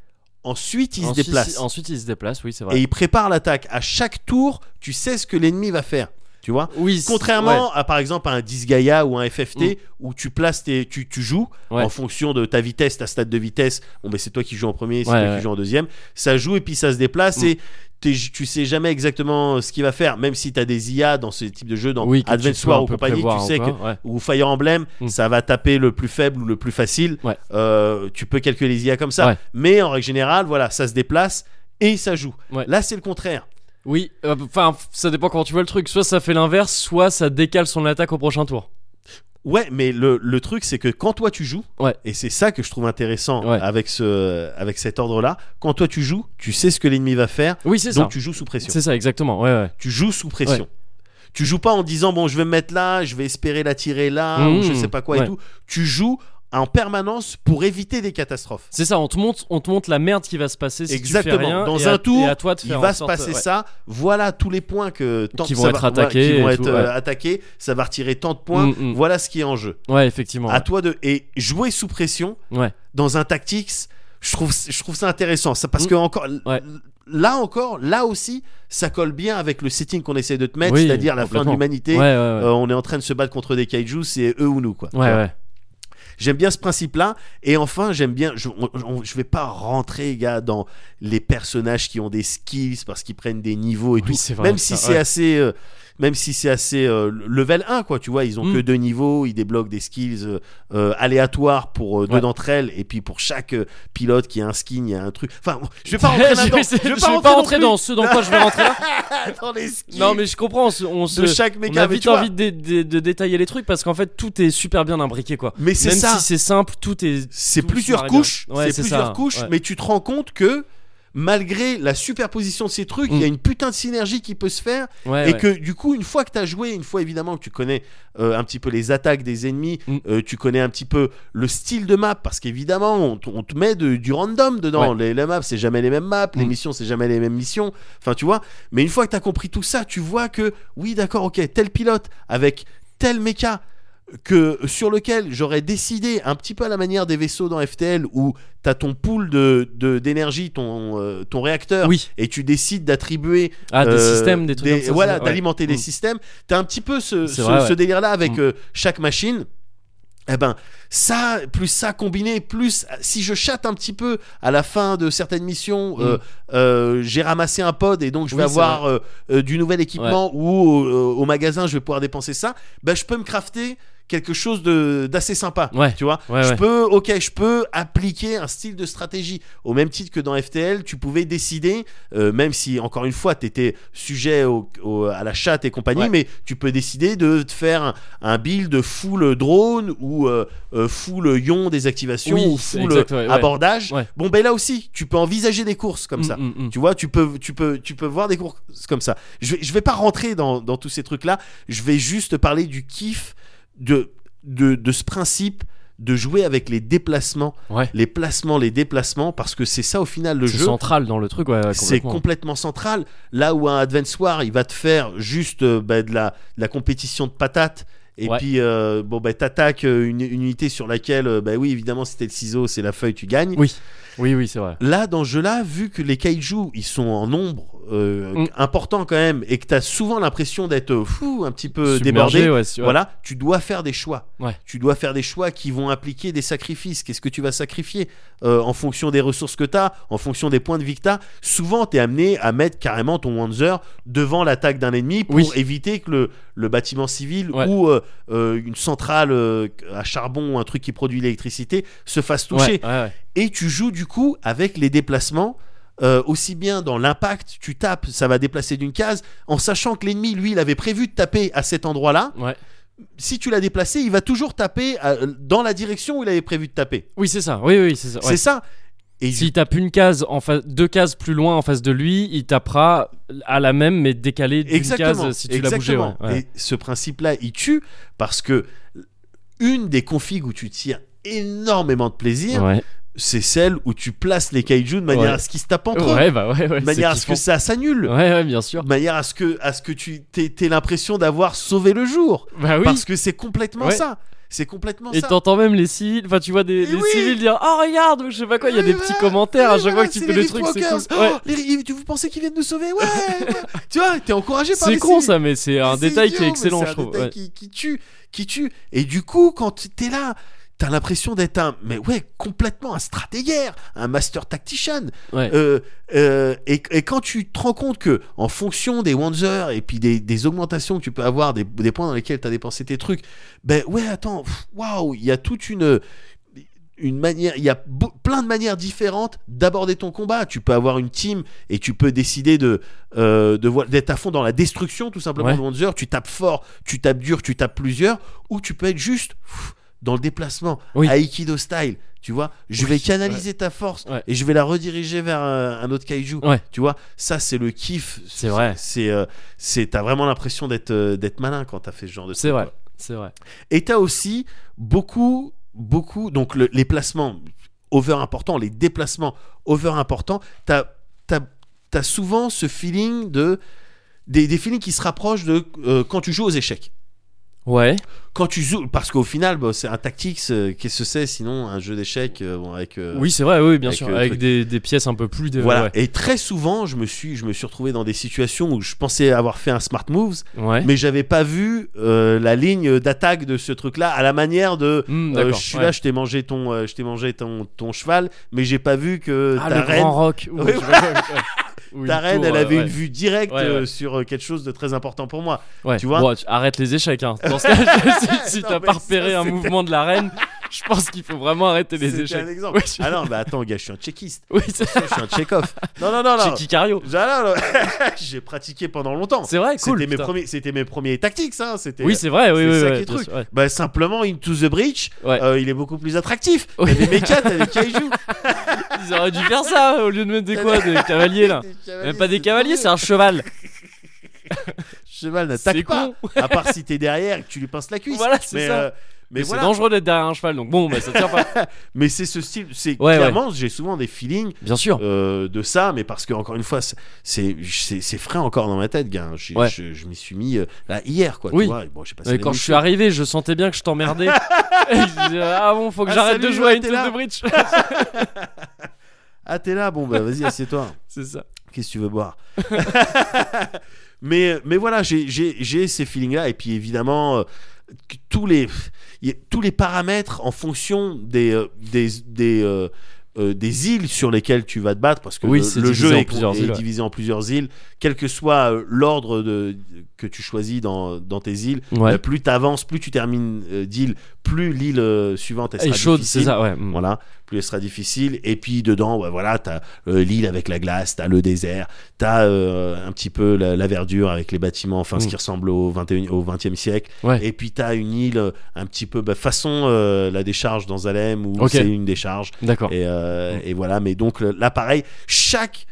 [SPEAKER 2] ensuite il
[SPEAKER 1] Ensuite,
[SPEAKER 2] se déplace.
[SPEAKER 1] Ensuite, il se déplace, oui, c'est
[SPEAKER 2] Et
[SPEAKER 1] vrai.
[SPEAKER 2] il prépare l'attaque. À chaque tour, tu sais ce que l'ennemi va faire. Tu vois
[SPEAKER 1] Oui, c'est-
[SPEAKER 2] Contrairement à par exemple à un Disgaea ou un FFT
[SPEAKER 1] Mm.
[SPEAKER 2] où tu places tes, tu, tu joues
[SPEAKER 1] Ouais.
[SPEAKER 2] en fonction de ta vitesse, ta stade de vitesse. Bon, ben c'est toi qui joues en premier, c'est
[SPEAKER 1] Ouais,
[SPEAKER 2] toi
[SPEAKER 1] ouais.
[SPEAKER 2] qui joues en deuxième. Ça joue et puis ça se déplace
[SPEAKER 1] Mm.
[SPEAKER 2] et t'es- tu sais jamais exactement ce qu'il va faire, même si tu as des IA dans ce type de jeu, dans
[SPEAKER 1] oui, que tu
[SPEAKER 2] Advance
[SPEAKER 1] peux un
[SPEAKER 2] War ou
[SPEAKER 1] peu
[SPEAKER 2] compagnie,
[SPEAKER 1] prévoir
[SPEAKER 2] tu sais que
[SPEAKER 1] encore, ouais.
[SPEAKER 2] ou Fire Emblem,
[SPEAKER 1] Mm.
[SPEAKER 2] ça va taper le plus faible ou le plus facile.
[SPEAKER 1] Ouais.
[SPEAKER 2] Euh, tu peux calculer les IA comme ça.
[SPEAKER 1] Ouais.
[SPEAKER 2] Mais en règle générale, voilà, ça se déplace et ça joue.
[SPEAKER 1] Ouais.
[SPEAKER 2] Là, c'est le contraire.
[SPEAKER 1] Oui, euh, enfin, ça dépend comment tu vois le truc. Soit ça fait l'inverse, soit ça décale son attaque au prochain tour.
[SPEAKER 2] Ouais, mais le, le truc, c'est que quand toi tu joues,
[SPEAKER 1] Ouais.
[SPEAKER 2] et c'est ça que je trouve intéressant
[SPEAKER 1] Ouais.
[SPEAKER 2] avec, ce, avec cet ordre-là, quand toi tu joues, tu sais ce que l'ennemi va faire,
[SPEAKER 1] Oui, c'est
[SPEAKER 2] donc
[SPEAKER 1] ça.
[SPEAKER 2] tu joues sous pression.
[SPEAKER 1] C'est ça, exactement. Ouais, ouais.
[SPEAKER 2] Tu joues sous pression. Tu joues pas en disant, bon, je vais me mettre là, je vais espérer la tirer là, ou je
[SPEAKER 1] Mhm.
[SPEAKER 2] sais pas quoi
[SPEAKER 1] Ouais.
[SPEAKER 2] et tout. Tu joues en permanence pour éviter des catastrophes.
[SPEAKER 1] C'est ça, on te montre, on te montre la merde qui va se passer si
[SPEAKER 2] Exactement.
[SPEAKER 1] tu fais rien.
[SPEAKER 2] Dans
[SPEAKER 1] et
[SPEAKER 2] un
[SPEAKER 1] à-
[SPEAKER 2] tour,
[SPEAKER 1] et à toi de
[SPEAKER 2] il
[SPEAKER 1] faire en
[SPEAKER 2] va se
[SPEAKER 1] sorte-
[SPEAKER 2] passer
[SPEAKER 1] ouais.
[SPEAKER 2] ça. Voilà tous les points que tant
[SPEAKER 1] Qui
[SPEAKER 2] que
[SPEAKER 1] vont
[SPEAKER 2] ça
[SPEAKER 1] être
[SPEAKER 2] va- voilà,
[SPEAKER 1] attaqués
[SPEAKER 2] qui vont
[SPEAKER 1] et
[SPEAKER 2] être
[SPEAKER 1] tout,
[SPEAKER 2] euh,
[SPEAKER 1] ouais.
[SPEAKER 2] attaqués. Ça va retirer tant de points.
[SPEAKER 1] Mm, mm.
[SPEAKER 2] Voilà ce qui est en jeu.
[SPEAKER 1] Ouais, effectivement.
[SPEAKER 2] À
[SPEAKER 1] ouais.
[SPEAKER 2] toi de et jouer sous pression
[SPEAKER 1] Ouais.
[SPEAKER 2] dans un tactics. Je trouve je trouve ça intéressant. Ça parce
[SPEAKER 1] Mm.
[SPEAKER 2] que encore
[SPEAKER 1] Ouais.
[SPEAKER 2] là encore là aussi ça colle bien avec le setting qu'on essaie de te mettre,
[SPEAKER 1] Oui,
[SPEAKER 2] c'est-à-dire la fin de
[SPEAKER 1] complètement.
[SPEAKER 2] l'humanité.
[SPEAKER 1] Ouais, ouais, ouais.
[SPEAKER 2] Euh, on est en train de se battre contre des kaiju, c'est eux ou nous quoi.
[SPEAKER 1] Ouais, ouais.
[SPEAKER 2] J'aime bien ce principe-là. Et enfin, j'aime bien. Je, on- on- je vais pas rentrer, gars, dans les personnages qui ont des skills parce qu'ils prennent des niveaux et
[SPEAKER 1] Oui,
[SPEAKER 2] tout.
[SPEAKER 1] c'est vrai,
[SPEAKER 2] Même si
[SPEAKER 1] ça,
[SPEAKER 2] c'est
[SPEAKER 1] ouais.
[SPEAKER 2] assez. euh, même si c'est assez euh, level 1, quoi, tu vois, ils ont
[SPEAKER 1] Mm.
[SPEAKER 2] que deux niveaux, ils débloquent des skills euh, euh, aléatoires pour euh, deux
[SPEAKER 1] Ouais.
[SPEAKER 2] d'entre elles, et puis pour chaque euh, pilote qui a un skin, il y a un truc. Enfin, bon, je vais pas rentrer
[SPEAKER 1] Je-
[SPEAKER 2] là-dedans.
[SPEAKER 1] je vais
[SPEAKER 2] vais
[SPEAKER 1] pas
[SPEAKER 2] non
[SPEAKER 1] rentrer
[SPEAKER 2] plus
[SPEAKER 1] dans ce dans quoi je vais rentrer là.
[SPEAKER 2] dans les skills
[SPEAKER 1] Non, mais je comprends. on se- On, se,
[SPEAKER 2] de chaque
[SPEAKER 1] on
[SPEAKER 2] méca.
[SPEAKER 1] a
[SPEAKER 2] mais
[SPEAKER 1] vite
[SPEAKER 2] tu vois.
[SPEAKER 1] envie de, de- de détailler les trucs parce qu'en fait, tout est super bien imbriqué, quoi.
[SPEAKER 2] Mais c'est
[SPEAKER 1] Même
[SPEAKER 2] ça.
[SPEAKER 1] si c'est simple, tout est.
[SPEAKER 2] c'est
[SPEAKER 1] Tout
[SPEAKER 2] plusieurs
[SPEAKER 1] se marie bien.
[SPEAKER 2] couches,
[SPEAKER 1] Ouais,
[SPEAKER 2] c'est
[SPEAKER 1] c'est
[SPEAKER 2] plusieurs
[SPEAKER 1] ça,
[SPEAKER 2] couches,
[SPEAKER 1] ouais.
[SPEAKER 2] mais tu te rends compte que malgré la superposition de ces trucs, il y a
[SPEAKER 1] Mm.
[SPEAKER 2] une putain de synergie qui peut se faire
[SPEAKER 1] Ouais,
[SPEAKER 2] et
[SPEAKER 1] ouais.
[SPEAKER 2] que du coup, une fois que tu as joué, une fois évidemment que tu connais euh, un petit peu les attaques des ennemis,
[SPEAKER 1] Mm.
[SPEAKER 2] euh, tu connais un petit peu le style de map parce qu'évidemment, on, t- on te met de- du random dedans. Les, les maps, c'est jamais les mêmes maps, les
[SPEAKER 1] Mm.
[SPEAKER 2] missions, c'est jamais les mêmes missions. Enfin, tu vois, mais une fois que tu as compris tout ça, tu vois que oui, d'accord, OK, tel pilote avec tel méca que sur lequel j'aurais décidé un petit peu à la manière des vaisseaux dans FTL où tu as ton pool de de- d'énergie, ton euh, ton réacteur
[SPEAKER 1] Oui.
[SPEAKER 2] et tu décides d'attribuer
[SPEAKER 1] Ah, des
[SPEAKER 2] euh,
[SPEAKER 1] systèmes, des trucs comme ça.
[SPEAKER 2] Voilà,
[SPEAKER 1] ouais.
[SPEAKER 2] d'alimenter des
[SPEAKER 1] Mm.
[SPEAKER 2] systèmes. T'as un petit peu ce,
[SPEAKER 1] C'est
[SPEAKER 2] ce-
[SPEAKER 1] vrai, ouais.
[SPEAKER 2] ce délire-là avec
[SPEAKER 1] Mm.
[SPEAKER 2] euh, chaque machine. Eh ben, ça, plus ça combiné, plus si je chatte un petit peu à la fin de certaines missions,
[SPEAKER 1] Mm.
[SPEAKER 2] euh, euh, j'ai ramassé un pod et donc je vais
[SPEAKER 1] Oui, c'est
[SPEAKER 2] avoir euh, euh, du nouvel équipement ou au, au magasin, je vais pouvoir dépenser ça. Ben, je peux me crafter quelque chose de d'assez sympa.
[SPEAKER 1] Ouais.
[SPEAKER 2] Tu vois,
[SPEAKER 1] Ouais,
[SPEAKER 2] je
[SPEAKER 1] ouais.
[SPEAKER 2] peux, ok, je peux appliquer un style de stratégie. Au même titre que dans FTL, tu pouvais décider, euh, même si encore une fois, tu étais sujet au- au- à la chatte et compagnie,
[SPEAKER 1] Ouais.
[SPEAKER 2] mais tu peux décider de te faire un, un build full drone ou euh, euh, full ion des activations
[SPEAKER 1] Oui,
[SPEAKER 2] ou
[SPEAKER 1] c'est
[SPEAKER 2] full
[SPEAKER 1] exact, ouais, ouais.
[SPEAKER 2] abordage.
[SPEAKER 1] Ouais.
[SPEAKER 2] Bon, ben là aussi, tu peux envisager des courses comme
[SPEAKER 1] Mm,
[SPEAKER 2] ça.
[SPEAKER 1] mm, mm.
[SPEAKER 2] Tu vois, tu peux, tu peux, tu peux voir des cours comme ça. Je vais, je vais pas rentrer dans, dans tous ces trucs-là. Je vais juste parler du kiff de, de, de ce principe de jouer avec les déplacements,
[SPEAKER 1] Ouais.
[SPEAKER 2] les placements, les déplacements, parce que c'est ça au final le
[SPEAKER 1] C'est
[SPEAKER 2] jeu.
[SPEAKER 1] central dans le truc, ouais, ouais,
[SPEAKER 2] C'est
[SPEAKER 1] complètement.
[SPEAKER 2] complètement central. Là où un Advance War, il va te faire juste euh, bah, de, la, de la compétition de patates. Et
[SPEAKER 1] Ouais.
[SPEAKER 2] puis, euh, bon, bah, t'attaques euh, une, une unité sur laquelle, euh, bah oui, évidemment, c'était le ciseau, c'est la feuille, tu gagnes.
[SPEAKER 1] Oui, oui, oui, c'est vrai.
[SPEAKER 2] Là, dans ce jeu-là, vu que les kaiju, ils sont en nombre euh,
[SPEAKER 1] Mm.
[SPEAKER 2] important quand même, et que tu as souvent l'impression d'être euh, fou, un petit peu
[SPEAKER 1] Submergé,
[SPEAKER 2] débordé,
[SPEAKER 1] ouais, c'est- ouais.
[SPEAKER 2] voilà, tu dois faire des choix.
[SPEAKER 1] Ouais.
[SPEAKER 2] Tu dois faire des choix qui vont impliquer des sacrifices. Qu'est-ce que tu vas sacrifier euh, en fonction des ressources que tu as, en fonction des points de vie que tu as Souvent, tu es amené à mettre carrément ton Wanzer devant l'attaque d'un ennemi pour
[SPEAKER 1] Oui.
[SPEAKER 2] éviter que le, le bâtiment civil
[SPEAKER 1] Ouais.
[SPEAKER 2] ou euh, euh, une centrale euh, à charbon ou un truc qui produit l'électricité se fasse
[SPEAKER 1] Ouais,
[SPEAKER 2] toucher
[SPEAKER 1] ouais, ouais.
[SPEAKER 2] et tu joues du coup avec les déplacements euh, aussi bien dans l'impact, tu tapes, ça va déplacer d'une case, en sachant que l'ennemi, lui, il avait prévu de taper à cet endroit-là.
[SPEAKER 1] Ouais.
[SPEAKER 2] Si tu l'as déplacé, il va toujours taper à- dans la direction où il avait prévu de taper.
[SPEAKER 1] Oui, c'est ça. Oui, oui, c'est ça. ouais.
[SPEAKER 2] C'est ça. Et
[SPEAKER 1] S'il tape une case en face, deux cases plus loin en face de lui, il tapera à la même mais décalé d'une
[SPEAKER 2] Exactement.
[SPEAKER 1] case si tu l'as bougé.
[SPEAKER 2] exactement.
[SPEAKER 1] Ouais, ouais.
[SPEAKER 2] Et ce principe-là, il tue parce que une des configs où tu tires énormément de plaisir,
[SPEAKER 1] Ouais.
[SPEAKER 2] c'est celle où tu places les kaiju de manière
[SPEAKER 1] Ouais.
[SPEAKER 2] à ce qu'ils se tapent entre eux,
[SPEAKER 1] Ouais, bah ouais, ouais.
[SPEAKER 2] de manière
[SPEAKER 1] c'est
[SPEAKER 2] à ce que
[SPEAKER 1] kiffant.
[SPEAKER 2] ça s'annule,
[SPEAKER 1] Ouais, ouais, bien sûr.
[SPEAKER 2] de manière à ce que, à ce que tu t'aies t'aies l'impression d'avoir sauvé le jour.
[SPEAKER 1] Bah oui.
[SPEAKER 2] Parce que c'est complètement
[SPEAKER 1] Ouais.
[SPEAKER 2] ça. C'est complètement
[SPEAKER 1] Et
[SPEAKER 2] ça.
[SPEAKER 1] t'entends même les civils, enfin tu vois des,
[SPEAKER 2] Et
[SPEAKER 1] les
[SPEAKER 2] oui
[SPEAKER 1] civils dire Oh regarde, ou je sais pas quoi, il y a
[SPEAKER 2] Oui,
[SPEAKER 1] des
[SPEAKER 2] voilà.
[SPEAKER 1] petits commentaires à
[SPEAKER 2] Oui,
[SPEAKER 1] chaque
[SPEAKER 2] voilà,
[SPEAKER 1] fois que tu
[SPEAKER 2] c'est
[SPEAKER 1] fais
[SPEAKER 2] les
[SPEAKER 1] le truc, c'est cool.
[SPEAKER 2] Riftwalkers.
[SPEAKER 1] Ouais.
[SPEAKER 2] Oh, les- tu vous pensez qu'ils viennent nous sauver Ouais. ouais. tu vois, t'es encouragé par
[SPEAKER 1] C'est
[SPEAKER 2] les
[SPEAKER 1] con
[SPEAKER 2] civils.
[SPEAKER 1] ça, mais c'est un
[SPEAKER 2] C'est
[SPEAKER 1] détail qui est
[SPEAKER 2] idiot, mais
[SPEAKER 1] excellent,
[SPEAKER 2] c'est un
[SPEAKER 1] je trouve.
[SPEAKER 2] détail
[SPEAKER 1] ouais.
[SPEAKER 2] qui, qui tue, qui tue. Et du coup, quand t'es là, t'as l'impression d'être un, mais ouais, complètement un stratégaire, un master tactician.
[SPEAKER 1] Ouais.
[SPEAKER 2] Euh, euh, et, et quand tu te rends compte que, en fonction des Wanzers et puis des, des augmentations que tu peux avoir, des, des points dans lesquels t'as dépensé tes trucs, ben ouais, attends, pff, waouh, il y a toute une une manière, il y a beau- plein de manières différentes d'aborder ton combat. Tu peux avoir une team et tu peux décider de euh, de vo- d'être à fond dans la destruction tout simplement
[SPEAKER 1] Ouais.
[SPEAKER 2] de Wanzer. Tu tapes fort, tu tapes dur, tu tapes plusieurs, ou tu peux être juste pff, dans le déplacement,
[SPEAKER 1] Oui.
[SPEAKER 2] Aikido style. Tu vois, je
[SPEAKER 1] Oui,
[SPEAKER 2] vais canaliser ta force
[SPEAKER 1] Ouais.
[SPEAKER 2] et je vais la rediriger vers euh, un autre kaiju.
[SPEAKER 1] Ouais.
[SPEAKER 2] Tu vois, ça c'est le kiff.
[SPEAKER 1] C'est vrai.
[SPEAKER 2] C'est euh, c'est t'as vraiment l'impression d'être euh, d'être malin quand t'as fait ce genre de.
[SPEAKER 1] C'est
[SPEAKER 2] truc,
[SPEAKER 1] vrai,
[SPEAKER 2] quoi.
[SPEAKER 1] c'est vrai.
[SPEAKER 2] Et t'as aussi beaucoup, beaucoup, donc le- les placements over importants, les déplacements over importants, t'as as, souvent ce feeling de. Des, des feelings qui se rapprochent de euh, quand tu joues aux échecs.
[SPEAKER 1] Ouais,
[SPEAKER 2] Quand tu joues, parce qu'au final, bah, c'est un tactique, c'est- qu'est-ce que c'est sinon un jeu d'échecs euh, bon, avec. euh,
[SPEAKER 1] oui, c'est vrai, oui, bien
[SPEAKER 2] avec,
[SPEAKER 1] sûr.
[SPEAKER 2] euh,
[SPEAKER 1] Avec
[SPEAKER 2] truc.
[SPEAKER 1] des, des pièces un peu plus. de-
[SPEAKER 2] Voilà.
[SPEAKER 1] ouais.
[SPEAKER 2] Et très souvent, je me suis, je me suis retrouvé dans des situations où je pensais avoir fait un smart moves,
[SPEAKER 1] Ouais.
[SPEAKER 2] mais j'avais pas vu euh, la ligne d'attaque de ce truc-là à la manière de.
[SPEAKER 1] Hmm,
[SPEAKER 2] euh,
[SPEAKER 1] d'accord,
[SPEAKER 2] je suis
[SPEAKER 1] ouais.
[SPEAKER 2] là, je t'ai mangé ton, euh, je t'ai mangé ton, ton cheval, mais j'ai pas vu que
[SPEAKER 1] Ah,
[SPEAKER 2] ta
[SPEAKER 1] le
[SPEAKER 2] reine,
[SPEAKER 1] grand rock. Ouh,
[SPEAKER 2] Oui,
[SPEAKER 1] je vois, ouais. Ou
[SPEAKER 2] ta
[SPEAKER 1] une
[SPEAKER 2] reine,
[SPEAKER 1] tour,
[SPEAKER 2] elle
[SPEAKER 1] euh,
[SPEAKER 2] avait
[SPEAKER 1] ouais.
[SPEAKER 2] une vue directe
[SPEAKER 1] Ouais, ouais.
[SPEAKER 2] euh, sur euh, quelque chose de très important pour moi.
[SPEAKER 1] Ouais.
[SPEAKER 2] tu vois.
[SPEAKER 1] Bon, arrête les échecs. Hein. Dans ce cas, si, si
[SPEAKER 2] Non,
[SPEAKER 1] t'as
[SPEAKER 2] mais
[SPEAKER 1] pas
[SPEAKER 2] ça,
[SPEAKER 1] repéré un
[SPEAKER 2] c'était-
[SPEAKER 1] mouvement de la reine, je pense qu'il faut vraiment arrêter les
[SPEAKER 2] C'était un
[SPEAKER 1] échecs.
[SPEAKER 2] exemple.
[SPEAKER 1] Ouais, je-
[SPEAKER 2] Ah non, bah attends, gars, je suis un tchéquiste,
[SPEAKER 1] Oui, c'est
[SPEAKER 2] je suis un tchékov. Non, non, non, non.
[SPEAKER 1] Chez Kikario.
[SPEAKER 2] Ah, non, non. J'ai pratiqué pendant longtemps.
[SPEAKER 1] C'est vrai, cool.
[SPEAKER 2] C'était mes
[SPEAKER 1] putain.
[SPEAKER 2] premiers, c'était mes premiers tactiques, ça. hein. C'était.
[SPEAKER 1] Oui, c'est vrai, oui,
[SPEAKER 2] C'est
[SPEAKER 1] oui,
[SPEAKER 2] ça
[SPEAKER 1] ouais,
[SPEAKER 2] qui est
[SPEAKER 1] bien
[SPEAKER 2] truc.
[SPEAKER 1] sûr, ouais.
[SPEAKER 2] Bah simplement Into the Breach,
[SPEAKER 1] Ouais.
[SPEAKER 2] euh, il est beaucoup plus attractif.
[SPEAKER 1] Oui.
[SPEAKER 2] T'as des mechas, t'as des kaiju.
[SPEAKER 1] Ils auraient dû faire ça au lieu de mettre des quoi, des cavaliers là.
[SPEAKER 2] Des cavaliers,
[SPEAKER 1] Même pas des cavaliers,
[SPEAKER 2] trop
[SPEAKER 1] c'est un cheval.
[SPEAKER 2] mieux. cheval
[SPEAKER 1] C'est
[SPEAKER 2] n'attaque pas.
[SPEAKER 1] con.
[SPEAKER 2] À part si t'es derrière et que tu lui pinces la cuisse.
[SPEAKER 1] Voilà, c'est
[SPEAKER 2] mais
[SPEAKER 1] ça.
[SPEAKER 2] euh, mais
[SPEAKER 1] Mais c'est
[SPEAKER 2] voilà.
[SPEAKER 1] dangereux d'être derrière un cheval, donc bon, bah ça tient pas.
[SPEAKER 2] Mais c'est ce style, c'est
[SPEAKER 1] Ouais,
[SPEAKER 2] clairement j'ai souvent des feelings
[SPEAKER 1] Bien sûr.
[SPEAKER 2] euh, de ça, mais parce que encore une fois c'est c'est c'est- c'est frais encore dans ma tête, gars. J'ai-
[SPEAKER 1] Ouais.
[SPEAKER 2] Je, je m'y suis mis euh, là hier quoi.
[SPEAKER 1] Oui.
[SPEAKER 2] Tu vois. Et Bon, j'ai passé
[SPEAKER 1] Ouais,
[SPEAKER 2] la
[SPEAKER 1] quand
[SPEAKER 2] nuit
[SPEAKER 1] je suis arrivé, je sentais bien que je t'emmerdais. Et je disais, ah bon, faut que
[SPEAKER 2] Ah,
[SPEAKER 1] j'arrête
[SPEAKER 2] salut,
[SPEAKER 1] de jouer à
[SPEAKER 2] ouais,
[SPEAKER 1] une
[SPEAKER 2] t'es
[SPEAKER 1] tête
[SPEAKER 2] là.
[SPEAKER 1] de bridge.
[SPEAKER 2] Ah t'es là, bon bah vas-y assieds-toi.
[SPEAKER 1] c'est ça.
[SPEAKER 2] Qu'est-ce que tu veux boire mais, mais voilà, j'ai- j'ai j'ai ces feelings-là. Et puis évidemment, euh, que tous, les, y a- tous les paramètres en fonction des, euh, des, des, euh, euh, des îles sur lesquelles tu vas te battre, parce que
[SPEAKER 1] Oui, c'est
[SPEAKER 2] le, le
[SPEAKER 1] divisé
[SPEAKER 2] jeu
[SPEAKER 1] en
[SPEAKER 2] est,
[SPEAKER 1] plusieurs
[SPEAKER 2] est
[SPEAKER 1] îles, ouais.
[SPEAKER 2] divisé en plusieurs îles, quel que soit euh, l'ordre de- que tu choisis dans, dans tes îles, euh,
[SPEAKER 1] Ouais.
[SPEAKER 2] plus tu avances, plus tu termines euh, d'île, plus l'île euh, suivante elle
[SPEAKER 1] Et
[SPEAKER 2] sera
[SPEAKER 1] chaude,
[SPEAKER 2] difficile.
[SPEAKER 1] c'est ça, ouais. mm.
[SPEAKER 2] Voilà, plus elle sera difficile. Et puis dedans, ouais, voilà, t'as euh, l'île avec la glace, t'as le désert, t'as euh, un petit peu la, la verdure avec les bâtiments, enfin ce
[SPEAKER 1] Mm.
[SPEAKER 2] qui ressemble au 21, au 20e siècle.
[SPEAKER 1] Ouais.
[SPEAKER 2] Et puis t'as une île euh, un petit peu bah, façon euh, la décharge dans Zalem où
[SPEAKER 1] Ok. Mm.
[SPEAKER 2] c'est une décharge.
[SPEAKER 1] D'accord.
[SPEAKER 2] Et, euh, et voilà, mais donc le- là pareil, chaque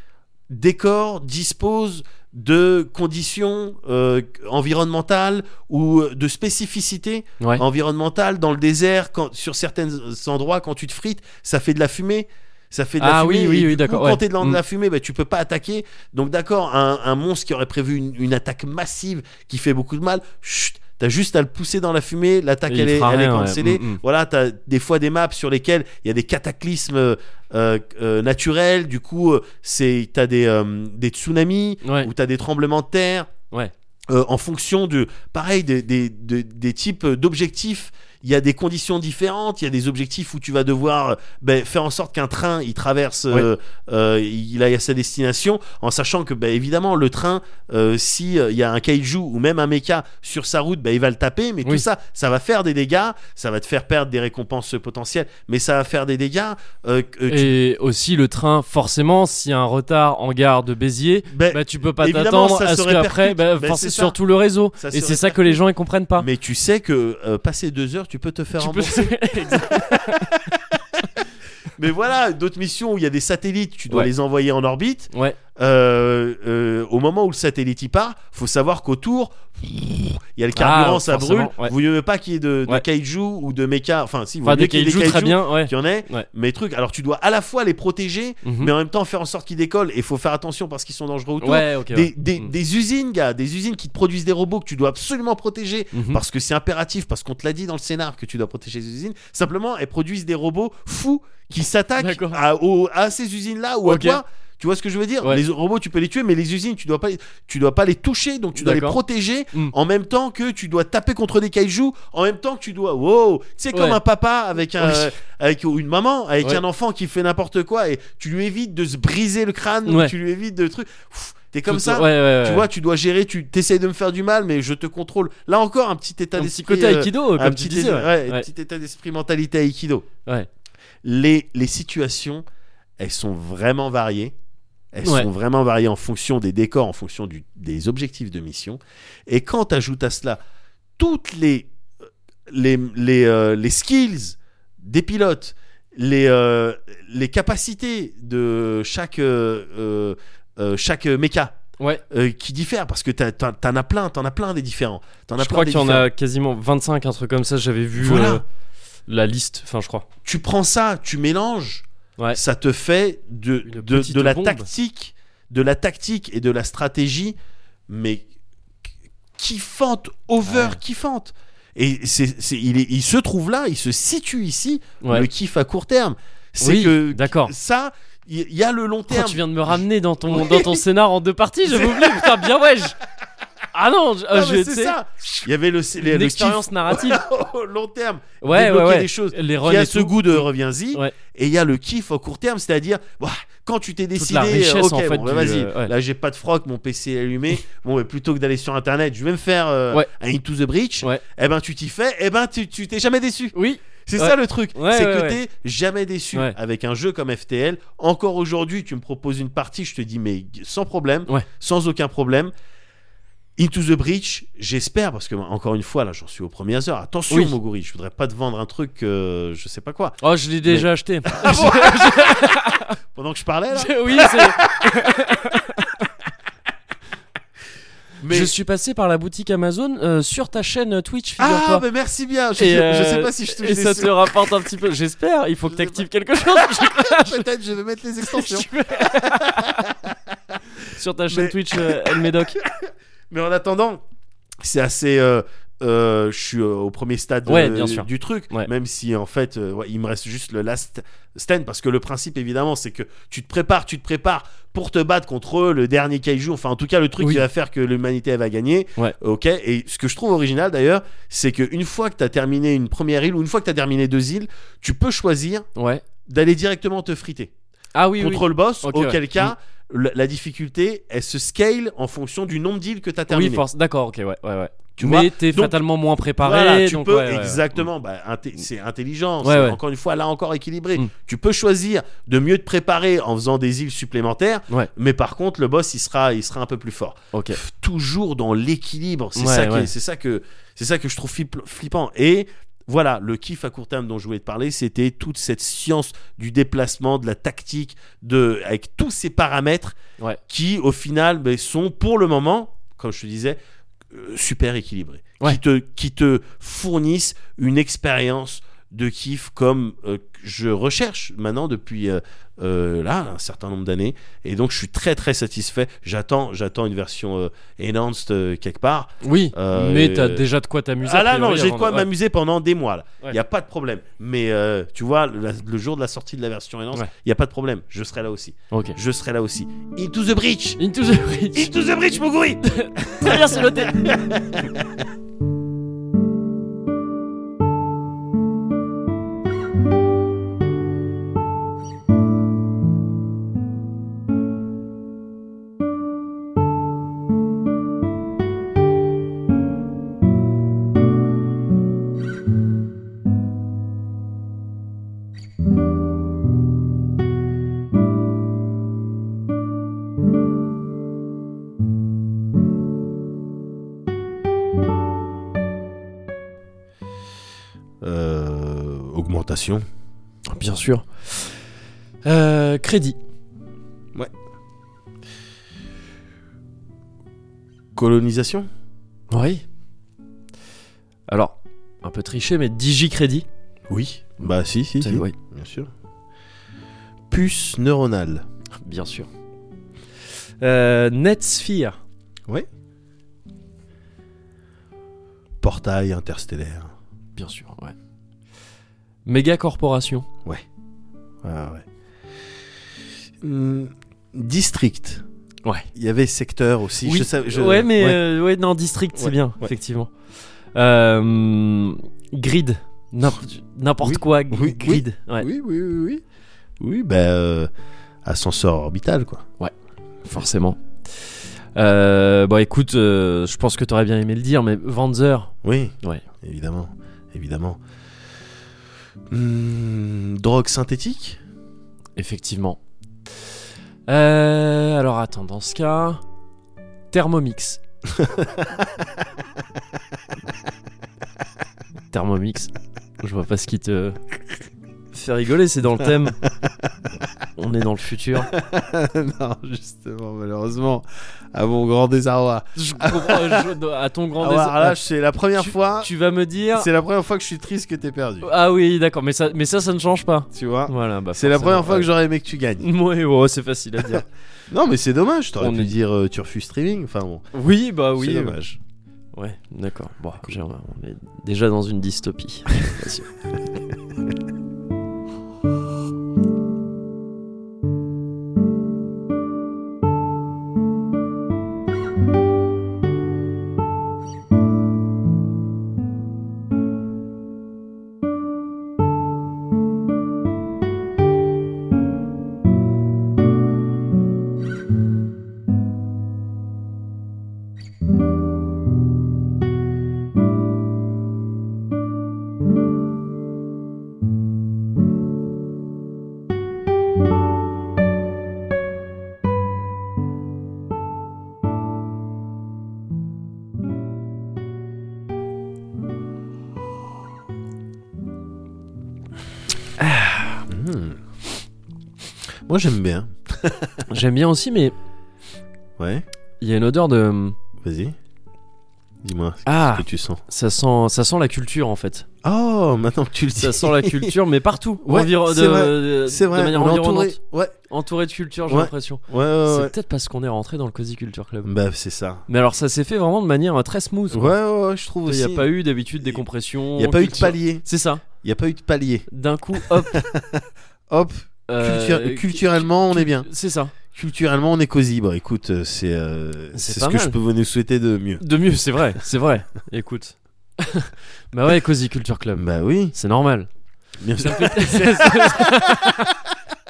[SPEAKER 2] décor dispose de conditions euh, environnementales ou euh, de spécificités
[SPEAKER 1] Ouais.
[SPEAKER 2] environnementale dans le désert quand, sur certains endroits quand tu te frites ça fait de la fumée ça fait de la
[SPEAKER 1] Ah
[SPEAKER 2] fumée
[SPEAKER 1] oui,
[SPEAKER 2] et
[SPEAKER 1] oui,
[SPEAKER 2] du
[SPEAKER 1] oui,
[SPEAKER 2] coup,
[SPEAKER 1] d'accord,
[SPEAKER 2] quand
[SPEAKER 1] ouais.
[SPEAKER 2] t'es dans
[SPEAKER 1] Mm.
[SPEAKER 2] de la fumée bah, tu peux pas attaquer donc d'accord un, un monstre qui aurait prévu une, une attaque massive qui fait beaucoup de mal chut, t'as juste à le pousser dans la fumée l'attaque
[SPEAKER 1] Et il
[SPEAKER 2] elle, est,
[SPEAKER 1] fera
[SPEAKER 2] elle est
[SPEAKER 1] rien, ouais.
[SPEAKER 2] cancellée
[SPEAKER 1] Mm, mm.
[SPEAKER 2] voilà t'as des fois des maps sur lesquelles il y a des cataclysmes euh, euh, euh, naturels du coup euh, c'est t'as des, euh, des tsunamis
[SPEAKER 1] Ouais.
[SPEAKER 2] où tu as des tremblements de terre.
[SPEAKER 1] Ouais.
[SPEAKER 2] Euh, en fonction de, pareil, des, des, de- des types d'objectifs, il y a des conditions différentes. Il y a des objectifs où tu vas devoir euh, ben, faire en sorte qu'un train il traverse, euh, euh, il aille à sa destination, en sachant que ben, évidemment le train, euh, si euh, il y a un kaiju ou même un mecha sur sa route, ben, il va le taper. Mais
[SPEAKER 1] Oui.
[SPEAKER 2] tout ça, ça va faire des dégâts, ça va te faire perdre des récompenses potentielles, mais ça va faire des dégâts. euh, que- euh, tu-
[SPEAKER 1] Et aussi le train, forcément, s'il y a un retard en gare de Béziers,
[SPEAKER 2] ben,
[SPEAKER 1] bah tu peux pas
[SPEAKER 2] évidemment,
[SPEAKER 1] t'attendre
[SPEAKER 2] ça
[SPEAKER 1] à
[SPEAKER 2] se
[SPEAKER 1] ce qu'après,
[SPEAKER 2] répercute.
[SPEAKER 1] bah,
[SPEAKER 2] Bah,
[SPEAKER 1] forcément
[SPEAKER 2] c'est ça.
[SPEAKER 1] sur tout le réseau.
[SPEAKER 2] Ça
[SPEAKER 1] Et
[SPEAKER 2] se
[SPEAKER 1] c'est ça que les gens ils comprennent pas.
[SPEAKER 2] mais tu sais que euh, passer deux heures, tu peux te faire
[SPEAKER 1] Tu peux-
[SPEAKER 2] rembourser. Mais voilà, d'autres missions où il y a des satellites, tu dois
[SPEAKER 1] Ouais.
[SPEAKER 2] les envoyer en orbite.
[SPEAKER 1] ouais.
[SPEAKER 2] euh, euh, au moment où le satellite y part, faut savoir qu'autour, il y a le carburant,
[SPEAKER 1] Ah,
[SPEAKER 2] ça brûle.
[SPEAKER 1] forcément, ouais.
[SPEAKER 2] Vous mieux pas qu'il y ait de, de
[SPEAKER 1] Ouais.
[SPEAKER 2] kaiju ou de mecha. Enfin, si, vous
[SPEAKER 1] Enfin, dès qu'il
[SPEAKER 2] qu'il y ait
[SPEAKER 1] joue
[SPEAKER 2] des
[SPEAKER 1] très bien, ouais.
[SPEAKER 2] qu'il y en ait,
[SPEAKER 1] Ouais.
[SPEAKER 2] mais trucs. Alors, tu dois à la fois les protéger,
[SPEAKER 1] Mhm.
[SPEAKER 2] mais en même temps faire en sorte qu'ils décollent. Et faut faire attention parce qu'ils sont dangereux autour.
[SPEAKER 1] Ouais, ok.
[SPEAKER 2] Des,
[SPEAKER 1] ouais.
[SPEAKER 2] des-
[SPEAKER 1] Mhm.
[SPEAKER 2] des usines, gars, des usines qui te produisent des robots que tu dois absolument protéger
[SPEAKER 1] Mhm.
[SPEAKER 2] parce que c'est impératif, parce qu'on te l'a dit dans le scénar que tu dois protéger les usines. Simplement, elles produisent des robots fous qui s'attaquent
[SPEAKER 1] D'accord.
[SPEAKER 2] à, au- à ces usines-là ou
[SPEAKER 1] Ok.
[SPEAKER 2] à toi. Tu vois ce que je veux dire
[SPEAKER 1] Ouais.
[SPEAKER 2] Les robots, tu peux les tuer, mais les usines, tu dois pas, les- tu dois pas les toucher, donc tu dois les
[SPEAKER 1] D'accord.
[SPEAKER 2] protéger.
[SPEAKER 1] Mm.
[SPEAKER 2] En même temps que tu dois taper contre des kaijus, en même temps que tu dois, wow, tu sais comme
[SPEAKER 1] Ouais.
[SPEAKER 2] un papa avec un,
[SPEAKER 1] Ouais.
[SPEAKER 2] avec une maman, avec
[SPEAKER 1] Ouais.
[SPEAKER 2] un enfant qui fait n'importe quoi et tu lui évites de se briser le crâne,
[SPEAKER 1] Ouais.
[SPEAKER 2] tu lui évites de trucs. Pff, T'es
[SPEAKER 1] Tout-
[SPEAKER 2] comme ça,
[SPEAKER 1] ouais, ouais,
[SPEAKER 2] tu
[SPEAKER 1] ouais.
[SPEAKER 2] vois, tu dois gérer, tu t'essayes de me faire du mal, mais je te contrôle. Là encore, un petit état
[SPEAKER 1] un petit
[SPEAKER 2] d'esprit.
[SPEAKER 1] côté
[SPEAKER 2] euh,
[SPEAKER 1] aikido,
[SPEAKER 2] un
[SPEAKER 1] comme
[SPEAKER 2] petit,
[SPEAKER 1] tu disais.
[SPEAKER 2] é- ouais,
[SPEAKER 1] ouais.
[SPEAKER 2] un
[SPEAKER 1] Ouais.
[SPEAKER 2] petit état d'esprit, mentalité aikido.
[SPEAKER 1] Ouais.
[SPEAKER 2] Les, les situations, elles sont vraiment variées. Elles
[SPEAKER 1] Ouais.
[SPEAKER 2] sont vraiment variées en fonction des décors, en fonction du- des objectifs de mission. Et quand tu ajoutes à cela toutes les, euh, les, les, euh, les skills des pilotes, les, euh, les capacités de chaque, euh, euh, euh, chaque méca,
[SPEAKER 1] Ouais.
[SPEAKER 2] euh, qui diffèrent parce que t'as- t'en t'en as plein, t'en as plein des différents. T'en as
[SPEAKER 1] Je
[SPEAKER 2] plein
[SPEAKER 1] crois
[SPEAKER 2] des
[SPEAKER 1] qu'il y en
[SPEAKER 2] différents.
[SPEAKER 1] a quasiment 25, un truc comme ça. J'avais vu
[SPEAKER 2] Voilà.
[SPEAKER 1] euh, la liste, enfin, je crois.
[SPEAKER 2] Tu prends ça, tu mélanges,
[SPEAKER 1] Ouais.
[SPEAKER 2] ça te fait de,
[SPEAKER 1] Une
[SPEAKER 2] de,
[SPEAKER 1] petite
[SPEAKER 2] de la
[SPEAKER 1] bombe.
[SPEAKER 2] tactique, de la tactique et de la stratégie, mais kiffante, over
[SPEAKER 1] Ouais.
[SPEAKER 2] kiffante. Et c'est c'est- il, est- il se trouve là, il se situe ici,
[SPEAKER 1] Ouais.
[SPEAKER 2] le kiff à court terme. C'est
[SPEAKER 1] Oui,
[SPEAKER 2] que
[SPEAKER 1] d'accord.
[SPEAKER 2] ça, il y, y a le long
[SPEAKER 1] Oh,
[SPEAKER 2] terme.
[SPEAKER 1] tu viens de me ramener dans ton, dans ton scénar en deux parties, j'avais oublié, putain, bien wesh Ah non, je- euh,
[SPEAKER 2] Non, mais
[SPEAKER 1] je- tu
[SPEAKER 2] c'est
[SPEAKER 1] sais,
[SPEAKER 2] ça. Il y avait le, le-
[SPEAKER 1] une
[SPEAKER 2] le
[SPEAKER 1] expérience
[SPEAKER 2] kiff
[SPEAKER 1] narrative.
[SPEAKER 2] au long terme.
[SPEAKER 1] Ouais, ouais,
[SPEAKER 2] débloquer
[SPEAKER 1] ouais.
[SPEAKER 2] des choses.
[SPEAKER 1] Les runs
[SPEAKER 2] Il y a
[SPEAKER 1] et
[SPEAKER 2] ce
[SPEAKER 1] tout. Mm.
[SPEAKER 2] goût de reviens-y
[SPEAKER 1] Ouais.
[SPEAKER 2] et il y a le kiff au court terme, c'est-à-dire bah, quand tu t'es décidé,
[SPEAKER 1] la richesse,
[SPEAKER 2] euh, ok,
[SPEAKER 1] en fait,
[SPEAKER 2] bon, bah,
[SPEAKER 1] du-
[SPEAKER 2] vas-y,
[SPEAKER 1] euh, ouais.
[SPEAKER 2] là j'ai pas de froc, mon PC est allumé, bon, mais plutôt que d'aller sur internet, je vais me faire euh,
[SPEAKER 1] Ouais.
[SPEAKER 2] un Into the Breach,
[SPEAKER 1] Ouais.
[SPEAKER 2] et ben tu t'y fais, et ben tu tu t'es jamais déçu.
[SPEAKER 1] Oui,
[SPEAKER 2] C'est
[SPEAKER 1] Ouais.
[SPEAKER 2] ça le truc,
[SPEAKER 1] Ouais,
[SPEAKER 2] c'est
[SPEAKER 1] ouais,
[SPEAKER 2] que
[SPEAKER 1] ouais.
[SPEAKER 2] t'es jamais déçu
[SPEAKER 1] Ouais.
[SPEAKER 2] avec un jeu comme FTL. Encore aujourd'hui, tu me proposes une partie, je te dis mais sans problème,
[SPEAKER 1] Ouais.
[SPEAKER 2] sans aucun problème. Into the Breach, j'espère parce que encore une fois là, j'en suis aux premières heures. Attention
[SPEAKER 1] Oui.
[SPEAKER 2] Moguri, je voudrais pas te vendre un truc, euh, je sais pas quoi.
[SPEAKER 1] oh, je l'ai déjà acheté.
[SPEAKER 2] Pendant que je parlais là,
[SPEAKER 1] oui, c'est-
[SPEAKER 2] mais
[SPEAKER 1] je suis passé par la boutique Amazon euh, sur ta chaîne Twitch,
[SPEAKER 2] ah
[SPEAKER 1] figure-toi.
[SPEAKER 2] mais merci bien. Je,
[SPEAKER 1] Et,
[SPEAKER 2] je
[SPEAKER 1] euh,
[SPEAKER 2] sais pas si je touche
[SPEAKER 1] Et
[SPEAKER 2] des
[SPEAKER 1] ça
[SPEAKER 2] sous.
[SPEAKER 1] te rapporte un petit peu. J'espère, il faut que
[SPEAKER 2] Je
[SPEAKER 1] tu
[SPEAKER 2] sais
[SPEAKER 1] actives quelque chose. Je-
[SPEAKER 2] Peut-être je vais mettre les extensions.
[SPEAKER 1] je- sur ta chaîne
[SPEAKER 2] Mais-
[SPEAKER 1] Twitch, euh, Elmedoc.
[SPEAKER 2] mais en attendant, c'est assez. euh, euh, je suis euh, au premier stade
[SPEAKER 1] Ouais,
[SPEAKER 2] euh,
[SPEAKER 1] bien sûr.
[SPEAKER 2] du truc,
[SPEAKER 1] Ouais.
[SPEAKER 2] même si en fait euh, ouais, il me reste juste le last stand parce que le principe évidemment c'est que tu te prépares, tu te prépares pour te battre contre eux, le dernier kaiju, enfin en tout cas le truc
[SPEAKER 1] Oui.
[SPEAKER 2] qui va faire que l'humanité elle va gagner.
[SPEAKER 1] Ouais.
[SPEAKER 2] Ok. Et ce que je trouve original d'ailleurs, c'est que une fois que t'as terminé une première île ou une fois que t'as terminé deux îles, tu peux choisir
[SPEAKER 1] Ouais.
[SPEAKER 2] d'aller directement te friter
[SPEAKER 1] Ah oui,
[SPEAKER 2] contre le boss,
[SPEAKER 1] Ok,
[SPEAKER 2] auquel
[SPEAKER 1] ouais. Mm.
[SPEAKER 2] cas la, la difficulté elle se scale en fonction du nombre d'îles que t'as
[SPEAKER 1] oui. Oui,
[SPEAKER 2] terminé.
[SPEAKER 1] force. D'accord, ok, ouais, ouais, ouais.
[SPEAKER 2] Tu
[SPEAKER 1] mais
[SPEAKER 2] vois
[SPEAKER 1] t'es
[SPEAKER 2] Donc,
[SPEAKER 1] fatalement moins préparé.
[SPEAKER 2] Voilà, tu
[SPEAKER 1] donc,
[SPEAKER 2] peux
[SPEAKER 1] ouais, ouais, ouais.
[SPEAKER 2] exactement. bah, inté- c'est intelligent.
[SPEAKER 1] Ouais,
[SPEAKER 2] c'est
[SPEAKER 1] ouais.
[SPEAKER 2] Encore une fois, là encore équilibré.
[SPEAKER 1] Mm.
[SPEAKER 2] Tu peux choisir de mieux te préparer en faisant des îles supplémentaires.
[SPEAKER 1] Ouais.
[SPEAKER 2] Mais par contre, le boss, il sera, il sera un peu plus fort.
[SPEAKER 1] Ok.
[SPEAKER 2] Pff, Toujours dans l'équilibre. C'est
[SPEAKER 1] Ouais,
[SPEAKER 2] ça, qui est-
[SPEAKER 1] ouais.
[SPEAKER 2] c'est ça que, c'est ça que je trouve flipp- flippant. Et voilà, le kiff à court terme dont je voulais te parler, c'était toute cette science du déplacement, de la tactique, de, avec tous ces paramètres
[SPEAKER 1] Ouais.
[SPEAKER 2] qui, au final, ben, sont pour le moment, comme je te disais, euh, super équilibrés.
[SPEAKER 1] Ouais.
[SPEAKER 2] Qui, te, qui te fournissent une expérience de kiff comme euh, je recherche maintenant depuis euh, euh, là un certain nombre d'années et donc je suis très très satisfait j'attends j'attends une version euh, enhanced euh, quelque part
[SPEAKER 1] Oui,
[SPEAKER 2] Euh,
[SPEAKER 1] mais t'as déjà de quoi t'amuser.
[SPEAKER 2] ah
[SPEAKER 1] a
[SPEAKER 2] là
[SPEAKER 1] priori,
[SPEAKER 2] non, j'ai de
[SPEAKER 1] avant
[SPEAKER 2] quoi
[SPEAKER 1] ouais.
[SPEAKER 2] m'amuser pendant des mois. Il
[SPEAKER 1] Ouais.
[SPEAKER 2] n'y a pas de problème. Mais euh, tu vois, la- le jour de la sortie de la version Enhanced, il
[SPEAKER 1] Ouais.
[SPEAKER 2] n'y a pas de problème. Je serai là aussi.
[SPEAKER 1] Ok.
[SPEAKER 2] Je serai là aussi. Into the breach
[SPEAKER 1] Into the Bridge.
[SPEAKER 2] Into the breach, Moguri
[SPEAKER 1] Très bien, c'est noté.
[SPEAKER 2] Euh. Augmentation.
[SPEAKER 1] Bien sûr. Euh, crédit.
[SPEAKER 2] Colonisation
[SPEAKER 1] Oui. Alors, un peu triché, mais digicrédit.
[SPEAKER 2] Oui. Bah si, si,
[SPEAKER 1] C'est-
[SPEAKER 2] si.
[SPEAKER 1] oui,
[SPEAKER 2] Bien sûr. Puce neuronale.
[SPEAKER 1] bien sûr. Euh, Netsphere.
[SPEAKER 2] Portail interstellaire.
[SPEAKER 1] Bien sûr, ouais. Méga corporation.
[SPEAKER 2] Ah ouais. Hmm, district.
[SPEAKER 1] Ouais.
[SPEAKER 2] Il y avait secteur aussi.
[SPEAKER 1] Oui.
[SPEAKER 2] Je savais- je-
[SPEAKER 1] Ouais, mais euh, ouais, non, district, c'est
[SPEAKER 2] Ouais,
[SPEAKER 1] bien,
[SPEAKER 2] ouais.
[SPEAKER 1] effectivement. Euh, grid. N'importe n'importe
[SPEAKER 2] Oui,
[SPEAKER 1] quoi, g-
[SPEAKER 2] oui,
[SPEAKER 1] grid. Ouais,
[SPEAKER 2] Oui, oui, oui, oui. Oui, bah, euh, ascenseur orbital, quoi.
[SPEAKER 1] forcément. Euh, bon, écoute, euh, je pense que t'aurais bien aimé le dire, mais Vanzer.
[SPEAKER 2] Oui.
[SPEAKER 1] Ouais.
[SPEAKER 2] Évidemment. Évidemment. Hmm, drogue synthétique
[SPEAKER 1] Effectivement. Euh, alors attends, dans ce cas, Thermomix. Thermomix. Je vois pas ce qui te fait rigoler, c'est dans le thème. On est dans le futur.
[SPEAKER 2] Non, justement, malheureusement. À mon grand désarroi.
[SPEAKER 1] Je comprends, je- à ton grand
[SPEAKER 2] Ah ouais,
[SPEAKER 1] désir- Ah,
[SPEAKER 2] alors là, c'est la première fois.
[SPEAKER 1] Tu vas me dire.
[SPEAKER 2] C'est la première fois que je suis triste que t'aies perdu.
[SPEAKER 1] Ah oui, d'accord, mais ça, mais ça, ça ne change pas.
[SPEAKER 2] Tu vois
[SPEAKER 1] Voilà, bah,
[SPEAKER 2] C'est la
[SPEAKER 1] forcément,
[SPEAKER 2] première fois que j'aurais aimé que tu gagnes.
[SPEAKER 1] ouais. Ouais, ouais, c'est facile à dire.
[SPEAKER 2] Non, mais c'est dommage. T'aurais
[SPEAKER 1] On
[SPEAKER 2] pu
[SPEAKER 1] est-
[SPEAKER 2] dire euh, tu refuses streaming. Enfin bon.
[SPEAKER 1] oui, bah
[SPEAKER 2] c'est
[SPEAKER 1] oui. euh,
[SPEAKER 2] dommage.
[SPEAKER 1] Ouais, d'accord. Bon, j'ai- on est déjà dans une dystopie. Vas-y.
[SPEAKER 2] Hmm. Moi, j'aime bien.
[SPEAKER 1] J'aime bien aussi, mais
[SPEAKER 2] Ouais.
[SPEAKER 1] il y a une odeur de. hum,
[SPEAKER 2] Vas-y. Dis-moi ce
[SPEAKER 1] Ah
[SPEAKER 2] que tu sens.
[SPEAKER 1] ça sent, ça sent la culture en fait.
[SPEAKER 2] Oh, maintenant que tu le dis.
[SPEAKER 1] Ça sent la culture, mais partout.
[SPEAKER 2] Ouais,
[SPEAKER 1] Enviro-
[SPEAKER 2] c'est
[SPEAKER 1] de,
[SPEAKER 2] vrai,
[SPEAKER 1] de-
[SPEAKER 2] C'est
[SPEAKER 1] de
[SPEAKER 2] vrai.
[SPEAKER 1] manière
[SPEAKER 2] on est
[SPEAKER 1] environnante.
[SPEAKER 2] entouré. Ouais.
[SPEAKER 1] Entouré de culture, j'ai
[SPEAKER 2] Ouais.
[SPEAKER 1] l'impression.
[SPEAKER 2] Ouais, ouais,
[SPEAKER 1] C'est
[SPEAKER 2] ouais.
[SPEAKER 1] peut-être parce qu'on est rentré dans le Cozy Culture Club.
[SPEAKER 2] Bah, c'est ça.
[SPEAKER 1] Mais alors, ça s'est fait vraiment de manière euh, très smooth.
[SPEAKER 2] Ouais,
[SPEAKER 1] quoi.
[SPEAKER 2] ouais, ouais, je trouve
[SPEAKER 1] Il
[SPEAKER 2] aussi.
[SPEAKER 1] n'y a pas eu d'habitude des
[SPEAKER 2] Il-
[SPEAKER 1] compressions.
[SPEAKER 2] Il y a pas eu de
[SPEAKER 1] culture-
[SPEAKER 2] palier.
[SPEAKER 1] C'est ça.
[SPEAKER 2] Il y a pas eu de palier.
[SPEAKER 1] D'un coup, hop.
[SPEAKER 2] Hop.
[SPEAKER 1] euh,
[SPEAKER 2] culture- culturellement, on est bien.
[SPEAKER 1] C'est ça.
[SPEAKER 2] Culturellement, on est cosy. Bah, écoute, euh, c'est euh,
[SPEAKER 1] C'est
[SPEAKER 2] c'est
[SPEAKER 1] pas
[SPEAKER 2] ce que
[SPEAKER 1] mal.
[SPEAKER 2] je peux vous nous souhaiter de mieux.
[SPEAKER 1] De mieux, c'est vrai. C'est vrai. Écoute. bah ouais, Cozy Culture Club.
[SPEAKER 2] Bah oui.
[SPEAKER 1] C'est normal.
[SPEAKER 2] Bien sûr.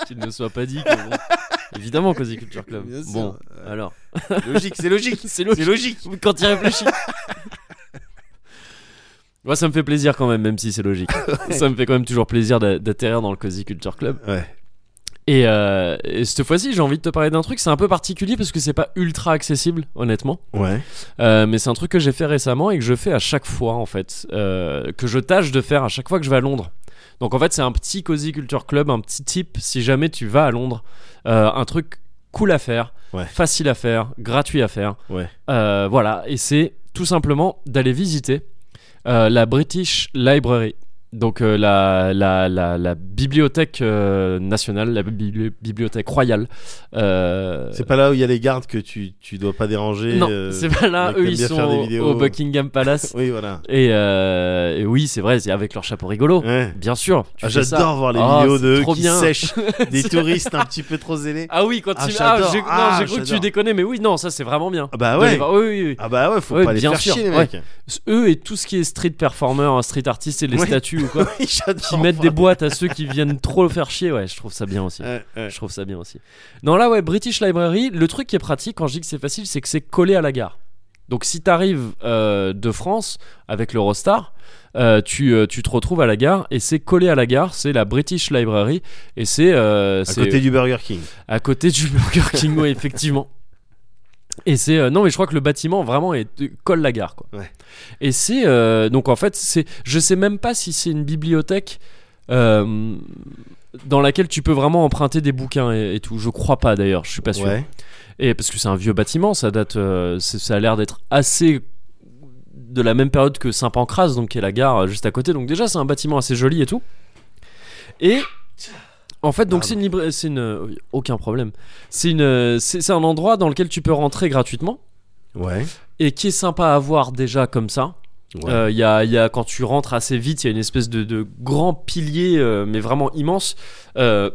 [SPEAKER 1] Qu'il ne soit pas dit que bon. Évidemment, Cozy Culture Club.
[SPEAKER 2] Bien sûr.
[SPEAKER 1] Bon, alors.
[SPEAKER 2] Logique, c'est logique.
[SPEAKER 1] C'est logique. Quand il réfléchit. Moi, ça me fait plaisir quand même, même si c'est logique. Ça me fait quand même toujours plaisir d'a- d'atterrir dans le Cozy Culture Club.
[SPEAKER 2] Ouais.
[SPEAKER 1] Et, euh, et cette fois-ci, j'ai envie de te parler d'un truc. C'est un peu particulier parce que c'est pas ultra accessible, honnêtement.
[SPEAKER 2] Ouais.
[SPEAKER 1] Euh, mais c'est un truc que j'ai fait récemment et que je fais à chaque fois en fait, euh, que je tâche de faire à chaque fois que je vais à Londres. Donc en fait c'est un petit cozy culture club, un petit tip si jamais tu vas à Londres, Euh, un truc cool à faire,
[SPEAKER 2] Ouais.
[SPEAKER 1] facile à faire, gratuit à faire.
[SPEAKER 2] Ouais.
[SPEAKER 1] Euh, voilà et c'est tout simplement d'aller visiter euh, la British Library. Donc euh, la, la, la, la bibliothèque euh, nationale, la bibli- bibliothèque royale. euh,
[SPEAKER 2] C'est pas là où il y a les gardes que tu, tu dois pas déranger.
[SPEAKER 1] non,
[SPEAKER 2] euh,
[SPEAKER 1] c'est pas là.
[SPEAKER 2] mais
[SPEAKER 1] Eux,
[SPEAKER 2] t'aimes
[SPEAKER 1] ils
[SPEAKER 2] bien
[SPEAKER 1] sont
[SPEAKER 2] faire des
[SPEAKER 1] au-
[SPEAKER 2] vidéos.
[SPEAKER 1] au Buckingham Palace.
[SPEAKER 2] Oui, voilà.
[SPEAKER 1] et, euh, et oui, c'est vrai, c'est avec leur chapeau rigolo.
[SPEAKER 2] Ouais.
[SPEAKER 1] Bien sûr. Oh. tu
[SPEAKER 2] Ah,
[SPEAKER 1] fais ça.
[SPEAKER 2] J'adore voir les
[SPEAKER 1] Ah,
[SPEAKER 2] vidéos
[SPEAKER 1] c'est
[SPEAKER 2] de
[SPEAKER 1] trop
[SPEAKER 2] qui
[SPEAKER 1] bien.
[SPEAKER 2] sèchent des touristes un petit peu trop zélés.
[SPEAKER 1] Ah oui, quand
[SPEAKER 2] Ah,
[SPEAKER 1] tu. Ah,
[SPEAKER 2] j'adore.
[SPEAKER 1] j'ai non,
[SPEAKER 2] Ah,
[SPEAKER 1] j'ai cru que tu
[SPEAKER 2] j'adore.
[SPEAKER 1] déconnais, mais oui, non, ça c'est vraiment bien.
[SPEAKER 2] Ah bah
[SPEAKER 1] De les
[SPEAKER 2] ouais.
[SPEAKER 1] voir. Oui, oui, oui.
[SPEAKER 2] Ah bah ouais, faut
[SPEAKER 1] Ouais,
[SPEAKER 2] pas les
[SPEAKER 1] bien
[SPEAKER 2] faire
[SPEAKER 1] sûr,
[SPEAKER 2] chier les
[SPEAKER 1] ouais.
[SPEAKER 2] mecs.
[SPEAKER 1] Eux et tout ce qui est street performer, street artiste et les
[SPEAKER 2] Oui.
[SPEAKER 1] statues ou quoi,
[SPEAKER 2] Oui, j'adore.
[SPEAKER 1] qui mettent des boîtes à ceux qui viennent trop le faire chier, ouais, je trouve ça bien aussi.
[SPEAKER 2] Ouais, ouais.
[SPEAKER 1] Je trouve ça bien aussi. Non, là, ouais, British Library, le truc qui est pratique quand je dis que c'est facile, c'est que c'est collé à la gare. Donc, si t'arrives euh, de France avec l'Eurostar, euh, tu, euh, tu te retrouves à la gare et c'est collé à la gare, c'est la British Library et c'est euh,
[SPEAKER 2] À
[SPEAKER 1] c'est-
[SPEAKER 2] côté du Burger King.
[SPEAKER 1] à côté du Burger King, ouais, effectivement. Et c'est euh, non mais je crois que le bâtiment vraiment est, euh, colle la gare quoi.
[SPEAKER 2] Ouais.
[SPEAKER 1] Et c'est euh, donc en fait c'est je sais même pas si c'est une bibliothèque euh, dans laquelle tu peux vraiment emprunter des bouquins et, et tout. Je crois pas d'ailleurs, je suis pas sûr.
[SPEAKER 2] Ouais.
[SPEAKER 1] Et parce que c'est un vieux bâtiment, ça date, euh, c'est- ça a l'air d'être assez de la même période que Saint-Pancras, donc qui est la gare euh, juste à côté. Donc déjà, c'est un bâtiment assez joli et tout. Et en fait, donc
[SPEAKER 2] Pardon.
[SPEAKER 1] c'est une libra- c'est une, euh, aucun problème. C'est une, euh, c'est c'est un endroit dans lequel tu peux rentrer gratuitement
[SPEAKER 2] Ouais.
[SPEAKER 1] et qui est sympa à voir déjà comme ça.
[SPEAKER 2] Ouais.
[SPEAKER 1] Euh, Il y a, il y a- quand tu rentres assez vite, il y a une espèce de, de grand pilier, euh, mais vraiment immense euh,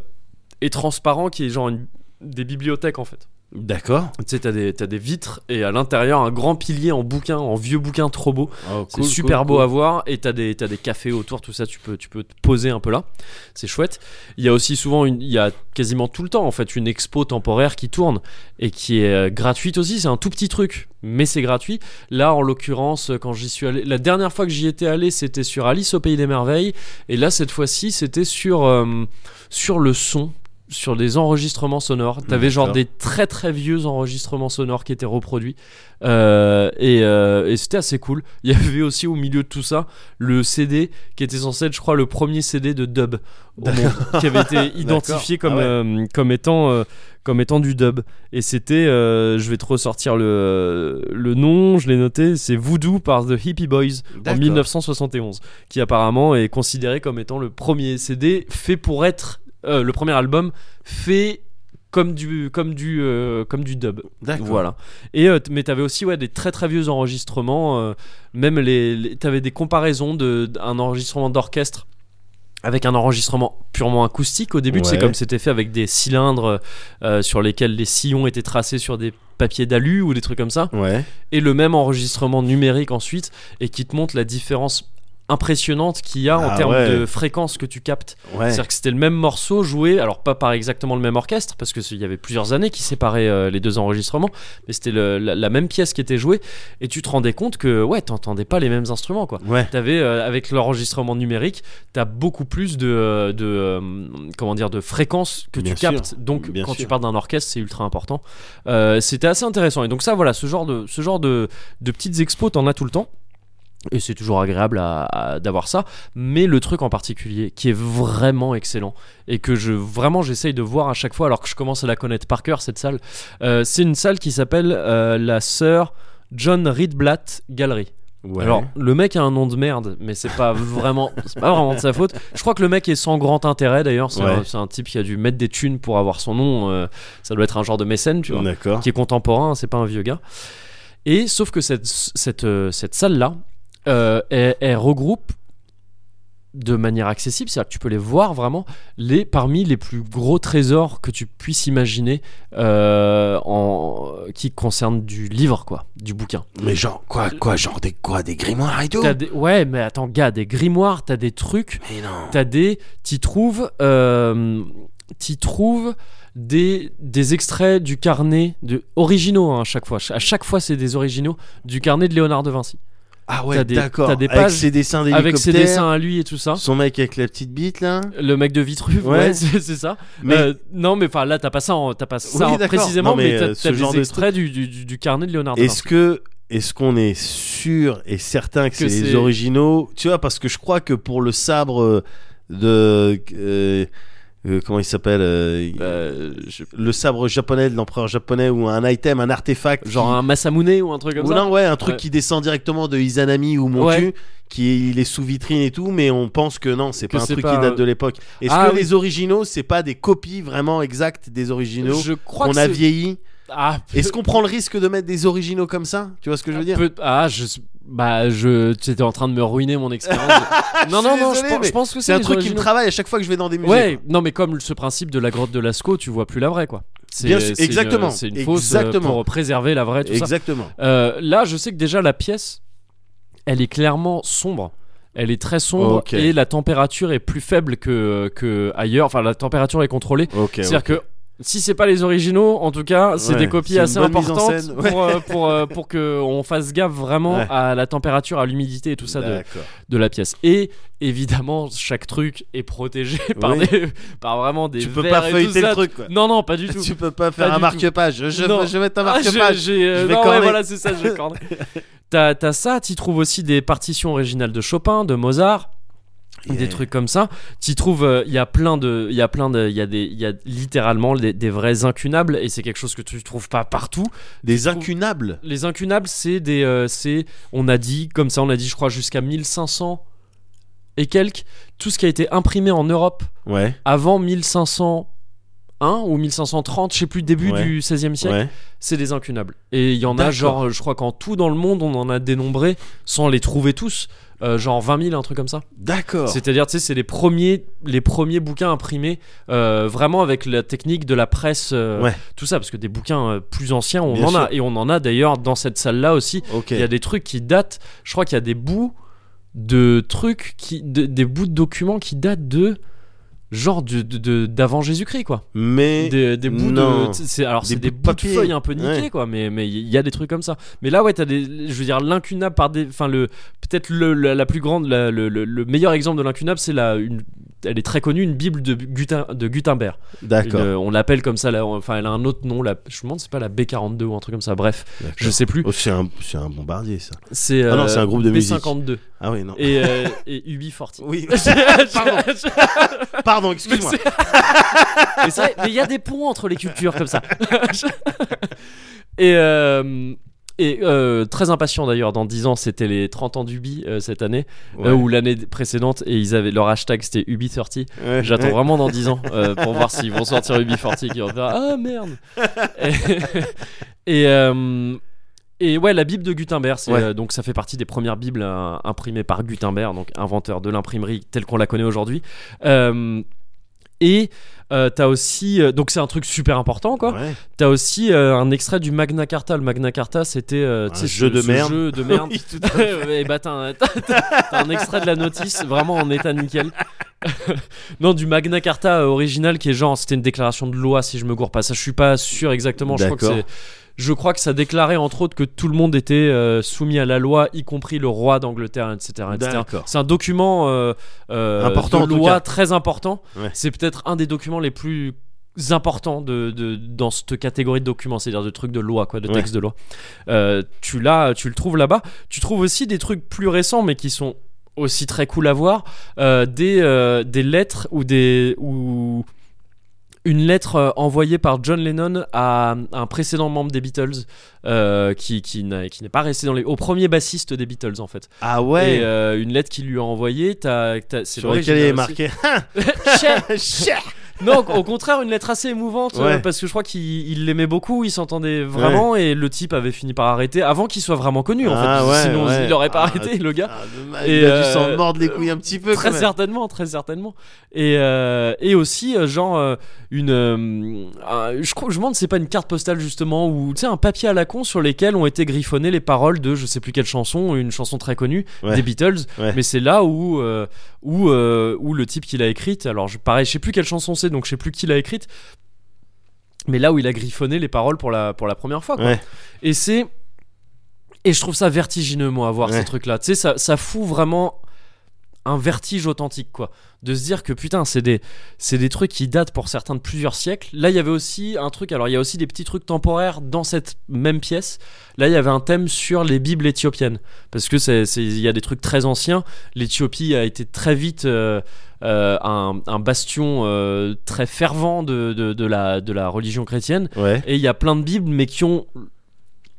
[SPEAKER 1] et transparent, qui est genre une- des bibliothèques en fait.
[SPEAKER 2] D'accord.
[SPEAKER 1] Tu sais, t'as des, t'as des vitres et à l'intérieur un grand pilier en bouquin, en vieux bouquin trop beau.
[SPEAKER 2] Oh,
[SPEAKER 1] C'est
[SPEAKER 2] cool,
[SPEAKER 1] super
[SPEAKER 2] cool,
[SPEAKER 1] beau
[SPEAKER 2] cool.
[SPEAKER 1] à voir et t'as des, t'as des cafés autour, tout ça, tu peux, tu peux te poser un peu là. C'est chouette. Il y a aussi souvent, une, il y a quasiment tout le temps en fait une expo temporaire qui tourne et qui est euh, gratuite aussi. C'est un tout petit truc, mais c'est gratuit. Là, en l'occurrence, quand j'y suis allé, la dernière fois que j'y étais allé, c'était sur Alice au Pays des Merveilles et là, cette fois-ci, c'était sur, euh, sur le son sur des enregistrements sonores. T'avais genre
[SPEAKER 2] D'accord.
[SPEAKER 1] des très très vieux enregistrements sonores qui étaient reproduits. Euh, et euh, et c'était assez cool. Il y avait aussi au milieu de tout ça le CD qui était censé être, je crois, le premier CD de dub au monde, qui avait été identifié comme,
[SPEAKER 2] Ah ouais.
[SPEAKER 1] euh, comme, étant, euh, comme étant du dub. Et c'était, euh, je vais te ressortir le, le nom, je l'ai noté, c'est Voodoo par The Hippie Boys en
[SPEAKER 2] D'accord.
[SPEAKER 1] 1971, qui apparemment est considéré comme étant le premier CD fait pour être, euh, le premier album fait comme du, comme du, euh, comme du dub.
[SPEAKER 2] D'accord.
[SPEAKER 1] Voilà. Et euh, t- mais t'avais aussi ouais des très très vieux enregistrements, euh, même les, les- t'avais des comparaisons de d'un enregistrement d'orchestre avec un enregistrement purement acoustique. Au début, c'est
[SPEAKER 2] Ouais.
[SPEAKER 1] comme c'était fait avec des cylindres euh, sur lesquels les sillons étaient tracés sur des papiers d'alu ou des trucs comme ça
[SPEAKER 2] Ouais.
[SPEAKER 1] et le même enregistrement numérique ensuite et qui te montre la différence impressionnante qu'il y a en
[SPEAKER 2] Ah
[SPEAKER 1] termes
[SPEAKER 2] ouais.
[SPEAKER 1] de fréquence que tu captes.
[SPEAKER 2] Ouais.
[SPEAKER 1] C'est-à-dire que c'était le même morceau joué, alors pas par exactement le même orchestre, parce qu'il y avait plusieurs années qui séparaient euh, les deux enregistrements, mais c'était le- la, la même pièce qui était jouée, et tu te rendais compte que ouais, t'entendais pas les mêmes instruments, quoi.
[SPEAKER 2] Ouais.
[SPEAKER 1] T'avais euh, avec l'enregistrement numérique, t'as beaucoup plus de, euh, de euh, comment dire de fréquences que
[SPEAKER 2] Bien
[SPEAKER 1] tu
[SPEAKER 2] sûr,
[SPEAKER 1] captes. Donc
[SPEAKER 2] bien
[SPEAKER 1] quand tu
[SPEAKER 2] sûr.
[SPEAKER 1] parles d'un orchestre, c'est ultra important. Euh, C'était assez intéressant. Et donc ça, voilà, ce genre de ce genre de, de petites expos, t'en as tout le temps. Et c'est toujours agréable à- à- d'avoir ça. Mais le truc en particulier qui est vraiment excellent et que je vraiment j'essaye de voir à chaque fois, alors que je commence à la connaître par cœur cette salle, euh, c'est une salle qui s'appelle euh, la sœur John Ridblatt Gallery.
[SPEAKER 2] Ouais.
[SPEAKER 1] Alors, le mec a un nom de merde, mais c'est pas vraiment, c'est pas vraiment de sa faute. Je crois que le mec est sans grand intérêt d'ailleurs. C'est
[SPEAKER 2] Ouais.
[SPEAKER 1] un, c'est un type qui a dû mettre des thunes pour avoir son nom. euh, ça doit être un genre de mécène, tu vois,
[SPEAKER 2] D'accord.
[SPEAKER 1] qui est contemporain. C'est pas un vieux gars. Et sauf que cette cette euh, cette salle là, elle, elle regroupe de manière accessible, c'est-à-dire que tu peux les voir vraiment les parmi les plus gros trésors que tu puisses imaginer euh, en qui concernent du livre quoi, du bouquin.
[SPEAKER 2] Mais genre quoi quoi genre des quoi des grimoires et tout.
[SPEAKER 1] T'as des- Ouais, mais attends, gars, des grimoires, t'as des trucs,
[SPEAKER 2] Mais non.
[SPEAKER 1] t'as des. T'y trouves. euh, T'y trouves des, des extraits du carnet de originaux hein, à chaque fois à chaque fois c'est des originaux du carnet de Léonard de Vinci
[SPEAKER 2] Ah
[SPEAKER 1] t'as
[SPEAKER 2] ouais,
[SPEAKER 1] des-
[SPEAKER 2] d'accord.
[SPEAKER 1] t'as des
[SPEAKER 2] Avec
[SPEAKER 1] pages
[SPEAKER 2] ses dessins hein. d'hélicoptère.
[SPEAKER 1] avec ses dessins à lui et tout ça
[SPEAKER 2] Son mec avec la petite bite là.
[SPEAKER 1] le mec de Vitruve ouais,
[SPEAKER 2] Ouais.
[SPEAKER 1] c'est c'est ça
[SPEAKER 2] Mais
[SPEAKER 1] Euh, non mais enfin là t'as pas ça en- t'as pas ça
[SPEAKER 2] Oui,
[SPEAKER 1] en-
[SPEAKER 2] d'accord.
[SPEAKER 1] précisément
[SPEAKER 2] Non, mais,
[SPEAKER 1] mais, t'as-
[SPEAKER 2] euh,
[SPEAKER 1] t'as
[SPEAKER 2] ce genre
[SPEAKER 1] des
[SPEAKER 2] de
[SPEAKER 1] extraits du, du- du- du carnet de Léonard de Vinci
[SPEAKER 2] est-ce que est-ce qu'on est sûr et certain que,
[SPEAKER 1] Que
[SPEAKER 2] c'est les
[SPEAKER 1] c'est-
[SPEAKER 2] originaux Tu vois parce que je crois que pour le sabre euh, de euh, euh, comment il s'appelle euh,
[SPEAKER 1] Euh, je-
[SPEAKER 2] le sabre japonais de l'empereur japonais ou un item, un artefact
[SPEAKER 1] genre
[SPEAKER 2] qui-
[SPEAKER 1] un Masamune ou un truc comme
[SPEAKER 2] Ou
[SPEAKER 1] ça
[SPEAKER 2] non, ouais, un truc
[SPEAKER 1] Ouais.
[SPEAKER 2] qui descend directement de Izanami ou Montu,
[SPEAKER 1] Ouais.
[SPEAKER 2] qui est, il est sous vitrine et tout, mais on pense que non, c'est
[SPEAKER 1] Que
[SPEAKER 2] pas un
[SPEAKER 1] c'est
[SPEAKER 2] truc
[SPEAKER 1] pas,
[SPEAKER 2] qui date de l'époque. Est-ce
[SPEAKER 1] Ah
[SPEAKER 2] que
[SPEAKER 1] oui.
[SPEAKER 2] les originaux, c'est pas des copies vraiment exactes des originaux
[SPEAKER 1] je crois
[SPEAKER 2] On
[SPEAKER 1] que
[SPEAKER 2] a
[SPEAKER 1] c'est-
[SPEAKER 2] vieilli.
[SPEAKER 1] Ah,
[SPEAKER 2] Est-ce qu'on prend le risque de mettre des originaux comme ça Tu vois ce que je veux dire
[SPEAKER 1] Peut- ah, je. Bah, je. Tu étais en train de me ruiner mon expérience. non, non,
[SPEAKER 2] Je
[SPEAKER 1] non,
[SPEAKER 2] suis
[SPEAKER 1] je,
[SPEAKER 2] désolé,
[SPEAKER 1] pense-
[SPEAKER 2] mais
[SPEAKER 1] je pense que c'est
[SPEAKER 2] C'est un
[SPEAKER 1] les
[SPEAKER 2] truc qui me
[SPEAKER 1] originaux.
[SPEAKER 2] travaille à chaque fois que je vais dans des musées.
[SPEAKER 1] Ouais,
[SPEAKER 2] quoi.
[SPEAKER 1] non, mais comme ce principe de la grotte de Lascaux, tu vois plus la vraie, quoi. C'est-
[SPEAKER 2] Bien sûr,
[SPEAKER 1] c'est une-
[SPEAKER 2] exactement,
[SPEAKER 1] C'est une, fausse euh,
[SPEAKER 2] exactement.
[SPEAKER 1] pour préserver la vraie, tout ça.
[SPEAKER 2] Exactement.
[SPEAKER 1] Euh, là, je sais que déjà la pièce, elle est clairement sombre. Elle est très sombre
[SPEAKER 2] Ok.
[SPEAKER 1] et la température est plus faible que, euh, que ailleurs. Enfin, la température est contrôlée.
[SPEAKER 2] Ok.
[SPEAKER 1] C'est-à-dire que si c'est pas les originaux, en tout cas, c'est
[SPEAKER 2] Ouais,
[SPEAKER 1] des copies
[SPEAKER 2] c'est une
[SPEAKER 1] assez
[SPEAKER 2] bonne mise en
[SPEAKER 1] importantes
[SPEAKER 2] scène, ouais.
[SPEAKER 1] pour, euh, pour, euh, pour que on fasse gaffe vraiment
[SPEAKER 2] Ouais.
[SPEAKER 1] à la température, à l'humidité et tout ça de,
[SPEAKER 2] D'accord.
[SPEAKER 1] de la pièce. Et évidemment, chaque truc est protégé par,
[SPEAKER 2] Oui.
[SPEAKER 1] des, par vraiment des
[SPEAKER 2] Tu peux
[SPEAKER 1] verres
[SPEAKER 2] pas
[SPEAKER 1] et tout
[SPEAKER 2] feuilleter
[SPEAKER 1] ça.
[SPEAKER 2] le truc, quoi.
[SPEAKER 1] Non, non, pas du tout.
[SPEAKER 2] Tu peux pas faire
[SPEAKER 1] Pas
[SPEAKER 2] un
[SPEAKER 1] du
[SPEAKER 2] marque-page. Je, je
[SPEAKER 1] Non.
[SPEAKER 2] vais mettre un
[SPEAKER 1] Ah, je-
[SPEAKER 2] marque-page.
[SPEAKER 1] j'ai, euh,
[SPEAKER 2] Je vais
[SPEAKER 1] non, ouais,
[SPEAKER 2] corner.
[SPEAKER 1] voilà, c'est ça, je vais corner. T'as t'as ça, t'y trouves aussi des partitions originales de Chopin, de Mozart. ou des trucs comme ça. Tu trouves, euh, il y a plein de, il y a plein de, il y a des, il y a littéralement des, des vrais incunables et c'est quelque chose que tu trouves pas partout.
[SPEAKER 2] Des incunables.
[SPEAKER 1] Les incunables, c'est des, euh, c'est, on a dit comme ça, on a dit, je crois jusqu'à 1500 et quelques, tout ce qui a été imprimé en Europe
[SPEAKER 2] Ouais.
[SPEAKER 1] avant 1501 ou 1530, je sais plus, début
[SPEAKER 2] Ouais.
[SPEAKER 1] du 16e siècle,
[SPEAKER 2] Ouais.
[SPEAKER 1] c'est des incunables. Et il y en a
[SPEAKER 2] D'accord.
[SPEAKER 1] genre, je crois qu'en tout dans le monde, on en a dénombré sans les trouver tous. euh, genre 20 000, un truc comme ça.
[SPEAKER 2] D'accord.
[SPEAKER 1] C'est-à-dire, tu sais, c'est les premiers, les premiers bouquins imprimés, euh, vraiment avec la technique de la presse, euh,
[SPEAKER 2] Ouais.
[SPEAKER 1] tout ça, parce que des bouquins euh, plus anciens, on
[SPEAKER 2] Bien
[SPEAKER 1] en
[SPEAKER 2] sûr.
[SPEAKER 1] a. Et on en a d'ailleurs dans cette salle-là aussi.
[SPEAKER 2] Ok.
[SPEAKER 1] Il y a des trucs qui datent, je crois qu'il y a des bouts de trucs, qui, de- des bouts de documents qui datent de genre de- de- de- d'avant Jésus-Christ, quoi.
[SPEAKER 2] Mais
[SPEAKER 1] Des, des bouts
[SPEAKER 2] non.
[SPEAKER 1] de. c'est- Alors,
[SPEAKER 2] Des
[SPEAKER 1] c'est
[SPEAKER 2] bouts
[SPEAKER 1] des
[SPEAKER 2] de
[SPEAKER 1] bouts de
[SPEAKER 2] papier.
[SPEAKER 1] feuilles un peu niquées,
[SPEAKER 2] Ouais.
[SPEAKER 1] quoi, mais mais il y a des trucs comme ça. Mais là, ouais, t'as des. Je veux dire, l'incunable par des. Enfin, le. Peut-être le, la, la plus grande. la- le, le- le meilleur exemple de l'incunable, c'est la. Une, elle est très connue, une Bible de, Gutin, de Gutenberg. Une,
[SPEAKER 2] d'accord.
[SPEAKER 1] euh, on l'appelle comme ça, là, enfin, elle a un autre nom, la, je me demande, c'est pas la B42 ou un truc comme ça, bref,
[SPEAKER 2] D'accord.
[SPEAKER 1] je sais plus.
[SPEAKER 2] Oh, c'est un, c'est un bombardier ça.
[SPEAKER 1] C'est.
[SPEAKER 2] Ah non,
[SPEAKER 1] euh,
[SPEAKER 2] c'est un groupe de musique.
[SPEAKER 1] B52.
[SPEAKER 2] Ah oui non.
[SPEAKER 1] Et, euh, et Ubi Forti.
[SPEAKER 2] Oui.
[SPEAKER 1] Pardon.
[SPEAKER 2] Pardon, excuse-moi.
[SPEAKER 1] Mais Mais c'est vrai, mais il y a des ponts entre les cultures comme ça. et euh, et euh, très impatient d'ailleurs, dans 10 ans, c'était les 30 ans d'Ubi euh, cette année,
[SPEAKER 2] Ouais.
[SPEAKER 1] euh, ou l'année précédente, et ils avaient leur hashtag c'était Ubi30.
[SPEAKER 2] Ouais.
[SPEAKER 1] J'attends
[SPEAKER 2] Ouais.
[SPEAKER 1] vraiment dans 10 ans euh, pour voir s'ils vont sortir Ubi40 qui vont faire Ah merde Et. et, euh, et ouais, la Bible de Gutenberg, c'est,
[SPEAKER 2] Ouais.
[SPEAKER 1] euh, donc ça fait partie des premières Bibles euh, imprimées par Gutenberg, donc inventeur de l'imprimerie telle qu'on la connaît aujourd'hui. Euh, et euh, t'as aussi, euh, donc c'est un truc super important, quoi.
[SPEAKER 2] Ouais.
[SPEAKER 1] T'as aussi euh, un extrait du Magna Carta. Le Magna Carta, c'était euh, tu
[SPEAKER 2] Un
[SPEAKER 1] sais,
[SPEAKER 2] jeu
[SPEAKER 1] ce-
[SPEAKER 2] de
[SPEAKER 1] ce
[SPEAKER 2] merde.
[SPEAKER 1] jeu de merde.
[SPEAKER 2] Oui, tout à fait.
[SPEAKER 1] et bah t'as un, t'as- t'as un extrait de la notice vraiment en état nickel. non, du Magna Carta euh, original qui est genre c'était une déclaration de loi si je me gourre pas. Ça je suis pas sûr exactement. Je crois que
[SPEAKER 2] D'accord.
[SPEAKER 1] c'est- je crois que ça déclarait entre autres que tout le monde était euh, soumis à la loi, y compris le roi d'Angleterre, etc. etc.
[SPEAKER 2] D'accord.
[SPEAKER 1] C'est un document euh, euh,
[SPEAKER 2] Important, en
[SPEAKER 1] de
[SPEAKER 2] tout
[SPEAKER 1] loi
[SPEAKER 2] cas.
[SPEAKER 1] très important.
[SPEAKER 2] Ouais.
[SPEAKER 1] C'est peut-être un des documents les plus importants de, de- dans cette catégorie de documents, c'est-à-dire de trucs de loi, quoi, de
[SPEAKER 2] Ouais.
[SPEAKER 1] textes de loi. Euh, tu l'as, tu le trouves là-bas. Tu trouves aussi des trucs plus récents, mais qui sont aussi très cool à voir, euh, des, euh, des lettres ou des ou une lettre euh, envoyée par John Lennon à un précédent membre des Beatles euh, qui, qui n'a- qui n'est pas resté dans les au premier bassiste des Beatles en fait
[SPEAKER 2] Ah
[SPEAKER 1] et
[SPEAKER 2] ouais.
[SPEAKER 1] euh, une lettre qu'il lui a envoyée, t'as, t'as- c'est
[SPEAKER 2] Sur lequel il est
[SPEAKER 1] l'original aussi.
[SPEAKER 2] marqué. Ah.
[SPEAKER 1] Cher.
[SPEAKER 2] Cher.
[SPEAKER 1] non, au au contraire, une lettre assez émouvante, euh,
[SPEAKER 2] Ouais.
[SPEAKER 1] parce que je crois qu'il il l'aimait beaucoup, il s'entendait vraiment, et le type avait fini par arrêter avant qu'il soit vraiment connu, en
[SPEAKER 2] Ah
[SPEAKER 1] fait.
[SPEAKER 2] ouais,
[SPEAKER 1] Sinon,
[SPEAKER 2] ouais.
[SPEAKER 1] il aurait pas
[SPEAKER 2] Ah,
[SPEAKER 1] arrêté, le gars.
[SPEAKER 2] Ah, dommage,
[SPEAKER 1] Et,
[SPEAKER 2] il a
[SPEAKER 1] euh,
[SPEAKER 2] dû s'en mordre les couilles un petit peu. quand
[SPEAKER 1] Très
[SPEAKER 2] même.
[SPEAKER 1] certainement, très certainement. Et, euh, et aussi, euh, genre, euh, une. euh, un- je, crois- je me demande, c'est pas une carte postale justement, ou tu sais, un papier à la con sur lesquels ont été griffonnées les paroles de je sais plus quelle chanson, une chanson très connue
[SPEAKER 2] Ouais.
[SPEAKER 1] des Beatles.
[SPEAKER 2] Ouais.
[SPEAKER 1] Mais c'est là où, euh, où, euh, où le type qui l'a écrite, alors je, pareil, je sais plus quelle chanson c'est, donc je sais plus qui l'a écrite, mais là où il a griffonné les paroles pour la, pour la première fois, quoi.
[SPEAKER 2] Ouais.
[SPEAKER 1] Et c'est. Et je trouve ça vertigineux, moi, à voir
[SPEAKER 2] Ouais.
[SPEAKER 1] ces trucs-là. Tu sais, ça, ça fout vraiment un vertige authentique, quoi. De se dire que putain, c'est des, c'est des trucs qui datent pour certains de plusieurs siècles. Là, il y avait aussi un truc. Alors, il y a aussi des petits trucs temporaires dans cette même pièce. Là, il y avait un thème sur les Bibles éthiopiennes. Parce que c'est, c'est- il y a des trucs très anciens. L'Éthiopie a été très vite. euh, euh, un, un bastion euh, très fervent de, de- de la, de la religion chrétienne
[SPEAKER 2] Ouais.
[SPEAKER 1] et il y a plein de bibles mais qui ont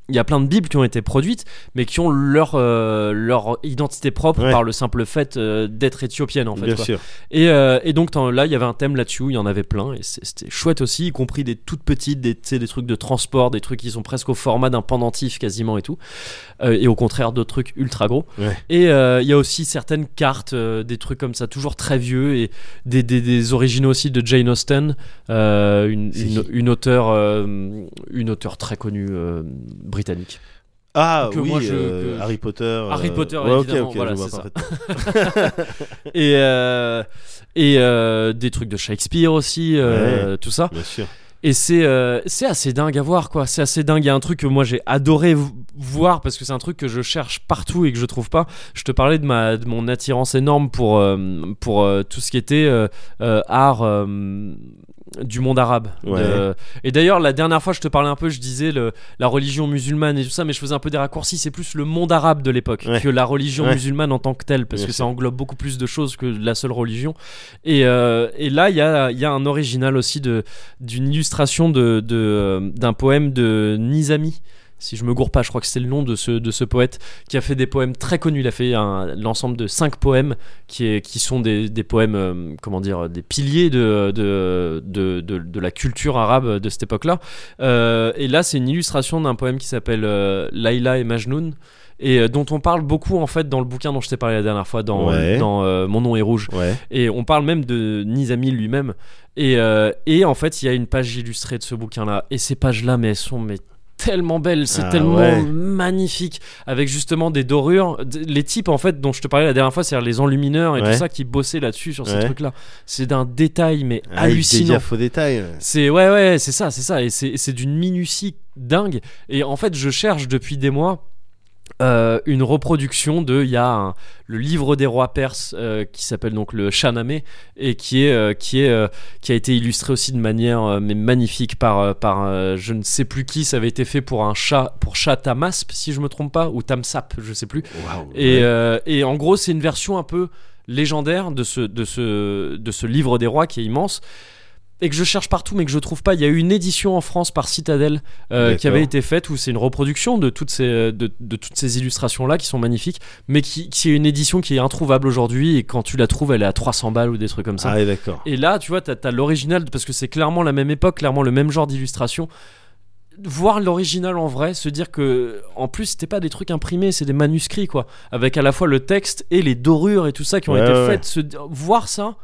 [SPEAKER 1] il y a plein de bibles qui ont été produites mais qui ont leur euh, leur identité propre
[SPEAKER 2] Ouais.
[SPEAKER 1] par le simple fait euh, d'être éthiopienne en fait
[SPEAKER 2] Bien
[SPEAKER 1] quoi.
[SPEAKER 2] sûr.
[SPEAKER 1] et, euh, et donc t'en- là il y avait un thème là-dessus il y en avait plein et c'est- c'était chouette aussi y compris des toutes petites des, tu sais, des trucs de transport des trucs qui sont presque au format d'un pendentif quasiment et tout Euh, et au contraire d'autres trucs ultra gros
[SPEAKER 2] Ouais.
[SPEAKER 1] et euh, il y a aussi certaines cartes euh, des trucs comme ça toujours très vieux et des, des, des originaux aussi de Jane Austen, euh, une,
[SPEAKER 2] C'est
[SPEAKER 1] une,
[SPEAKER 2] qui
[SPEAKER 1] une auteure, euh, une auteure très connue euh, britannique.
[SPEAKER 2] Ah
[SPEAKER 1] Que
[SPEAKER 2] oui.
[SPEAKER 1] moi, je-
[SPEAKER 2] euh,
[SPEAKER 1] que-
[SPEAKER 2] Harry Potter.
[SPEAKER 1] Harry Potter,
[SPEAKER 2] ouais, ok,
[SPEAKER 1] évidemment,
[SPEAKER 2] ok,
[SPEAKER 1] voilà,
[SPEAKER 2] je vois
[SPEAKER 1] c'est ça.
[SPEAKER 2] parfaitement.
[SPEAKER 1] Et, euh, et euh, des trucs de Shakespeare aussi, euh, tout ça.
[SPEAKER 2] Bien sûr.
[SPEAKER 1] Et c'est euh, c'est assez dingue à voir, quoi. C'est assez dingue. Il y a un truc que moi j'ai adoré v- voir parce que c'est un truc que je cherche partout et que je trouve pas. Je te parlais de ma de mon attirance énorme pour euh, pour euh, tout ce qui était euh, euh, art euh, du monde arabe.
[SPEAKER 2] Ouais.
[SPEAKER 1] De- Et d'ailleurs la dernière fois je te parlais un peu, je disais le, la religion musulmane et tout ça, mais je faisais un peu des raccourcis. C'est plus le monde arabe de l'époque
[SPEAKER 2] Ouais.
[SPEAKER 1] que la religion
[SPEAKER 2] Ouais.
[SPEAKER 1] musulmane en tant que telle parce
[SPEAKER 2] Bien
[SPEAKER 1] que ça englobe beaucoup plus de choses que la seule religion. Et, euh, et là il y a il y a un original aussi de d'une illustration de de, euh, d'un poème de Nizami si je me gourre pas, je crois que c'est le nom de ce, de ce poète qui a fait des poèmes très connus. Il a fait un- l'ensemble de cinq poèmes qui, est- qui sont des, des poèmes, euh, comment dire, des piliers de, de, de, de- de la culture arabe de cette époque-là. Euh, et là, c'est une illustration d'un poème qui s'appelle euh, Laila et Majnoun et euh, dont on parle beaucoup en fait dans le bouquin dont je t'ai parlé la dernière fois dans,
[SPEAKER 2] Ouais.
[SPEAKER 1] dans euh, Mon nom est rouge
[SPEAKER 2] Ouais. Ah,
[SPEAKER 1] et on parle même de Nizami lui-même. Et, euh, et en fait, il y a une page illustrée de ce bouquin-là. Et ces pages-là, mais elles sont mais tellement belles, c'est
[SPEAKER 2] Ah
[SPEAKER 1] tellement
[SPEAKER 2] ouais.
[SPEAKER 1] magnifique, avec justement des dorures, d- les types en fait dont je te parlais la dernière fois, c'est-à-dire les enlumineurs et
[SPEAKER 2] Ouais.
[SPEAKER 1] tout ça qui bossaient là-dessus sur ces
[SPEAKER 2] Ouais.
[SPEAKER 1] trucs-là. C'est d'un détail mais
[SPEAKER 2] Ah, il était
[SPEAKER 1] hallucinant.
[SPEAKER 2] gaffe aux détails.
[SPEAKER 1] C'est ouais ouais c'est ça c'est ça et c'est c'est d'une minutie dingue et en fait je cherche depuis des mois euh, une reproduction de il y a un- le livre des rois perses euh, qui s'appelle donc le Shahnameh et qui est euh, qui est euh, qui a été illustré aussi de manière euh, mais magnifique par euh, par euh, je ne sais plus qui ça avait été fait pour un chat pour chat Tamasp si je me trompe pas ou Tamsap je sais plus
[SPEAKER 2] Waouh.
[SPEAKER 1] et, euh, et en gros, c'est une version un peu légendaire de ce, de, ce, de ce livre des rois qui est immense et que je cherche partout mais que je trouve pas. Il y a eu une édition en France par Citadel euh,
[SPEAKER 2] D'accord.
[SPEAKER 1] qui avait été faite où c'est une reproduction de toutes ces, de, de toutes ces illustrations-là qui sont magnifiques mais qui, qui est une édition qui est introuvable aujourd'hui et quand tu la trouves, elle est à 300 balles ou des trucs comme ça.
[SPEAKER 2] Ah, ouais, d'accord.
[SPEAKER 1] Et là, tu vois, t'as as, l'original, parce que c'est clairement la même époque, clairement le même genre d'illustration. Voir l'original en vrai, se dire que, en plus, c'était pas des trucs imprimés, c'est des manuscrits, quoi. Avec à la fois le texte et les dorures et tout ça qui ont
[SPEAKER 2] Ouais,
[SPEAKER 1] été
[SPEAKER 2] ouais,
[SPEAKER 1] faites. Se, voir ça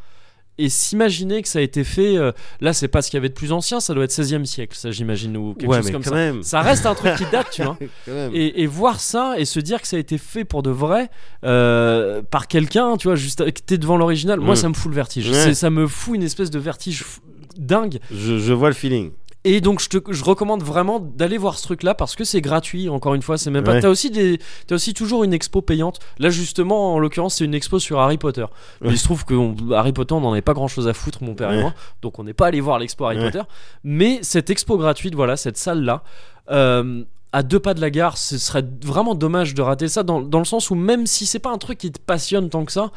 [SPEAKER 1] et s'imaginer que ça a été fait. euh, là, c'est pas ce qu'il y avait de plus ancien, ça doit être 16e siècle, ça, j'imagine, ou quelque
[SPEAKER 2] ouais,
[SPEAKER 1] chose
[SPEAKER 2] mais
[SPEAKER 1] comme
[SPEAKER 2] quand
[SPEAKER 1] ça.
[SPEAKER 2] même.
[SPEAKER 1] Ça reste un truc qui date, tu vois.
[SPEAKER 2] Quand même.
[SPEAKER 1] Et, et voir ça et se dire que ça a été fait pour de vrai euh, par quelqu'un, tu vois, juste que t'es devant l'original, moi
[SPEAKER 2] Mm.
[SPEAKER 1] ça me fout le vertige.
[SPEAKER 2] Ouais.
[SPEAKER 1] C'est- Ça me fout une espèce de vertige fou- dingue.
[SPEAKER 2] Je, je vois le feeling.
[SPEAKER 1] Et donc je, te, je recommande vraiment d'aller voir ce truc-là parce que c'est gratuit, encore une fois, c'est même pas...
[SPEAKER 2] Ouais.
[SPEAKER 1] T'as aussi, des- t'as aussi toujours une expo payante. Là justement, en l'occurrence, c'est une expo sur Harry Potter. Mais
[SPEAKER 2] Ouais.
[SPEAKER 1] il se trouve que on- Harry Potter, on n'en avait pas grand-chose à foutre, mon père et
[SPEAKER 2] Ouais.
[SPEAKER 1] moi. Donc on n'est pas allé voir l'expo Harry
[SPEAKER 2] Ouais.
[SPEAKER 1] Potter. Mais cette expo gratuite, voilà, cette salle-là, euh, à deux pas de la gare, ce serait vraiment dommage de rater ça, dans, dans le sens où même si c'est pas un truc qui te passionne tant que ça,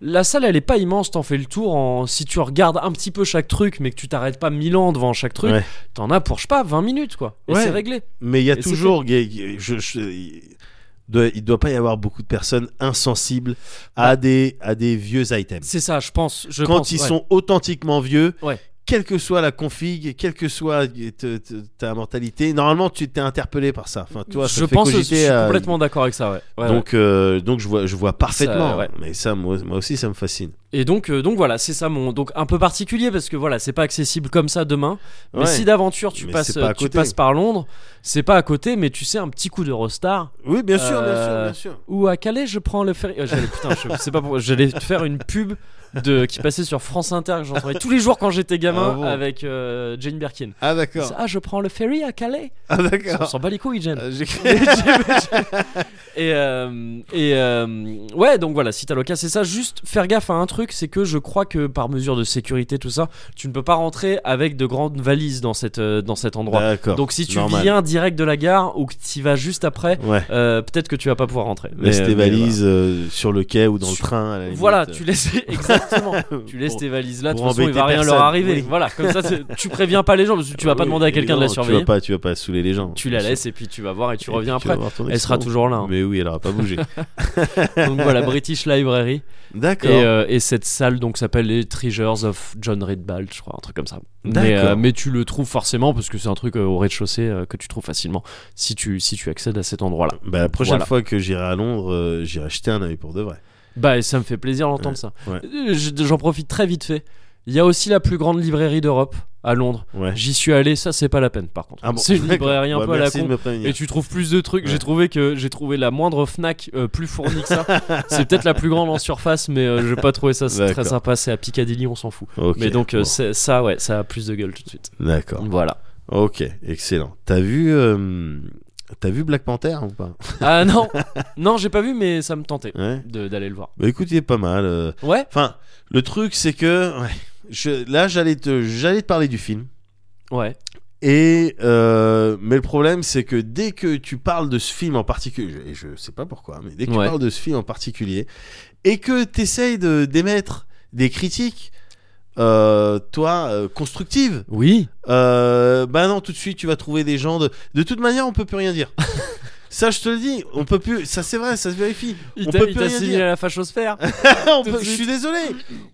[SPEAKER 1] la salle, elle est pas immense, t'en fais le tour. En, si tu regardes un petit peu chaque truc, mais que tu t'arrêtes pas mille ans devant chaque truc,
[SPEAKER 2] Ouais.
[SPEAKER 1] t'en as pour, je sais pas, 20 minutes, quoi. Et
[SPEAKER 2] Ouais.
[SPEAKER 1] c'est réglé.
[SPEAKER 2] Mais il y a
[SPEAKER 1] Et c'est
[SPEAKER 2] toujours. il y a- il y a- je- je- il doit, il doit pas y avoir beaucoup de personnes insensibles à, des, à des vieux items.
[SPEAKER 1] C'est ça, je pense. Bah. Je
[SPEAKER 2] quand
[SPEAKER 1] pense,
[SPEAKER 2] ils
[SPEAKER 1] ouais.
[SPEAKER 2] sont authentiquement vieux,
[SPEAKER 1] Ouais.
[SPEAKER 2] quelle que soit la config, quelle que soit euh, te- te- ta mentalité, normalement tu t'es interpellé par ça. Enfin, tu vois, ça
[SPEAKER 1] je
[SPEAKER 2] te fait
[SPEAKER 1] pense, je
[SPEAKER 2] cogiter,
[SPEAKER 1] suis
[SPEAKER 2] euh,
[SPEAKER 1] complètement d'accord avec ça, ouais. Ouais, ouais.
[SPEAKER 2] donc, euh, donc je vois, je vois parfaitement.
[SPEAKER 1] ouais.
[SPEAKER 2] Mais ça, moi, moi aussi, ça me fascine.
[SPEAKER 1] Et donc, euh, donc voilà, c'est ça mon. Donc un peu particulier parce que voilà, c'est pas accessible comme ça demain. Mais
[SPEAKER 2] Ouais.
[SPEAKER 1] si d'aventure tu
[SPEAKER 2] Mais
[SPEAKER 1] passes,
[SPEAKER 2] c'est pas à
[SPEAKER 1] tu
[SPEAKER 2] côté.
[SPEAKER 1] passes par Londres, c'est pas à côté, mais tu sais un petit coup d'Eurostar
[SPEAKER 2] Oui, bien sûr,
[SPEAKER 1] Euh,
[SPEAKER 2] bien sûr, bien sûr.
[SPEAKER 1] ou à Calais, je prends le ferry. Euh, j'allais- putain, je sais pas pourquoi. J'allais faire une pub de qui passait sur France Inter que j'entendais tous les jours quand j'étais gamin
[SPEAKER 2] Ah bon
[SPEAKER 1] avec euh, Jane Birkin.
[SPEAKER 2] Ah d'accord.
[SPEAKER 1] Ah, je prends le ferry à Calais.
[SPEAKER 2] Ah
[SPEAKER 1] On
[SPEAKER 2] d'accord.
[SPEAKER 1] s'en bat les couilles, Jane.
[SPEAKER 2] Euh, j'ai-
[SPEAKER 1] Et, euh, et euh, ouais, donc voilà, si t'as l'occasion, c'est ça. Juste faire gaffe à un truc, c'est que je crois que par mesure de sécurité, tout ça, tu ne peux pas rentrer avec de grandes valises dans, cette, euh, dans cet endroit.
[SPEAKER 2] D'accord.
[SPEAKER 1] Donc si tu
[SPEAKER 2] normal.
[SPEAKER 1] viens direct de la gare ou que tu vas juste après,
[SPEAKER 2] Ouais.
[SPEAKER 1] euh, peut-être que tu vas pas pouvoir rentrer.
[SPEAKER 2] Laisse
[SPEAKER 1] Mais,
[SPEAKER 2] tes
[SPEAKER 1] euh, mais
[SPEAKER 2] valises euh, sur le quai ou dans le
[SPEAKER 1] Sur-
[SPEAKER 2] train. à la limite. euh.
[SPEAKER 1] Voilà, Voilà, tu laisses exactement. Tu laisses
[SPEAKER 2] Pour-
[SPEAKER 1] tes valises là, de toute
[SPEAKER 2] pour
[SPEAKER 1] façon, il
[SPEAKER 2] embêter
[SPEAKER 1] va rien leur
[SPEAKER 2] personne,
[SPEAKER 1] arriver.
[SPEAKER 2] oui. Ah
[SPEAKER 1] Voilà, comme ça, c'est- tu préviens pas les gens, parce que tu vas pas
[SPEAKER 2] Oui,
[SPEAKER 1] demander à quelqu'un de la
[SPEAKER 2] évidemment,
[SPEAKER 1] surveiller.
[SPEAKER 2] Tu vas pas, tu vas pas saouler les gens.
[SPEAKER 1] Tu la laisses et puis tu vas voir et tu
[SPEAKER 2] Et
[SPEAKER 1] reviens
[SPEAKER 2] puis vas
[SPEAKER 1] après.
[SPEAKER 2] voir ton
[SPEAKER 1] Elle sera
[SPEAKER 2] expo.
[SPEAKER 1] toujours là. hein.
[SPEAKER 2] Mais oui, elle aura pas bougé.
[SPEAKER 1] Donc voilà, British Library.
[SPEAKER 2] D'accord.
[SPEAKER 1] Et, euh, et cette salle donc s'appelle les Treasures of John Redbald, je crois, un truc comme ça. Mais,
[SPEAKER 2] D'accord.
[SPEAKER 1] euh, mais tu le trouves forcément parce que c'est un truc euh, au rez-de-chaussée euh, que tu trouves facilement si tu, si tu accèdes à cet endroit-là.
[SPEAKER 2] Bah, la prochaine
[SPEAKER 1] Voilà.
[SPEAKER 2] fois que j'irai à Londres, euh, j'irai jeter un œil pour de vrai.
[SPEAKER 1] Bah et ça me fait plaisir d'entendre ça.
[SPEAKER 2] ouais.
[SPEAKER 1] Euh, je- J'en profite très vite fait. Il y a aussi la plus grande librairie d'Europe à Londres.
[SPEAKER 2] Ouais.
[SPEAKER 1] J'y suis allé, ça c'est pas la peine par contre.
[SPEAKER 2] Ah bon,
[SPEAKER 1] c'est une
[SPEAKER 2] d'accord.
[SPEAKER 1] librairie un
[SPEAKER 2] Ouais,
[SPEAKER 1] peu à la
[SPEAKER 2] merci de
[SPEAKER 1] con.
[SPEAKER 2] me prévenir.
[SPEAKER 1] Et tu trouves plus de trucs.
[SPEAKER 2] Ouais.
[SPEAKER 1] J'ai trouvé que j'ai trouvé la moindre Fnac euh, plus fournie que ça. c'est peut-être la plus grande en surface, mais euh, j'ai pas trouvé ça c'est très
[SPEAKER 2] D'accord.
[SPEAKER 1] sympa. C'est à Piccadilly, on s'en fout.
[SPEAKER 2] Ok,
[SPEAKER 1] Mais donc euh,
[SPEAKER 2] bon,
[SPEAKER 1] c'est- ça, ouais, ça a plus de gueule tout de suite.
[SPEAKER 2] d'accord.
[SPEAKER 1] Voilà.
[SPEAKER 2] Ok, excellent. T'as vu euh, T'as vu Black Panther ou pas
[SPEAKER 1] Ah non, non, j'ai pas vu, mais ça me tentait
[SPEAKER 2] Ouais.
[SPEAKER 1] de- d'aller le voir.
[SPEAKER 2] Bah écoute, il est pas mal. euh.
[SPEAKER 1] Ouais,
[SPEAKER 2] Enfin, le truc c'est que ouais, je- là j'allais te j'allais te parler du film.
[SPEAKER 1] ouais,
[SPEAKER 2] Et euh, mais le problème c'est que dès que tu parles de ce film en particulier, et je sais pas pourquoi, mais dès que
[SPEAKER 1] Ouais.
[SPEAKER 2] tu parles de ce film en particulier et que t'essayes de d'émettre des critiques, euh, toi euh, constructives,
[SPEAKER 1] oui,
[SPEAKER 2] euh, bah non tout de suite tu vas trouver des gens de de toute manière on peut plus rien dire. ça je te le dis, on peut plus, ça c'est vrai, ça se vérifie.
[SPEAKER 1] il
[SPEAKER 2] on
[SPEAKER 1] t'a
[SPEAKER 2] peut
[SPEAKER 1] il
[SPEAKER 2] plus
[SPEAKER 1] t'a
[SPEAKER 2] rien
[SPEAKER 1] signé
[SPEAKER 2] dire.
[SPEAKER 1] à la fachosphère.
[SPEAKER 2] On
[SPEAKER 1] Tout de
[SPEAKER 2] peut- je
[SPEAKER 1] suite.
[SPEAKER 2] suis désolé,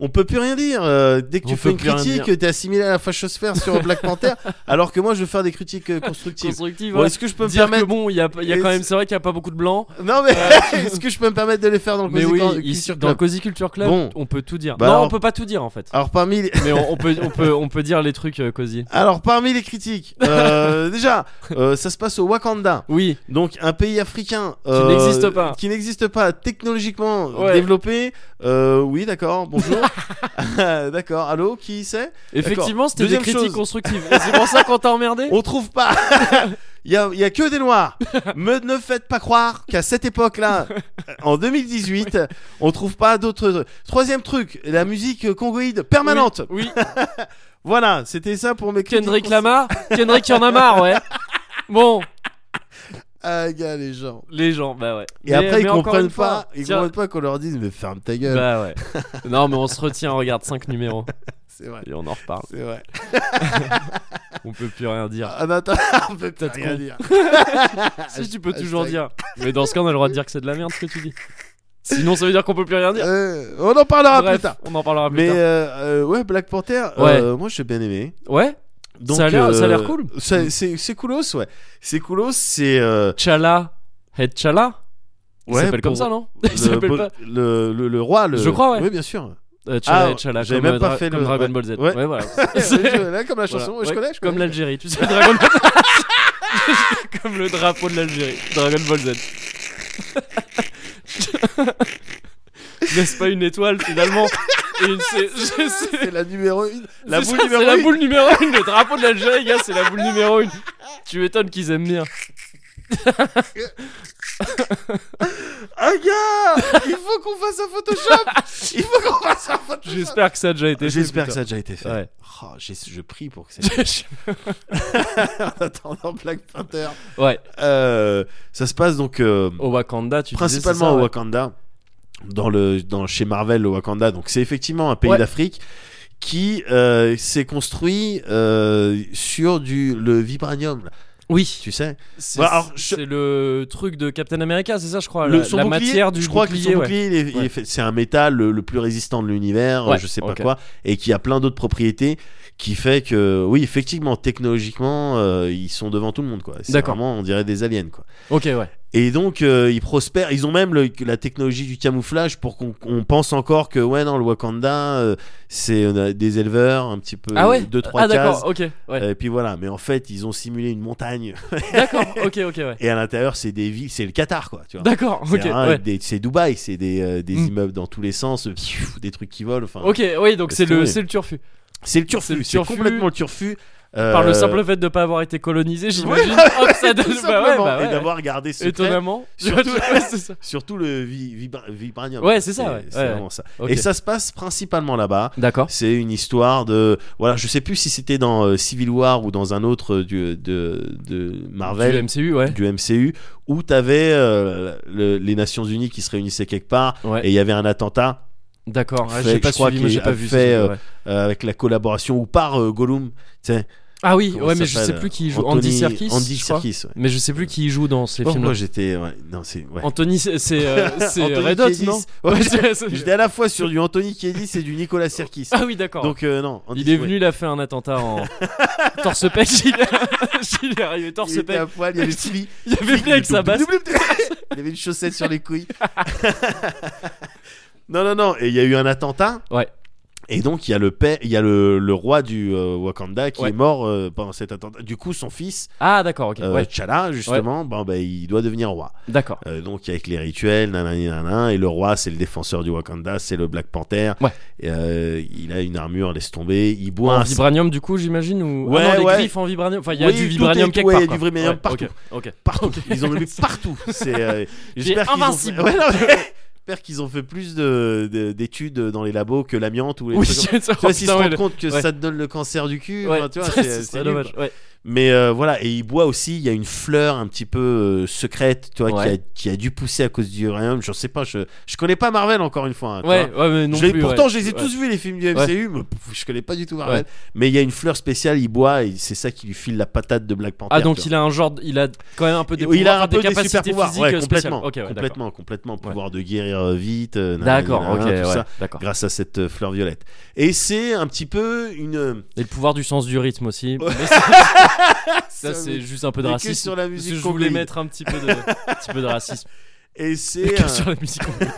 [SPEAKER 2] on peut plus rien dire. euh, dès que
[SPEAKER 1] On
[SPEAKER 2] tu
[SPEAKER 1] peut
[SPEAKER 2] fais une
[SPEAKER 1] plus rien
[SPEAKER 2] critique, t'es assimilé à la fachosphère sur Black Panther, alors que moi je veux faire des critiques euh, constructives.
[SPEAKER 1] Constructive,
[SPEAKER 2] Bon,
[SPEAKER 1] ouais.
[SPEAKER 2] est-ce que je peux me
[SPEAKER 1] Dire que
[SPEAKER 2] permettre
[SPEAKER 1] bon, il y a, il y a
[SPEAKER 2] Et
[SPEAKER 1] quand même,
[SPEAKER 2] c'est-
[SPEAKER 1] c'est vrai qu'il y a pas beaucoup de blancs.
[SPEAKER 2] Non mais est-ce que je peux me permettre de les faire dans le
[SPEAKER 1] Mais
[SPEAKER 2] Cozy
[SPEAKER 1] oui,
[SPEAKER 2] Cor-
[SPEAKER 1] ici,
[SPEAKER 2] Culture
[SPEAKER 1] dans le
[SPEAKER 2] Club
[SPEAKER 1] Cozy Culture Club,
[SPEAKER 2] Bon.
[SPEAKER 1] on peut tout dire.
[SPEAKER 2] Bah
[SPEAKER 1] non,
[SPEAKER 2] alors-
[SPEAKER 1] on peut pas tout dire en fait.
[SPEAKER 2] Alors parmi les...
[SPEAKER 1] Mais on, on peut, on peut, on peut dire les trucs euh, Cozy.
[SPEAKER 2] alors parmi les critiques, euh, déjà euh, ça se passe au Wakanda,
[SPEAKER 1] Oui,
[SPEAKER 2] donc un pays africain qui
[SPEAKER 1] n'existe pas.
[SPEAKER 2] qui n'existe pas technologiquement
[SPEAKER 1] Ouais.
[SPEAKER 2] développé. Euh, oui d'accord, bonjour, d'accord, allô, qui c'est
[SPEAKER 1] effectivement, c'était des
[SPEAKER 2] Deuxième
[SPEAKER 1] critiques
[SPEAKER 2] chose. Oh.
[SPEAKER 1] constructives. Et c'est pour ça qu'on t'a emmerdé.
[SPEAKER 2] On trouve pas. Il y a, il y a que des noirs. Me ne faites pas croire qu'à cette époque-là, en 2018, on trouve pas d'autres. Troisième truc, la musique congoïde permanente.
[SPEAKER 1] Oui,
[SPEAKER 2] Voilà, c'était ça pour mes
[SPEAKER 1] Kendrick
[SPEAKER 2] critiques.
[SPEAKER 1] Lamar, Kendrick y en a marre, ouais. Bon,
[SPEAKER 2] Ah, gars, les gens.
[SPEAKER 1] les gens, bah ouais.
[SPEAKER 2] Et
[SPEAKER 1] Mais-
[SPEAKER 2] après, ils
[SPEAKER 1] mais encore une
[SPEAKER 2] comprennent
[SPEAKER 1] fois,
[SPEAKER 2] pas. Ils
[SPEAKER 1] tiens,
[SPEAKER 2] comprennent pas qu'on leur dise, mais ferme ta gueule.
[SPEAKER 1] Bah ouais. Non, mais on se retient, on regarde 5 numéros
[SPEAKER 2] C'est vrai.
[SPEAKER 1] et on en reparle.
[SPEAKER 2] C'est vrai.
[SPEAKER 1] On peut plus rien dire.
[SPEAKER 2] Ah, non, attends, on peut plus
[SPEAKER 1] Peut-être
[SPEAKER 2] rien
[SPEAKER 1] qu'on-
[SPEAKER 2] dire.
[SPEAKER 1] Si tu peux toujours
[SPEAKER 2] Ah, Hashtag.
[SPEAKER 1] dire. Mais dans ce cas, on a le droit de dire que c'est de la merde ce que tu dis. Sinon, ça veut dire qu'on peut plus rien dire.
[SPEAKER 2] Euh, on en parlera
[SPEAKER 1] Bref,
[SPEAKER 2] plus tard.
[SPEAKER 1] on en parlera plus
[SPEAKER 2] Mais
[SPEAKER 1] tard.
[SPEAKER 2] euh, euh, ouais, Black Panther,
[SPEAKER 1] Ouais.
[SPEAKER 2] euh, moi j'ai bien aimé.
[SPEAKER 1] Ouais,
[SPEAKER 2] Donc,
[SPEAKER 1] Ça a l'air- ça a l'air
[SPEAKER 2] euh,
[SPEAKER 1] cool.
[SPEAKER 2] ça- C'est c'est coolos, ouais. C'est coolos, c'est. euh,
[SPEAKER 1] Chala, Head Chala. Il
[SPEAKER 2] ouais,
[SPEAKER 1] s'appelle
[SPEAKER 2] pour-
[SPEAKER 1] comme ça, non
[SPEAKER 2] le-
[SPEAKER 1] Il s'appelle
[SPEAKER 2] le,
[SPEAKER 1] pas.
[SPEAKER 2] Le, le- le roi, le.
[SPEAKER 1] Je crois, ouais.
[SPEAKER 2] Oui, bien sûr.
[SPEAKER 1] Euh, T'challa
[SPEAKER 2] Ah,
[SPEAKER 1] et T'Challa,
[SPEAKER 2] j'avais
[SPEAKER 1] comme,
[SPEAKER 2] même
[SPEAKER 1] euh,
[SPEAKER 2] pas
[SPEAKER 1] Dra-
[SPEAKER 2] fait
[SPEAKER 1] comme
[SPEAKER 2] le-
[SPEAKER 1] Dragon
[SPEAKER 2] ouais.
[SPEAKER 1] Ball Z.
[SPEAKER 2] Ouais.
[SPEAKER 1] voilà.
[SPEAKER 2] Ouais,
[SPEAKER 1] C'est-
[SPEAKER 2] je- là, comme
[SPEAKER 1] voilà.
[SPEAKER 2] la chanson, je
[SPEAKER 1] Ouais,
[SPEAKER 2] connais. Je
[SPEAKER 1] Comme
[SPEAKER 2] connais.
[SPEAKER 1] l'Algérie, tu sais, Dragon Ball Comme le drapeau de l'Algérie, Dragon Ball Z. N'est-ce pas une étoile finalement Et une- c'est- je sais-
[SPEAKER 2] C'est la numéro 1. La
[SPEAKER 1] c'est
[SPEAKER 2] boule
[SPEAKER 1] ça,
[SPEAKER 2] numéro
[SPEAKER 1] C'est la
[SPEAKER 2] une.
[SPEAKER 1] boule numéro 1, le drapeau de l'Algérie, gars, c'est la boule numéro 1. Tu m'étonnes qu'ils aiment bien.
[SPEAKER 2] Ah, gars Il faut qu'on fasse un Photoshop Il faut qu'on fasse un Photoshop
[SPEAKER 1] J'espère que ça a déjà été fait,
[SPEAKER 2] J'espère que ça
[SPEAKER 1] putain.
[SPEAKER 2] a déjà été fait.
[SPEAKER 1] Ouais.
[SPEAKER 2] Oh, j'ai- je prie pour que ça. en attendant Black Panther.
[SPEAKER 1] ouais,
[SPEAKER 2] Euh, ça se passe donc euh,
[SPEAKER 1] au Wakanda, tu disais, c'est
[SPEAKER 2] principalement
[SPEAKER 1] ça,
[SPEAKER 2] au
[SPEAKER 1] ouais.
[SPEAKER 2] Wakanda, dans le, dans, chez Marvel au Wakanda. Donc c'est effectivement un pays
[SPEAKER 1] Ouais.
[SPEAKER 2] d'Afrique qui euh, s'est construit euh, sur du le vibranium, là,
[SPEAKER 1] Oui.
[SPEAKER 2] tu sais.
[SPEAKER 1] C'est
[SPEAKER 2] Voilà, Bah, alors, je-
[SPEAKER 1] c'est le truc de Captain America, c'est ça, je crois.
[SPEAKER 2] Le-
[SPEAKER 1] Oh, la
[SPEAKER 2] son
[SPEAKER 1] la
[SPEAKER 2] bouclier,
[SPEAKER 1] matière du
[SPEAKER 2] je crois
[SPEAKER 1] bouclier.
[SPEAKER 2] que son
[SPEAKER 1] ouais.
[SPEAKER 2] bouclier, il est- il est
[SPEAKER 1] Ouais.
[SPEAKER 2] fait- c'est un métal le, le plus résistant de l'univers,
[SPEAKER 1] Ouais,
[SPEAKER 2] je sais pas
[SPEAKER 1] ok.
[SPEAKER 2] quoi, et qui a plein d'autres propriétés qui fait que oui, effectivement, technologiquement, euh, ils sont devant tout le monde quoi. C'est
[SPEAKER 1] D'accord.
[SPEAKER 2] vraiment, on dirait des aliens quoi.
[SPEAKER 1] Ok, ouais.
[SPEAKER 2] Et donc euh, ils prospèrent, ils ont même le- la technologie du camouflage pour qu'on qu'on pense encore que ouais non le Wakanda euh, c'est on a des éleveurs un petit peu
[SPEAKER 1] Ah ouais
[SPEAKER 2] deux trois
[SPEAKER 1] Ah
[SPEAKER 2] cases Euh.
[SPEAKER 1] d'accord, ok. Ouais.
[SPEAKER 2] et puis voilà mais en fait ils ont simulé une montagne
[SPEAKER 1] D'accord, ok, ok, ouais.
[SPEAKER 2] et à l'intérieur c'est des villes c'est le Qatar quoi tu vois
[SPEAKER 1] D'accord, ok,
[SPEAKER 2] c'est un-
[SPEAKER 1] ouais.
[SPEAKER 2] des- c'est Dubaï, c'est des, euh, des
[SPEAKER 1] Mm.
[SPEAKER 2] immeubles dans tous les sens, euh, pfiou, des trucs qui volent. Enfin,
[SPEAKER 1] Ok, oui, donc
[SPEAKER 2] Laisse
[SPEAKER 1] c'est le,
[SPEAKER 2] tomber.
[SPEAKER 1] c'est le turfu.
[SPEAKER 2] Euh,
[SPEAKER 1] c'est
[SPEAKER 2] C'est le
[SPEAKER 1] le
[SPEAKER 2] turfu, c'est
[SPEAKER 1] turfu.
[SPEAKER 2] complètement le turfu. euh,
[SPEAKER 1] Par le simple fait de pas avoir été colonisé, j'imagine.
[SPEAKER 2] bah
[SPEAKER 1] Hop, ça
[SPEAKER 2] tout
[SPEAKER 1] donne. Bah ouais,
[SPEAKER 2] simplement,
[SPEAKER 1] bah
[SPEAKER 2] et
[SPEAKER 1] ouais.
[SPEAKER 2] d'avoir gardé ce
[SPEAKER 1] Étonnamment.
[SPEAKER 2] Surtout-
[SPEAKER 1] ouais, c'est ça.
[SPEAKER 2] Surtout le vi- vibra- vibranium.
[SPEAKER 1] Ouais, c'est ça, ouais,
[SPEAKER 2] C'est
[SPEAKER 1] ouais,
[SPEAKER 2] vraiment ça.
[SPEAKER 1] Ok.
[SPEAKER 2] Et ça se passe principalement là-bas.
[SPEAKER 1] D'accord.
[SPEAKER 2] C'est une histoire de. Voilà, je sais plus si c'était dans euh, Civil War ou dans un autre euh, du, de, de
[SPEAKER 1] Du
[SPEAKER 2] Marvel.
[SPEAKER 1] MCU, ouais.
[SPEAKER 2] Du MCU, où t'avais euh, le- les Nations Unies qui se réunissaient quelque part
[SPEAKER 1] Ouais.
[SPEAKER 2] et il y avait un attentat.
[SPEAKER 1] D'accord. ouais,
[SPEAKER 2] fait-
[SPEAKER 1] J'ai pas
[SPEAKER 2] je crois
[SPEAKER 1] suivi, mais
[SPEAKER 2] qu'il
[SPEAKER 1] j'ai pas
[SPEAKER 2] a
[SPEAKER 1] vu.
[SPEAKER 2] fait,
[SPEAKER 1] ce truc,
[SPEAKER 2] euh,
[SPEAKER 1] ouais.
[SPEAKER 2] euh, avec la collaboration ou par euh, Gollum. tu sais,
[SPEAKER 1] Ah oui,
[SPEAKER 2] comment
[SPEAKER 1] ouais,
[SPEAKER 2] ça
[SPEAKER 1] mais je sais
[SPEAKER 2] s'appelle, euh,
[SPEAKER 1] plus qui y joue.
[SPEAKER 2] Anthony-
[SPEAKER 1] Andy Serkis.
[SPEAKER 2] Andy
[SPEAKER 1] je crois.
[SPEAKER 2] Serkis, ouais.
[SPEAKER 1] Mais je sais plus qui y joue dans ces
[SPEAKER 2] Oh,
[SPEAKER 1] films.
[SPEAKER 2] moi j'étais. ouais, Non, c'est. ouais.
[SPEAKER 1] Anthony, c'est c'est, euh, c'est
[SPEAKER 2] Anthony
[SPEAKER 1] Red Hot,
[SPEAKER 2] Kiedis.
[SPEAKER 1] non
[SPEAKER 2] Ouais,
[SPEAKER 1] Ouais, c'est- c'est-
[SPEAKER 2] J'étais à la fois sur du Anthony Kiedis et du Nicolas Serkis.
[SPEAKER 1] Ah oui, d'accord.
[SPEAKER 2] Donc euh, non. Andy-
[SPEAKER 1] Il est
[SPEAKER 2] ouais.
[SPEAKER 1] venu, il a fait un attentat en torse pec. Il est- il est arrivé
[SPEAKER 2] Il
[SPEAKER 1] torse
[SPEAKER 2] était
[SPEAKER 1] pec.
[SPEAKER 2] à poil, il y avait le flic.
[SPEAKER 1] Il y avait plus avec sa basse.
[SPEAKER 2] Il avait une chaussette sur les couilles. non, non, non. Et il y a eu un attentat.
[SPEAKER 1] Ouais.
[SPEAKER 2] Et donc il y a le père, il y a le, le roi du euh, Wakanda qui
[SPEAKER 1] Ouais.
[SPEAKER 2] est mort euh, pendant cet attentat. Du coup, son fils
[SPEAKER 1] Ah, d'accord, ok.
[SPEAKER 2] euh,
[SPEAKER 1] ouais,
[SPEAKER 2] T'Challa, justement, bon, ben, il doit devenir roi.
[SPEAKER 1] d'accord.
[SPEAKER 2] Euh, donc avec les rituels, nanani, nanana, et le roi c'est le défenseur du Wakanda, c'est le Black Panther.
[SPEAKER 1] Ouais.
[SPEAKER 2] Et, euh, il a une armure, laisse tomber, il boit
[SPEAKER 1] En
[SPEAKER 2] un
[SPEAKER 1] vibranium, du coup, j'imagine ou...
[SPEAKER 2] Ouais,
[SPEAKER 1] ah non, les
[SPEAKER 2] ouais.
[SPEAKER 1] griffes en vibranium. Enfin, il y a
[SPEAKER 2] Oui,
[SPEAKER 1] du
[SPEAKER 2] tout
[SPEAKER 1] vibranium
[SPEAKER 2] est-
[SPEAKER 1] quelque
[SPEAKER 2] ouais,
[SPEAKER 1] part.
[SPEAKER 2] il y a
[SPEAKER 1] quoi.
[SPEAKER 2] du vibranium partout.
[SPEAKER 1] Ok. ok.
[SPEAKER 2] partout. Ils en ont mis partout. C'est euh, j'espère qu'ils ont fait-
[SPEAKER 1] invincible.
[SPEAKER 2] Ouais, non, mais- j'espère qu'ils ont fait plus de- de- d'études dans les labos que l'amiante ou les
[SPEAKER 1] Oui,
[SPEAKER 2] trucs comme-
[SPEAKER 1] c'est ça.
[SPEAKER 2] Tu vois, s'ils se
[SPEAKER 1] Putain, ouais,
[SPEAKER 2] rendent
[SPEAKER 1] le-
[SPEAKER 2] compte que
[SPEAKER 1] ouais.
[SPEAKER 2] ça te donne le cancer du cul,
[SPEAKER 1] ouais,
[SPEAKER 2] enfin, tu vois,
[SPEAKER 1] ça,
[SPEAKER 2] c'est-
[SPEAKER 1] ce serait
[SPEAKER 2] c'est nul,
[SPEAKER 1] dommage.
[SPEAKER 2] quoi.
[SPEAKER 1] Ouais.
[SPEAKER 2] Mais euh, voilà, et il boit aussi, il y a une fleur un petit peu euh, secrète, tu vois, qui,
[SPEAKER 1] Ouais.
[SPEAKER 2] a, qui a dû pousser à cause du uranium. Je sais pas, je, je connais pas Marvel encore une fois. hein, tu vois.
[SPEAKER 1] Ouais, ouais, mais non
[SPEAKER 2] Je l'ai-
[SPEAKER 1] plus.
[SPEAKER 2] pourtant,
[SPEAKER 1] ouais.
[SPEAKER 2] je les ai
[SPEAKER 1] Ouais.
[SPEAKER 2] tous vus les films du MCU, mais pff, je connais pas du tout Marvel. Mais il y a une fleur spéciale, il boit et c'est ça qui lui file la patate de Black Panther.
[SPEAKER 1] Ah,
[SPEAKER 2] tu
[SPEAKER 1] donc
[SPEAKER 2] vois.
[SPEAKER 1] il a un genre. de- Il a quand même un peu des
[SPEAKER 2] Oui, il a
[SPEAKER 1] pouvoirs,
[SPEAKER 2] un peu
[SPEAKER 1] des
[SPEAKER 2] des super
[SPEAKER 1] capacités
[SPEAKER 2] pouvoirs,
[SPEAKER 1] physiques
[SPEAKER 2] ouais,
[SPEAKER 1] euh, spéciales.
[SPEAKER 2] complètement,
[SPEAKER 1] Ok, ouais, d'accord.
[SPEAKER 2] complètement, complètement, pouvoir de guérir euh, vite, euh, nanana,
[SPEAKER 1] D'accord, ok,
[SPEAKER 2] nanana, tout
[SPEAKER 1] ouais,
[SPEAKER 2] ça,
[SPEAKER 1] d'accord.
[SPEAKER 2] grâce à cette euh, fleur violette. Et c'est un petit peu une, euh,
[SPEAKER 1] Et le pouvoir du sens du rythme aussi.
[SPEAKER 2] Ouais.
[SPEAKER 1] Mais ça, ça,
[SPEAKER 2] Ça,
[SPEAKER 1] c'est
[SPEAKER 2] oui.
[SPEAKER 1] juste un peu de
[SPEAKER 2] Mais que
[SPEAKER 1] racisme.
[SPEAKER 2] sur
[SPEAKER 1] parce
[SPEAKER 2] la
[SPEAKER 1] que
[SPEAKER 2] musique
[SPEAKER 1] je voulais
[SPEAKER 2] congolaise.
[SPEAKER 1] mettre un petit peu de, un petit peu de racisme.
[SPEAKER 2] et euh, c'est
[SPEAKER 1] Que
[SPEAKER 2] un-
[SPEAKER 1] sur la musique congolaise.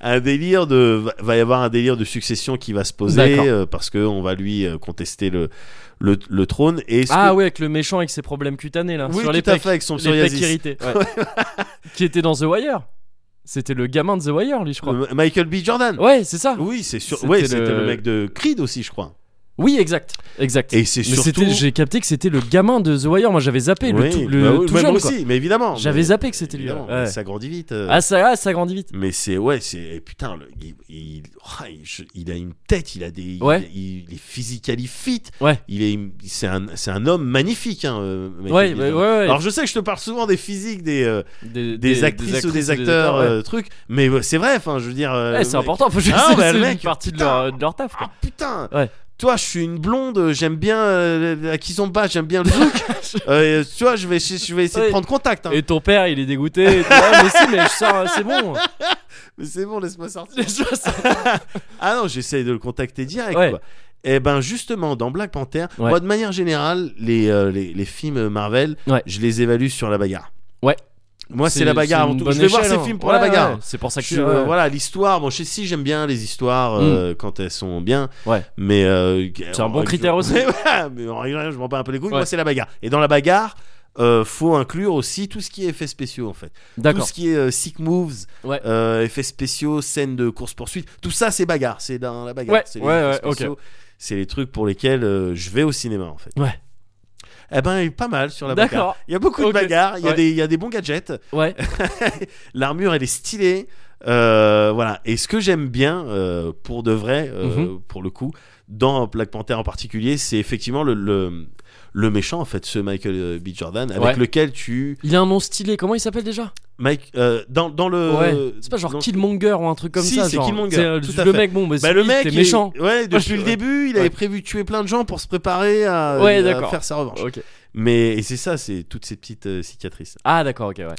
[SPEAKER 2] un délire de va- va y avoir un délire de succession qui va se poser
[SPEAKER 1] D'accord.
[SPEAKER 2] euh, parce que on va lui euh, contester le le, le trône et ce
[SPEAKER 1] Ah,
[SPEAKER 2] que-
[SPEAKER 1] ouais, avec le méchant avec ses problèmes cutanés là.
[SPEAKER 2] oui,
[SPEAKER 1] hein, sur les
[SPEAKER 2] tout à
[SPEAKER 1] pecs.
[SPEAKER 2] fait avec son
[SPEAKER 1] Les pecs
[SPEAKER 2] psoriasis.
[SPEAKER 1] irrités. ouais. Qui était dans The Wire. C'était le gamin de The Wire, lui, je crois.
[SPEAKER 2] Euh, Michael B Jordan.
[SPEAKER 1] Ouais, c'est ça.
[SPEAKER 2] Oui, c'est sûr.
[SPEAKER 1] C'était
[SPEAKER 2] Ouais, c'était
[SPEAKER 1] le-
[SPEAKER 2] le... mec de Creed aussi, je crois.
[SPEAKER 1] Oui, exact. Exact.
[SPEAKER 2] Et c'est
[SPEAKER 1] Mais
[SPEAKER 2] surtout
[SPEAKER 1] c'était, j'ai capté que c'était le gamin de The Wire. Moi, j'avais zappé le
[SPEAKER 2] Oui,
[SPEAKER 1] tout, le
[SPEAKER 2] bah oui,
[SPEAKER 1] tout
[SPEAKER 2] bah,
[SPEAKER 1] jeune,
[SPEAKER 2] moi
[SPEAKER 1] quoi.
[SPEAKER 2] aussi, mais évidemment.
[SPEAKER 1] J'avais
[SPEAKER 2] mais-
[SPEAKER 1] zappé que c'était lui,
[SPEAKER 2] évidemment,
[SPEAKER 1] ouais.
[SPEAKER 2] mais Ça grandit vite. euh.
[SPEAKER 1] Ah ça, ah, ça grandit vite.
[SPEAKER 2] Mais c'est ouais, c'est et putain, le- il, il, ah, il- je- il a une tête, il a des, il-
[SPEAKER 1] Ouais.
[SPEAKER 2] il, il est physically fit.
[SPEAKER 1] Ouais.
[SPEAKER 2] Il est, c'est un, c'est un homme magnifique. Hein, euh, Michael
[SPEAKER 1] Ouais, bah,
[SPEAKER 2] B.
[SPEAKER 1] ouais, ouais.
[SPEAKER 2] Jordan.
[SPEAKER 1] ouais.
[SPEAKER 2] Alors je sais que je te parle souvent des physiques des, euh,
[SPEAKER 1] des,
[SPEAKER 2] des, actrices, ou des acteurs,
[SPEAKER 1] ouais.
[SPEAKER 2] euh, trucs, mais euh, c'est vrai, enfin je veux dire. euh,
[SPEAKER 1] Ouais, c'est
[SPEAKER 2] le mec-
[SPEAKER 1] important, faut juste
[SPEAKER 2] Ah,
[SPEAKER 1] c'est
[SPEAKER 2] bah, le
[SPEAKER 1] une
[SPEAKER 2] mec,
[SPEAKER 1] partie de
[SPEAKER 2] putain.
[SPEAKER 1] leur, euh, de leur taf. quoi.
[SPEAKER 2] Ah putain
[SPEAKER 1] Ouais.
[SPEAKER 2] Toi, je suis une blonde, j'aime bien euh, la kizomba, j'aime bien le zouk. Euh, tu vois, je vais, je, je vais essayer
[SPEAKER 1] Ouais.
[SPEAKER 2] de prendre contact. hein.
[SPEAKER 1] Et ton père, il est dégoûté. et tout, Ah, mais si, mais je sors, euh, c'est bon.
[SPEAKER 2] Mais c'est bon, laisse-moi sortir.
[SPEAKER 1] Les choses, ça-
[SPEAKER 2] Ah non, j'essaye de le contacter direct.
[SPEAKER 1] Ouais.
[SPEAKER 2] Quoi. Et ben justement, dans Black Panther,
[SPEAKER 1] Ouais.
[SPEAKER 2] moi de manière générale, les, euh, les, les films Marvel,
[SPEAKER 1] Ouais.
[SPEAKER 2] je les évalue sur la bagarre.
[SPEAKER 1] Ouais.
[SPEAKER 2] Moi, c'est la
[SPEAKER 1] une
[SPEAKER 2] bagarre avant tout.
[SPEAKER 1] bonne
[SPEAKER 2] Je vais voir
[SPEAKER 1] échelle,
[SPEAKER 2] ces
[SPEAKER 1] hein.
[SPEAKER 2] films pour
[SPEAKER 1] Ouais,
[SPEAKER 2] la bagarre.
[SPEAKER 1] ouais, C'est pour ça que
[SPEAKER 2] Je-
[SPEAKER 1] tu-
[SPEAKER 2] euh,
[SPEAKER 1] ouais. Hmm.
[SPEAKER 2] Voilà l'histoire. Bon, je sais si j'aime bien les histoires euh, quand elles sont bien.
[SPEAKER 1] Ouais.
[SPEAKER 2] Mais euh,
[SPEAKER 1] C'est un
[SPEAKER 2] en
[SPEAKER 1] bon
[SPEAKER 2] règle-
[SPEAKER 1] critère aussi.
[SPEAKER 2] Mais, voilà, mais en règle, je m'en bats un peu les couilles.
[SPEAKER 1] Ouais.
[SPEAKER 2] Moi, c'est la bagarre. Et dans la bagarre, euh, faut inclure aussi tout ce qui est effets spéciaux en fait. Tout
[SPEAKER 1] D'accord.
[SPEAKER 2] ce qui est euh, sick moves,
[SPEAKER 1] Ouais.
[SPEAKER 2] euh, effets spéciaux, scènes de course poursuite. Tout ça, c'est bagarre. C'est dans la bagarre.
[SPEAKER 1] Ouais,
[SPEAKER 2] C'est les
[SPEAKER 1] ouais,
[SPEAKER 2] effets
[SPEAKER 1] ouais,
[SPEAKER 2] spéciaux. C'est les trucs pour lesquels euh, je vais au cinéma en fait.
[SPEAKER 1] Ouais.
[SPEAKER 2] Eh ben, il est pas mal sur la bagarre.
[SPEAKER 1] D'accord.
[SPEAKER 2] Il y a beaucoup
[SPEAKER 1] Ok.
[SPEAKER 2] de bagarres. Il y a
[SPEAKER 1] Ouais.
[SPEAKER 2] des, il y a des bons gadgets.
[SPEAKER 1] Ouais.
[SPEAKER 2] L'armure, elle est stylée. Euh, voilà. Et ce que j'aime bien, euh, pour de vrai, euh,
[SPEAKER 1] Mhm.
[SPEAKER 2] pour le coup, dans Black Panther en particulier, c'est effectivement le, le, le méchant, en fait, ce Michael euh, B. Jordan, avec
[SPEAKER 1] Ouais.
[SPEAKER 2] lequel tu.
[SPEAKER 1] Il a un nom stylé. Comment il s'appelle déjà
[SPEAKER 2] Mike, euh, dans, dans le.
[SPEAKER 1] Ouais. C'est pas genre
[SPEAKER 2] dans-
[SPEAKER 1] Killmonger ou un truc comme
[SPEAKER 2] Si,
[SPEAKER 1] ça.
[SPEAKER 2] c'est
[SPEAKER 1] genre,
[SPEAKER 2] Killmonger,
[SPEAKER 1] euh,
[SPEAKER 2] tout
[SPEAKER 1] le
[SPEAKER 2] à fait.
[SPEAKER 1] mec, bon, bah,
[SPEAKER 2] Bah,
[SPEAKER 1] c'est-
[SPEAKER 2] le
[SPEAKER 1] il
[SPEAKER 2] mec,
[SPEAKER 1] était
[SPEAKER 2] il-
[SPEAKER 1] méchant.
[SPEAKER 2] ouais, depuis
[SPEAKER 1] Ouais.
[SPEAKER 2] le début, il avait
[SPEAKER 1] Ouais.
[SPEAKER 2] prévu de tuer plein de gens pour se préparer à,
[SPEAKER 1] Ouais,
[SPEAKER 2] à
[SPEAKER 1] d'accord.
[SPEAKER 2] faire sa revanche.
[SPEAKER 1] Ok.
[SPEAKER 2] Mais et c'est ça, c'est toutes ces petites euh, cicatrices.
[SPEAKER 1] Ah d'accord, ok, ouais.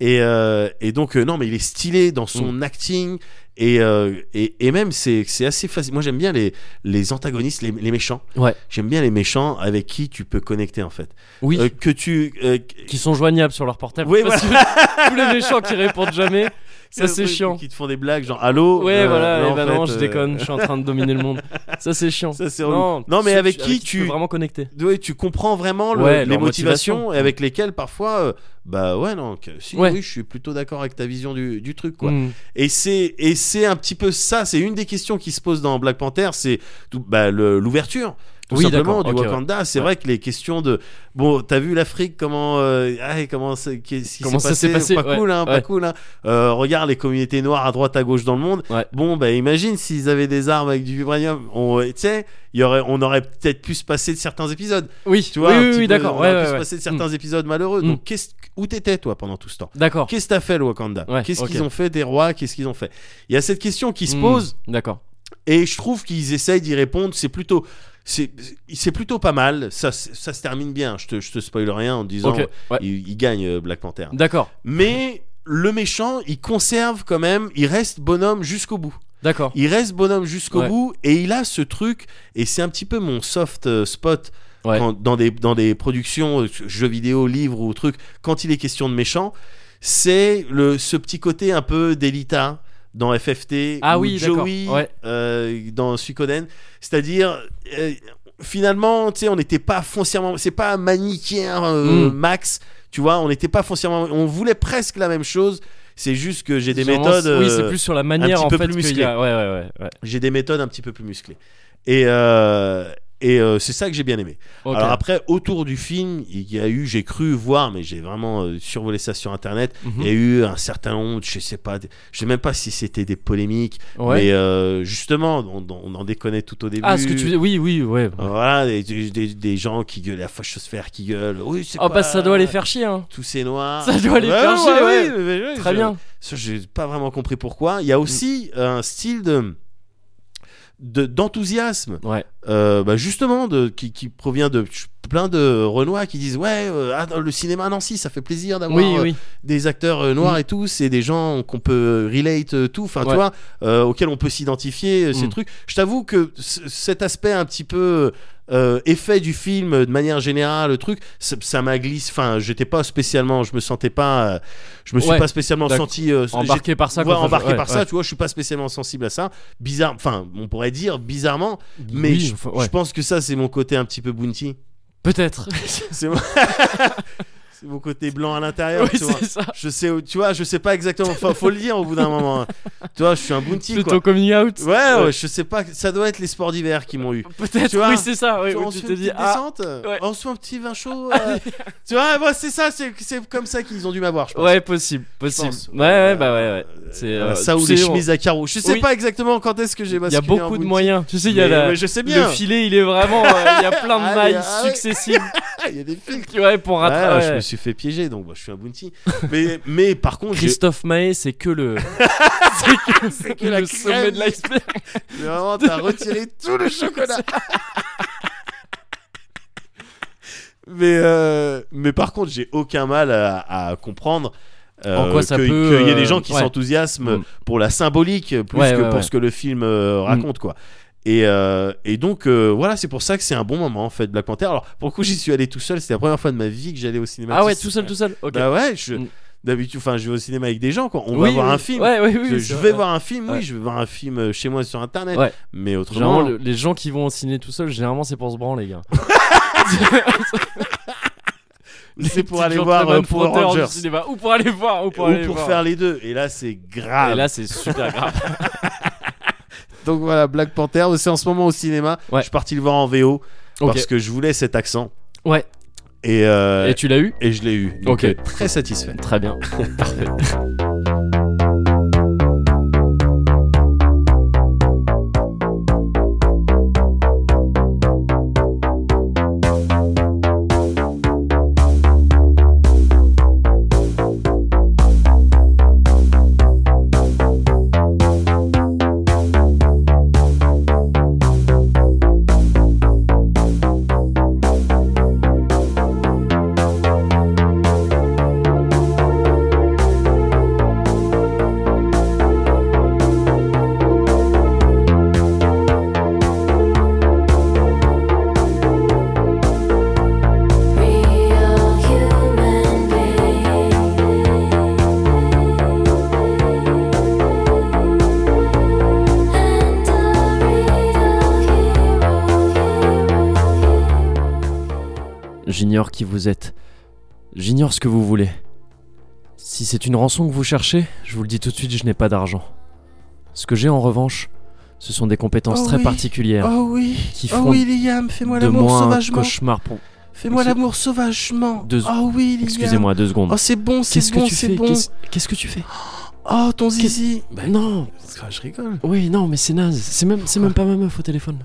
[SPEAKER 2] Et, euh, et donc, euh, non, mais il est stylé dans son
[SPEAKER 1] Mm.
[SPEAKER 2] acting. Et, euh, et, et même, c'est c'est assez facile. Moi, j'aime bien les, les antagonistes, les, les méchants.
[SPEAKER 1] Ouais.
[SPEAKER 2] J'aime bien les méchants avec qui tu peux connecter, en fait.
[SPEAKER 1] Oui.
[SPEAKER 2] Euh, que tu. euh, que-
[SPEAKER 1] qui sont joignables sur leur portable.
[SPEAKER 2] Oui,
[SPEAKER 1] Parce que tous les méchants qui répondent jamais, ça
[SPEAKER 2] euh,
[SPEAKER 1] c'est
[SPEAKER 2] oui,
[SPEAKER 1] chiant.
[SPEAKER 2] Qui te font des blagues, genre, allô
[SPEAKER 1] Ouais,
[SPEAKER 2] Euh,
[SPEAKER 1] voilà, et
[SPEAKER 2] en
[SPEAKER 1] bah
[SPEAKER 2] fait,
[SPEAKER 1] non, je
[SPEAKER 2] euh,
[SPEAKER 1] déconne, je suis en train de dominer le monde. Ça c'est chiant.
[SPEAKER 2] Ça, c'est relou.
[SPEAKER 1] non,
[SPEAKER 2] Non, mais
[SPEAKER 1] ceux
[SPEAKER 2] avec qui
[SPEAKER 1] peux
[SPEAKER 2] tu-
[SPEAKER 1] vraiment connecté
[SPEAKER 2] Ouais, tu comprends vraiment le-
[SPEAKER 1] Ouais,
[SPEAKER 2] les
[SPEAKER 1] leur
[SPEAKER 2] motivations
[SPEAKER 1] motivation.
[SPEAKER 2] et avec lesquelles parfois euh, bah ouais non que- si
[SPEAKER 1] Ouais. Mm.
[SPEAKER 2] oui je suis plutôt d'accord avec ta vision du, du truc quoi et c'est et c'est un petit peu ça c'est une des questions qui se pose dans Black Panther c'est tout- bah, le- l'ouverture tout
[SPEAKER 1] Oui,
[SPEAKER 2] simplement du
[SPEAKER 1] d'accord, ok,
[SPEAKER 2] Wakanda c'est
[SPEAKER 1] Ouais.
[SPEAKER 2] vrai que les questions de bon t'as vu l'Afrique comment euh, ah, et comment c'est- qu'est-ce qui
[SPEAKER 1] Comment ça s'est passé,
[SPEAKER 2] pas
[SPEAKER 1] ouais,
[SPEAKER 2] cool hein,
[SPEAKER 1] ouais.
[SPEAKER 2] pas cool hein. Euh, regarde les communautés noires à droite à gauche dans le monde
[SPEAKER 1] Ouais.
[SPEAKER 2] bon bah imagine s'ils avaient des armes avec du vibranium on tu sais il y aurait on aurait peut-être pu se passer de certains épisodes
[SPEAKER 1] Oui,
[SPEAKER 2] tu vois
[SPEAKER 1] oui,
[SPEAKER 2] un
[SPEAKER 1] oui,
[SPEAKER 2] petit
[SPEAKER 1] oui,
[SPEAKER 2] peu,
[SPEAKER 1] d'accord.
[SPEAKER 2] on
[SPEAKER 1] ouais,
[SPEAKER 2] aurait pu
[SPEAKER 1] ouais,
[SPEAKER 2] se
[SPEAKER 1] ouais.
[SPEAKER 2] passer de
[SPEAKER 1] Mm.
[SPEAKER 2] certains épisodes malheureux
[SPEAKER 1] Mm.
[SPEAKER 2] donc qu'est-ce où t'étais toi pendant tout ce temps
[SPEAKER 1] D'accord.
[SPEAKER 2] Qu'est-ce que t'as fait le Wakanda
[SPEAKER 1] Ouais,
[SPEAKER 2] Qu'est-ce
[SPEAKER 1] ok.
[SPEAKER 2] qu'ils ont fait des rois Qu'est-ce qu'ils ont fait Il y a cette question qui se
[SPEAKER 1] Mm,
[SPEAKER 2] pose
[SPEAKER 1] D'accord.
[SPEAKER 2] et je trouve qu'ils essayent d'y répondre. C'est plutôt, c'est, c'est plutôt pas mal. Ça, c'est- ça se termine bien. Je te, je te spoil rien en te disant
[SPEAKER 1] Ok. ouais.
[SPEAKER 2] il, il gagne euh, Black Panther.
[SPEAKER 1] D'accord.
[SPEAKER 2] Mais le méchant, il conserve quand même. Il reste bonhomme jusqu'au bout.
[SPEAKER 1] D'accord.
[SPEAKER 2] Il reste bonhomme jusqu'au
[SPEAKER 1] Ouais.
[SPEAKER 2] bout et il a ce truc et c'est un petit peu mon soft euh, spot
[SPEAKER 1] Ouais.
[SPEAKER 2] quand- dans des dans des productions euh, jeux vidéo, livres ou trucs quand il est question de méchants, c'est le ce petit côté un peu d'Elita dans FFT,
[SPEAKER 1] Ah
[SPEAKER 2] ou
[SPEAKER 1] oui, d'accord,
[SPEAKER 2] Joey
[SPEAKER 1] ouais.
[SPEAKER 2] euh, dans Suikoden. C'est-à-dire, euh, finalement, tu sais, on n'était pas foncièrement, c'est pas manichéen euh,
[SPEAKER 1] Mm.
[SPEAKER 2] max, tu vois, on n'était pas foncièrement, on voulait presque la même chose. C'est juste que j'ai des
[SPEAKER 1] Sûrement,
[SPEAKER 2] méthodes,
[SPEAKER 1] Oui,
[SPEAKER 2] euh,
[SPEAKER 1] c'est plus sur la manière
[SPEAKER 2] petit
[SPEAKER 1] en
[SPEAKER 2] peu
[SPEAKER 1] fait
[SPEAKER 2] plus
[SPEAKER 1] qu'il y a. Ouais, ouais, ouais. ouais.
[SPEAKER 2] j'ai des méthodes un petit peu plus musclées. Et euh, et euh, c'est ça que j'ai bien aimé.
[SPEAKER 1] Ok.
[SPEAKER 2] Alors après, autour du film, il y a eu, j'ai cru voir, mais j'ai vraiment euh, survolé ça sur Internet.
[SPEAKER 1] Mhm.
[SPEAKER 2] Il y a eu un certain nombre, je sais pas, des- je sais même pas si c'était des polémiques,
[SPEAKER 1] Ouais.
[SPEAKER 2] mais euh, justement, on, on en déconnait tout au début.
[SPEAKER 1] Ah, ce que tu dis, oui, oui, ouais.
[SPEAKER 2] Voilà, des, des- des- des gens qui gueulent, la fachosphère qui gueule. Oui, c'est
[SPEAKER 1] Oh,
[SPEAKER 2] pas-
[SPEAKER 1] bah ça doit les faire chier, hein.
[SPEAKER 2] Tous ces noirs.
[SPEAKER 1] Ça doit les faire chier, oui.
[SPEAKER 2] ouais, ouais,
[SPEAKER 1] Très
[SPEAKER 2] je-
[SPEAKER 1] bien.
[SPEAKER 2] Ça, j'ai pas vraiment compris pourquoi. Il y a aussi un style de de- d'enthousiasme
[SPEAKER 1] Ouais.
[SPEAKER 2] euh, bah, justement de, qui, qui provient de plein de Renois qui disent ouais euh, ah, dans le cinéma à Nancy ça fait plaisir d'avoir
[SPEAKER 1] Oui,
[SPEAKER 2] euh,
[SPEAKER 1] oui.
[SPEAKER 2] des acteurs euh, noirs et tout c'est des gens qu'on peut relate euh, tout enfin
[SPEAKER 1] Mm. Ouais.
[SPEAKER 2] tu vois euh, auxquels on peut s'identifier euh, ces
[SPEAKER 1] Mm.
[SPEAKER 2] trucs je t'avoue que c- cet aspect un petit peu euh, effet du film euh, de manière générale le truc ça, ça m'a glissé enfin j'étais pas spécialement je me sentais pas euh, je me suis
[SPEAKER 1] Ouais.
[SPEAKER 2] pas spécialement
[SPEAKER 1] D'accord.
[SPEAKER 2] senti euh, j'ai-
[SPEAKER 1] Embarqué par ça,
[SPEAKER 2] Ouais,
[SPEAKER 1] quoi.
[SPEAKER 2] embarqué
[SPEAKER 1] Ouais,
[SPEAKER 2] par
[SPEAKER 1] ouais.
[SPEAKER 2] ça, tu vois, je suis pas spécialement sensible à ça. Bizarre, enfin, on pourrait dire bizarrement, mais
[SPEAKER 1] Oui,
[SPEAKER 2] je,
[SPEAKER 1] enfin, ouais.
[SPEAKER 2] je pense que ça, c'est mon côté un petit peu bounty.
[SPEAKER 1] Peut-être.
[SPEAKER 2] C'est mon... c'est mon côté blanc à l'intérieur,
[SPEAKER 1] oui,
[SPEAKER 2] tu vois.
[SPEAKER 1] c'est ça.
[SPEAKER 2] Je sais, où- tu vois, je sais pas exactement. Faut, faut le dire au bout d'un moment. hein. Tu vois, je suis un bounty,
[SPEAKER 1] C'est
[SPEAKER 2] quoi.
[SPEAKER 1] ton coming out.
[SPEAKER 2] Ouais, ouais,
[SPEAKER 1] Ouais.
[SPEAKER 2] je sais pas. Ça doit être les sports d'hiver qui m'ont eu. Tu
[SPEAKER 1] Peut-être,
[SPEAKER 2] vois,
[SPEAKER 1] oui, c'est ça. Oui,
[SPEAKER 2] Tu vois,
[SPEAKER 1] où
[SPEAKER 2] on
[SPEAKER 1] tu
[SPEAKER 2] se fait
[SPEAKER 1] te
[SPEAKER 2] une
[SPEAKER 1] dis,
[SPEAKER 2] petite
[SPEAKER 1] ah,
[SPEAKER 2] descente,
[SPEAKER 1] ouais.
[SPEAKER 2] on se fait un petit vin chaud. euh, tu vois, moi, c'est ça, c'est c'est comme ça qu'ils ont dû m'avoir, je pense.
[SPEAKER 1] ouais, possible, possible.
[SPEAKER 2] pense.
[SPEAKER 1] Ouais, ouais, bah ouais, ouais. C'est
[SPEAKER 2] Euh,
[SPEAKER 1] euh,
[SPEAKER 2] ça
[SPEAKER 1] tu
[SPEAKER 2] ou
[SPEAKER 1] sais,
[SPEAKER 2] les
[SPEAKER 1] on-
[SPEAKER 2] chemises à carreaux. Je sais
[SPEAKER 1] Oui.
[SPEAKER 2] pas exactement quand est-ce que
[SPEAKER 1] Il y
[SPEAKER 2] j'ai
[SPEAKER 1] a
[SPEAKER 2] basculé en
[SPEAKER 1] beaucoup de
[SPEAKER 2] bounty.
[SPEAKER 1] moyens. Tu sais, il y a
[SPEAKER 2] Mais-
[SPEAKER 1] la-
[SPEAKER 2] mais je sais bien.
[SPEAKER 1] le filet, il est vraiment. euh, Il y a plein
[SPEAKER 2] Ah,
[SPEAKER 1] de
[SPEAKER 2] mais-
[SPEAKER 1] mailles
[SPEAKER 2] ah, ouais.
[SPEAKER 1] successives.
[SPEAKER 2] Ah, Il y a des filtres.
[SPEAKER 1] Tu vois, pour
[SPEAKER 2] Ouais,
[SPEAKER 1] rattraper.
[SPEAKER 2] Je me suis fait piéger, donc bah, je suis un bounty. Mais, mais par contre, j'ai
[SPEAKER 1] Christophe Maé, c'est que le. c'est que,
[SPEAKER 2] que la
[SPEAKER 1] le sommet
[SPEAKER 2] crème.
[SPEAKER 1] de l'iceberg.
[SPEAKER 2] mais vraiment, t'as retiré tout le chocolat. mais, euh, mais par contre, j'ai aucun mal à, à comprendre. euh,
[SPEAKER 1] En quoi ça
[SPEAKER 2] que-
[SPEAKER 1] peut,
[SPEAKER 2] qu'il y ait
[SPEAKER 1] euh,
[SPEAKER 2] des gens qui
[SPEAKER 1] ouais.
[SPEAKER 2] s'enthousiasment
[SPEAKER 1] Mm.
[SPEAKER 2] pour la symbolique plus
[SPEAKER 1] Ouais, ouais,
[SPEAKER 2] que pour
[SPEAKER 1] ouais. Mm.
[SPEAKER 2] ce que le film euh, raconte quoi et, euh, et donc euh, voilà c'est pour ça que c'est un bon moment en fait Black Panther alors pour le coup j'y suis allé tout seul c'était la première fois de ma vie que j'allais au cinéma
[SPEAKER 1] Ah ouais, tout seul, tout seul. Ok.
[SPEAKER 2] Bah ouais, je
[SPEAKER 1] Mm.
[SPEAKER 2] d'habitude, enfin, je vais au cinéma avec des gens, quoi. On
[SPEAKER 1] Oui,
[SPEAKER 2] va voir
[SPEAKER 1] oui.
[SPEAKER 2] un film.
[SPEAKER 1] Ouais, oui, oui,
[SPEAKER 2] je
[SPEAKER 1] c'est
[SPEAKER 2] je
[SPEAKER 1] vrai.
[SPEAKER 2] vais voir un film,
[SPEAKER 1] Ouais.
[SPEAKER 2] oui, je vais voir un film euh, chez moi sur internet.
[SPEAKER 1] Ouais.
[SPEAKER 2] Mais
[SPEAKER 1] Généralement,
[SPEAKER 2] autrement,
[SPEAKER 1] le- les gens qui vont au ciné tout seul, généralement, c'est pour se branler, les gars.
[SPEAKER 2] c'est
[SPEAKER 1] Les
[SPEAKER 2] pour
[SPEAKER 1] petits
[SPEAKER 2] aller
[SPEAKER 1] gentlemen
[SPEAKER 2] voir euh, Power
[SPEAKER 1] frotteurs du
[SPEAKER 2] Rangers
[SPEAKER 1] cinéma. Ou pour aller voir. Ou pour,
[SPEAKER 2] ou
[SPEAKER 1] aller
[SPEAKER 2] pour
[SPEAKER 1] voir.
[SPEAKER 2] faire Ah. les deux. Et là, c'est grave.
[SPEAKER 1] Et là, c'est super grave.
[SPEAKER 2] Donc voilà, Black Panther, c'est en ce moment au cinéma.
[SPEAKER 1] Ouais.
[SPEAKER 2] Je suis parti le voir en VO
[SPEAKER 1] Ok.
[SPEAKER 2] parce que je voulais cet accent.
[SPEAKER 1] Ouais.
[SPEAKER 2] Et, euh,
[SPEAKER 1] Et tu l'as eu
[SPEAKER 2] et je l'ai eu. Donc,
[SPEAKER 1] Ok.
[SPEAKER 2] euh, Très satisfait.
[SPEAKER 1] Très bien. Parfait. J'ignore qui vous êtes. J'ignore ce que vous voulez. Si c'est une rançon que vous cherchez, je vous le dis tout de suite, je n'ai pas d'argent. Ce que j'ai en revanche, ce sont des compétences
[SPEAKER 2] Oh
[SPEAKER 1] très
[SPEAKER 2] oui.
[SPEAKER 1] particulières
[SPEAKER 2] Oh oui.
[SPEAKER 1] qui
[SPEAKER 2] Oh
[SPEAKER 1] font
[SPEAKER 2] oui, Liam, fais-moi
[SPEAKER 1] de
[SPEAKER 2] l'amour
[SPEAKER 1] moi un
[SPEAKER 2] sauvagement.
[SPEAKER 1] cauchemar pour.
[SPEAKER 2] Fais-moi
[SPEAKER 1] Excuse-
[SPEAKER 2] l'amour sauvagement.
[SPEAKER 1] Deux-
[SPEAKER 2] Oh oui, Liam.
[SPEAKER 1] Excusez-moi deux secondes.
[SPEAKER 2] Oh, c'est bon, c'est
[SPEAKER 1] Qu'est-ce
[SPEAKER 2] bon,
[SPEAKER 1] que tu
[SPEAKER 2] c'est
[SPEAKER 1] fais
[SPEAKER 2] bon.
[SPEAKER 1] Qu'est-ce- Qu'est-ce que tu fais
[SPEAKER 2] Oh, ton zizi.
[SPEAKER 1] Bah non,
[SPEAKER 2] Ah, je rigole.
[SPEAKER 1] oui non, mais c'est naze. C'est même, c'est même pas ma meuf au téléphone.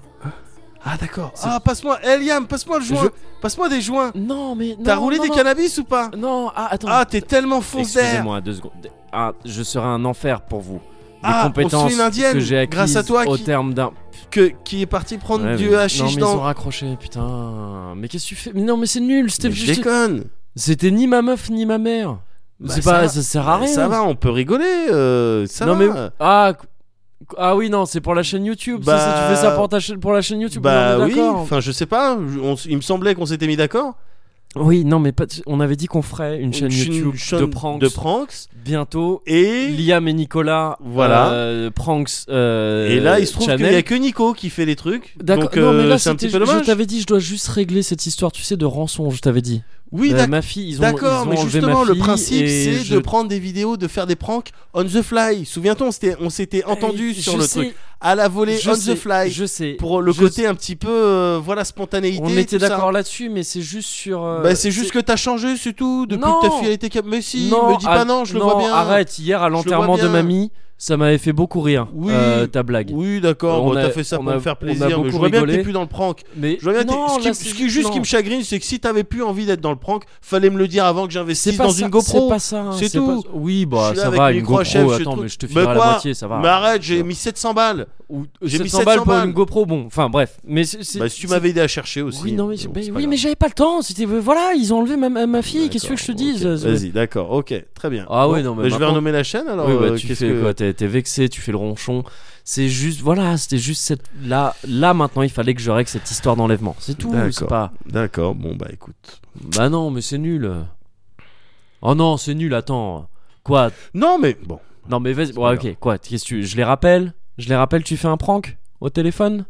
[SPEAKER 2] Ah, d'accord. Ah, passe-moi, Eliam, passe-moi le joint. Passe-moi des joints.
[SPEAKER 1] Non mais
[SPEAKER 2] T'as
[SPEAKER 1] non,
[SPEAKER 2] roulé
[SPEAKER 1] non,
[SPEAKER 2] des
[SPEAKER 1] non.
[SPEAKER 2] cannabis ou pas
[SPEAKER 1] Non, ah attends.
[SPEAKER 2] Ah, t'es tellement fonce d'air.
[SPEAKER 1] Excusez-moi deux secondes. Ah, je serai un enfer pour vous. Les
[SPEAKER 2] Ah, on se
[SPEAKER 1] compétences
[SPEAKER 2] fait une indienne,
[SPEAKER 1] que j'ai acquises
[SPEAKER 2] grâce à toi
[SPEAKER 1] au
[SPEAKER 2] qui-
[SPEAKER 1] terme d'un.
[SPEAKER 2] Que, qui est parti prendre
[SPEAKER 1] Ouais,
[SPEAKER 2] du
[SPEAKER 1] mais-
[SPEAKER 2] hashish
[SPEAKER 1] Non mais ils ont
[SPEAKER 2] dans.
[SPEAKER 1] raccroché, putain. Mais qu'est-ce que tu fais Mais non, mais c'est nul. C'était
[SPEAKER 2] Mais je
[SPEAKER 1] juste-
[SPEAKER 2] déconne.
[SPEAKER 1] C'était ni ma meuf ni ma mère.
[SPEAKER 2] Bah,
[SPEAKER 1] c'est
[SPEAKER 2] ça
[SPEAKER 1] pas,
[SPEAKER 2] va.
[SPEAKER 1] ça sert à rien.
[SPEAKER 2] Ça va, on peut rigoler. euh, ça
[SPEAKER 1] non
[SPEAKER 2] va.
[SPEAKER 1] mais ah qu- ah oui non, c'est pour la chaîne YouTube. ça,
[SPEAKER 2] Bah-
[SPEAKER 1] c'est- tu fais ça pour ta chaîne pour la chaîne YouTube.
[SPEAKER 2] Bah
[SPEAKER 1] non, mais
[SPEAKER 2] oui,
[SPEAKER 1] d'accord.
[SPEAKER 2] enfin je sais pas, on s- il me semblait qu'on s'était mis d'accord.
[SPEAKER 1] Oui, non, mais pas- on avait dit qu'on ferait une chaîne YouTube de pranks
[SPEAKER 2] de pranks.
[SPEAKER 1] bientôt.
[SPEAKER 2] Et,
[SPEAKER 1] Liam et Nicolas,
[SPEAKER 2] Voilà.
[SPEAKER 1] euh, pranks. euh,
[SPEAKER 2] et là, il se trouve qu'il
[SPEAKER 1] channel.
[SPEAKER 2] n'y a que Nico qui fait les trucs.
[SPEAKER 1] D'accord.
[SPEAKER 2] Donc,
[SPEAKER 1] non, mais
[SPEAKER 2] euh,
[SPEAKER 1] là,
[SPEAKER 2] c'est un petit
[SPEAKER 1] c'était-
[SPEAKER 2] peu
[SPEAKER 1] je
[SPEAKER 2] dommage.
[SPEAKER 1] t'avais dit, je dois juste régler cette histoire, tu sais, de rançon. Je t'avais dit.
[SPEAKER 2] Oui,
[SPEAKER 1] Euh,
[SPEAKER 2] d'accord.
[SPEAKER 1] ma fille, ils ont,
[SPEAKER 2] D'accord,
[SPEAKER 1] ils ont
[SPEAKER 2] mais
[SPEAKER 1] enlevé
[SPEAKER 2] justement,
[SPEAKER 1] ma
[SPEAKER 2] le
[SPEAKER 1] fille
[SPEAKER 2] principe,
[SPEAKER 1] et
[SPEAKER 2] c'est
[SPEAKER 1] je-
[SPEAKER 2] de prendre des vidéos, de faire des pranks on the fly. Souviens-toi, on s'était- on s'était entendu
[SPEAKER 1] Je
[SPEAKER 2] sur le
[SPEAKER 1] sais,
[SPEAKER 2] truc. À la volée,
[SPEAKER 1] je
[SPEAKER 2] on
[SPEAKER 1] sais,
[SPEAKER 2] the fly.
[SPEAKER 1] Je sais.
[SPEAKER 2] Pour le
[SPEAKER 1] je
[SPEAKER 2] côté un petit peu, euh, voilà, spontanéité.
[SPEAKER 1] On était
[SPEAKER 2] tout ça.
[SPEAKER 1] d'accord là-dessus, mais c'est juste sur. euh,
[SPEAKER 2] Bah, c'est juste que t'as changé, c'est tout. Depuis
[SPEAKER 1] Non.
[SPEAKER 2] que ta fille a été cap. Mais si, me dis
[SPEAKER 1] ah,
[SPEAKER 2] pas non, je le vois bien.
[SPEAKER 1] Arrête, hier à
[SPEAKER 2] le vois
[SPEAKER 1] l'enterrement de
[SPEAKER 2] bien.
[SPEAKER 1] mamie, ça m'avait fait beaucoup rire.
[SPEAKER 2] Oui.
[SPEAKER 1] euh, ta blague.
[SPEAKER 2] Oui, d'accord,
[SPEAKER 1] On
[SPEAKER 2] bon,
[SPEAKER 1] a-
[SPEAKER 2] t'as fait ça
[SPEAKER 1] on
[SPEAKER 2] pour
[SPEAKER 1] a-
[SPEAKER 2] me faire
[SPEAKER 1] on a
[SPEAKER 2] plaisir. mais je
[SPEAKER 1] beaucoup
[SPEAKER 2] vois bien que
[SPEAKER 1] rigolé.
[SPEAKER 2] t'es plus dans le prank.
[SPEAKER 1] Mais
[SPEAKER 2] Je vois bien que t'es-
[SPEAKER 1] non,
[SPEAKER 2] ce
[SPEAKER 1] là,
[SPEAKER 2] qui,
[SPEAKER 1] c'est
[SPEAKER 2] ce qui- juste
[SPEAKER 1] non.
[SPEAKER 2] qui me chagrine, c'est que si t'avais plus envie d'être dans le prank, fallait me le dire avant que
[SPEAKER 1] c'est
[SPEAKER 2] j'investisse
[SPEAKER 1] pas
[SPEAKER 2] dans
[SPEAKER 1] ça,
[SPEAKER 2] une GoPro.
[SPEAKER 1] C'est pas ça. hein,
[SPEAKER 2] C'est
[SPEAKER 1] pas
[SPEAKER 2] tout.
[SPEAKER 1] ça. Oui,
[SPEAKER 2] Je
[SPEAKER 1] bah
[SPEAKER 2] suis là
[SPEAKER 1] ça
[SPEAKER 2] avec
[SPEAKER 1] va,
[SPEAKER 2] mes
[SPEAKER 1] une GoPro.
[SPEAKER 2] microchefs, je
[SPEAKER 1] attends,
[SPEAKER 2] trouve-
[SPEAKER 1] mais je te
[SPEAKER 2] Mais
[SPEAKER 1] filerai la
[SPEAKER 2] quoi
[SPEAKER 1] moitié, ça va.
[SPEAKER 2] Mais arrête, j'ai mis 700 balles.
[SPEAKER 1] Ou-
[SPEAKER 2] j'ai mis
[SPEAKER 1] 700 balles pour
[SPEAKER 2] 700
[SPEAKER 1] une GoPro. Bon, enfin bref. Mais c'est- c'est-
[SPEAKER 2] Bah, si tu
[SPEAKER 1] c'est-
[SPEAKER 2] m'avais aidé à chercher aussi.
[SPEAKER 1] Oui, non, mais,
[SPEAKER 2] bon,
[SPEAKER 1] mais-
[SPEAKER 2] c'est pas
[SPEAKER 1] oui,
[SPEAKER 2] grave.
[SPEAKER 1] mais j'avais pas le temps. C'était euh, voilà, ils ont enlevé ma, ma fille. Qu'est-ce que
[SPEAKER 2] D'accord,
[SPEAKER 1] je te
[SPEAKER 2] ok.
[SPEAKER 1] dis
[SPEAKER 2] Vas-y, d'accord, ok, très bien.
[SPEAKER 1] Ah ouais, non, mais
[SPEAKER 2] je vais
[SPEAKER 1] maintenant-
[SPEAKER 2] renommer la chaîne alors.
[SPEAKER 1] oui, bah,
[SPEAKER 2] euh,
[SPEAKER 1] tu
[SPEAKER 2] qu'est-ce
[SPEAKER 1] fais
[SPEAKER 2] que-
[SPEAKER 1] quoi T'es t'es vexé, tu fais le ronchon. C'est juste, voilà, c'était juste cette. Là, là, maintenant, il fallait que je règle cette histoire d'enlèvement. C'est tout, c'est
[SPEAKER 2] D'accord.
[SPEAKER 1] pas.
[SPEAKER 2] D'accord, bon bah écoute.
[SPEAKER 1] Bah non, mais c'est nul. Oh non, c'est nul, attends. Quoi
[SPEAKER 2] Non, mais bon.
[SPEAKER 1] Non, mais vas-y.
[SPEAKER 2] C'est
[SPEAKER 1] Ouais,
[SPEAKER 2] pas
[SPEAKER 1] ok, quoi Qu'est-ce que tu. Je les rappelle Je les rappelle, tu fais un prank au téléphone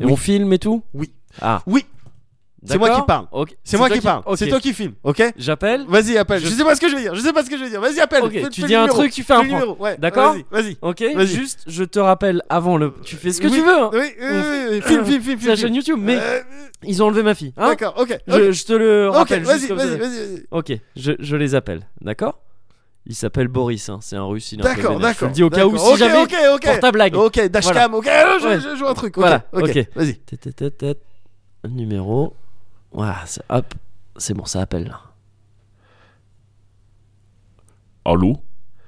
[SPEAKER 1] Et
[SPEAKER 2] Oui.
[SPEAKER 1] on filme et tout
[SPEAKER 2] Oui.
[SPEAKER 1] Ah.
[SPEAKER 2] Oui. C'est moi
[SPEAKER 1] D'accord.
[SPEAKER 2] qui parle.
[SPEAKER 1] Ok.
[SPEAKER 2] C'est moi
[SPEAKER 1] toi
[SPEAKER 2] qui parle,
[SPEAKER 1] ok.
[SPEAKER 2] c'est toi qui filme, ok
[SPEAKER 1] J'appelle
[SPEAKER 2] Vas-y, appelle.
[SPEAKER 1] Je-
[SPEAKER 2] Je... sais pas ce que je vais dire, je sais pas ce que je vais dire. Vas-y, appelle.
[SPEAKER 1] Ok,
[SPEAKER 2] Fais-
[SPEAKER 1] tu
[SPEAKER 2] fais
[SPEAKER 1] dis
[SPEAKER 2] le
[SPEAKER 1] un
[SPEAKER 2] numéro.
[SPEAKER 1] truc, tu fais un
[SPEAKER 2] Fais le
[SPEAKER 1] prank.
[SPEAKER 2] numéro, ouais.
[SPEAKER 1] D'accord
[SPEAKER 2] Vas-y, vas-y.
[SPEAKER 1] Ok
[SPEAKER 2] Vas-y.
[SPEAKER 1] Juste, je te rappelle avant le. Tu fais ce que
[SPEAKER 2] Oui.
[SPEAKER 1] tu veux, hein.
[SPEAKER 2] Oui, oui, oui, oui, filme, filme, filme.
[SPEAKER 1] C'est la
[SPEAKER 2] filme.
[SPEAKER 1] chaîne YouTube, mais
[SPEAKER 2] Euh,
[SPEAKER 1] ils ont enlevé ma fille. Hein
[SPEAKER 2] D'accord, ok.
[SPEAKER 1] je, je te le
[SPEAKER 2] Ok,
[SPEAKER 1] rappelle. juste
[SPEAKER 2] vas-y,
[SPEAKER 1] comme
[SPEAKER 2] vas-y,
[SPEAKER 1] ça.
[SPEAKER 2] vas-y.
[SPEAKER 1] Ok, je, je les appelle, d'accord Il s'appelle Boris, hein, c'est un russe, il est un peu
[SPEAKER 2] D'accord,
[SPEAKER 1] vénère.
[SPEAKER 2] d'accord.
[SPEAKER 1] Je te le dis au cas où,
[SPEAKER 2] d'accord.
[SPEAKER 1] si
[SPEAKER 2] Ok,
[SPEAKER 1] jamais,
[SPEAKER 2] Ok,
[SPEAKER 1] pour
[SPEAKER 2] ok.
[SPEAKER 1] ta blague.
[SPEAKER 2] Ok, dashcam, ok, alors je,
[SPEAKER 1] Ouais.
[SPEAKER 2] je joue un truc. ok,
[SPEAKER 1] Voilà, ok.
[SPEAKER 2] ok. Vas-y.
[SPEAKER 1] Tête-tête-tête, Numéro. Voilà, c'est- hop, c'est bon, ça appelle là.
[SPEAKER 4] Allô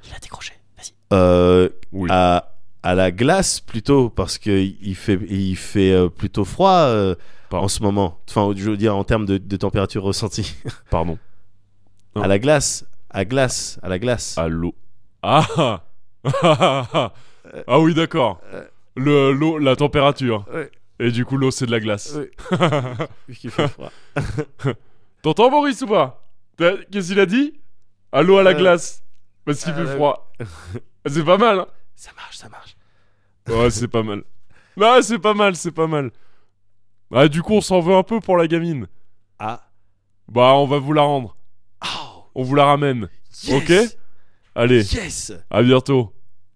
[SPEAKER 1] Il a décroché, vas-y.
[SPEAKER 2] Euh,
[SPEAKER 4] Oui.
[SPEAKER 2] à, à la glace plutôt parce que il fait il fait euh, plutôt froid euh,
[SPEAKER 4] Pardon.
[SPEAKER 2] en ce moment. Enfin, je veux dire en termes de, de température ressentie.
[SPEAKER 4] Pardon. Non.
[SPEAKER 2] À la glace, à glace, à la glace.
[SPEAKER 4] Allô Ah ah, ah, ah, ah. Ah oui, d'accord.
[SPEAKER 2] euh,
[SPEAKER 4] Le l'eau, la température.
[SPEAKER 2] Ouais.
[SPEAKER 4] Et du coup, l'eau, c'est de la glace.
[SPEAKER 2] Ouais. Puisqu'il fait froid.
[SPEAKER 4] T'entends Boris ou pas T'as- Qu'est-ce qu'il a dit Allô à la
[SPEAKER 2] Euh,
[SPEAKER 4] glace Parce qu'il
[SPEAKER 2] à
[SPEAKER 4] fait
[SPEAKER 2] la-
[SPEAKER 4] froid. c'est pas mal, hein
[SPEAKER 2] Ça marche, ça marche.
[SPEAKER 4] Ouais, c'est pas mal. Ah, c'est pas mal, c'est pas mal. Ah, du coup, on s'en veut un peu pour la gamine.
[SPEAKER 2] Ah.
[SPEAKER 4] Bah, on va vous la rendre.
[SPEAKER 2] Oh,
[SPEAKER 4] On vous la ramène.
[SPEAKER 2] yes.
[SPEAKER 4] Ok. Allez,
[SPEAKER 2] Yes.
[SPEAKER 4] à bientôt.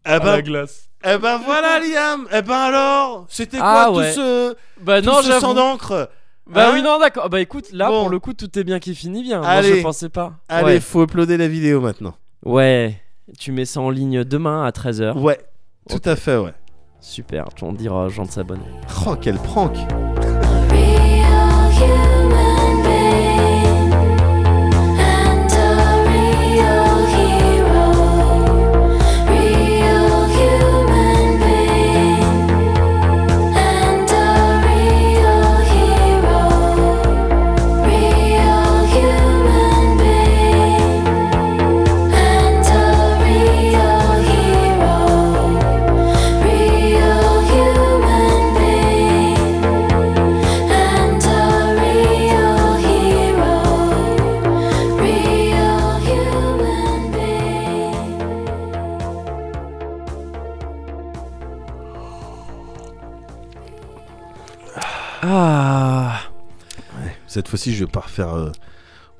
[SPEAKER 2] Eh
[SPEAKER 4] À la
[SPEAKER 2] ben,
[SPEAKER 4] glace.
[SPEAKER 2] eh ben voilà Liam. Eh ben alors, c'était
[SPEAKER 1] Ah
[SPEAKER 2] quoi
[SPEAKER 1] ouais.
[SPEAKER 2] tout ce
[SPEAKER 1] Bah
[SPEAKER 2] tout
[SPEAKER 1] non,
[SPEAKER 2] ce sang
[SPEAKER 1] j'avoue.
[SPEAKER 2] d'encre
[SPEAKER 1] Bah
[SPEAKER 2] Hein
[SPEAKER 1] oui, non, d'accord. Bah écoute, là,
[SPEAKER 2] Bon.
[SPEAKER 1] pour le coup, tout est bien qui finit bien. Moi, je
[SPEAKER 2] Allez.
[SPEAKER 1] pensais pas.
[SPEAKER 2] Allez,
[SPEAKER 1] Ouais.
[SPEAKER 2] faut uploader la vidéo maintenant.
[SPEAKER 1] Ouais, tu mets ça en ligne demain à
[SPEAKER 4] Ah.
[SPEAKER 1] 13h.
[SPEAKER 2] Ouais, tout à fait, ouais.
[SPEAKER 1] Super, on dira aux gens de s'abonner.
[SPEAKER 2] Oh, quel prank
[SPEAKER 5] being and a real hero, real human being.
[SPEAKER 1] Ah,
[SPEAKER 2] Cette fois-ci, je vais pas refaire euh,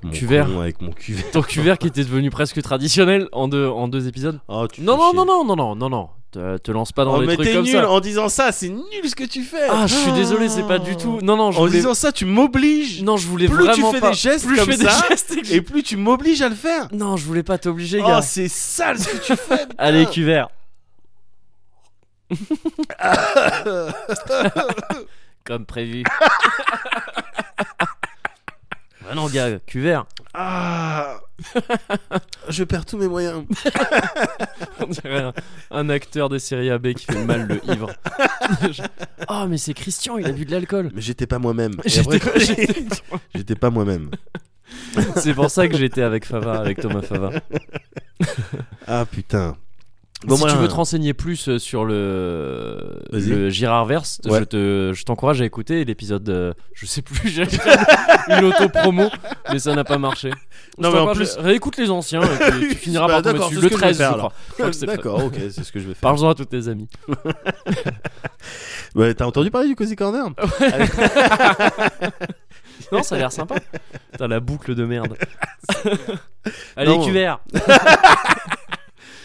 [SPEAKER 2] mon
[SPEAKER 1] Cuvert.
[SPEAKER 2] con avec mon cuvert.
[SPEAKER 1] ton cuvert qui était devenu presque traditionnel en deux, en deux épisodes.
[SPEAKER 2] Oh, tu
[SPEAKER 1] Non,
[SPEAKER 2] fais
[SPEAKER 1] non,
[SPEAKER 2] chier.
[SPEAKER 1] non, non, non, non, non, non. Te, te lance pas dans
[SPEAKER 2] Oh,
[SPEAKER 1] les
[SPEAKER 2] mais
[SPEAKER 1] trucs
[SPEAKER 2] t'es
[SPEAKER 1] comme
[SPEAKER 2] nul
[SPEAKER 1] ça.
[SPEAKER 2] en disant ça, c'est nul ce que tu fais.
[SPEAKER 1] Ah, je suis désolé, c'est pas du tout. Non, non, je
[SPEAKER 2] En
[SPEAKER 1] voulais.
[SPEAKER 2] disant ça, tu m'obliges.
[SPEAKER 1] Non, je voulais
[SPEAKER 2] Plus tu
[SPEAKER 1] vraiment
[SPEAKER 2] fais
[SPEAKER 1] pas.
[SPEAKER 2] des gestes
[SPEAKER 1] plus
[SPEAKER 2] comme
[SPEAKER 1] je fais
[SPEAKER 2] ça,
[SPEAKER 1] des gestes. et que-
[SPEAKER 2] Et plus tu m'obliges à le faire.
[SPEAKER 1] Non, je voulais pas t'obliger,
[SPEAKER 2] Oh,
[SPEAKER 1] gars.
[SPEAKER 2] c'est sale ce que tu fais. putain.
[SPEAKER 1] Allez, cuvert. comme prévu. bah non, gars, cuvert.
[SPEAKER 2] Ah. je perds tous mes moyens.
[SPEAKER 1] On dirait un, un acteur de série AB qui fait mal le ivre. Je- oh, mais c'est Christian, il a bu de l'alcool.
[SPEAKER 2] Mais j'étais pas moi-même. Et
[SPEAKER 1] J'étais-
[SPEAKER 2] après,
[SPEAKER 1] j'étais-
[SPEAKER 2] J'étais pas moi-même.
[SPEAKER 1] C'est pour ça que j'étais avec Fava, avec Thomas Fava.
[SPEAKER 2] Ah putain. Bon,
[SPEAKER 1] si
[SPEAKER 2] moi,
[SPEAKER 1] tu veux
[SPEAKER 2] un-
[SPEAKER 1] te renseigner plus euh, sur le,
[SPEAKER 2] Vas-y.
[SPEAKER 1] le Girardverse,
[SPEAKER 2] Ouais.
[SPEAKER 1] je, te, je t'encourage à écouter l'épisode. euh, je sais plus, j'allais faire une auto-promo, mais ça n'a pas marché. Je
[SPEAKER 2] Non, mais en
[SPEAKER 1] t'encourage,
[SPEAKER 2] plus-
[SPEAKER 1] réécoute les anciens, et puis tu finiras
[SPEAKER 2] Bah,
[SPEAKER 1] par tomber
[SPEAKER 2] d'accord,
[SPEAKER 1] dessus.
[SPEAKER 2] c'est
[SPEAKER 1] Le
[SPEAKER 2] ce que je vais
[SPEAKER 1] 13,
[SPEAKER 2] faire,
[SPEAKER 1] je
[SPEAKER 2] alors.
[SPEAKER 1] crois. Je crois que c'est le 13.
[SPEAKER 2] D'accord, ok, c'est ce que je vais faire.
[SPEAKER 1] Parle-en à tous tes amis.
[SPEAKER 2] Ouais, T'as entendu parler du Cozy Corner
[SPEAKER 1] Non, ça a l'air sympa. T'as la boucle de merde. Allez,
[SPEAKER 2] Non,
[SPEAKER 1] QVR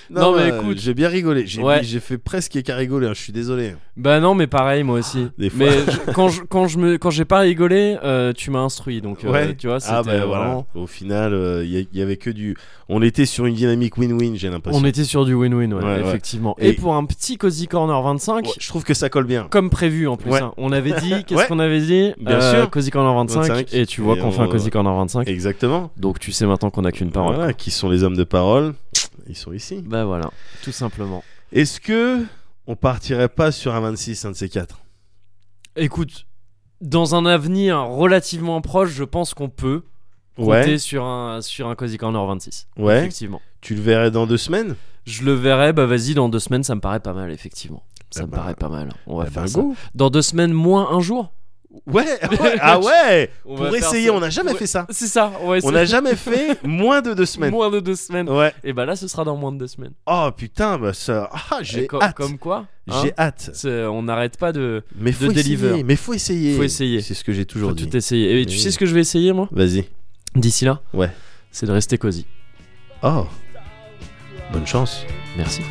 [SPEAKER 1] Non, mais
[SPEAKER 2] euh,
[SPEAKER 1] écoute.
[SPEAKER 2] J'ai bien rigolé. J'ai
[SPEAKER 1] Ouais.
[SPEAKER 2] j'ai fait presque qu'à rigoler, hein, je suis désolé.
[SPEAKER 1] Bah non, mais pareil, moi aussi.
[SPEAKER 2] Des fois.
[SPEAKER 1] Mais je- quand je quand je me quand j'ai pas rigolé, euh, tu m'as instruit, donc euh,
[SPEAKER 2] Ouais.
[SPEAKER 1] tu vois, c'était
[SPEAKER 2] Ah, bah voilà.
[SPEAKER 1] vraiment-
[SPEAKER 2] Au final, il y, avait que du. On était sur une dynamique win-win, j'ai l'impression.
[SPEAKER 1] On était sur du win-win, ouais,
[SPEAKER 2] Ouais, ouais.
[SPEAKER 1] effectivement.
[SPEAKER 2] Et-
[SPEAKER 1] Et, pour un petit Cozy Corner 25,
[SPEAKER 2] Ouais, je trouve que ça colle bien.
[SPEAKER 1] comme prévu en plus,
[SPEAKER 2] Ouais.
[SPEAKER 1] hein. on avait dit, qu'est-ce
[SPEAKER 2] Ouais.
[SPEAKER 1] qu'on avait dit Euh,
[SPEAKER 2] Bien sûr.
[SPEAKER 1] Cozy Corner 25,
[SPEAKER 2] 25,
[SPEAKER 1] et tu vois
[SPEAKER 2] et
[SPEAKER 1] qu'on fait un
[SPEAKER 2] on-
[SPEAKER 1] Cozy Corner 25.
[SPEAKER 2] Exactement.
[SPEAKER 1] Donc tu sais maintenant qu'on a qu'une parole.
[SPEAKER 2] Voilà, qui sont les hommes de parole Ils sont ici.
[SPEAKER 1] Bah voilà, tout simplement.
[SPEAKER 2] Est-ce que on partirait pas sur un 26, un de ces quatre
[SPEAKER 1] Écoute, dans un avenir relativement proche, je pense qu'on peut compter
[SPEAKER 2] Ouais.
[SPEAKER 1] sur un sur un Cozy Corner 26.
[SPEAKER 2] Ouais.
[SPEAKER 1] Effectivement.
[SPEAKER 2] Tu le verrais dans deux semaines
[SPEAKER 1] Je le verrai, bah vas-y, dans deux semaines, ça me paraît pas mal, effectivement. Ça
[SPEAKER 2] Eh
[SPEAKER 1] me
[SPEAKER 2] ben,
[SPEAKER 1] paraît pas mal. On va
[SPEAKER 2] Ah,
[SPEAKER 1] faire
[SPEAKER 2] ben,
[SPEAKER 1] ça.
[SPEAKER 2] go.
[SPEAKER 1] Dans deux semaines, moins un jour
[SPEAKER 2] Ouais, ouais, Ah ouais
[SPEAKER 1] On va
[SPEAKER 2] Pour
[SPEAKER 1] faire
[SPEAKER 2] essayer,
[SPEAKER 1] ça.
[SPEAKER 2] on n'a jamais
[SPEAKER 1] Ouais.
[SPEAKER 2] fait ça.
[SPEAKER 1] C'est ça, ouais,
[SPEAKER 2] On
[SPEAKER 1] c'est-
[SPEAKER 2] n'a jamais fait Oh. moins de deux semaines.
[SPEAKER 1] Moins de deux semaines.
[SPEAKER 2] Ouais.
[SPEAKER 1] Et bah là, ce sera dans moins de deux semaines.
[SPEAKER 2] Oh putain, bah ça. Ah, j'ai
[SPEAKER 1] Et co-
[SPEAKER 2] hâte.
[SPEAKER 1] Comme quoi, hein,
[SPEAKER 2] J'ai hâte.
[SPEAKER 1] c'est- on n'arrête pas de,
[SPEAKER 2] Mais faut
[SPEAKER 1] deliver.
[SPEAKER 2] essayer. Mais faut essayer.
[SPEAKER 1] Faut essayer.
[SPEAKER 2] C'est ce que j'ai toujours
[SPEAKER 1] de
[SPEAKER 2] dit.
[SPEAKER 1] tout essayer. Et tu
[SPEAKER 2] Oui.
[SPEAKER 1] sais ce que je vais essayer, moi,
[SPEAKER 2] Vas-y.
[SPEAKER 1] d'ici là
[SPEAKER 2] Ouais.
[SPEAKER 1] C'est de rester cosy.
[SPEAKER 2] Oh. Bonne chance.
[SPEAKER 1] Merci.